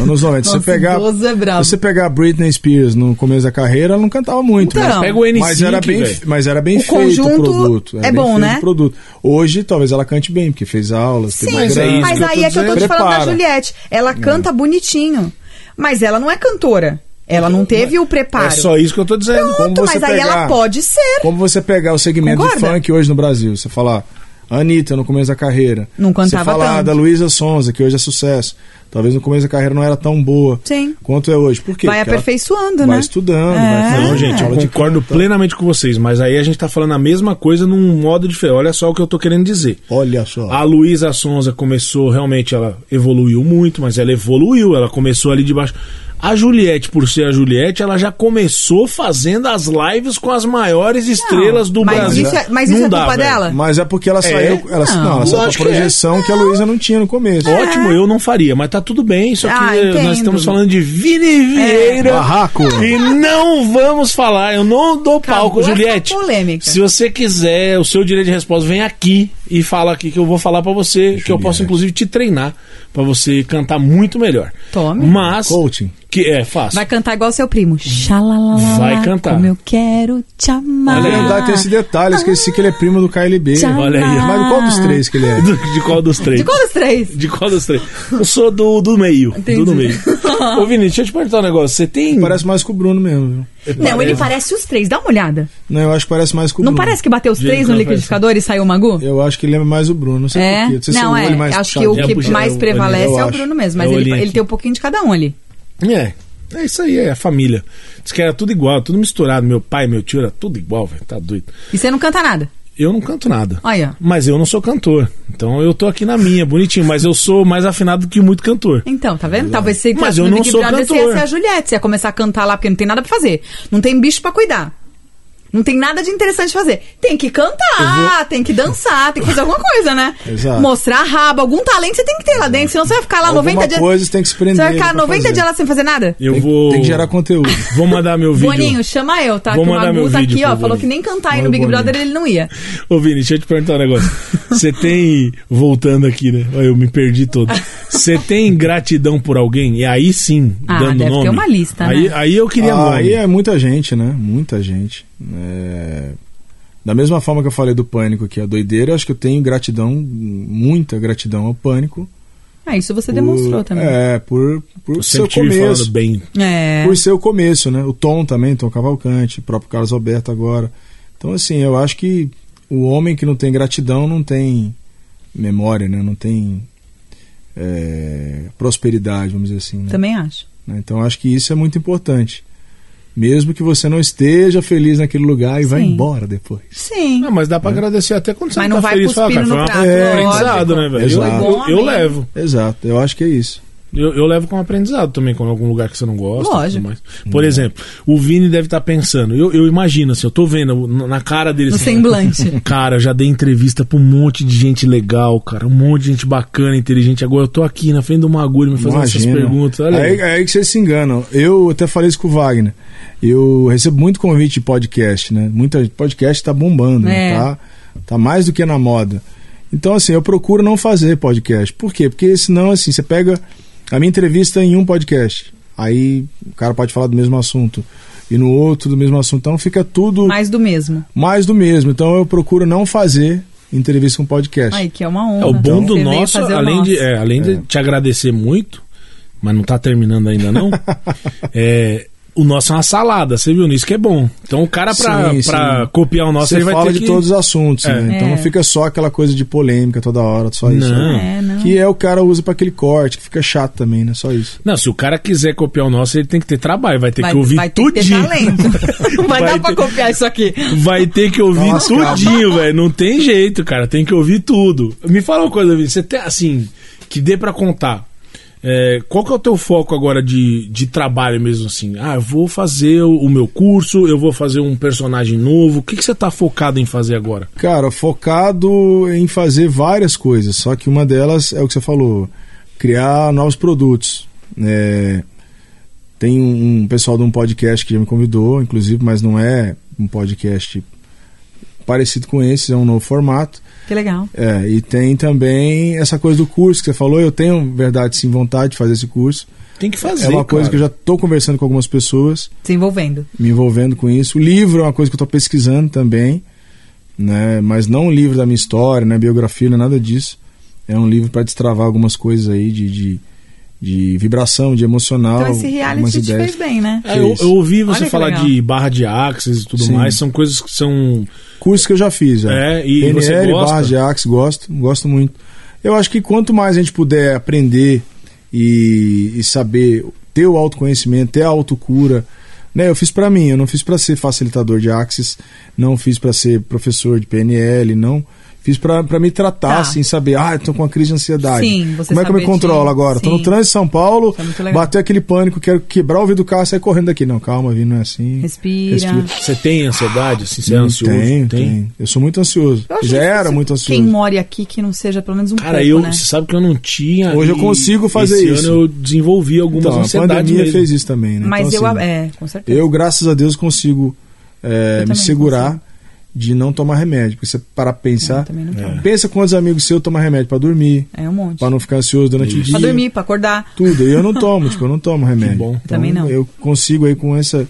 [SPEAKER 3] anos 90. se
[SPEAKER 1] É. Nossa,
[SPEAKER 3] você pegar,
[SPEAKER 1] idoso é brabo.
[SPEAKER 3] se você pegar a Britney Spears no começo da carreira, ela não cantava muito,
[SPEAKER 1] Então,
[SPEAKER 3] né?
[SPEAKER 2] Pega o N5,
[SPEAKER 3] Mas era bem,
[SPEAKER 2] velho.
[SPEAKER 3] mas era bem
[SPEAKER 1] O
[SPEAKER 3] feito o
[SPEAKER 1] conjunto
[SPEAKER 3] produto. era
[SPEAKER 1] é
[SPEAKER 3] bem
[SPEAKER 1] bom,
[SPEAKER 3] feito
[SPEAKER 1] né?
[SPEAKER 3] o produto. Hoje, talvez ela cante bem, porque fez aulas,
[SPEAKER 1] Sim,
[SPEAKER 3] teve
[SPEAKER 1] mas,
[SPEAKER 2] Mas é
[SPEAKER 3] grana.
[SPEAKER 2] isso que eu
[SPEAKER 1] aí
[SPEAKER 2] tô
[SPEAKER 1] é que eu tô te
[SPEAKER 2] dizendo.
[SPEAKER 1] falando da
[SPEAKER 3] Prepara.
[SPEAKER 1] Juliette. Ela canta bonitinho, mas ela não é cantora. Ela não teve o preparo.
[SPEAKER 2] É só isso que eu tô dizendo.
[SPEAKER 1] Pronto,
[SPEAKER 3] como
[SPEAKER 1] mas
[SPEAKER 3] você
[SPEAKER 1] aí
[SPEAKER 3] pegar-
[SPEAKER 1] ela pode ser.
[SPEAKER 3] Como você pegar o segmento de
[SPEAKER 1] Concorda?
[SPEAKER 3] funk hoje no Brasil? Você falar Anitta no começo da carreira.
[SPEAKER 1] Não cantava
[SPEAKER 3] Você falar
[SPEAKER 1] tanto.
[SPEAKER 3] da Luísa Sonza, que hoje é sucesso. Talvez no começo da carreira não era tão boa
[SPEAKER 1] Sim.
[SPEAKER 3] quanto é hoje. Por quê?
[SPEAKER 1] Vai
[SPEAKER 3] Porque ela
[SPEAKER 1] aperfeiçoando, né?
[SPEAKER 3] Vai estudando, vai
[SPEAKER 1] É.
[SPEAKER 3] fazendo
[SPEAKER 2] Não, gente, eu
[SPEAKER 3] aula de
[SPEAKER 2] concordo
[SPEAKER 3] canto.
[SPEAKER 2] plenamente com vocês, mas aí a gente tá falando a mesma coisa num modo diferente. Olha só o que eu tô querendo dizer.
[SPEAKER 3] Olha só.
[SPEAKER 2] A Luísa Sonza começou, realmente, ela evoluiu muito, mas ela evoluiu, ela começou ali de baixo. A Juliette, por ser a Juliette, ela já começou fazendo as lives com as maiores estrelas do
[SPEAKER 1] mas
[SPEAKER 2] Brasil.
[SPEAKER 1] isso é- mas isso
[SPEAKER 2] Não
[SPEAKER 1] é
[SPEAKER 2] dá,
[SPEAKER 1] culpa
[SPEAKER 2] velho.
[SPEAKER 1] dela?
[SPEAKER 3] Mas é porque ela saiu. Ela, não,
[SPEAKER 1] Não, É.
[SPEAKER 3] ela saiu com a
[SPEAKER 2] lógico que é.
[SPEAKER 3] projeção que a Luísa não tinha no começo.
[SPEAKER 2] Ótimo, eu não faria, mas tá tudo bem. Isso aqui
[SPEAKER 1] Ah,
[SPEAKER 2] eh,
[SPEAKER 1] entendo.
[SPEAKER 2] nós estamos falando de Vini Vieira.
[SPEAKER 3] É. Barraco.
[SPEAKER 2] E não vamos falar, eu não dou
[SPEAKER 1] Acabou
[SPEAKER 2] palco,
[SPEAKER 1] essa
[SPEAKER 2] Juliette.
[SPEAKER 1] polêmica.
[SPEAKER 2] Se você quiser, o seu direito de resposta vem aqui e fala aqui que eu vou falar pra você, que eu posso inclusive te treinar pra você cantar muito melhor.
[SPEAKER 1] Tome.
[SPEAKER 2] Mas
[SPEAKER 3] Coaching.
[SPEAKER 2] que é fácil.
[SPEAKER 1] Vai cantar igual seu primo. Xalalalala,
[SPEAKER 2] Vai cantar.
[SPEAKER 1] Como eu quero te amar.
[SPEAKER 2] Olha
[SPEAKER 3] Na verdade, tem esse detalhe. eu Esqueci que ele é primo do KLB.
[SPEAKER 1] Ah. Tchau.
[SPEAKER 2] Olha aí.
[SPEAKER 3] Mas qual dos três que
[SPEAKER 1] (laughs)
[SPEAKER 3] ele é?
[SPEAKER 2] (laughs) Do- De qual dos três?
[SPEAKER 1] De qual dos três?
[SPEAKER 2] De qual dos três? Eu sou do, do meio. Do,
[SPEAKER 1] Entendi. (laughs)
[SPEAKER 2] do meio. Ô, Vini, deixa eu te perguntar um negócio. Você tem.
[SPEAKER 3] Parece mais com o Bruno mesmo. viu?
[SPEAKER 1] Não, ele parece os três. Dá uma olhada.
[SPEAKER 3] Não, eu acho que parece mais com o
[SPEAKER 1] Não
[SPEAKER 3] Bruno.
[SPEAKER 1] parece que bateu os
[SPEAKER 2] Gente,
[SPEAKER 1] três no
[SPEAKER 2] não
[SPEAKER 1] liquidificador e saiu o Magu?
[SPEAKER 3] Eu acho que ele lembra mais o Bruno. Não sei
[SPEAKER 1] É,
[SPEAKER 3] porquê. sei se
[SPEAKER 1] não
[SPEAKER 3] o
[SPEAKER 1] é.
[SPEAKER 3] um olho mais
[SPEAKER 1] Acho que o
[SPEAKER 3] puxado.
[SPEAKER 2] É,
[SPEAKER 1] que
[SPEAKER 2] puxa,
[SPEAKER 1] mais
[SPEAKER 2] é o
[SPEAKER 1] prevalece
[SPEAKER 3] olhinho,
[SPEAKER 1] é
[SPEAKER 3] eu
[SPEAKER 1] o
[SPEAKER 3] acho.
[SPEAKER 1] Bruno mesmo,
[SPEAKER 2] É
[SPEAKER 1] mas
[SPEAKER 2] o
[SPEAKER 1] ele,
[SPEAKER 2] olhinho
[SPEAKER 1] ele
[SPEAKER 2] aqui.
[SPEAKER 1] tem um pouquinho de cada um ali.
[SPEAKER 2] É, é isso aí, é a família. Diz que era tudo igual, tudo misturado. Meu pai, meu tio, era tudo igual, velho. Tá doido.
[SPEAKER 1] E você não canta nada.
[SPEAKER 2] Eu não canto nada.
[SPEAKER 1] Olha.
[SPEAKER 2] Mas eu não sou cantor. Então eu tô aqui na minha, bonitinho. Mas eu sou mais afinado que muito cantor.
[SPEAKER 1] Então, tá vendo? Talvez você
[SPEAKER 2] Mas eu
[SPEAKER 1] no
[SPEAKER 2] não
[SPEAKER 1] Big
[SPEAKER 2] sou
[SPEAKER 1] Brother, você ia
[SPEAKER 2] cantor.
[SPEAKER 1] ser a Juliette. Você ia começar a cantar lá porque não tem nada pra fazer. Não tem bicho pra cuidar. Não tem nada de interessante pra fazer. Tem que cantar, tem que dançar, tem que fazer alguma coisa, né?
[SPEAKER 3] Exato.
[SPEAKER 1] Mostrar a raba, algum talento você tem que ter lá dentro, senão você vai ficar lá
[SPEAKER 3] Alguma
[SPEAKER 1] 90 dias.
[SPEAKER 3] coisa você tem que se prender
[SPEAKER 1] Você vai ficar
[SPEAKER 3] pra
[SPEAKER 1] 90
[SPEAKER 3] fazer.
[SPEAKER 1] dias lá sem fazer nada?
[SPEAKER 2] Eu
[SPEAKER 3] Tem,
[SPEAKER 2] vou.
[SPEAKER 3] tem que gerar conteúdo.
[SPEAKER 2] Vou mandar meu vídeo.
[SPEAKER 1] Boninho, chama eu, tá?
[SPEAKER 2] Vou
[SPEAKER 1] que o
[SPEAKER 2] mandar
[SPEAKER 1] Magu
[SPEAKER 2] meu
[SPEAKER 1] tá
[SPEAKER 2] vídeo
[SPEAKER 1] aqui, ó.
[SPEAKER 2] pro
[SPEAKER 1] Falou que nem
[SPEAKER 2] Boninho.
[SPEAKER 1] cantar aí
[SPEAKER 3] Manda
[SPEAKER 1] no Big
[SPEAKER 3] o Boninho.
[SPEAKER 1] Brother ele não ia.
[SPEAKER 2] Ô, Vini, deixa eu te perguntar um negócio. Você tem. Voltando aqui, né? Olha, eu me perdi todo. Você tem gratidão por alguém? E aí sim,
[SPEAKER 1] Ah,
[SPEAKER 2] dando
[SPEAKER 1] deve ter
[SPEAKER 2] nome.
[SPEAKER 1] uma lista, né?
[SPEAKER 2] aí, Aí eu queria
[SPEAKER 3] Ah,
[SPEAKER 2] nome.
[SPEAKER 3] Aí é muita gente, né? Muita gente. É, Da mesma forma que eu falei do pânico, que é a doideira, eu acho que eu tenho gratidão, muita gratidão ao pânico
[SPEAKER 1] Ah, isso você
[SPEAKER 3] Por-
[SPEAKER 1] demonstrou também.
[SPEAKER 3] É, por, por
[SPEAKER 2] Eu
[SPEAKER 3] seu
[SPEAKER 2] sempre tive falando
[SPEAKER 3] começo.
[SPEAKER 2] bem.
[SPEAKER 1] É.
[SPEAKER 3] Por seu começo, né? O Tom também, Tom Cavalcante, o próprio Carlos Alberto agora. Então, assim, eu acho que o homem que não tem gratidão não tem memória, né? Não tem é, prosperidade, vamos dizer assim. né?
[SPEAKER 1] Também acho.
[SPEAKER 3] Né? Então acho que isso é muito importante. Mesmo que você não esteja feliz naquele lugar e vá
[SPEAKER 1] Sim.
[SPEAKER 3] embora depois.
[SPEAKER 1] Sim.
[SPEAKER 2] Não, mas dá pra agradecer até quando você
[SPEAKER 1] Mas
[SPEAKER 2] não
[SPEAKER 1] não
[SPEAKER 2] tá
[SPEAKER 1] vai
[SPEAKER 2] feliz. Fala, cara,
[SPEAKER 1] cuspindo
[SPEAKER 2] foi
[SPEAKER 1] no
[SPEAKER 2] um
[SPEAKER 1] prato,
[SPEAKER 3] lógico.
[SPEAKER 2] aprendizado, né, velho? Eu,
[SPEAKER 3] Exato.
[SPEAKER 2] eu- eu levo.
[SPEAKER 3] Exato, eu acho que é isso.
[SPEAKER 2] Eu, eu levo como aprendizado também, quando algum lugar que você não gosta. e
[SPEAKER 1] Lógico.
[SPEAKER 2] tudo mais. Por exemplo, o Vini deve estar pensando. Eu, eu imagino, assim, eu tô vendo na na cara dele.
[SPEAKER 1] No
[SPEAKER 2] assim,
[SPEAKER 3] (laughs)
[SPEAKER 1] semblante.
[SPEAKER 2] (laughs) Cara, já dei entrevista pra um monte de gente legal, cara. Um monte de gente bacana, inteligente. Agora eu tô aqui na frente do Magulho me fazendo essas
[SPEAKER 3] Imagina.
[SPEAKER 2] perguntas. Olha aí.
[SPEAKER 3] Aí, aí que vocês se enganam. Eu até falei isso com o Wagner. Eu recebo muito convite de podcast, né? Muita gente- podcast tá bombando, né?
[SPEAKER 1] É.
[SPEAKER 3] tá, tá mais do que na moda. Então, assim, eu procuro não fazer podcast. Por quê? Porque senão, assim, você pega a minha entrevista em um podcast. Aí o cara pode falar do mesmo assunto. E no outro do mesmo assunto. Então fica tudo
[SPEAKER 1] Mais do mesmo.
[SPEAKER 3] mais do mesmo. Então eu procuro não fazer entrevista com podcast.
[SPEAKER 1] Ai, que é uma
[SPEAKER 2] É,
[SPEAKER 1] honra.
[SPEAKER 2] o bom
[SPEAKER 1] Você
[SPEAKER 2] do
[SPEAKER 1] veio
[SPEAKER 2] nosso,
[SPEAKER 1] fazer o
[SPEAKER 2] além, De,
[SPEAKER 1] nosso.
[SPEAKER 2] é, além de
[SPEAKER 3] É.
[SPEAKER 2] te agradecer muito, mas não tá terminando ainda
[SPEAKER 3] (laughs)
[SPEAKER 2] não, é, o nosso é uma salada, você viu nisso que é bom. Então o cara pra,
[SPEAKER 3] Sim,
[SPEAKER 2] pra
[SPEAKER 3] sim.
[SPEAKER 2] copiar o nosso,
[SPEAKER 3] você
[SPEAKER 2] ele vai
[SPEAKER 3] fala
[SPEAKER 2] ter
[SPEAKER 3] de
[SPEAKER 2] que...
[SPEAKER 3] todos os assuntos,
[SPEAKER 2] É.
[SPEAKER 3] né? Então
[SPEAKER 1] É.
[SPEAKER 3] não fica só aquela coisa de polêmica toda hora, só isso.
[SPEAKER 2] Não.
[SPEAKER 3] né?
[SPEAKER 1] É, não.
[SPEAKER 3] Que é o cara usa pra aquele corte, que fica chato também, né? Só isso.
[SPEAKER 2] Não, se o cara quiser copiar o nosso, ele tem que ter trabalho, vai ter
[SPEAKER 1] vai,
[SPEAKER 2] que ouvir
[SPEAKER 1] vai ter que ter
[SPEAKER 2] tudinho. (laughs)
[SPEAKER 1] talento. Não vai,
[SPEAKER 2] Vai
[SPEAKER 1] dar pra
[SPEAKER 2] ter-
[SPEAKER 1] copiar isso aqui.
[SPEAKER 2] Vai ter que ouvir
[SPEAKER 3] Nossa,
[SPEAKER 2] tudinho, velho. Não tem jeito, cara. Tem que ouvir tudo. Me fala uma coisa, Vini. Você tem, assim, que dê pra contar. É, qual que é o teu foco agora de, de trabalho mesmo, assim? Ah, eu vou fazer o, o meu curso, eu vou fazer um personagem novo. O que, que você tá focado em fazer agora?
[SPEAKER 3] Cara, focado em fazer várias coisas, só que uma delas é o que você falou: criar novos produtos. É, tem um, um pessoal de um podcast que já me convidou, inclusive, mas não é um podcast parecido com esse, é um novo formato.
[SPEAKER 1] Que legal.
[SPEAKER 3] É, e tem também essa coisa do curso que você falou. Eu tenho, verdade, sim, vontade de fazer esse curso.
[SPEAKER 2] Tem que fazer,
[SPEAKER 3] é uma coisa que eu
[SPEAKER 2] cara.
[SPEAKER 3] já estou conversando com algumas pessoas,
[SPEAKER 1] Desenvolvendo.
[SPEAKER 3] me envolvendo com isso. O livro é uma coisa que eu estou pesquisando também, né? mas não um livro da minha história, né? biografia, não é nada disso. É um livro para destravar algumas coisas aí de, de, de vibração, de emocional.
[SPEAKER 1] Então esse
[SPEAKER 3] algumas
[SPEAKER 1] reality te
[SPEAKER 3] ideias.
[SPEAKER 1] fez bem, né?
[SPEAKER 2] É, eu, eu ouvi você
[SPEAKER 1] que
[SPEAKER 2] falar
[SPEAKER 1] legal.
[SPEAKER 2] de barra de axis e tudo
[SPEAKER 3] Sim.
[SPEAKER 2] mais. São coisas que são...
[SPEAKER 3] Curso que eu já fiz. Já.
[SPEAKER 2] É, e
[SPEAKER 3] PNL,
[SPEAKER 2] você gosta?
[SPEAKER 3] barra de Axe, gosto, gosto muito. Eu acho que quanto mais a gente puder aprender e, e saber ter o autoconhecimento, ter a autocura, né? Eu fiz pra mim, eu não fiz pra ser facilitador de Axis, não fiz pra ser professor de PNL, não. Fiz pra pra me tratar,
[SPEAKER 1] Tá.
[SPEAKER 3] assim, saber, ah, eu tô com uma crise de ansiedade.
[SPEAKER 1] Sim, você
[SPEAKER 3] Como é que eu me
[SPEAKER 1] saber
[SPEAKER 3] controlo
[SPEAKER 1] de-
[SPEAKER 3] agora? Tô no
[SPEAKER 1] sim.
[SPEAKER 3] trânsito de São Paulo,
[SPEAKER 1] Isso é muito legal.
[SPEAKER 3] bateu aquele pânico, quero quebrar o vidro do carro, e sair correndo daqui. Não, calma, Vini, não é assim.
[SPEAKER 1] Respira.
[SPEAKER 2] Você tem ansiedade, assim? Você é
[SPEAKER 3] Não,
[SPEAKER 2] ansioso?
[SPEAKER 3] Tenho, tenho. Eu sou muito ansioso.
[SPEAKER 1] Eu acho
[SPEAKER 3] Já
[SPEAKER 1] que
[SPEAKER 3] era
[SPEAKER 1] se-
[SPEAKER 3] muito assim.
[SPEAKER 1] Quem
[SPEAKER 3] ansioso.
[SPEAKER 1] mora aqui que não seja pelo menos um
[SPEAKER 2] Cara,
[SPEAKER 1] pouco,
[SPEAKER 2] eu,
[SPEAKER 1] né?
[SPEAKER 2] você sabe que eu não tinha.
[SPEAKER 3] Hoje eu
[SPEAKER 2] e
[SPEAKER 3] consigo fazer
[SPEAKER 2] esse
[SPEAKER 3] isso.
[SPEAKER 2] ano eu desenvolvi algumas
[SPEAKER 3] Então, a
[SPEAKER 2] ansiedades
[SPEAKER 3] pandemia
[SPEAKER 2] mesmo.
[SPEAKER 3] fez isso também, né?
[SPEAKER 1] Mas
[SPEAKER 3] Então,
[SPEAKER 1] eu...
[SPEAKER 3] assim,
[SPEAKER 1] É, com certeza.
[SPEAKER 3] eu, graças a Deus, consigo
[SPEAKER 1] Eu
[SPEAKER 3] é, me
[SPEAKER 1] também
[SPEAKER 3] segurar
[SPEAKER 1] consigo.
[SPEAKER 3] de não tomar remédio. Porque você parar pra
[SPEAKER 1] Eu
[SPEAKER 3] pensar. é.
[SPEAKER 1] também não tomo.
[SPEAKER 3] Pensa quantos amigos seus tomam remédio pra dormir,
[SPEAKER 1] É um monte.
[SPEAKER 3] pra
[SPEAKER 1] Pra
[SPEAKER 3] não ficar ansioso durante o dia.
[SPEAKER 1] dormir, pra acordar.
[SPEAKER 3] Tudo. E eu não tomo, tipo, eu não tomo remédio. Então,
[SPEAKER 2] bom.
[SPEAKER 1] Também não.
[SPEAKER 3] Eu consigo aí com essa.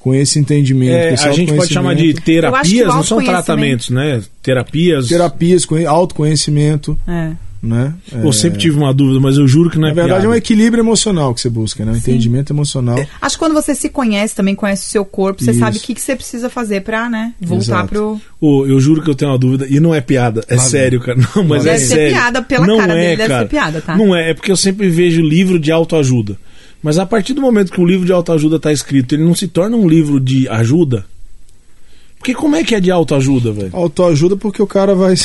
[SPEAKER 3] Com esse entendimento.
[SPEAKER 2] É,
[SPEAKER 3] com esse
[SPEAKER 2] a gente pode chamar de
[SPEAKER 3] autoconhecimento.
[SPEAKER 1] acho que
[SPEAKER 2] terapias,
[SPEAKER 1] o
[SPEAKER 2] não são
[SPEAKER 1] autoconhecimento-
[SPEAKER 2] tratamentos, né? Terapias.
[SPEAKER 3] terapias, conhe- autoconhecimento,
[SPEAKER 1] É.
[SPEAKER 3] né?
[SPEAKER 2] Eu sempre tive uma dúvida, mas eu juro que não é
[SPEAKER 3] Na verdade, é um
[SPEAKER 2] piada.
[SPEAKER 3] equilíbrio emocional que você busca, né? Um entendimento emocional.
[SPEAKER 1] Acho que quando você se conhece também, conhece o seu corpo, você
[SPEAKER 3] Isso.
[SPEAKER 1] sabe o que, que você precisa fazer pra, né, voltar
[SPEAKER 3] Exato.
[SPEAKER 1] pro...
[SPEAKER 2] Ô, eu juro que eu tenho uma dúvida, e não é piada, é
[SPEAKER 3] Lá vem.
[SPEAKER 2] sério, cara. (laughs) Não, mas
[SPEAKER 3] Deve
[SPEAKER 2] é
[SPEAKER 1] ser
[SPEAKER 2] sério.
[SPEAKER 1] piada, pela
[SPEAKER 2] não
[SPEAKER 1] cara
[SPEAKER 2] é,
[SPEAKER 1] dele, deve
[SPEAKER 2] cara.
[SPEAKER 1] ser piada, tá?
[SPEAKER 2] Não é, é porque eu sempre vejo livro de autoajuda. Mas a partir do momento que o livro de autoajuda tá escrito, ele não se torna um livro de ajuda? Porque como é que é de autoajuda, velho?
[SPEAKER 3] Autoajuda porque o cara vai. (laughs)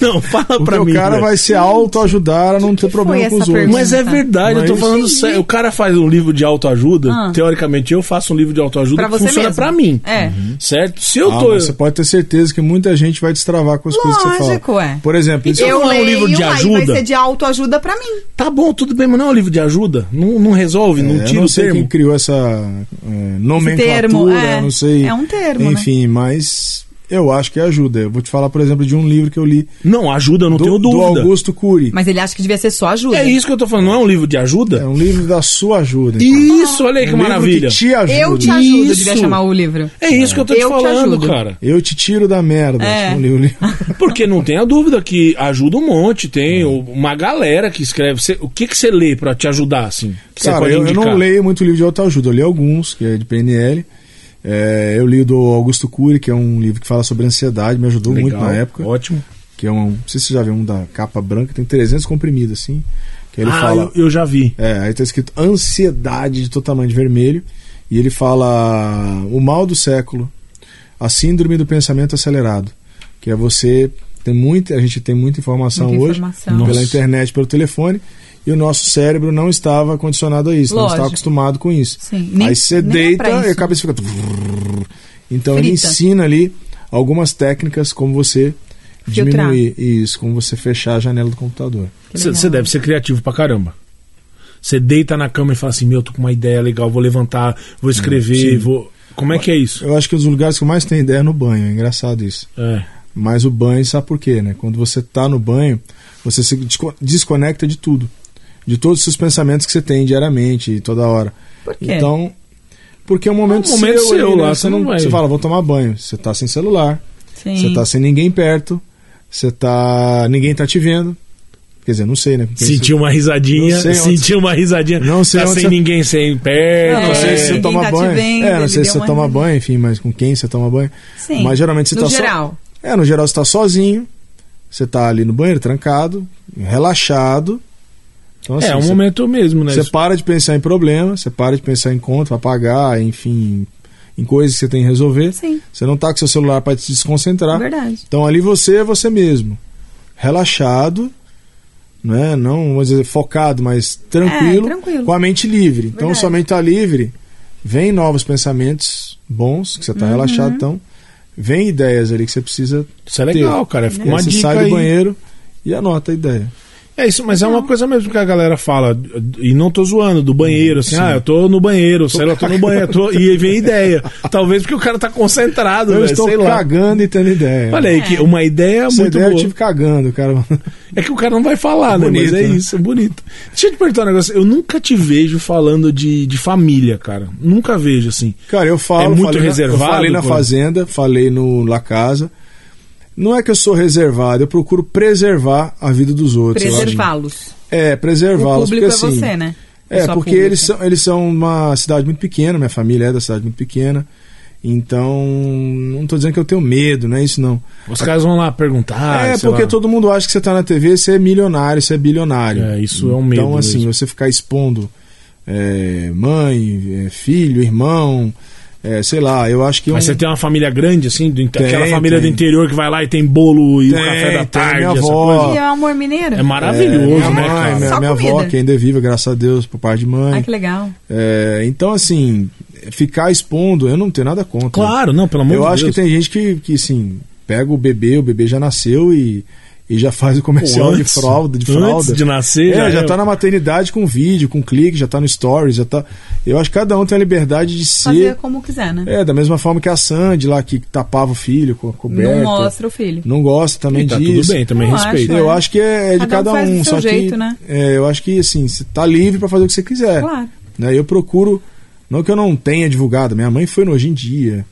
[SPEAKER 2] Não, fala
[SPEAKER 3] Porque
[SPEAKER 2] pra
[SPEAKER 3] o
[SPEAKER 2] mim.
[SPEAKER 3] cara
[SPEAKER 2] velho.
[SPEAKER 3] vai se autoajudar a não ter problema
[SPEAKER 1] foi
[SPEAKER 3] com os
[SPEAKER 1] essa
[SPEAKER 3] outros.
[SPEAKER 1] pergunta?
[SPEAKER 2] Mas é verdade, eu tô
[SPEAKER 3] Mas-
[SPEAKER 2] falando sério. O cara faz um livro de autoajuda,
[SPEAKER 1] Ah.
[SPEAKER 2] teoricamente eu faço um livro de autoajuda
[SPEAKER 1] Pra
[SPEAKER 2] que
[SPEAKER 1] você
[SPEAKER 2] funciona
[SPEAKER 1] mesmo.
[SPEAKER 2] pra mim.
[SPEAKER 1] É.
[SPEAKER 2] Certo? Se eu
[SPEAKER 3] Ah,
[SPEAKER 2] tô.
[SPEAKER 3] mas você pode ter certeza que muita gente vai destravar com as coisas que você
[SPEAKER 1] Lógico,
[SPEAKER 3] fala.
[SPEAKER 1] é.
[SPEAKER 3] Por exemplo, isso
[SPEAKER 2] Eu- não é um livro de
[SPEAKER 1] aí
[SPEAKER 2] ajuda?
[SPEAKER 1] vai ser de autoajuda pra mim.
[SPEAKER 2] Tá bom, tudo bem, mas não é um livro de ajuda. Não, não resolve,
[SPEAKER 3] É,
[SPEAKER 2] não
[SPEAKER 3] eu
[SPEAKER 2] tira
[SPEAKER 3] não
[SPEAKER 2] o
[SPEAKER 3] sei
[SPEAKER 2] termo.
[SPEAKER 3] quem criou essa é, nomenclatura,
[SPEAKER 1] termo, é.
[SPEAKER 3] não sei.
[SPEAKER 1] É um termo, né?
[SPEAKER 3] Enfim, mas Eu acho que ajuda. Eu vou te falar, por exemplo, de um livro que eu li
[SPEAKER 2] Não, ajuda, eu não tenho
[SPEAKER 3] do, do
[SPEAKER 2] dúvida.
[SPEAKER 3] Augusto Cury.
[SPEAKER 1] Mas ele acha que devia ser só ajuda.
[SPEAKER 2] É isso que eu tô falando, não é um livro de
[SPEAKER 3] É
[SPEAKER 2] ajuda?
[SPEAKER 3] um livro da sua ajuda. então.
[SPEAKER 2] Isso, olha aí que
[SPEAKER 3] Um livro
[SPEAKER 2] maravilha.
[SPEAKER 3] Que te ajuda.
[SPEAKER 1] Eu te ajudo, devia
[SPEAKER 2] Isso.
[SPEAKER 1] chamar o livro.
[SPEAKER 2] É isso que eu tô te
[SPEAKER 1] Eu te
[SPEAKER 2] falando,
[SPEAKER 1] ajudo.
[SPEAKER 2] cara.
[SPEAKER 3] Eu te tiro da merda.
[SPEAKER 1] É.
[SPEAKER 3] acho que eu li o livro.
[SPEAKER 1] (laughs)
[SPEAKER 2] Porque não tenha dúvida que ajuda um monte,
[SPEAKER 3] É.
[SPEAKER 2] tem uma galera que escreve. Cê- o que que você lê pra te ajudar, assim? Que você
[SPEAKER 3] Cara,
[SPEAKER 2] pode
[SPEAKER 3] eu, eu
[SPEAKER 2] indicar?
[SPEAKER 3] não leio muito livro de autoajuda, eu li alguns, que é de PNL. É, eu li o do Augusto Cury, que é um livro que fala sobre ansiedade, me ajudou
[SPEAKER 2] Legal,
[SPEAKER 3] muito na época.
[SPEAKER 2] Ótimo.
[SPEAKER 3] Que é um, não sei se você já viu um da capa branca, tem 300 comprimidos assim. Que ele
[SPEAKER 2] ah,
[SPEAKER 3] fala.
[SPEAKER 2] eu, eu já vi.
[SPEAKER 3] É, aí tá escrito ansiedade de totalmente vermelho. E ele fala o mal do século, a síndrome do pensamento acelerado, que é você tem muita, a gente tem muita informação
[SPEAKER 1] Muita
[SPEAKER 3] hoje
[SPEAKER 1] informação.
[SPEAKER 2] Nossa.
[SPEAKER 3] pela internet, pelo telefone, e o nosso cérebro não estava condicionado a isso, não
[SPEAKER 1] Lógico.
[SPEAKER 3] estava acostumado com isso.
[SPEAKER 1] Sim, nem-
[SPEAKER 3] aí você
[SPEAKER 1] nem é pra
[SPEAKER 3] deita
[SPEAKER 1] isso.
[SPEAKER 3] e a cabeça fica Então ele
[SPEAKER 1] Frita.
[SPEAKER 3] ensina ali algumas técnicas como você
[SPEAKER 1] Filtrar.
[SPEAKER 3] diminuir isso, como você fechar a janela do computador.
[SPEAKER 1] Que legal.
[SPEAKER 2] Você deve ser criativo pra caramba. Você deita na cama e fala assim: Meu, tô com uma ideia legal, vou levantar, vou escrever,
[SPEAKER 3] Sim.
[SPEAKER 2] vou. Como é que é isso?
[SPEAKER 3] Eu acho que um dos lugares que eu mais tenho ideia é no banho, é engraçado isso.
[SPEAKER 2] É.
[SPEAKER 3] Mas o banho, sabe por quê, né? Quando você tá no banho, você se desco- desconecta de tudo. De todos os seus pensamentos que você tem diariamente e toda hora.
[SPEAKER 1] Por quê?
[SPEAKER 3] Então, porque é um momento,
[SPEAKER 2] É um momento seu
[SPEAKER 3] ali, né?
[SPEAKER 2] lá,
[SPEAKER 3] Você
[SPEAKER 2] você
[SPEAKER 3] não,
[SPEAKER 2] não vai-
[SPEAKER 3] você fala, vou tomar banho. Você tá sem celular,
[SPEAKER 1] Sim.
[SPEAKER 3] você tá sem ninguém perto, você tá ninguém tá te vendo. Quer dizer, não sei, né? Porque
[SPEAKER 2] Sentiu uma risadinha,
[SPEAKER 3] Não sei onde-
[SPEAKER 2] sentiu uma risadinha.
[SPEAKER 3] Não sei
[SPEAKER 2] tá
[SPEAKER 3] onde
[SPEAKER 2] sem
[SPEAKER 3] você-
[SPEAKER 2] ninguém sem perto.
[SPEAKER 3] Não sei se
[SPEAKER 1] É,
[SPEAKER 3] você
[SPEAKER 1] ninguém
[SPEAKER 3] toma
[SPEAKER 1] tá te
[SPEAKER 3] banho.
[SPEAKER 1] vendo,
[SPEAKER 3] é,
[SPEAKER 1] ele
[SPEAKER 3] não sei se
[SPEAKER 1] deu
[SPEAKER 3] você
[SPEAKER 1] uma
[SPEAKER 3] toma
[SPEAKER 1] risada.
[SPEAKER 3] banho, enfim, mas com quem você toma banho.
[SPEAKER 1] Sim.
[SPEAKER 3] Mas geralmente você
[SPEAKER 1] no
[SPEAKER 3] tá só-
[SPEAKER 1] geral.
[SPEAKER 3] É, no geral você tá sozinho, você tá ali no banheiro, trancado, relaxado. Então,
[SPEAKER 2] É,
[SPEAKER 3] assim,
[SPEAKER 2] é um
[SPEAKER 3] você,
[SPEAKER 2] momento mesmo, né?
[SPEAKER 3] você para de pensar em problema, você para de pensar em conta pra pagar, enfim, em coisas que você tem que resolver.
[SPEAKER 1] Sim,
[SPEAKER 3] Você não tá com seu celular pra te desconcentrar.
[SPEAKER 1] verdade.
[SPEAKER 3] Então ali você é você mesmo. Relaxado, né? Não vamos dizer focado, mas tranquilo,
[SPEAKER 1] É, tranquilo.
[SPEAKER 3] com a mente livre. Então
[SPEAKER 1] Verdade.
[SPEAKER 3] sua mente tá livre, vem novos pensamentos bons, que você
[SPEAKER 1] Uhum.
[SPEAKER 3] tá relaxado, então vem ideias ali que você precisa
[SPEAKER 2] Isso é legal, cara. Fica uma
[SPEAKER 3] você
[SPEAKER 2] dica
[SPEAKER 3] sai
[SPEAKER 2] aí.
[SPEAKER 3] do banheiro e anota a ideia.
[SPEAKER 2] É isso, mas é uma coisa mesmo que a galera fala, e não tô zoando, do banheiro, assim,
[SPEAKER 3] Sim.
[SPEAKER 2] ah, eu tô no banheiro, sei lá, eu tô no banheiro, tô-
[SPEAKER 3] (laughs)
[SPEAKER 2] e aí vem ideia. Talvez porque o cara tá concentrado,
[SPEAKER 3] Eu
[SPEAKER 2] velho,
[SPEAKER 3] estou
[SPEAKER 2] sei lá.
[SPEAKER 3] cagando e tendo ideia.
[SPEAKER 2] Olha aí,
[SPEAKER 1] É.
[SPEAKER 2] que uma ideia é
[SPEAKER 3] Essa
[SPEAKER 2] muito
[SPEAKER 3] ideia é eu
[SPEAKER 2] boa.
[SPEAKER 3] tive cagando, cara. (laughs)
[SPEAKER 2] É que o cara não vai falar, né?
[SPEAKER 3] Bonito,
[SPEAKER 2] Mas é
[SPEAKER 3] né?
[SPEAKER 2] isso, é bonito. Deixa eu te perguntar um negócio, eu nunca te vejo falando de, de família, cara. Nunca vejo, assim.
[SPEAKER 3] Cara, eu falo.
[SPEAKER 2] É muito
[SPEAKER 3] falei Na,
[SPEAKER 2] reservado,
[SPEAKER 3] eu falei na
[SPEAKER 2] coisa?
[SPEAKER 3] Fazenda, falei no La Casa. Não é que eu sou reservado, eu procuro preservar a vida dos outros. eu acho.
[SPEAKER 1] Preservá-los.
[SPEAKER 3] É,
[SPEAKER 1] O
[SPEAKER 3] preservá-los.
[SPEAKER 1] público
[SPEAKER 3] Porque, assim,
[SPEAKER 1] é você, né?
[SPEAKER 3] É,
[SPEAKER 1] Pessoa
[SPEAKER 3] porque
[SPEAKER 1] pública.
[SPEAKER 3] eles são, eles são uma cidade muito pequena, minha família é da cidade muito pequena. Então, não tô dizendo que eu tenho medo, não é isso não.
[SPEAKER 2] Os caras vão lá perguntar.
[SPEAKER 3] é,
[SPEAKER 2] sei
[SPEAKER 3] porque
[SPEAKER 2] lá.
[SPEAKER 3] todo mundo acha que você tá na TV, você é milionário, você é bilionário.
[SPEAKER 2] É, isso é um medo
[SPEAKER 3] Então, assim,
[SPEAKER 2] mesmo.
[SPEAKER 3] você ficar expondo é, mãe, é, filho, irmão, é, sei lá, eu acho que um
[SPEAKER 2] Mas
[SPEAKER 3] eu
[SPEAKER 2] você tem uma família grande, assim, do, inte-
[SPEAKER 3] Tem,
[SPEAKER 2] aquela família
[SPEAKER 3] tem.
[SPEAKER 2] do interior que vai lá e tem bolo e o
[SPEAKER 3] Tem,
[SPEAKER 2] café da
[SPEAKER 3] tem,
[SPEAKER 2] tarde,
[SPEAKER 3] minha
[SPEAKER 2] essa
[SPEAKER 3] avó.
[SPEAKER 2] coisa.
[SPEAKER 1] E é o amor mineiro?
[SPEAKER 2] É maravilhoso,
[SPEAKER 3] é, minha
[SPEAKER 2] né,
[SPEAKER 3] mãe,
[SPEAKER 2] cara?
[SPEAKER 3] Minha,
[SPEAKER 1] Só
[SPEAKER 3] minha avó,
[SPEAKER 1] comida.
[SPEAKER 3] que ainda é viva, graças a Deus, por parte de mãe.
[SPEAKER 1] Ai, Ah, que legal.
[SPEAKER 3] É, então, assim, ficar expondo, eu não tenho nada contra.
[SPEAKER 2] Claro, não, pelo amor
[SPEAKER 3] Eu
[SPEAKER 2] de
[SPEAKER 3] acho
[SPEAKER 2] Deus.
[SPEAKER 3] que tem gente que, que assim, pega o bebê, o bebê já nasceu e, e já
[SPEAKER 2] (laughs)
[SPEAKER 3] faz o comercial
[SPEAKER 2] Pô,
[SPEAKER 3] um de fralda, de fralda.
[SPEAKER 2] Antes de nascer,
[SPEAKER 3] é, já,
[SPEAKER 2] é.
[SPEAKER 3] tá na maternidade com vídeo, com clique, já tá no stories, já tá. Eu acho que cada um tem a liberdade de
[SPEAKER 1] Fazer
[SPEAKER 3] ser.
[SPEAKER 1] como quiser, né?
[SPEAKER 3] É, da mesma forma que a Sandy lá que tapava o filho com a coberta.
[SPEAKER 1] Não mostra o filho.
[SPEAKER 3] Não gosta também
[SPEAKER 2] E tá
[SPEAKER 3] disso.
[SPEAKER 2] tudo bem, também
[SPEAKER 1] Eu
[SPEAKER 2] respeito.
[SPEAKER 1] acho,
[SPEAKER 3] Eu acho que é, é de
[SPEAKER 1] Cada
[SPEAKER 3] cada,
[SPEAKER 1] um faz do seu
[SPEAKER 3] só
[SPEAKER 1] jeito,
[SPEAKER 3] que
[SPEAKER 1] né?
[SPEAKER 3] é, eu acho que assim, você tá livre pra fazer o que você quiser
[SPEAKER 1] Claro.
[SPEAKER 3] né? Eu procuro, não que eu não tenha divulgado, minha mãe foi no Hoje em Dia,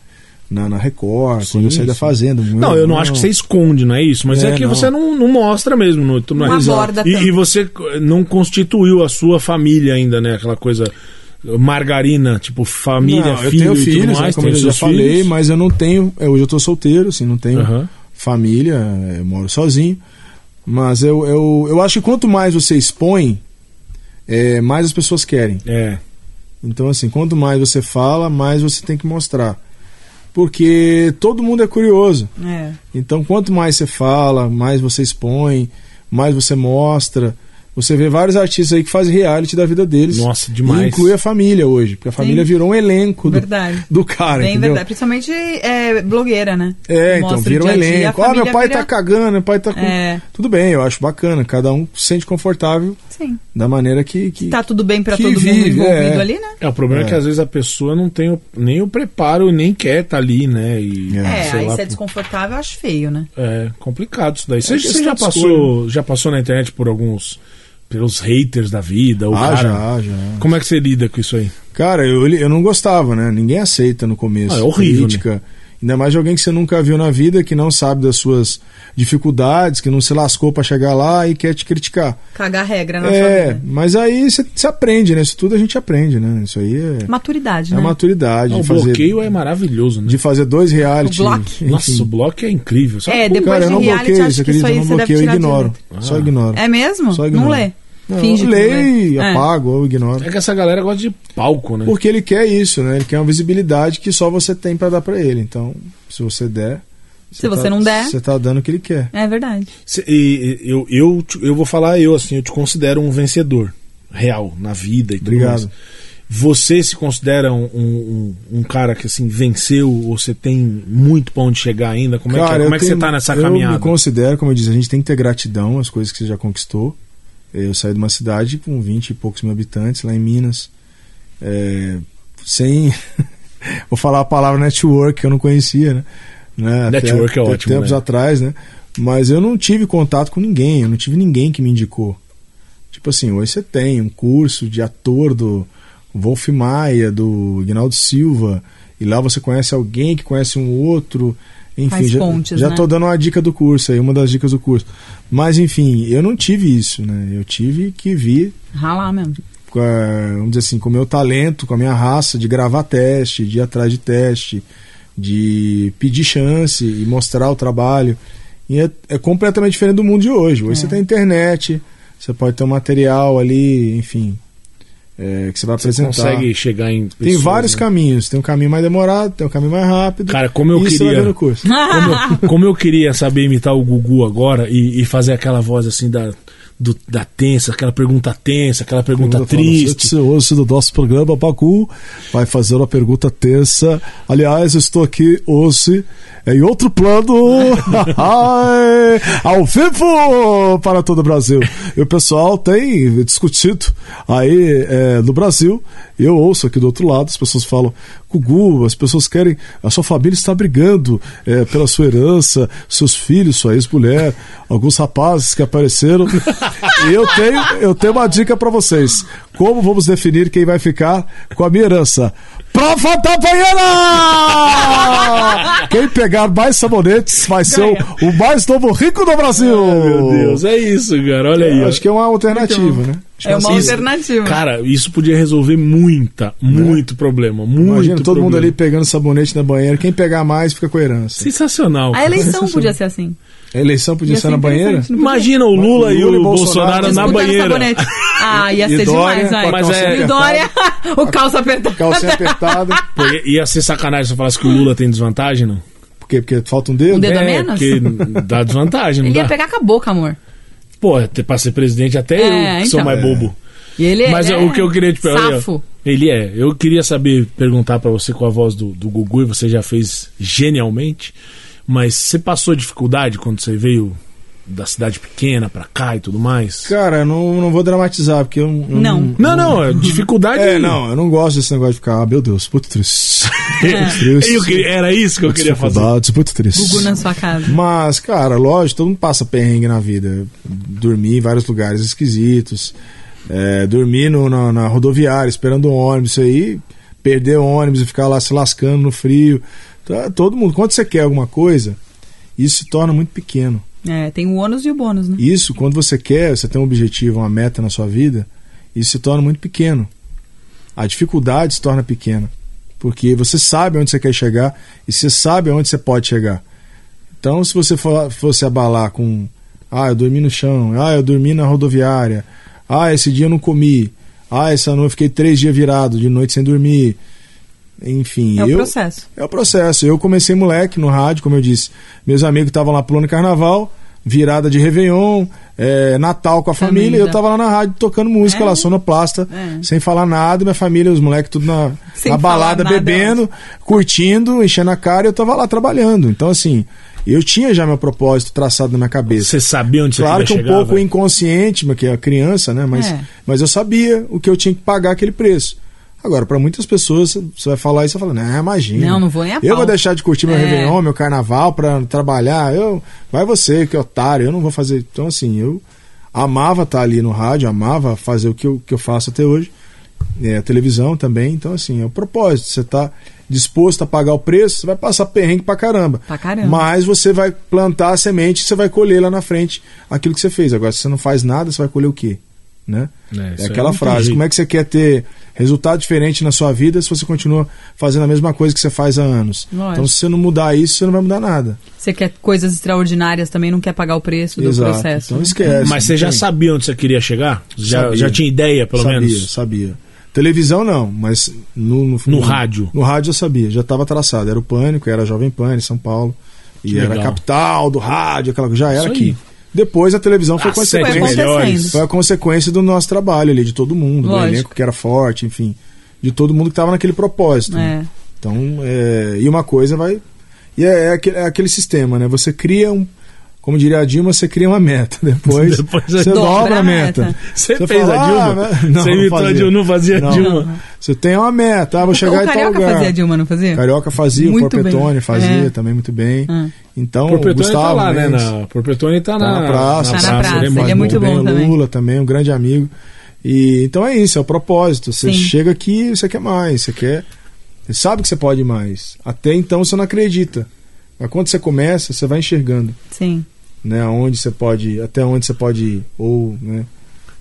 [SPEAKER 3] na, na Record,
[SPEAKER 2] Sim,
[SPEAKER 3] quando eu saí da
[SPEAKER 2] sim.
[SPEAKER 3] Fazenda.
[SPEAKER 2] Não, eu não, acho que você esconde, não é isso? Mas é,
[SPEAKER 3] É,
[SPEAKER 2] que
[SPEAKER 3] não.
[SPEAKER 2] você não, não mostra mesmo. Não, tu
[SPEAKER 1] Não aborda
[SPEAKER 2] e,
[SPEAKER 1] tanto.
[SPEAKER 2] e você eh, não constituiu a sua família ainda, né? Aquela coisa eh, margarina, tipo família,
[SPEAKER 3] Não,
[SPEAKER 2] filho
[SPEAKER 3] eu tenho
[SPEAKER 2] e
[SPEAKER 3] filhos,
[SPEAKER 2] tudo
[SPEAKER 3] né,
[SPEAKER 2] mais.
[SPEAKER 3] como
[SPEAKER 2] tem
[SPEAKER 3] eu já
[SPEAKER 2] seus
[SPEAKER 3] falei,
[SPEAKER 2] filhos.
[SPEAKER 3] mas eu não tenho, é, hoje eu tô solteiro, assim, não tenho
[SPEAKER 2] Aham.
[SPEAKER 3] família, é, moro sozinho. Mas eu, eu, eu acho que quanto mais você expõe, é, mais as pessoas querem.
[SPEAKER 2] É.
[SPEAKER 3] Então, assim, quanto mais você fala, mais você tem que mostrar. Porque todo mundo é curioso.
[SPEAKER 1] É.
[SPEAKER 3] Então, quanto mais você fala, mais você expõe, mais você mostra, Você vê vários artistas aí que fazem reality da vida deles.
[SPEAKER 2] Nossa, demais.
[SPEAKER 3] E inclui a família hoje, porque a família virou um elenco do,
[SPEAKER 1] Verdade.
[SPEAKER 3] do cara,
[SPEAKER 1] Bem
[SPEAKER 3] entendeu?
[SPEAKER 1] verdade. Principalmente é, blogueira, né?
[SPEAKER 3] É, então,
[SPEAKER 1] Mostra o
[SPEAKER 3] vira um
[SPEAKER 1] dia a dia, a
[SPEAKER 3] elenco. Ah, meu
[SPEAKER 1] família
[SPEAKER 3] pai
[SPEAKER 1] vira-
[SPEAKER 3] tá cagando, meu pai tá com...
[SPEAKER 1] É.
[SPEAKER 3] Tudo bem, eu acho bacana. Cada um se sente confortável
[SPEAKER 1] Sim.
[SPEAKER 3] da maneira que... que...
[SPEAKER 1] Tá tudo bem pra
[SPEAKER 3] Que
[SPEAKER 1] todo mundo
[SPEAKER 3] vive,
[SPEAKER 1] envolvido
[SPEAKER 3] é.
[SPEAKER 1] ali, né?
[SPEAKER 2] É, o problema é.
[SPEAKER 3] É.
[SPEAKER 2] que às vezes a pessoa não tem o- nem o preparo, nem quer tá ali, né? E,
[SPEAKER 3] É,
[SPEAKER 1] É,
[SPEAKER 2] sei
[SPEAKER 1] aí
[SPEAKER 2] lá,
[SPEAKER 1] se é
[SPEAKER 2] pô,
[SPEAKER 1] desconfortável, eu acho feio, né?
[SPEAKER 2] é complicado isso daí. Você,
[SPEAKER 3] questão
[SPEAKER 2] você já,
[SPEAKER 3] de escolha,
[SPEAKER 2] passou, já passou na internet por alguns. pelos haters da vida? O
[SPEAKER 3] Ah,
[SPEAKER 2] cara,
[SPEAKER 3] já, já.
[SPEAKER 2] Como é que você lida com isso aí?
[SPEAKER 3] Cara, eu, eu não gostava, né? Ninguém aceita no começo.
[SPEAKER 2] Ah, é horrível,
[SPEAKER 3] Crítica. Ainda mais de alguém que você nunca viu na vida, que não sabe das suas dificuldades, que não se lascou pra chegar lá e quer te criticar.
[SPEAKER 1] Cagar regra na sua
[SPEAKER 3] É,
[SPEAKER 1] vida.
[SPEAKER 3] mas aí você você aprende, né? Isso tudo a gente aprende, né? Isso aí é,
[SPEAKER 1] Maturidade,
[SPEAKER 3] é
[SPEAKER 1] né?
[SPEAKER 3] maturidade.
[SPEAKER 2] o
[SPEAKER 3] de fazer,
[SPEAKER 2] bloqueio é maravilhoso, né?
[SPEAKER 3] De fazer dois reality.
[SPEAKER 1] O bloco?
[SPEAKER 2] Nossa, o
[SPEAKER 3] enfim.
[SPEAKER 2] bloco é incrível. Sabe?
[SPEAKER 1] É,
[SPEAKER 2] Pô,
[SPEAKER 1] depois
[SPEAKER 3] Cara, eu
[SPEAKER 1] de
[SPEAKER 3] não
[SPEAKER 1] reality,
[SPEAKER 3] bloqueio,
[SPEAKER 1] acho
[SPEAKER 3] você
[SPEAKER 1] que
[SPEAKER 3] acredita?
[SPEAKER 1] isso aí
[SPEAKER 3] Eu não
[SPEAKER 1] você deve
[SPEAKER 3] bloqueio, eu
[SPEAKER 1] tirar de
[SPEAKER 3] ignoro.
[SPEAKER 2] letra.
[SPEAKER 3] Só
[SPEAKER 2] Ah.
[SPEAKER 3] ignoro.
[SPEAKER 1] É mesmo?
[SPEAKER 3] Só
[SPEAKER 1] Não
[SPEAKER 3] ignora.
[SPEAKER 1] lê.
[SPEAKER 3] Não,
[SPEAKER 1] Finge
[SPEAKER 3] eu
[SPEAKER 1] que não
[SPEAKER 3] leio e
[SPEAKER 1] lê. É.
[SPEAKER 3] apago ou ignoro.
[SPEAKER 2] É que essa galera gosta de palco, né?
[SPEAKER 3] Porque ele quer isso, né? Ele quer uma visibilidade que só você tem pra dar pra ele. Então, se você der.
[SPEAKER 1] Se você não der-
[SPEAKER 3] Você tá dando o que ele quer.
[SPEAKER 1] É verdade.
[SPEAKER 2] Cê- e- e- eu, eu, te- eu vou falar eu, assim, eu te considero um vencedor real na vida e tudo
[SPEAKER 3] Obrigado.
[SPEAKER 2] mais. Você se considera um, um, um- um cara que assim venceu ou você tem muito pra onde chegar ainda? Como é que, é?
[SPEAKER 3] eu
[SPEAKER 2] Como é que você
[SPEAKER 3] tenho-
[SPEAKER 2] tá nessa
[SPEAKER 3] Eu
[SPEAKER 2] caminhada?
[SPEAKER 3] me considero, como eu disse, a gente tem que ter gratidão às coisas que você já conquistou. Eu saí de uma cidade com 20 e poucos mil habitantes, lá em Minas. É, sem. (laughs) Vou falar a palavra network, que eu não conhecia, né? né? até-
[SPEAKER 2] Network é
[SPEAKER 3] até
[SPEAKER 2] ótimo,
[SPEAKER 3] Tempos
[SPEAKER 2] né?
[SPEAKER 3] atrás, né? Mas eu não tive contato com ninguém, eu não tive ninguém que me indicou. Tipo assim, hoje você tem um curso de ator do Wolf Maia, do Ginaldo Silva, e lá você conhece alguém que conhece um outro. Enfim,
[SPEAKER 1] Faz
[SPEAKER 3] já,
[SPEAKER 1] pontes,
[SPEAKER 3] já
[SPEAKER 1] né?
[SPEAKER 3] tô dando uma dica do curso aí, uma das dicas do curso. Mas enfim, eu não tive isso, né? Eu tive que vir,
[SPEAKER 1] Ralar mesmo.
[SPEAKER 3] com a- vamos dizer assim, com o meu talento, com a minha raça de gravar teste, de ir atrás de teste, de pedir chance e mostrar o trabalho. E é, é completamente diferente do mundo de hoje. Hoje
[SPEAKER 1] É.
[SPEAKER 3] você tem internet, você pode ter um material ali, enfim, é, que você vai
[SPEAKER 2] Você
[SPEAKER 3] apresentar.
[SPEAKER 2] consegue chegar em
[SPEAKER 3] Tem
[SPEAKER 2] pessoas,
[SPEAKER 3] vários
[SPEAKER 2] né?
[SPEAKER 3] caminhos. Tem um caminho mais demorado, tem um caminho mais rápido.
[SPEAKER 2] Cara, como eu
[SPEAKER 3] Isso você vai
[SPEAKER 2] queria-
[SPEAKER 3] ver no curso.
[SPEAKER 2] Como eu,
[SPEAKER 1] (laughs)
[SPEAKER 2] como eu queria saber imitar o Gugu agora e, e fazer aquela voz assim da, do- da tensa, aquela pergunta tensa, aquela pergunta
[SPEAKER 3] Pergunta
[SPEAKER 2] triste.
[SPEAKER 3] fala, Hoje do nosso programa, Bagu vai fazer uma pergunta tensa. Aliás, eu estou aqui hoje em
[SPEAKER 2] (laughs)
[SPEAKER 3] outro plano, Ai, ao vivo para todo o Brasil. E o pessoal tem discutido aí é, no Brasil. Eu ouço aqui do outro lado, as pessoas falam, Gugu, as pessoas querem, a sua família está brigando é, pela sua herança, seus filhos, sua ex-mulher, alguns rapazes que apareceram. (laughs) E eu tenho, eu tenho uma dica pra vocês. Como vamos definir quem vai ficar com a minha herança? Prova da banheira! Quem pegar mais sabonetes vai ser o, o mais novo rico do Brasil!
[SPEAKER 2] Meu Deus, Então, é isso, cara. Olha aí. ó.
[SPEAKER 3] Acho que é uma alternativa, né? Acho que
[SPEAKER 1] É uma
[SPEAKER 2] Isso-
[SPEAKER 1] alternativa.
[SPEAKER 2] Cara, isso podia resolver muita, muito problema. Muito
[SPEAKER 3] Né? Imagina todo
[SPEAKER 2] problema.
[SPEAKER 3] mundo ali pegando sabonete na banheira. Quem pegar mais fica com a herança.
[SPEAKER 2] Sensacional.
[SPEAKER 1] A
[SPEAKER 2] cara.
[SPEAKER 1] eleição podia ser assim.
[SPEAKER 3] A eleição podia
[SPEAKER 1] Ia
[SPEAKER 2] assim
[SPEAKER 3] ser na é banheira?
[SPEAKER 1] interessante, não podia?
[SPEAKER 2] Imagina o Lula,
[SPEAKER 3] Mas
[SPEAKER 2] e o Bolsonaro, na
[SPEAKER 1] Disputando
[SPEAKER 2] banheira.
[SPEAKER 1] sabonete. Ah, ia
[SPEAKER 3] E
[SPEAKER 1] ser
[SPEAKER 3] Dória
[SPEAKER 1] demais, vai.
[SPEAKER 3] com a
[SPEAKER 2] Mas
[SPEAKER 3] calcinha
[SPEAKER 2] é-
[SPEAKER 1] E
[SPEAKER 3] apertada,
[SPEAKER 1] Dória, (laughs) o calça apertado.
[SPEAKER 3] Calcinha apertada.
[SPEAKER 2] Pô, ia- ia ser sacanagem se eu falasse que o Lula tem desvantagem, não? É,
[SPEAKER 3] Por quê? Porque falta um dedo?
[SPEAKER 1] Um dedo. a menos?
[SPEAKER 2] porque dá desvantagem, não
[SPEAKER 1] Ele
[SPEAKER 2] dá?
[SPEAKER 1] ia pegar com a boca, amor.
[SPEAKER 2] Pô, até pra ser presidente até
[SPEAKER 1] É,
[SPEAKER 2] eu, que sou
[SPEAKER 1] então.
[SPEAKER 2] mais
[SPEAKER 3] É.
[SPEAKER 2] bobo.
[SPEAKER 1] E ele
[SPEAKER 2] Mas
[SPEAKER 1] ele
[SPEAKER 2] ó, o que eu
[SPEAKER 3] tipo,
[SPEAKER 2] queria te perguntar...
[SPEAKER 1] é Safo.
[SPEAKER 2] Ele é. Eu queria saber, perguntar pra você com a voz do, do Gugu, e você já fez genialmente, mas você passou dificuldade quando você veio da cidade pequena pra cá e tudo mais?
[SPEAKER 3] Cara, eu não, não vou dramatizar, porque eu, eu
[SPEAKER 1] Não.
[SPEAKER 2] Não, não, é dificuldade.
[SPEAKER 3] É, não, eu não gosto desse negócio de ficar, ah, meu Deus,
[SPEAKER 1] (laughs)
[SPEAKER 3] muito triste.
[SPEAKER 1] É.
[SPEAKER 3] Muito triste.
[SPEAKER 2] Eu queria- era isso que eu queria fazer.
[SPEAKER 3] Dificuldades, muito triste.
[SPEAKER 1] Gugu na sua casa.
[SPEAKER 3] Mas, cara, lógico, todo mundo passa perrengue na vida. Dormir em vários lugares esquisitos. É, dormir no- na, na rodoviária, esperando o ônibus isso aí, perder o ônibus e ficar lá se lascando no frio. Tá, todo mundo, quando você quer alguma coisa, isso se torna muito pequeno.
[SPEAKER 1] É, tem o ônus e o bônus, né?
[SPEAKER 3] Isso, quando você quer, você tem um objetivo, uma meta na sua vida, isso se torna muito pequeno. A dificuldade se torna pequena. Porque você sabe onde você quer chegar e você sabe onde você pode chegar. Então, se você for, fosse abalar com. Ah, eu dormi no chão. Ah, eu dormi na rodoviária. Ah, esse dia eu não comi. Ah, essa noite eu fiquei três dias virado, de noite sem dormir. Enfim,
[SPEAKER 1] É o
[SPEAKER 3] eu,
[SPEAKER 1] processo.
[SPEAKER 3] é o processo. Eu comecei moleque no rádio, como eu disse. Meus amigos estavam lá pulando carnaval. virada de Réveillon, é, Natal com a família,
[SPEAKER 1] Família.
[SPEAKER 3] e eu tava lá na rádio tocando música
[SPEAKER 1] É.
[SPEAKER 3] lá, sonoplasta,
[SPEAKER 1] É.
[SPEAKER 3] sem falar nada, minha família, os moleques tudo na,
[SPEAKER 1] Sem
[SPEAKER 3] na
[SPEAKER 1] falar
[SPEAKER 3] balada,
[SPEAKER 1] nada.
[SPEAKER 3] bebendo, curtindo, enchendo a cara, e eu tava lá trabalhando. Então, assim, eu tinha já meu propósito traçado na minha cabeça.
[SPEAKER 2] Você sabia onde você
[SPEAKER 3] Claro
[SPEAKER 2] queria
[SPEAKER 3] que um
[SPEAKER 2] chegar,
[SPEAKER 3] pouco
[SPEAKER 2] velho?
[SPEAKER 3] inconsciente, mas que é criança, né? Mas,
[SPEAKER 1] É.
[SPEAKER 3] mas eu sabia o que eu tinha que pagar aquele preço. Agora, pra muitas pessoas, você vai falar isso e fala, não, imagina.
[SPEAKER 1] Não, não vou nem a
[SPEAKER 3] Eu
[SPEAKER 1] pau."
[SPEAKER 3] vou deixar de curtir meu
[SPEAKER 1] É.
[SPEAKER 3] Réveillon, meu carnaval pra trabalhar. Eu, vai você, que é otário, eu não vou fazer. Então, assim, eu amava estar ali no rádio, amava fazer o que eu, que eu faço até hoje. É, a televisão também. Então, assim, é o propósito. Você tá disposto a pagar o preço, você vai passar perrengue pra caramba.
[SPEAKER 1] Pra caramba.
[SPEAKER 3] Mas você vai plantar a semente, você vai colher lá na frente aquilo que você fez. Agora, se você não faz nada, você vai colher o quê? Né?
[SPEAKER 2] É, isso
[SPEAKER 3] É
[SPEAKER 2] aí
[SPEAKER 3] aquela
[SPEAKER 2] não tem
[SPEAKER 3] frase.
[SPEAKER 2] jeito.
[SPEAKER 3] Como é que você quer ter resultado diferente na sua vida se você continua fazendo a mesma coisa que você faz há anos?
[SPEAKER 1] Lógico.
[SPEAKER 3] Então, se você não mudar isso, você não vai mudar nada.
[SPEAKER 1] Você quer coisas extraordinárias também, não quer pagar o preço do
[SPEAKER 3] Exato.
[SPEAKER 1] processo.
[SPEAKER 3] Então,
[SPEAKER 1] né?
[SPEAKER 3] esquece.
[SPEAKER 2] Mas você já
[SPEAKER 3] Entende?
[SPEAKER 2] sabia onde você queria chegar? Já,
[SPEAKER 3] Sabia.
[SPEAKER 2] já tinha ideia, pelo
[SPEAKER 3] sabia,
[SPEAKER 2] menos?
[SPEAKER 3] Sabia. Televisão não, mas no, no,
[SPEAKER 2] No rádio.
[SPEAKER 3] No rádio eu sabia, já estava traçado. Era o Pânico, era Jovem Pânico, São Paulo. E
[SPEAKER 2] Que
[SPEAKER 3] era
[SPEAKER 2] legal.
[SPEAKER 3] a capital do rádio, aquela já era
[SPEAKER 2] Isso aí. Ah,
[SPEAKER 3] aqui. Depois a televisão foi
[SPEAKER 2] As sete
[SPEAKER 3] consequência.
[SPEAKER 2] melhores.
[SPEAKER 3] Foi a consequência do nosso trabalho ali, de todo mundo, do
[SPEAKER 1] Lógico.
[SPEAKER 3] elenco que era forte, enfim. De todo mundo que estava naquele propósito.
[SPEAKER 1] É.
[SPEAKER 3] Então, é, e uma coisa vai. E é, é aquele, é aquele sistema, né? Você cria um. Como diria a Dilma, você cria uma meta. (laughs)
[SPEAKER 2] (laughs)
[SPEAKER 3] Depois,
[SPEAKER 2] Depois
[SPEAKER 3] você dobra, a meta.
[SPEAKER 2] Você fez
[SPEAKER 3] fala,
[SPEAKER 2] a Dilma?
[SPEAKER 3] "Ah, né?" Não,
[SPEAKER 2] você
[SPEAKER 3] não
[SPEAKER 2] imitou a
[SPEAKER 3] fazia.
[SPEAKER 2] Dilma, não fazia a
[SPEAKER 3] Não.
[SPEAKER 2] Dilma.
[SPEAKER 3] Você tem uma meta, ah, vou chegar
[SPEAKER 1] o
[SPEAKER 3] em tal
[SPEAKER 1] Carioca
[SPEAKER 3] lugar.
[SPEAKER 1] fazia a Dilma, não fazia?
[SPEAKER 3] Carioca fazia,
[SPEAKER 1] Muito
[SPEAKER 3] o Porpetone
[SPEAKER 1] bem.
[SPEAKER 3] fazia
[SPEAKER 1] É.
[SPEAKER 3] também muito bem.
[SPEAKER 1] Ah.
[SPEAKER 3] Então,
[SPEAKER 2] O
[SPEAKER 3] o
[SPEAKER 2] Porpetone tá
[SPEAKER 3] Gustavo
[SPEAKER 2] lá, né?
[SPEAKER 3] Mendes,
[SPEAKER 2] Na, o Porpetone tá,
[SPEAKER 3] tá na praça.
[SPEAKER 1] Tá na praça, ele
[SPEAKER 2] faz
[SPEAKER 1] é muito
[SPEAKER 2] bem.
[SPEAKER 1] bom
[SPEAKER 3] o
[SPEAKER 1] também.
[SPEAKER 3] Lula também, um grande amigo. E então é isso, é o propósito. Você
[SPEAKER 1] Sim.
[SPEAKER 3] chega aqui, você quer mais, você quer, você sabe que você pode mais. Até então você não acredita. Mas quando você começa, você vai enxergando,
[SPEAKER 1] Sim.
[SPEAKER 3] né, onde você pode, até onde você pode ir ou, né?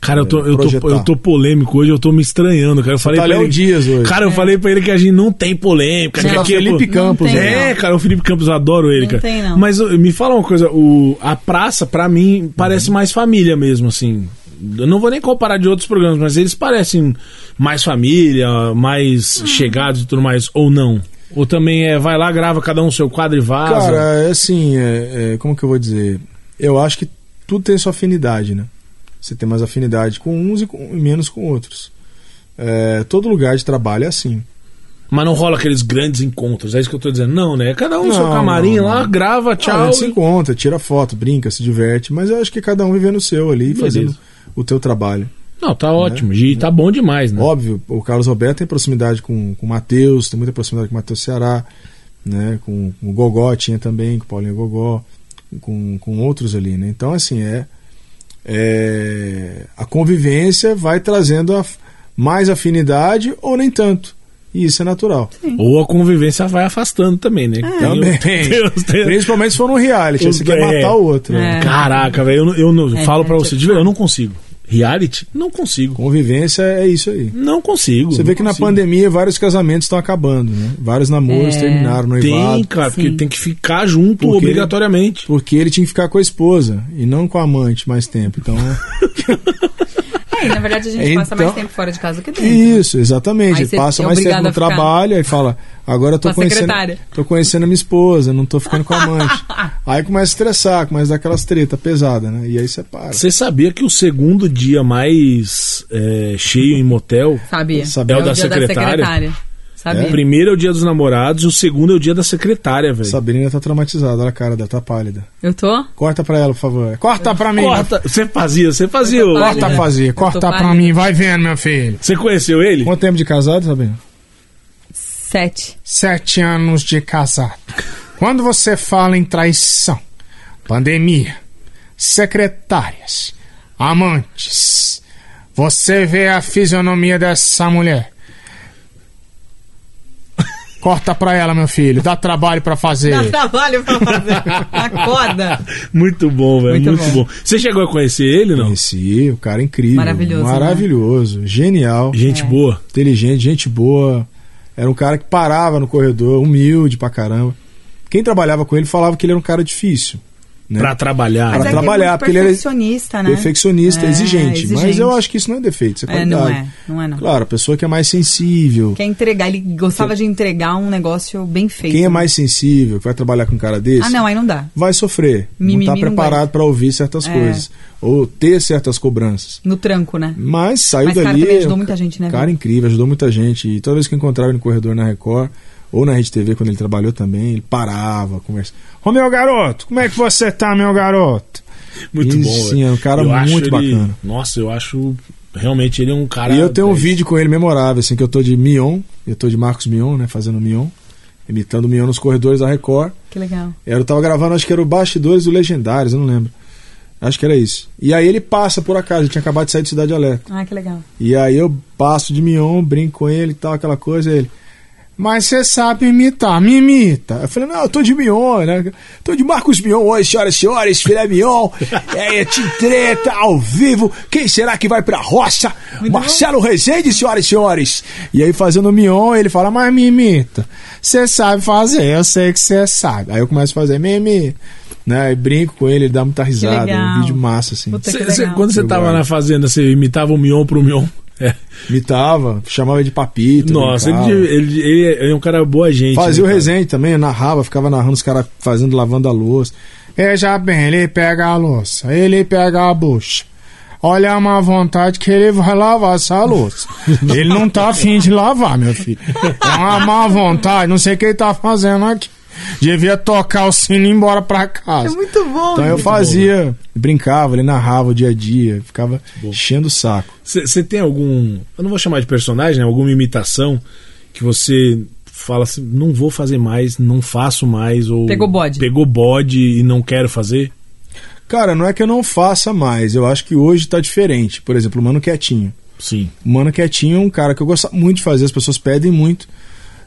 [SPEAKER 2] Cara, eu tô, eu,
[SPEAKER 3] Projetar.
[SPEAKER 2] tô, eu tô polêmico hoje, eu tô me estranhando, cara. Eu falei
[SPEAKER 3] tá
[SPEAKER 2] pra
[SPEAKER 3] Léo
[SPEAKER 2] ele.
[SPEAKER 3] Dias hoje.
[SPEAKER 2] Cara, eu falei pra ele que a gente não tem polêmica.
[SPEAKER 3] Você
[SPEAKER 2] que
[SPEAKER 3] tá
[SPEAKER 2] aqui é
[SPEAKER 3] Felipe
[SPEAKER 2] po-
[SPEAKER 3] Campos,
[SPEAKER 1] Não tem,
[SPEAKER 3] né?
[SPEAKER 2] É, cara, o Felipe Campos, eu adoro ele,
[SPEAKER 1] Não
[SPEAKER 2] cara.
[SPEAKER 1] tem, não.
[SPEAKER 2] Mas ô, me fala uma coisa, o, a praça, pra mim, parece mais família mesmo, assim. Eu não vou nem comparar de outros programas, mas eles parecem mais família, mais chegados e tudo mais, ou não? Ou também é, vai lá, grava cada um o seu quadro e vaza.
[SPEAKER 3] Cara, é assim, é, é, como que eu vou dizer? Eu acho que tudo tem sua afinidade, né? Você tem mais afinidade com uns e, com- e menos com outros. É, todo lugar de trabalho é assim.
[SPEAKER 2] Mas não rola aqueles grandes encontros, é isso que eu tô dizendo. Não, né? Cada um no seu
[SPEAKER 3] Não,
[SPEAKER 2] camarim
[SPEAKER 3] não,
[SPEAKER 2] lá,
[SPEAKER 3] não.
[SPEAKER 2] grava,
[SPEAKER 3] Ah, a
[SPEAKER 2] tchau.
[SPEAKER 3] gente se
[SPEAKER 2] e-
[SPEAKER 3] encontra, tira foto, brinca, se diverte, mas eu acho que cada um vivendo o seu ali,
[SPEAKER 2] Beleza.
[SPEAKER 3] fazendo o teu trabalho.
[SPEAKER 2] Não,
[SPEAKER 3] Né?
[SPEAKER 2] tá ótimo. E tá bom demais, né?
[SPEAKER 3] Óbvio, o Carlos Alberto tem proximidade com, com o Matheus, tem muita proximidade com o Matheus Ceará, né? Com, com o Gogó tinha também, com o Paulinho Gogó, com, com outros ali, né? Então, assim, é, é- A convivência vai trazendo a- mais afinidade ou nem tanto. E isso é natural.
[SPEAKER 2] Ou a convivência vai afastando também, né?
[SPEAKER 1] Ah.
[SPEAKER 2] Tem-
[SPEAKER 3] Também.
[SPEAKER 2] Deus, Deus.
[SPEAKER 3] (laughs) Principalmente se for num reality, aí
[SPEAKER 2] Os
[SPEAKER 3] você quer
[SPEAKER 2] dois, é.
[SPEAKER 3] matar o outro. né?
[SPEAKER 1] É.
[SPEAKER 2] Caraca, velho, eu, não- eu não
[SPEAKER 1] É,
[SPEAKER 2] falo
[SPEAKER 1] é,
[SPEAKER 2] pra você,
[SPEAKER 1] tipo-
[SPEAKER 2] de verdade, eu não consigo. Reality? Não consigo.
[SPEAKER 3] Convivência é isso aí.
[SPEAKER 2] Não consigo.
[SPEAKER 3] Você
[SPEAKER 2] não
[SPEAKER 3] vê que na
[SPEAKER 2] consigo.
[SPEAKER 3] pandemia vários casamentos estão acabando, né? Vários namoros
[SPEAKER 1] É.
[SPEAKER 3] terminaram, noivado.
[SPEAKER 2] Tem, cara, porque
[SPEAKER 1] Sim.
[SPEAKER 2] tem que ficar junto
[SPEAKER 3] Porque-
[SPEAKER 2] obrigatoriamente.
[SPEAKER 3] Porque ele tinha que ficar com a esposa e não com a amante mais tempo.
[SPEAKER 1] (laughs)
[SPEAKER 3] Então,
[SPEAKER 1] É, e na verdade a gente passa
[SPEAKER 3] Então-
[SPEAKER 1] mais tempo fora de casa do que dentro. né?
[SPEAKER 3] isso, exatamente.
[SPEAKER 1] Aí
[SPEAKER 3] Ele
[SPEAKER 1] você
[SPEAKER 3] passa
[SPEAKER 1] é
[SPEAKER 3] mais tempo
[SPEAKER 1] obrigado
[SPEAKER 3] no
[SPEAKER 1] a ficar.
[SPEAKER 3] trabalho e fala: agora eu tô
[SPEAKER 1] Com a
[SPEAKER 3] conhecendo,
[SPEAKER 1] secretária.
[SPEAKER 3] tô conhecendo a minha esposa, não tô ficando com
[SPEAKER 1] (laughs)
[SPEAKER 3] a amante. aí começa a estressar, começa a dar aquelas treta pesada, né? E aí separa.
[SPEAKER 2] Você sabia que o segundo dia mais é, cheio em motel
[SPEAKER 1] Sabia.
[SPEAKER 3] Sabia.
[SPEAKER 2] é o
[SPEAKER 3] É o
[SPEAKER 2] da
[SPEAKER 1] dia
[SPEAKER 2] secretária?
[SPEAKER 1] Sabia.
[SPEAKER 2] O primeiro é o dia dos namorados, o segundo é o dia da secretária, velho.
[SPEAKER 3] Sabrina tá traumatizada, olha a cara dela, tá pálida.
[SPEAKER 1] Eu tô?
[SPEAKER 3] Corta pra ela, por favor. Corta pra mim.
[SPEAKER 2] Corta, você fazia, você fazia. o-
[SPEAKER 1] pálida.
[SPEAKER 3] Corta,
[SPEAKER 1] Eu
[SPEAKER 3] fazer.
[SPEAKER 1] tô
[SPEAKER 3] Corta pra
[SPEAKER 1] pálida.
[SPEAKER 3] mim. Vai vendo, meu filho.
[SPEAKER 2] Você conheceu ele?
[SPEAKER 3] Quanto tempo de casado, Sabrina?
[SPEAKER 1] Sete.
[SPEAKER 3] sete anos de casado. Quando você fala em traição, pandemia, secretárias, amantes, você vê a fisionomia dessa mulher. Corta pra ela, meu filho. Dá trabalho pra
[SPEAKER 1] Dá
[SPEAKER 3] fazer.
[SPEAKER 1] trabalho pra fazer. (laughs) Acorda.
[SPEAKER 2] Muito bom, velho.
[SPEAKER 1] Muito
[SPEAKER 2] Muito, bom.
[SPEAKER 1] bom.
[SPEAKER 2] Você chegou a conhecer ele, não?
[SPEAKER 3] Conheci, o cara é incrível.
[SPEAKER 1] Maravilhoso,
[SPEAKER 3] Maravilhoso. Genial.
[SPEAKER 2] Gente
[SPEAKER 1] É.
[SPEAKER 2] boa.
[SPEAKER 3] inteligente, gente boa. Era um cara que parava no corredor, humilde pra caramba. Quem trabalhava com ele falava que ele era um cara difícil. né?
[SPEAKER 2] Pra trabalhar.
[SPEAKER 1] Mas
[SPEAKER 3] Pra
[SPEAKER 1] é
[SPEAKER 2] né?
[SPEAKER 1] que
[SPEAKER 3] trabalhar,
[SPEAKER 1] é muito
[SPEAKER 3] porque ele era
[SPEAKER 1] perfeccionista, né?
[SPEAKER 3] Perfeccionista,
[SPEAKER 1] É,
[SPEAKER 3] exigente. Mas
[SPEAKER 1] exigente.
[SPEAKER 3] eu acho que isso não é defeito, isso é
[SPEAKER 1] É,
[SPEAKER 3] qualidade.
[SPEAKER 1] não é, não é não.
[SPEAKER 3] Claro, a pessoa que é mais sensível,
[SPEAKER 1] Quer entregar, ele gostava de entregar um negócio bem feito. né?
[SPEAKER 3] quem é mais sensível, que vai trabalhar com um cara desse,
[SPEAKER 1] Ah, não, aí não dá.
[SPEAKER 3] vai sofrer.
[SPEAKER 1] Mimimi
[SPEAKER 3] não
[SPEAKER 1] não
[SPEAKER 3] tá preparado
[SPEAKER 1] aguenta.
[SPEAKER 3] para ouvir certas
[SPEAKER 1] É.
[SPEAKER 3] coisas. Ou ter certas cobranças.
[SPEAKER 1] No tranco, né?
[SPEAKER 3] Mas saiu
[SPEAKER 1] Mas, cara,
[SPEAKER 3] dali.
[SPEAKER 1] também ajudou
[SPEAKER 3] é um
[SPEAKER 1] muita gente, né,
[SPEAKER 3] Cara
[SPEAKER 1] Vini?
[SPEAKER 3] incrível, ajudou muita gente. E toda vez que eu encontrava ele no corredor na Record, ou na Rede TV, quando ele trabalhou também, ele parava, conversava. Ô meu garoto, como é que você tá, meu garoto?
[SPEAKER 2] Muito
[SPEAKER 3] Ih,
[SPEAKER 2] bom,
[SPEAKER 3] sim,
[SPEAKER 2] velho.
[SPEAKER 3] é um cara
[SPEAKER 2] acho
[SPEAKER 3] muito
[SPEAKER 2] ele-
[SPEAKER 3] bacana.
[SPEAKER 2] Nossa, eu acho. Realmente ele é um cara.
[SPEAKER 3] e eu tenho um
[SPEAKER 2] dez.
[SPEAKER 3] vídeo com ele memorável, assim, que eu tô de Mion, eu tô de Marcos Mion, né, fazendo Mion, imitando Mion nos corredores da Record. É,
[SPEAKER 1] Que legal.
[SPEAKER 3] Eu tava gravando, acho que era o Bastidores do Legendários, eu não lembro. Acho que era isso. E aí ele passa por acaso, eu tinha acabado de sair de Cidade Alerta.
[SPEAKER 1] Ah, que legal.
[SPEAKER 3] E aí eu passo de Mion, brinco com ele e tal, aquela coisa, ele. Mas você sabe imitar, me imita. Eu falei, não, eu tô de Mion, né? Tô de Marcos Mion hoje, senhoras e senhores, filé Mion. (laughs) É, é te treta ao vivo. Quem será que vai pra roça? Marcelo Rezende, senhoras e senhores. E aí fazendo Mion, ele fala, mas me imita. Você sabe fazer, eu sei que você sabe. Aí eu começo a fazer, me imita. Né? E brinco com ele, ele dá muita risada. É
[SPEAKER 1] legal.
[SPEAKER 3] um vídeo massa, assim.
[SPEAKER 1] Puta
[SPEAKER 2] Cê-
[SPEAKER 1] que
[SPEAKER 2] cê-
[SPEAKER 1] legal.
[SPEAKER 2] quando você
[SPEAKER 3] Eu
[SPEAKER 2] tava
[SPEAKER 3] gosto.
[SPEAKER 2] na fazenda, você imitava o Mion pro Mion. (laughs) É.
[SPEAKER 3] Imitava, chamava de papito.
[SPEAKER 2] Nossa, ele,
[SPEAKER 3] brincava.
[SPEAKER 2] ele, ele é um cara boa gente.
[SPEAKER 3] Fazia o
[SPEAKER 2] né, cara?
[SPEAKER 3] resenha também, eu narrava, ficava narrando os caras fazendo lavando a louça. Veja bem, ele pega a louça, ele pega a bucha. Olha é uma vontade que ele vai lavar essa louça.
[SPEAKER 1] (laughs)
[SPEAKER 3] Ele não tá afim de lavar, meu filho. É uma má vontade, não sei o que ele tá fazendo aqui. Devia tocar o sino e ir embora pra
[SPEAKER 1] É
[SPEAKER 3] casa.
[SPEAKER 1] muito bom. né?
[SPEAKER 3] Então eu fazia, brincava, ele narrava o dia a dia, ficava enchendo o saco.
[SPEAKER 2] Você tem algum. Eu não vou chamar de personagem, né? Alguma imitação que você fala assim: não vou fazer mais, não faço mais. Ou
[SPEAKER 1] Pegou bode.
[SPEAKER 2] Pegou bode e não quero fazer.
[SPEAKER 3] Cara, não é que eu não faça mais, eu acho que hoje tá diferente. Por exemplo, o Mano Quietinho.
[SPEAKER 2] Sim.
[SPEAKER 3] O Mano Quietinho é um cara que eu gosto muito de fazer, as pessoas pedem muito.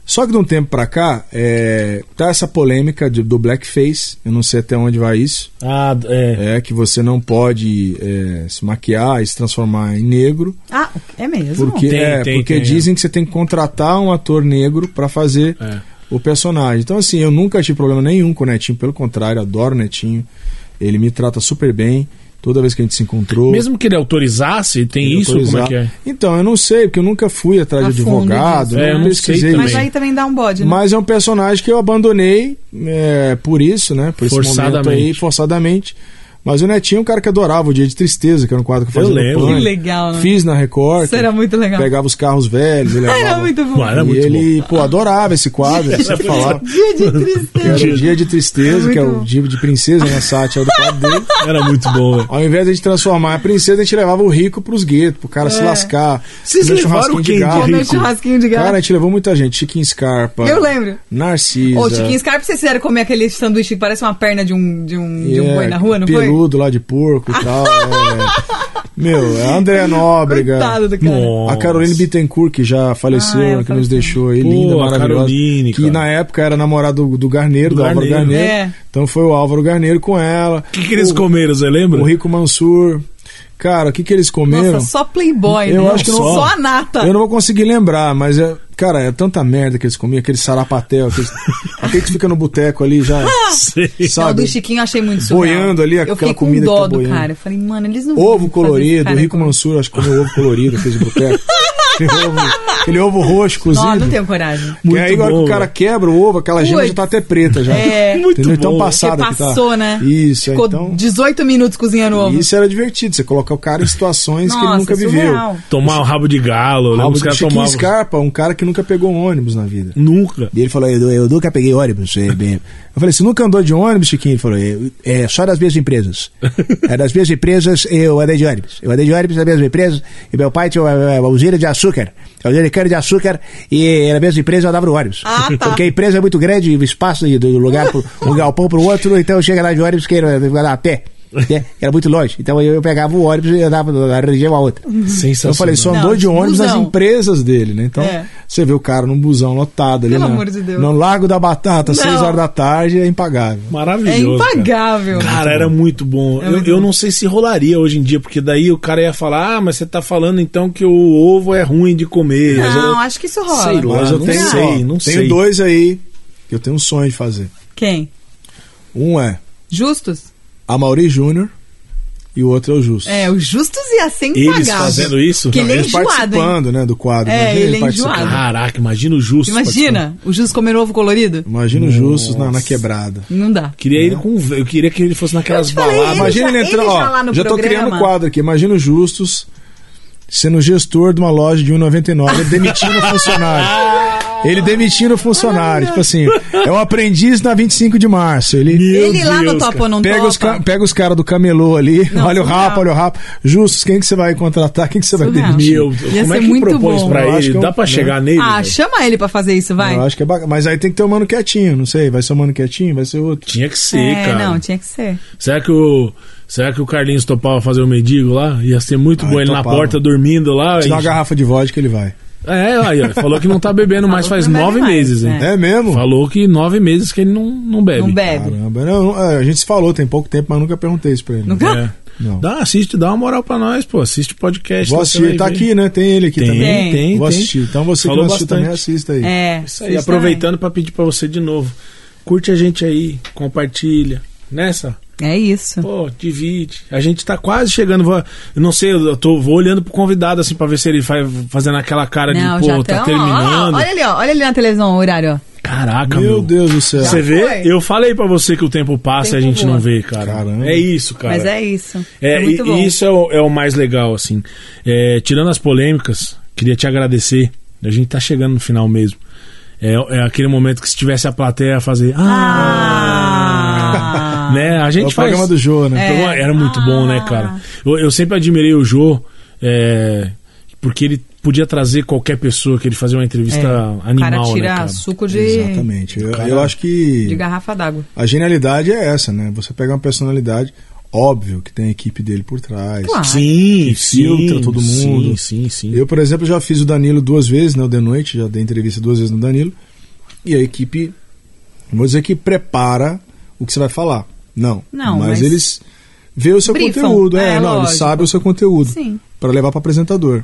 [SPEAKER 3] Só que de um tempo pra cá, é, tá essa polêmica de- do blackface, eu não sei até onde vai isso,
[SPEAKER 2] Ah, é.
[SPEAKER 3] é que você não pode é, se maquiar e se transformar em negro,
[SPEAKER 1] Ah, é mesmo?
[SPEAKER 3] porque,
[SPEAKER 2] Tem,
[SPEAKER 3] é,
[SPEAKER 2] tem,
[SPEAKER 3] porque
[SPEAKER 2] tem,
[SPEAKER 3] dizem que você tem que contratar um ator negro pra fazer
[SPEAKER 2] É.
[SPEAKER 3] o personagem. Então assim, eu nunca tive problema nenhum com o Netinho, pelo contrário, adoro o Netinho, ele me trata super bem, toda vez que a gente se encontrou...
[SPEAKER 2] Mesmo que ele autorizasse, tem
[SPEAKER 3] Ele
[SPEAKER 2] isso? Como
[SPEAKER 3] autorizar.
[SPEAKER 2] é que é?
[SPEAKER 3] Então, eu não sei, porque eu nunca fui atrás
[SPEAKER 1] A Tá
[SPEAKER 3] de
[SPEAKER 1] fundo
[SPEAKER 3] advogado,
[SPEAKER 1] disso,
[SPEAKER 2] É, eu
[SPEAKER 3] não
[SPEAKER 2] não sei
[SPEAKER 3] pesquisei.
[SPEAKER 2] também.
[SPEAKER 1] Mas aí também dá um bode, né?
[SPEAKER 3] Mas é um personagem que eu abandonei é, por isso, né? Por esse momento
[SPEAKER 2] Forçadamente.
[SPEAKER 3] aí, forçadamente. Mas o Netinho é um cara que adorava o Dia de Tristeza, que era um quadro que eu
[SPEAKER 2] Eu
[SPEAKER 3] fazia
[SPEAKER 2] lembro.
[SPEAKER 3] no Pânico.
[SPEAKER 1] Que legal, né?
[SPEAKER 3] Fiz na Record.
[SPEAKER 1] Isso era muito legal.
[SPEAKER 3] Pegava os carros velhos, ele
[SPEAKER 1] Era
[SPEAKER 3] levava.
[SPEAKER 1] muito bom.
[SPEAKER 2] Ué, era
[SPEAKER 3] e
[SPEAKER 2] muito
[SPEAKER 3] ele, pô, adorava
[SPEAKER 2] (laughs)
[SPEAKER 3] esse quadro, eu sempre falava.
[SPEAKER 1] Dia de
[SPEAKER 3] que Era
[SPEAKER 1] tristeza.
[SPEAKER 3] o Dia de Tristeza, que é
[SPEAKER 1] Muito
[SPEAKER 3] o
[SPEAKER 1] bom.
[SPEAKER 3] dia de princesa, né? Sátira do quadro dele.
[SPEAKER 2] é? Era muito bom,
[SPEAKER 3] (laughs)
[SPEAKER 2] velho.
[SPEAKER 3] Ao invés de a gente transformar a princesa, a gente levava o rico pros guetos, pro cara se
[SPEAKER 1] É.
[SPEAKER 3] lascar.
[SPEAKER 2] Vocês
[SPEAKER 3] comer
[SPEAKER 2] levaram
[SPEAKER 3] churrasquinho
[SPEAKER 2] quem de
[SPEAKER 3] gato.
[SPEAKER 1] Comer
[SPEAKER 2] rico.
[SPEAKER 1] um churrasquinho de gato.
[SPEAKER 3] Cara, a gente levou muita gente. Chiquinho Scarpa.
[SPEAKER 1] eu lembro.
[SPEAKER 3] Narcisa.
[SPEAKER 1] Ô, Chiquinho Scarpa, vocês fizeram comer aquele sanduíche que parece uma perna de um, de um, de um
[SPEAKER 3] é,
[SPEAKER 1] boi na rua, não foi?
[SPEAKER 3] Peludo lá de
[SPEAKER 1] (laughs)
[SPEAKER 3] porco e tal. é. Meu, a André Nóbrega.
[SPEAKER 1] Coitado do cara.
[SPEAKER 2] Nossa.
[SPEAKER 3] A Caroline Bittencourt, que já faleceu,
[SPEAKER 1] Ah, ela
[SPEAKER 3] né, que nos
[SPEAKER 1] faleceu.
[SPEAKER 3] deixou aí,
[SPEAKER 2] Pô,
[SPEAKER 3] linda,
[SPEAKER 2] a
[SPEAKER 3] maravilhosa.
[SPEAKER 2] Caroline,
[SPEAKER 3] que
[SPEAKER 2] cara.
[SPEAKER 3] na época era namorado do, do Garneiro,
[SPEAKER 2] Do
[SPEAKER 3] do, Álvaro
[SPEAKER 2] Garneiro.
[SPEAKER 3] Garneiro.
[SPEAKER 1] É.
[SPEAKER 3] Então foi o Álvaro Garneiro com ela.
[SPEAKER 2] O que, que eles
[SPEAKER 3] o,
[SPEAKER 2] comeram, você lembra?
[SPEAKER 3] o Rico Mansur. Cara, o que, que eles comeram?
[SPEAKER 1] Nossa, só Playboy,
[SPEAKER 3] Eu
[SPEAKER 1] né?
[SPEAKER 3] acho que não-
[SPEAKER 1] só a nata.
[SPEAKER 3] Eu não vou conseguir lembrar, mas é. Cara, é tanta merda que eles comiam, aquele
[SPEAKER 1] (laughs)
[SPEAKER 3] sarapatel, aqueles, aquele que fica no boteco ali já.
[SPEAKER 2] Sei.
[SPEAKER 1] Ah, Não,
[SPEAKER 3] sabe?
[SPEAKER 1] do Chiquinho eu achei muito surreal.
[SPEAKER 3] Boiando ali,
[SPEAKER 1] Eu
[SPEAKER 3] aquela
[SPEAKER 1] fiquei com
[SPEAKER 3] comida que
[SPEAKER 1] dó
[SPEAKER 3] tá
[SPEAKER 1] do
[SPEAKER 3] boiando.
[SPEAKER 1] cara. Eu falei, mano, eles não vão fazer
[SPEAKER 3] Ovo
[SPEAKER 1] esse
[SPEAKER 3] colorido,
[SPEAKER 1] cara
[SPEAKER 3] o Rico
[SPEAKER 1] comer.
[SPEAKER 3] Mansur, acho que comeu ovo colorido, fez de boteco. aquele,
[SPEAKER 1] (laughs)
[SPEAKER 3] ovo, aquele ovo roxo cozido.
[SPEAKER 1] Não, não tenho coragem.
[SPEAKER 3] Que
[SPEAKER 2] Muito
[SPEAKER 3] aí, agora
[SPEAKER 2] bom,
[SPEAKER 3] É, que o cara
[SPEAKER 2] velho.
[SPEAKER 3] quebra o ovo, aquela gema
[SPEAKER 1] Putz.
[SPEAKER 3] já tá até preta já.
[SPEAKER 1] É.
[SPEAKER 2] Muito
[SPEAKER 3] Entendeu? Então
[SPEAKER 2] bom.
[SPEAKER 1] Porque
[SPEAKER 3] passada que tá.
[SPEAKER 1] passou, né?
[SPEAKER 3] Isso,
[SPEAKER 1] Ficou
[SPEAKER 3] então.
[SPEAKER 1] 18 minutos cozinhando ovo.
[SPEAKER 3] Isso é era divertido, você colocar o cara em situações que ele
[SPEAKER 1] Nossa,
[SPEAKER 3] nunca viveu.
[SPEAKER 1] surreal.
[SPEAKER 2] Tomar o rabo de galo. eu lembro
[SPEAKER 3] Algo
[SPEAKER 2] que os
[SPEAKER 3] do
[SPEAKER 2] caras
[SPEAKER 3] Chiquinho
[SPEAKER 2] tomavam.
[SPEAKER 3] Scarpa, um cara que nunca pegou um ônibus na vida.
[SPEAKER 2] Nunca.
[SPEAKER 3] E ele falou, eu, eu nunca peguei ônibus. é, bem. Eu falei, você nunca andou de ônibus, Chiquinho? Ele falou, "Eu- é só nas minhas empresas. É, nas minhas empresas eu andei de ônibus. Eu andei de ônibus nas minhas empresas e meu pai tinha uma, uma usina de açúcar. A usina de cana de açúcar e na mesma empresa eu andava no ônibus.
[SPEAKER 1] Ah, tá.
[SPEAKER 3] Porque a empresa é muito grande, o espaço de- do lugar pro, um galpão pro outro, então chega lá de ônibus que era, era a pé. né? Era muito longe. Então eu pegava o ônibus e andava da região a outra.
[SPEAKER 1] Uhum.
[SPEAKER 2] Sensacional.
[SPEAKER 3] Eu falei, é só andou
[SPEAKER 1] Não,
[SPEAKER 3] de ônibus
[SPEAKER 1] busão.
[SPEAKER 3] nas empresas dele, né? Então,
[SPEAKER 1] É.
[SPEAKER 3] você vê o cara num busão lotado ali.
[SPEAKER 1] Pelo
[SPEAKER 3] né?
[SPEAKER 1] amor de Deus.
[SPEAKER 3] No Largo da Batata,
[SPEAKER 1] Não.
[SPEAKER 3] 6 horas da tarde, é impagável.
[SPEAKER 1] É
[SPEAKER 2] Maravilhoso. cara.
[SPEAKER 1] impagável.
[SPEAKER 2] Cara, era muito bom.
[SPEAKER 1] É
[SPEAKER 2] eu,
[SPEAKER 1] muito
[SPEAKER 2] eu
[SPEAKER 1] bom.
[SPEAKER 2] não sei se rolaria hoje em dia, porque daí o cara ia falar: Ah, mas você tá falando então que o ovo é ruim de comer. Mas eu-
[SPEAKER 1] Não, acho que isso rola.
[SPEAKER 2] Sei lá.
[SPEAKER 3] Mas eu
[SPEAKER 2] não
[SPEAKER 3] tenho,
[SPEAKER 2] sei,
[SPEAKER 3] ó,
[SPEAKER 2] não
[SPEAKER 3] tenho
[SPEAKER 2] sei.
[SPEAKER 3] dois aí que eu tenho um sonho de fazer.
[SPEAKER 1] Quem?
[SPEAKER 3] Um é
[SPEAKER 1] Justos?
[SPEAKER 3] Amaury Júnior e o outro é o Justo.
[SPEAKER 1] É, o Justus ia ser é impagável.
[SPEAKER 2] Eles fazendo isso?
[SPEAKER 1] Que ele é
[SPEAKER 3] Eles
[SPEAKER 1] enjoado, hein?
[SPEAKER 3] participando, né, do quadro.
[SPEAKER 1] É,
[SPEAKER 3] Imagina
[SPEAKER 1] ele é
[SPEAKER 3] participando.
[SPEAKER 1] enjoado.
[SPEAKER 2] Caraca, imagina o justo.
[SPEAKER 1] Imagina, o Justus comer ovo colorido?
[SPEAKER 3] Imagina o Justus na, na quebrada.
[SPEAKER 1] Não dá.
[SPEAKER 2] Queria ele com. Eu queria que ele fosse naquelas
[SPEAKER 1] Eu te falei,
[SPEAKER 2] baladas.
[SPEAKER 1] ele
[SPEAKER 3] Imagina
[SPEAKER 1] já-
[SPEAKER 3] ele entrando,
[SPEAKER 1] ele já lá
[SPEAKER 3] ó,
[SPEAKER 1] no
[SPEAKER 3] já tô
[SPEAKER 1] programa.
[SPEAKER 3] criando o quadro aqui. Imagina o Justus sendo gestor de uma loja de 1,99, ele demitindo
[SPEAKER 1] (laughs)
[SPEAKER 3] o funcionário. Ele demitindo o funcionário, tipo assim, é um aprendiz na 25 de março. Ele
[SPEAKER 2] Meu
[SPEAKER 1] ele lá
[SPEAKER 2] Deus,
[SPEAKER 1] no Topa ou
[SPEAKER 2] cara.
[SPEAKER 1] Não
[SPEAKER 3] pega
[SPEAKER 1] Topa.
[SPEAKER 3] os, ca- pega os caras do camelô ali,
[SPEAKER 1] Não,
[SPEAKER 3] olha o
[SPEAKER 1] surreal.
[SPEAKER 3] rapa, olha o rapa. Justus, quem que você vai contratar? Quem que você vai
[SPEAKER 1] Surreal.
[SPEAKER 3] demitir?
[SPEAKER 2] Meu,
[SPEAKER 1] Ia
[SPEAKER 2] como é
[SPEAKER 1] ser
[SPEAKER 2] que
[SPEAKER 1] muito
[SPEAKER 2] propôs
[SPEAKER 1] bom.
[SPEAKER 2] pra
[SPEAKER 3] Eu acho
[SPEAKER 2] ele?
[SPEAKER 3] que eu-
[SPEAKER 2] Dá pra
[SPEAKER 3] né?
[SPEAKER 2] chegar nele?
[SPEAKER 1] Ah,
[SPEAKER 2] velho?
[SPEAKER 1] chama ele pra fazer isso, vai.
[SPEAKER 3] Eu acho que é bacana. Mas aí tem que ter um mano quietinho, não sei. Vai ser um mano quietinho, vai ser outro.
[SPEAKER 2] Tinha que ser,
[SPEAKER 1] é,
[SPEAKER 2] cara.
[SPEAKER 1] não, tinha que ser.
[SPEAKER 2] Será que o. Será que o Carlinhos topava fazer o mendigo lá? Ia ser muito
[SPEAKER 3] Ah,
[SPEAKER 2] bom ele
[SPEAKER 3] topava.
[SPEAKER 2] na porta dormindo lá.
[SPEAKER 3] Se dá uma
[SPEAKER 2] e-
[SPEAKER 3] garrafa de vodka, ele vai.
[SPEAKER 2] É, aí, ó, falou que não tá bebendo mais
[SPEAKER 1] Falou
[SPEAKER 2] faz
[SPEAKER 1] que não bebe
[SPEAKER 2] nove
[SPEAKER 1] mais,
[SPEAKER 2] meses, hein?
[SPEAKER 1] né?
[SPEAKER 3] É mesmo?
[SPEAKER 2] Falou que nove meses que ele não, não bebe.
[SPEAKER 1] Não bebe.
[SPEAKER 3] Caramba, não, é, a gente se falou tem pouco tempo, mas nunca perguntei isso pra ele.
[SPEAKER 1] Nunca?
[SPEAKER 2] É.
[SPEAKER 3] Não.
[SPEAKER 2] Dá, assiste, dá uma moral pra nós, pô. Assiste o podcast.
[SPEAKER 3] Vou
[SPEAKER 2] você
[SPEAKER 3] assistir,
[SPEAKER 2] vai
[SPEAKER 3] tá
[SPEAKER 2] ver.
[SPEAKER 3] aqui, né? Tem ele aqui
[SPEAKER 2] Tem,
[SPEAKER 3] também.
[SPEAKER 2] tem, tem.
[SPEAKER 3] Vou assistir. Então você
[SPEAKER 2] Falou
[SPEAKER 3] que não assistiu
[SPEAKER 2] bastante.
[SPEAKER 3] também, assista aí.
[SPEAKER 1] É.
[SPEAKER 2] Isso aí, aproveitando pra pedir pra você de novo. Curte a gente aí, compartilha. Nessa?
[SPEAKER 1] É isso.
[SPEAKER 2] Pô, divide. A gente tá quase chegando. Vou, eu não sei, eu tô, vou olhando pro convidado assim pra ver se ele vai fazendo aquela cara
[SPEAKER 1] não,
[SPEAKER 2] de,
[SPEAKER 1] já
[SPEAKER 2] pô, tá
[SPEAKER 1] tão- ó, ó,
[SPEAKER 2] terminando.
[SPEAKER 1] Olha ali, ó. Olha ali na televisão o horário, ó.
[SPEAKER 2] Caraca, meu.
[SPEAKER 3] Meu Deus do céu.
[SPEAKER 2] Você vê?
[SPEAKER 1] foi.
[SPEAKER 2] Eu falei pra você que o tempo passa e a
[SPEAKER 1] Tempo
[SPEAKER 2] gente
[SPEAKER 1] voa.
[SPEAKER 2] não vê, cara.
[SPEAKER 3] Caramba.
[SPEAKER 2] É isso, cara.
[SPEAKER 1] Mas é isso.
[SPEAKER 2] É,
[SPEAKER 1] muito
[SPEAKER 2] e-
[SPEAKER 1] bom.
[SPEAKER 2] e isso é o, é o mais legal, assim. É, tirando as polêmicas, queria te agradecer. A gente tá chegando no final mesmo. É, é aquele momento que se tivesse a plateia a fazer. Ah! (laughs)
[SPEAKER 1] Ah! É.
[SPEAKER 2] né? A
[SPEAKER 3] É
[SPEAKER 2] gente
[SPEAKER 3] o
[SPEAKER 2] faz.
[SPEAKER 3] programa do Jô, né?
[SPEAKER 2] Então, Era muito bom, né, cara? Eu, eu sempre admirei o Jô, é, porque ele podia trazer qualquer pessoa que ele fazia uma entrevista
[SPEAKER 1] É,
[SPEAKER 2] animal,
[SPEAKER 1] o cara tira
[SPEAKER 2] né, cara?
[SPEAKER 1] suco de,
[SPEAKER 3] Exatamente. Eu,
[SPEAKER 2] Cara.
[SPEAKER 3] eu acho
[SPEAKER 1] de
[SPEAKER 3] que
[SPEAKER 1] garrafa d'água.
[SPEAKER 3] a genialidade é essa, né? Você pega uma personalidade, óbvio que tem a equipe dele por trás.
[SPEAKER 1] Claro.
[SPEAKER 2] Sim,
[SPEAKER 3] Que filtra todo mundo.
[SPEAKER 2] Sim, sim, sim.
[SPEAKER 3] Eu, por exemplo, já fiz o Danilo duas vezes, né? O de noite, já dei entrevista duas vezes no Danilo. E a equipe, vou dizer que prepara o que você vai falar. Não.
[SPEAKER 1] Não,
[SPEAKER 3] mas,
[SPEAKER 1] mas-
[SPEAKER 3] eles vê o seu
[SPEAKER 1] Brifam.
[SPEAKER 3] conteúdo, é,
[SPEAKER 1] É,
[SPEAKER 3] não, eles
[SPEAKER 1] lógico.
[SPEAKER 3] sabem o seu conteúdo
[SPEAKER 1] Sim.
[SPEAKER 3] Pra levar pra apresentador.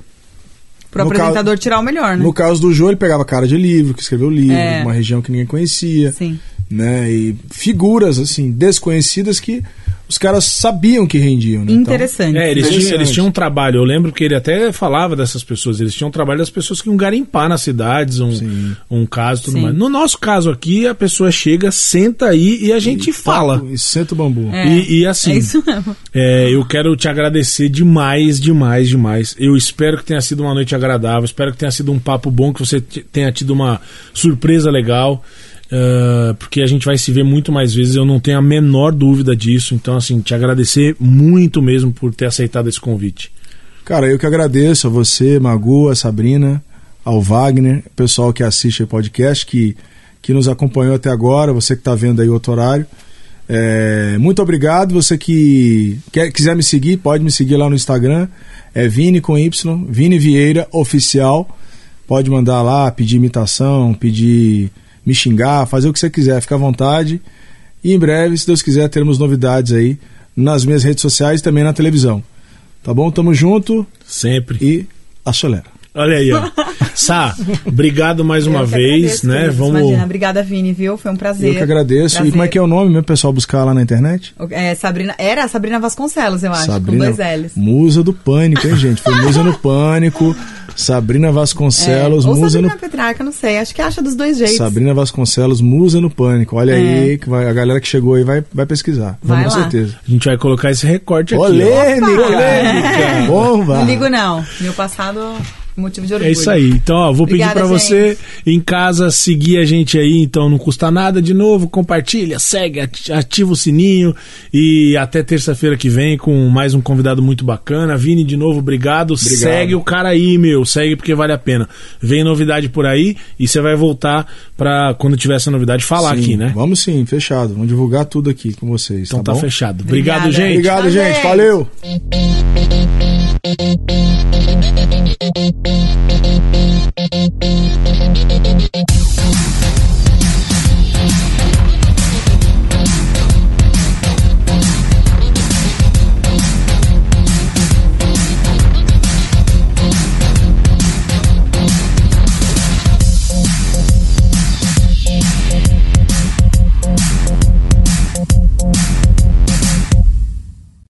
[SPEAKER 1] Pro
[SPEAKER 3] No
[SPEAKER 1] apresentador tirar o melhor, né?
[SPEAKER 3] No caso do Jô, ele pegava cara de livro, que escreveu livro,
[SPEAKER 1] É.
[SPEAKER 3] uma região que ninguém conhecia,
[SPEAKER 1] Sim.
[SPEAKER 3] né? E figuras assim desconhecidas que os caras sabiam que rendiam, né? Então,
[SPEAKER 1] Interessante.
[SPEAKER 2] É, eles
[SPEAKER 3] Interessante.
[SPEAKER 2] tinham, eles tinham um trabalho. Eu lembro que ele até falava dessas pessoas. Eles tinham um trabalho das pessoas que iam garimpar nas cidades, um,
[SPEAKER 3] Sim.
[SPEAKER 2] um caso e tudo
[SPEAKER 1] Sim.
[SPEAKER 2] mais. No nosso caso aqui, a pessoa chega, senta aí e a gente fala.
[SPEAKER 3] E tá senta o bambu.
[SPEAKER 1] É.
[SPEAKER 2] E, e assim,
[SPEAKER 1] É isso mesmo.
[SPEAKER 2] é, eu quero te agradecer demais, demais, demais. Eu espero que tenha sido uma noite agradável, espero que tenha sido um papo bom, que você te- tenha tido uma surpresa legal. ah, porque a gente vai se ver muito mais vezes, eu não tenho a menor dúvida disso. Então, assim, te agradecer muito mesmo por ter aceitado esse convite.
[SPEAKER 3] Cara, eu que agradeço a você, Magu, a Sabrina, ao Wagner, o pessoal que assiste o podcast, que, que nos acompanhou até agora, você que está vendo aí o outro horário. É, muito obrigado. Você que quer, quiser me seguir, pode me seguir lá no Instagram. É Vini com Y, Vini Vieira Oficial. Pode mandar lá, pedir imitação, pedir me xingar, fazer o que você quiser, fica à vontade. E em breve, se Deus quiser, teremos novidades aí nas minhas redes sociais e também na televisão. Tá bom? Tamo junto
[SPEAKER 2] Sempre.
[SPEAKER 3] e acelera.
[SPEAKER 2] Olha aí,
[SPEAKER 1] (laughs)
[SPEAKER 2] ó. Sá, obrigado mais uma
[SPEAKER 1] Eu que
[SPEAKER 2] vez,
[SPEAKER 1] agradeço,
[SPEAKER 2] né?
[SPEAKER 1] queridos.
[SPEAKER 2] Vamos.
[SPEAKER 1] Imagina, obrigada, Vini, viu? Foi um prazer.
[SPEAKER 3] Eu que agradeço. E
[SPEAKER 1] Prazer.
[SPEAKER 3] como é que é o nome mesmo, pessoal, buscar lá na internet?
[SPEAKER 1] É, Sabrina, era a Sabrina Vasconcelos, eu acho, com dois L's.
[SPEAKER 3] Musa do Pânico, hein, gente? Foi
[SPEAKER 1] (laughs)
[SPEAKER 3] Musa no Pânico, Sabrina Vasconcelos,
[SPEAKER 1] É, ou
[SPEAKER 3] Musa
[SPEAKER 1] Sabrina
[SPEAKER 3] no...
[SPEAKER 1] Petrarca, não sei, acho que acha dos dois jeitos.
[SPEAKER 3] Sabrina Vasconcelos, Musa no Pânico. Olha
[SPEAKER 1] É.
[SPEAKER 3] aí, que vai- a galera que chegou aí vai, vai pesquisar.
[SPEAKER 1] Vai
[SPEAKER 3] com
[SPEAKER 1] lá.
[SPEAKER 3] certeza.
[SPEAKER 2] A gente vai colocar esse recorte aqui. ó. É.
[SPEAKER 1] (laughs)
[SPEAKER 3] Polêmica!
[SPEAKER 2] Polêmica.
[SPEAKER 3] Bomba!
[SPEAKER 1] Não ligo não, meu passado é motivo de orgulho.
[SPEAKER 2] É isso aí. Então, ó, vou pedir
[SPEAKER 1] Obrigada,
[SPEAKER 2] pra você em casa seguir a gente aí, então não custa nada de novo, compartilha, segue, ati- ativa o sininho e até terça-feira que vem com mais um convidado muito bacana. Vini de novo, obrigado. Segue o cara aí, meu, segue porque vale a pena. Vem novidade por aí e você vai voltar pra quando tiver essa novidade falar
[SPEAKER 3] Sim,
[SPEAKER 2] aqui, né?
[SPEAKER 3] Vamos sim, fechado. Vamos divulgar tudo aqui com vocês,
[SPEAKER 2] Então tá,
[SPEAKER 3] bom?
[SPEAKER 2] fechado. Obrigado,
[SPEAKER 1] Obrigada.
[SPEAKER 2] gente.
[SPEAKER 3] Obrigado,
[SPEAKER 1] Valeu.
[SPEAKER 3] gente. Valeu!
[SPEAKER 4] Thank you.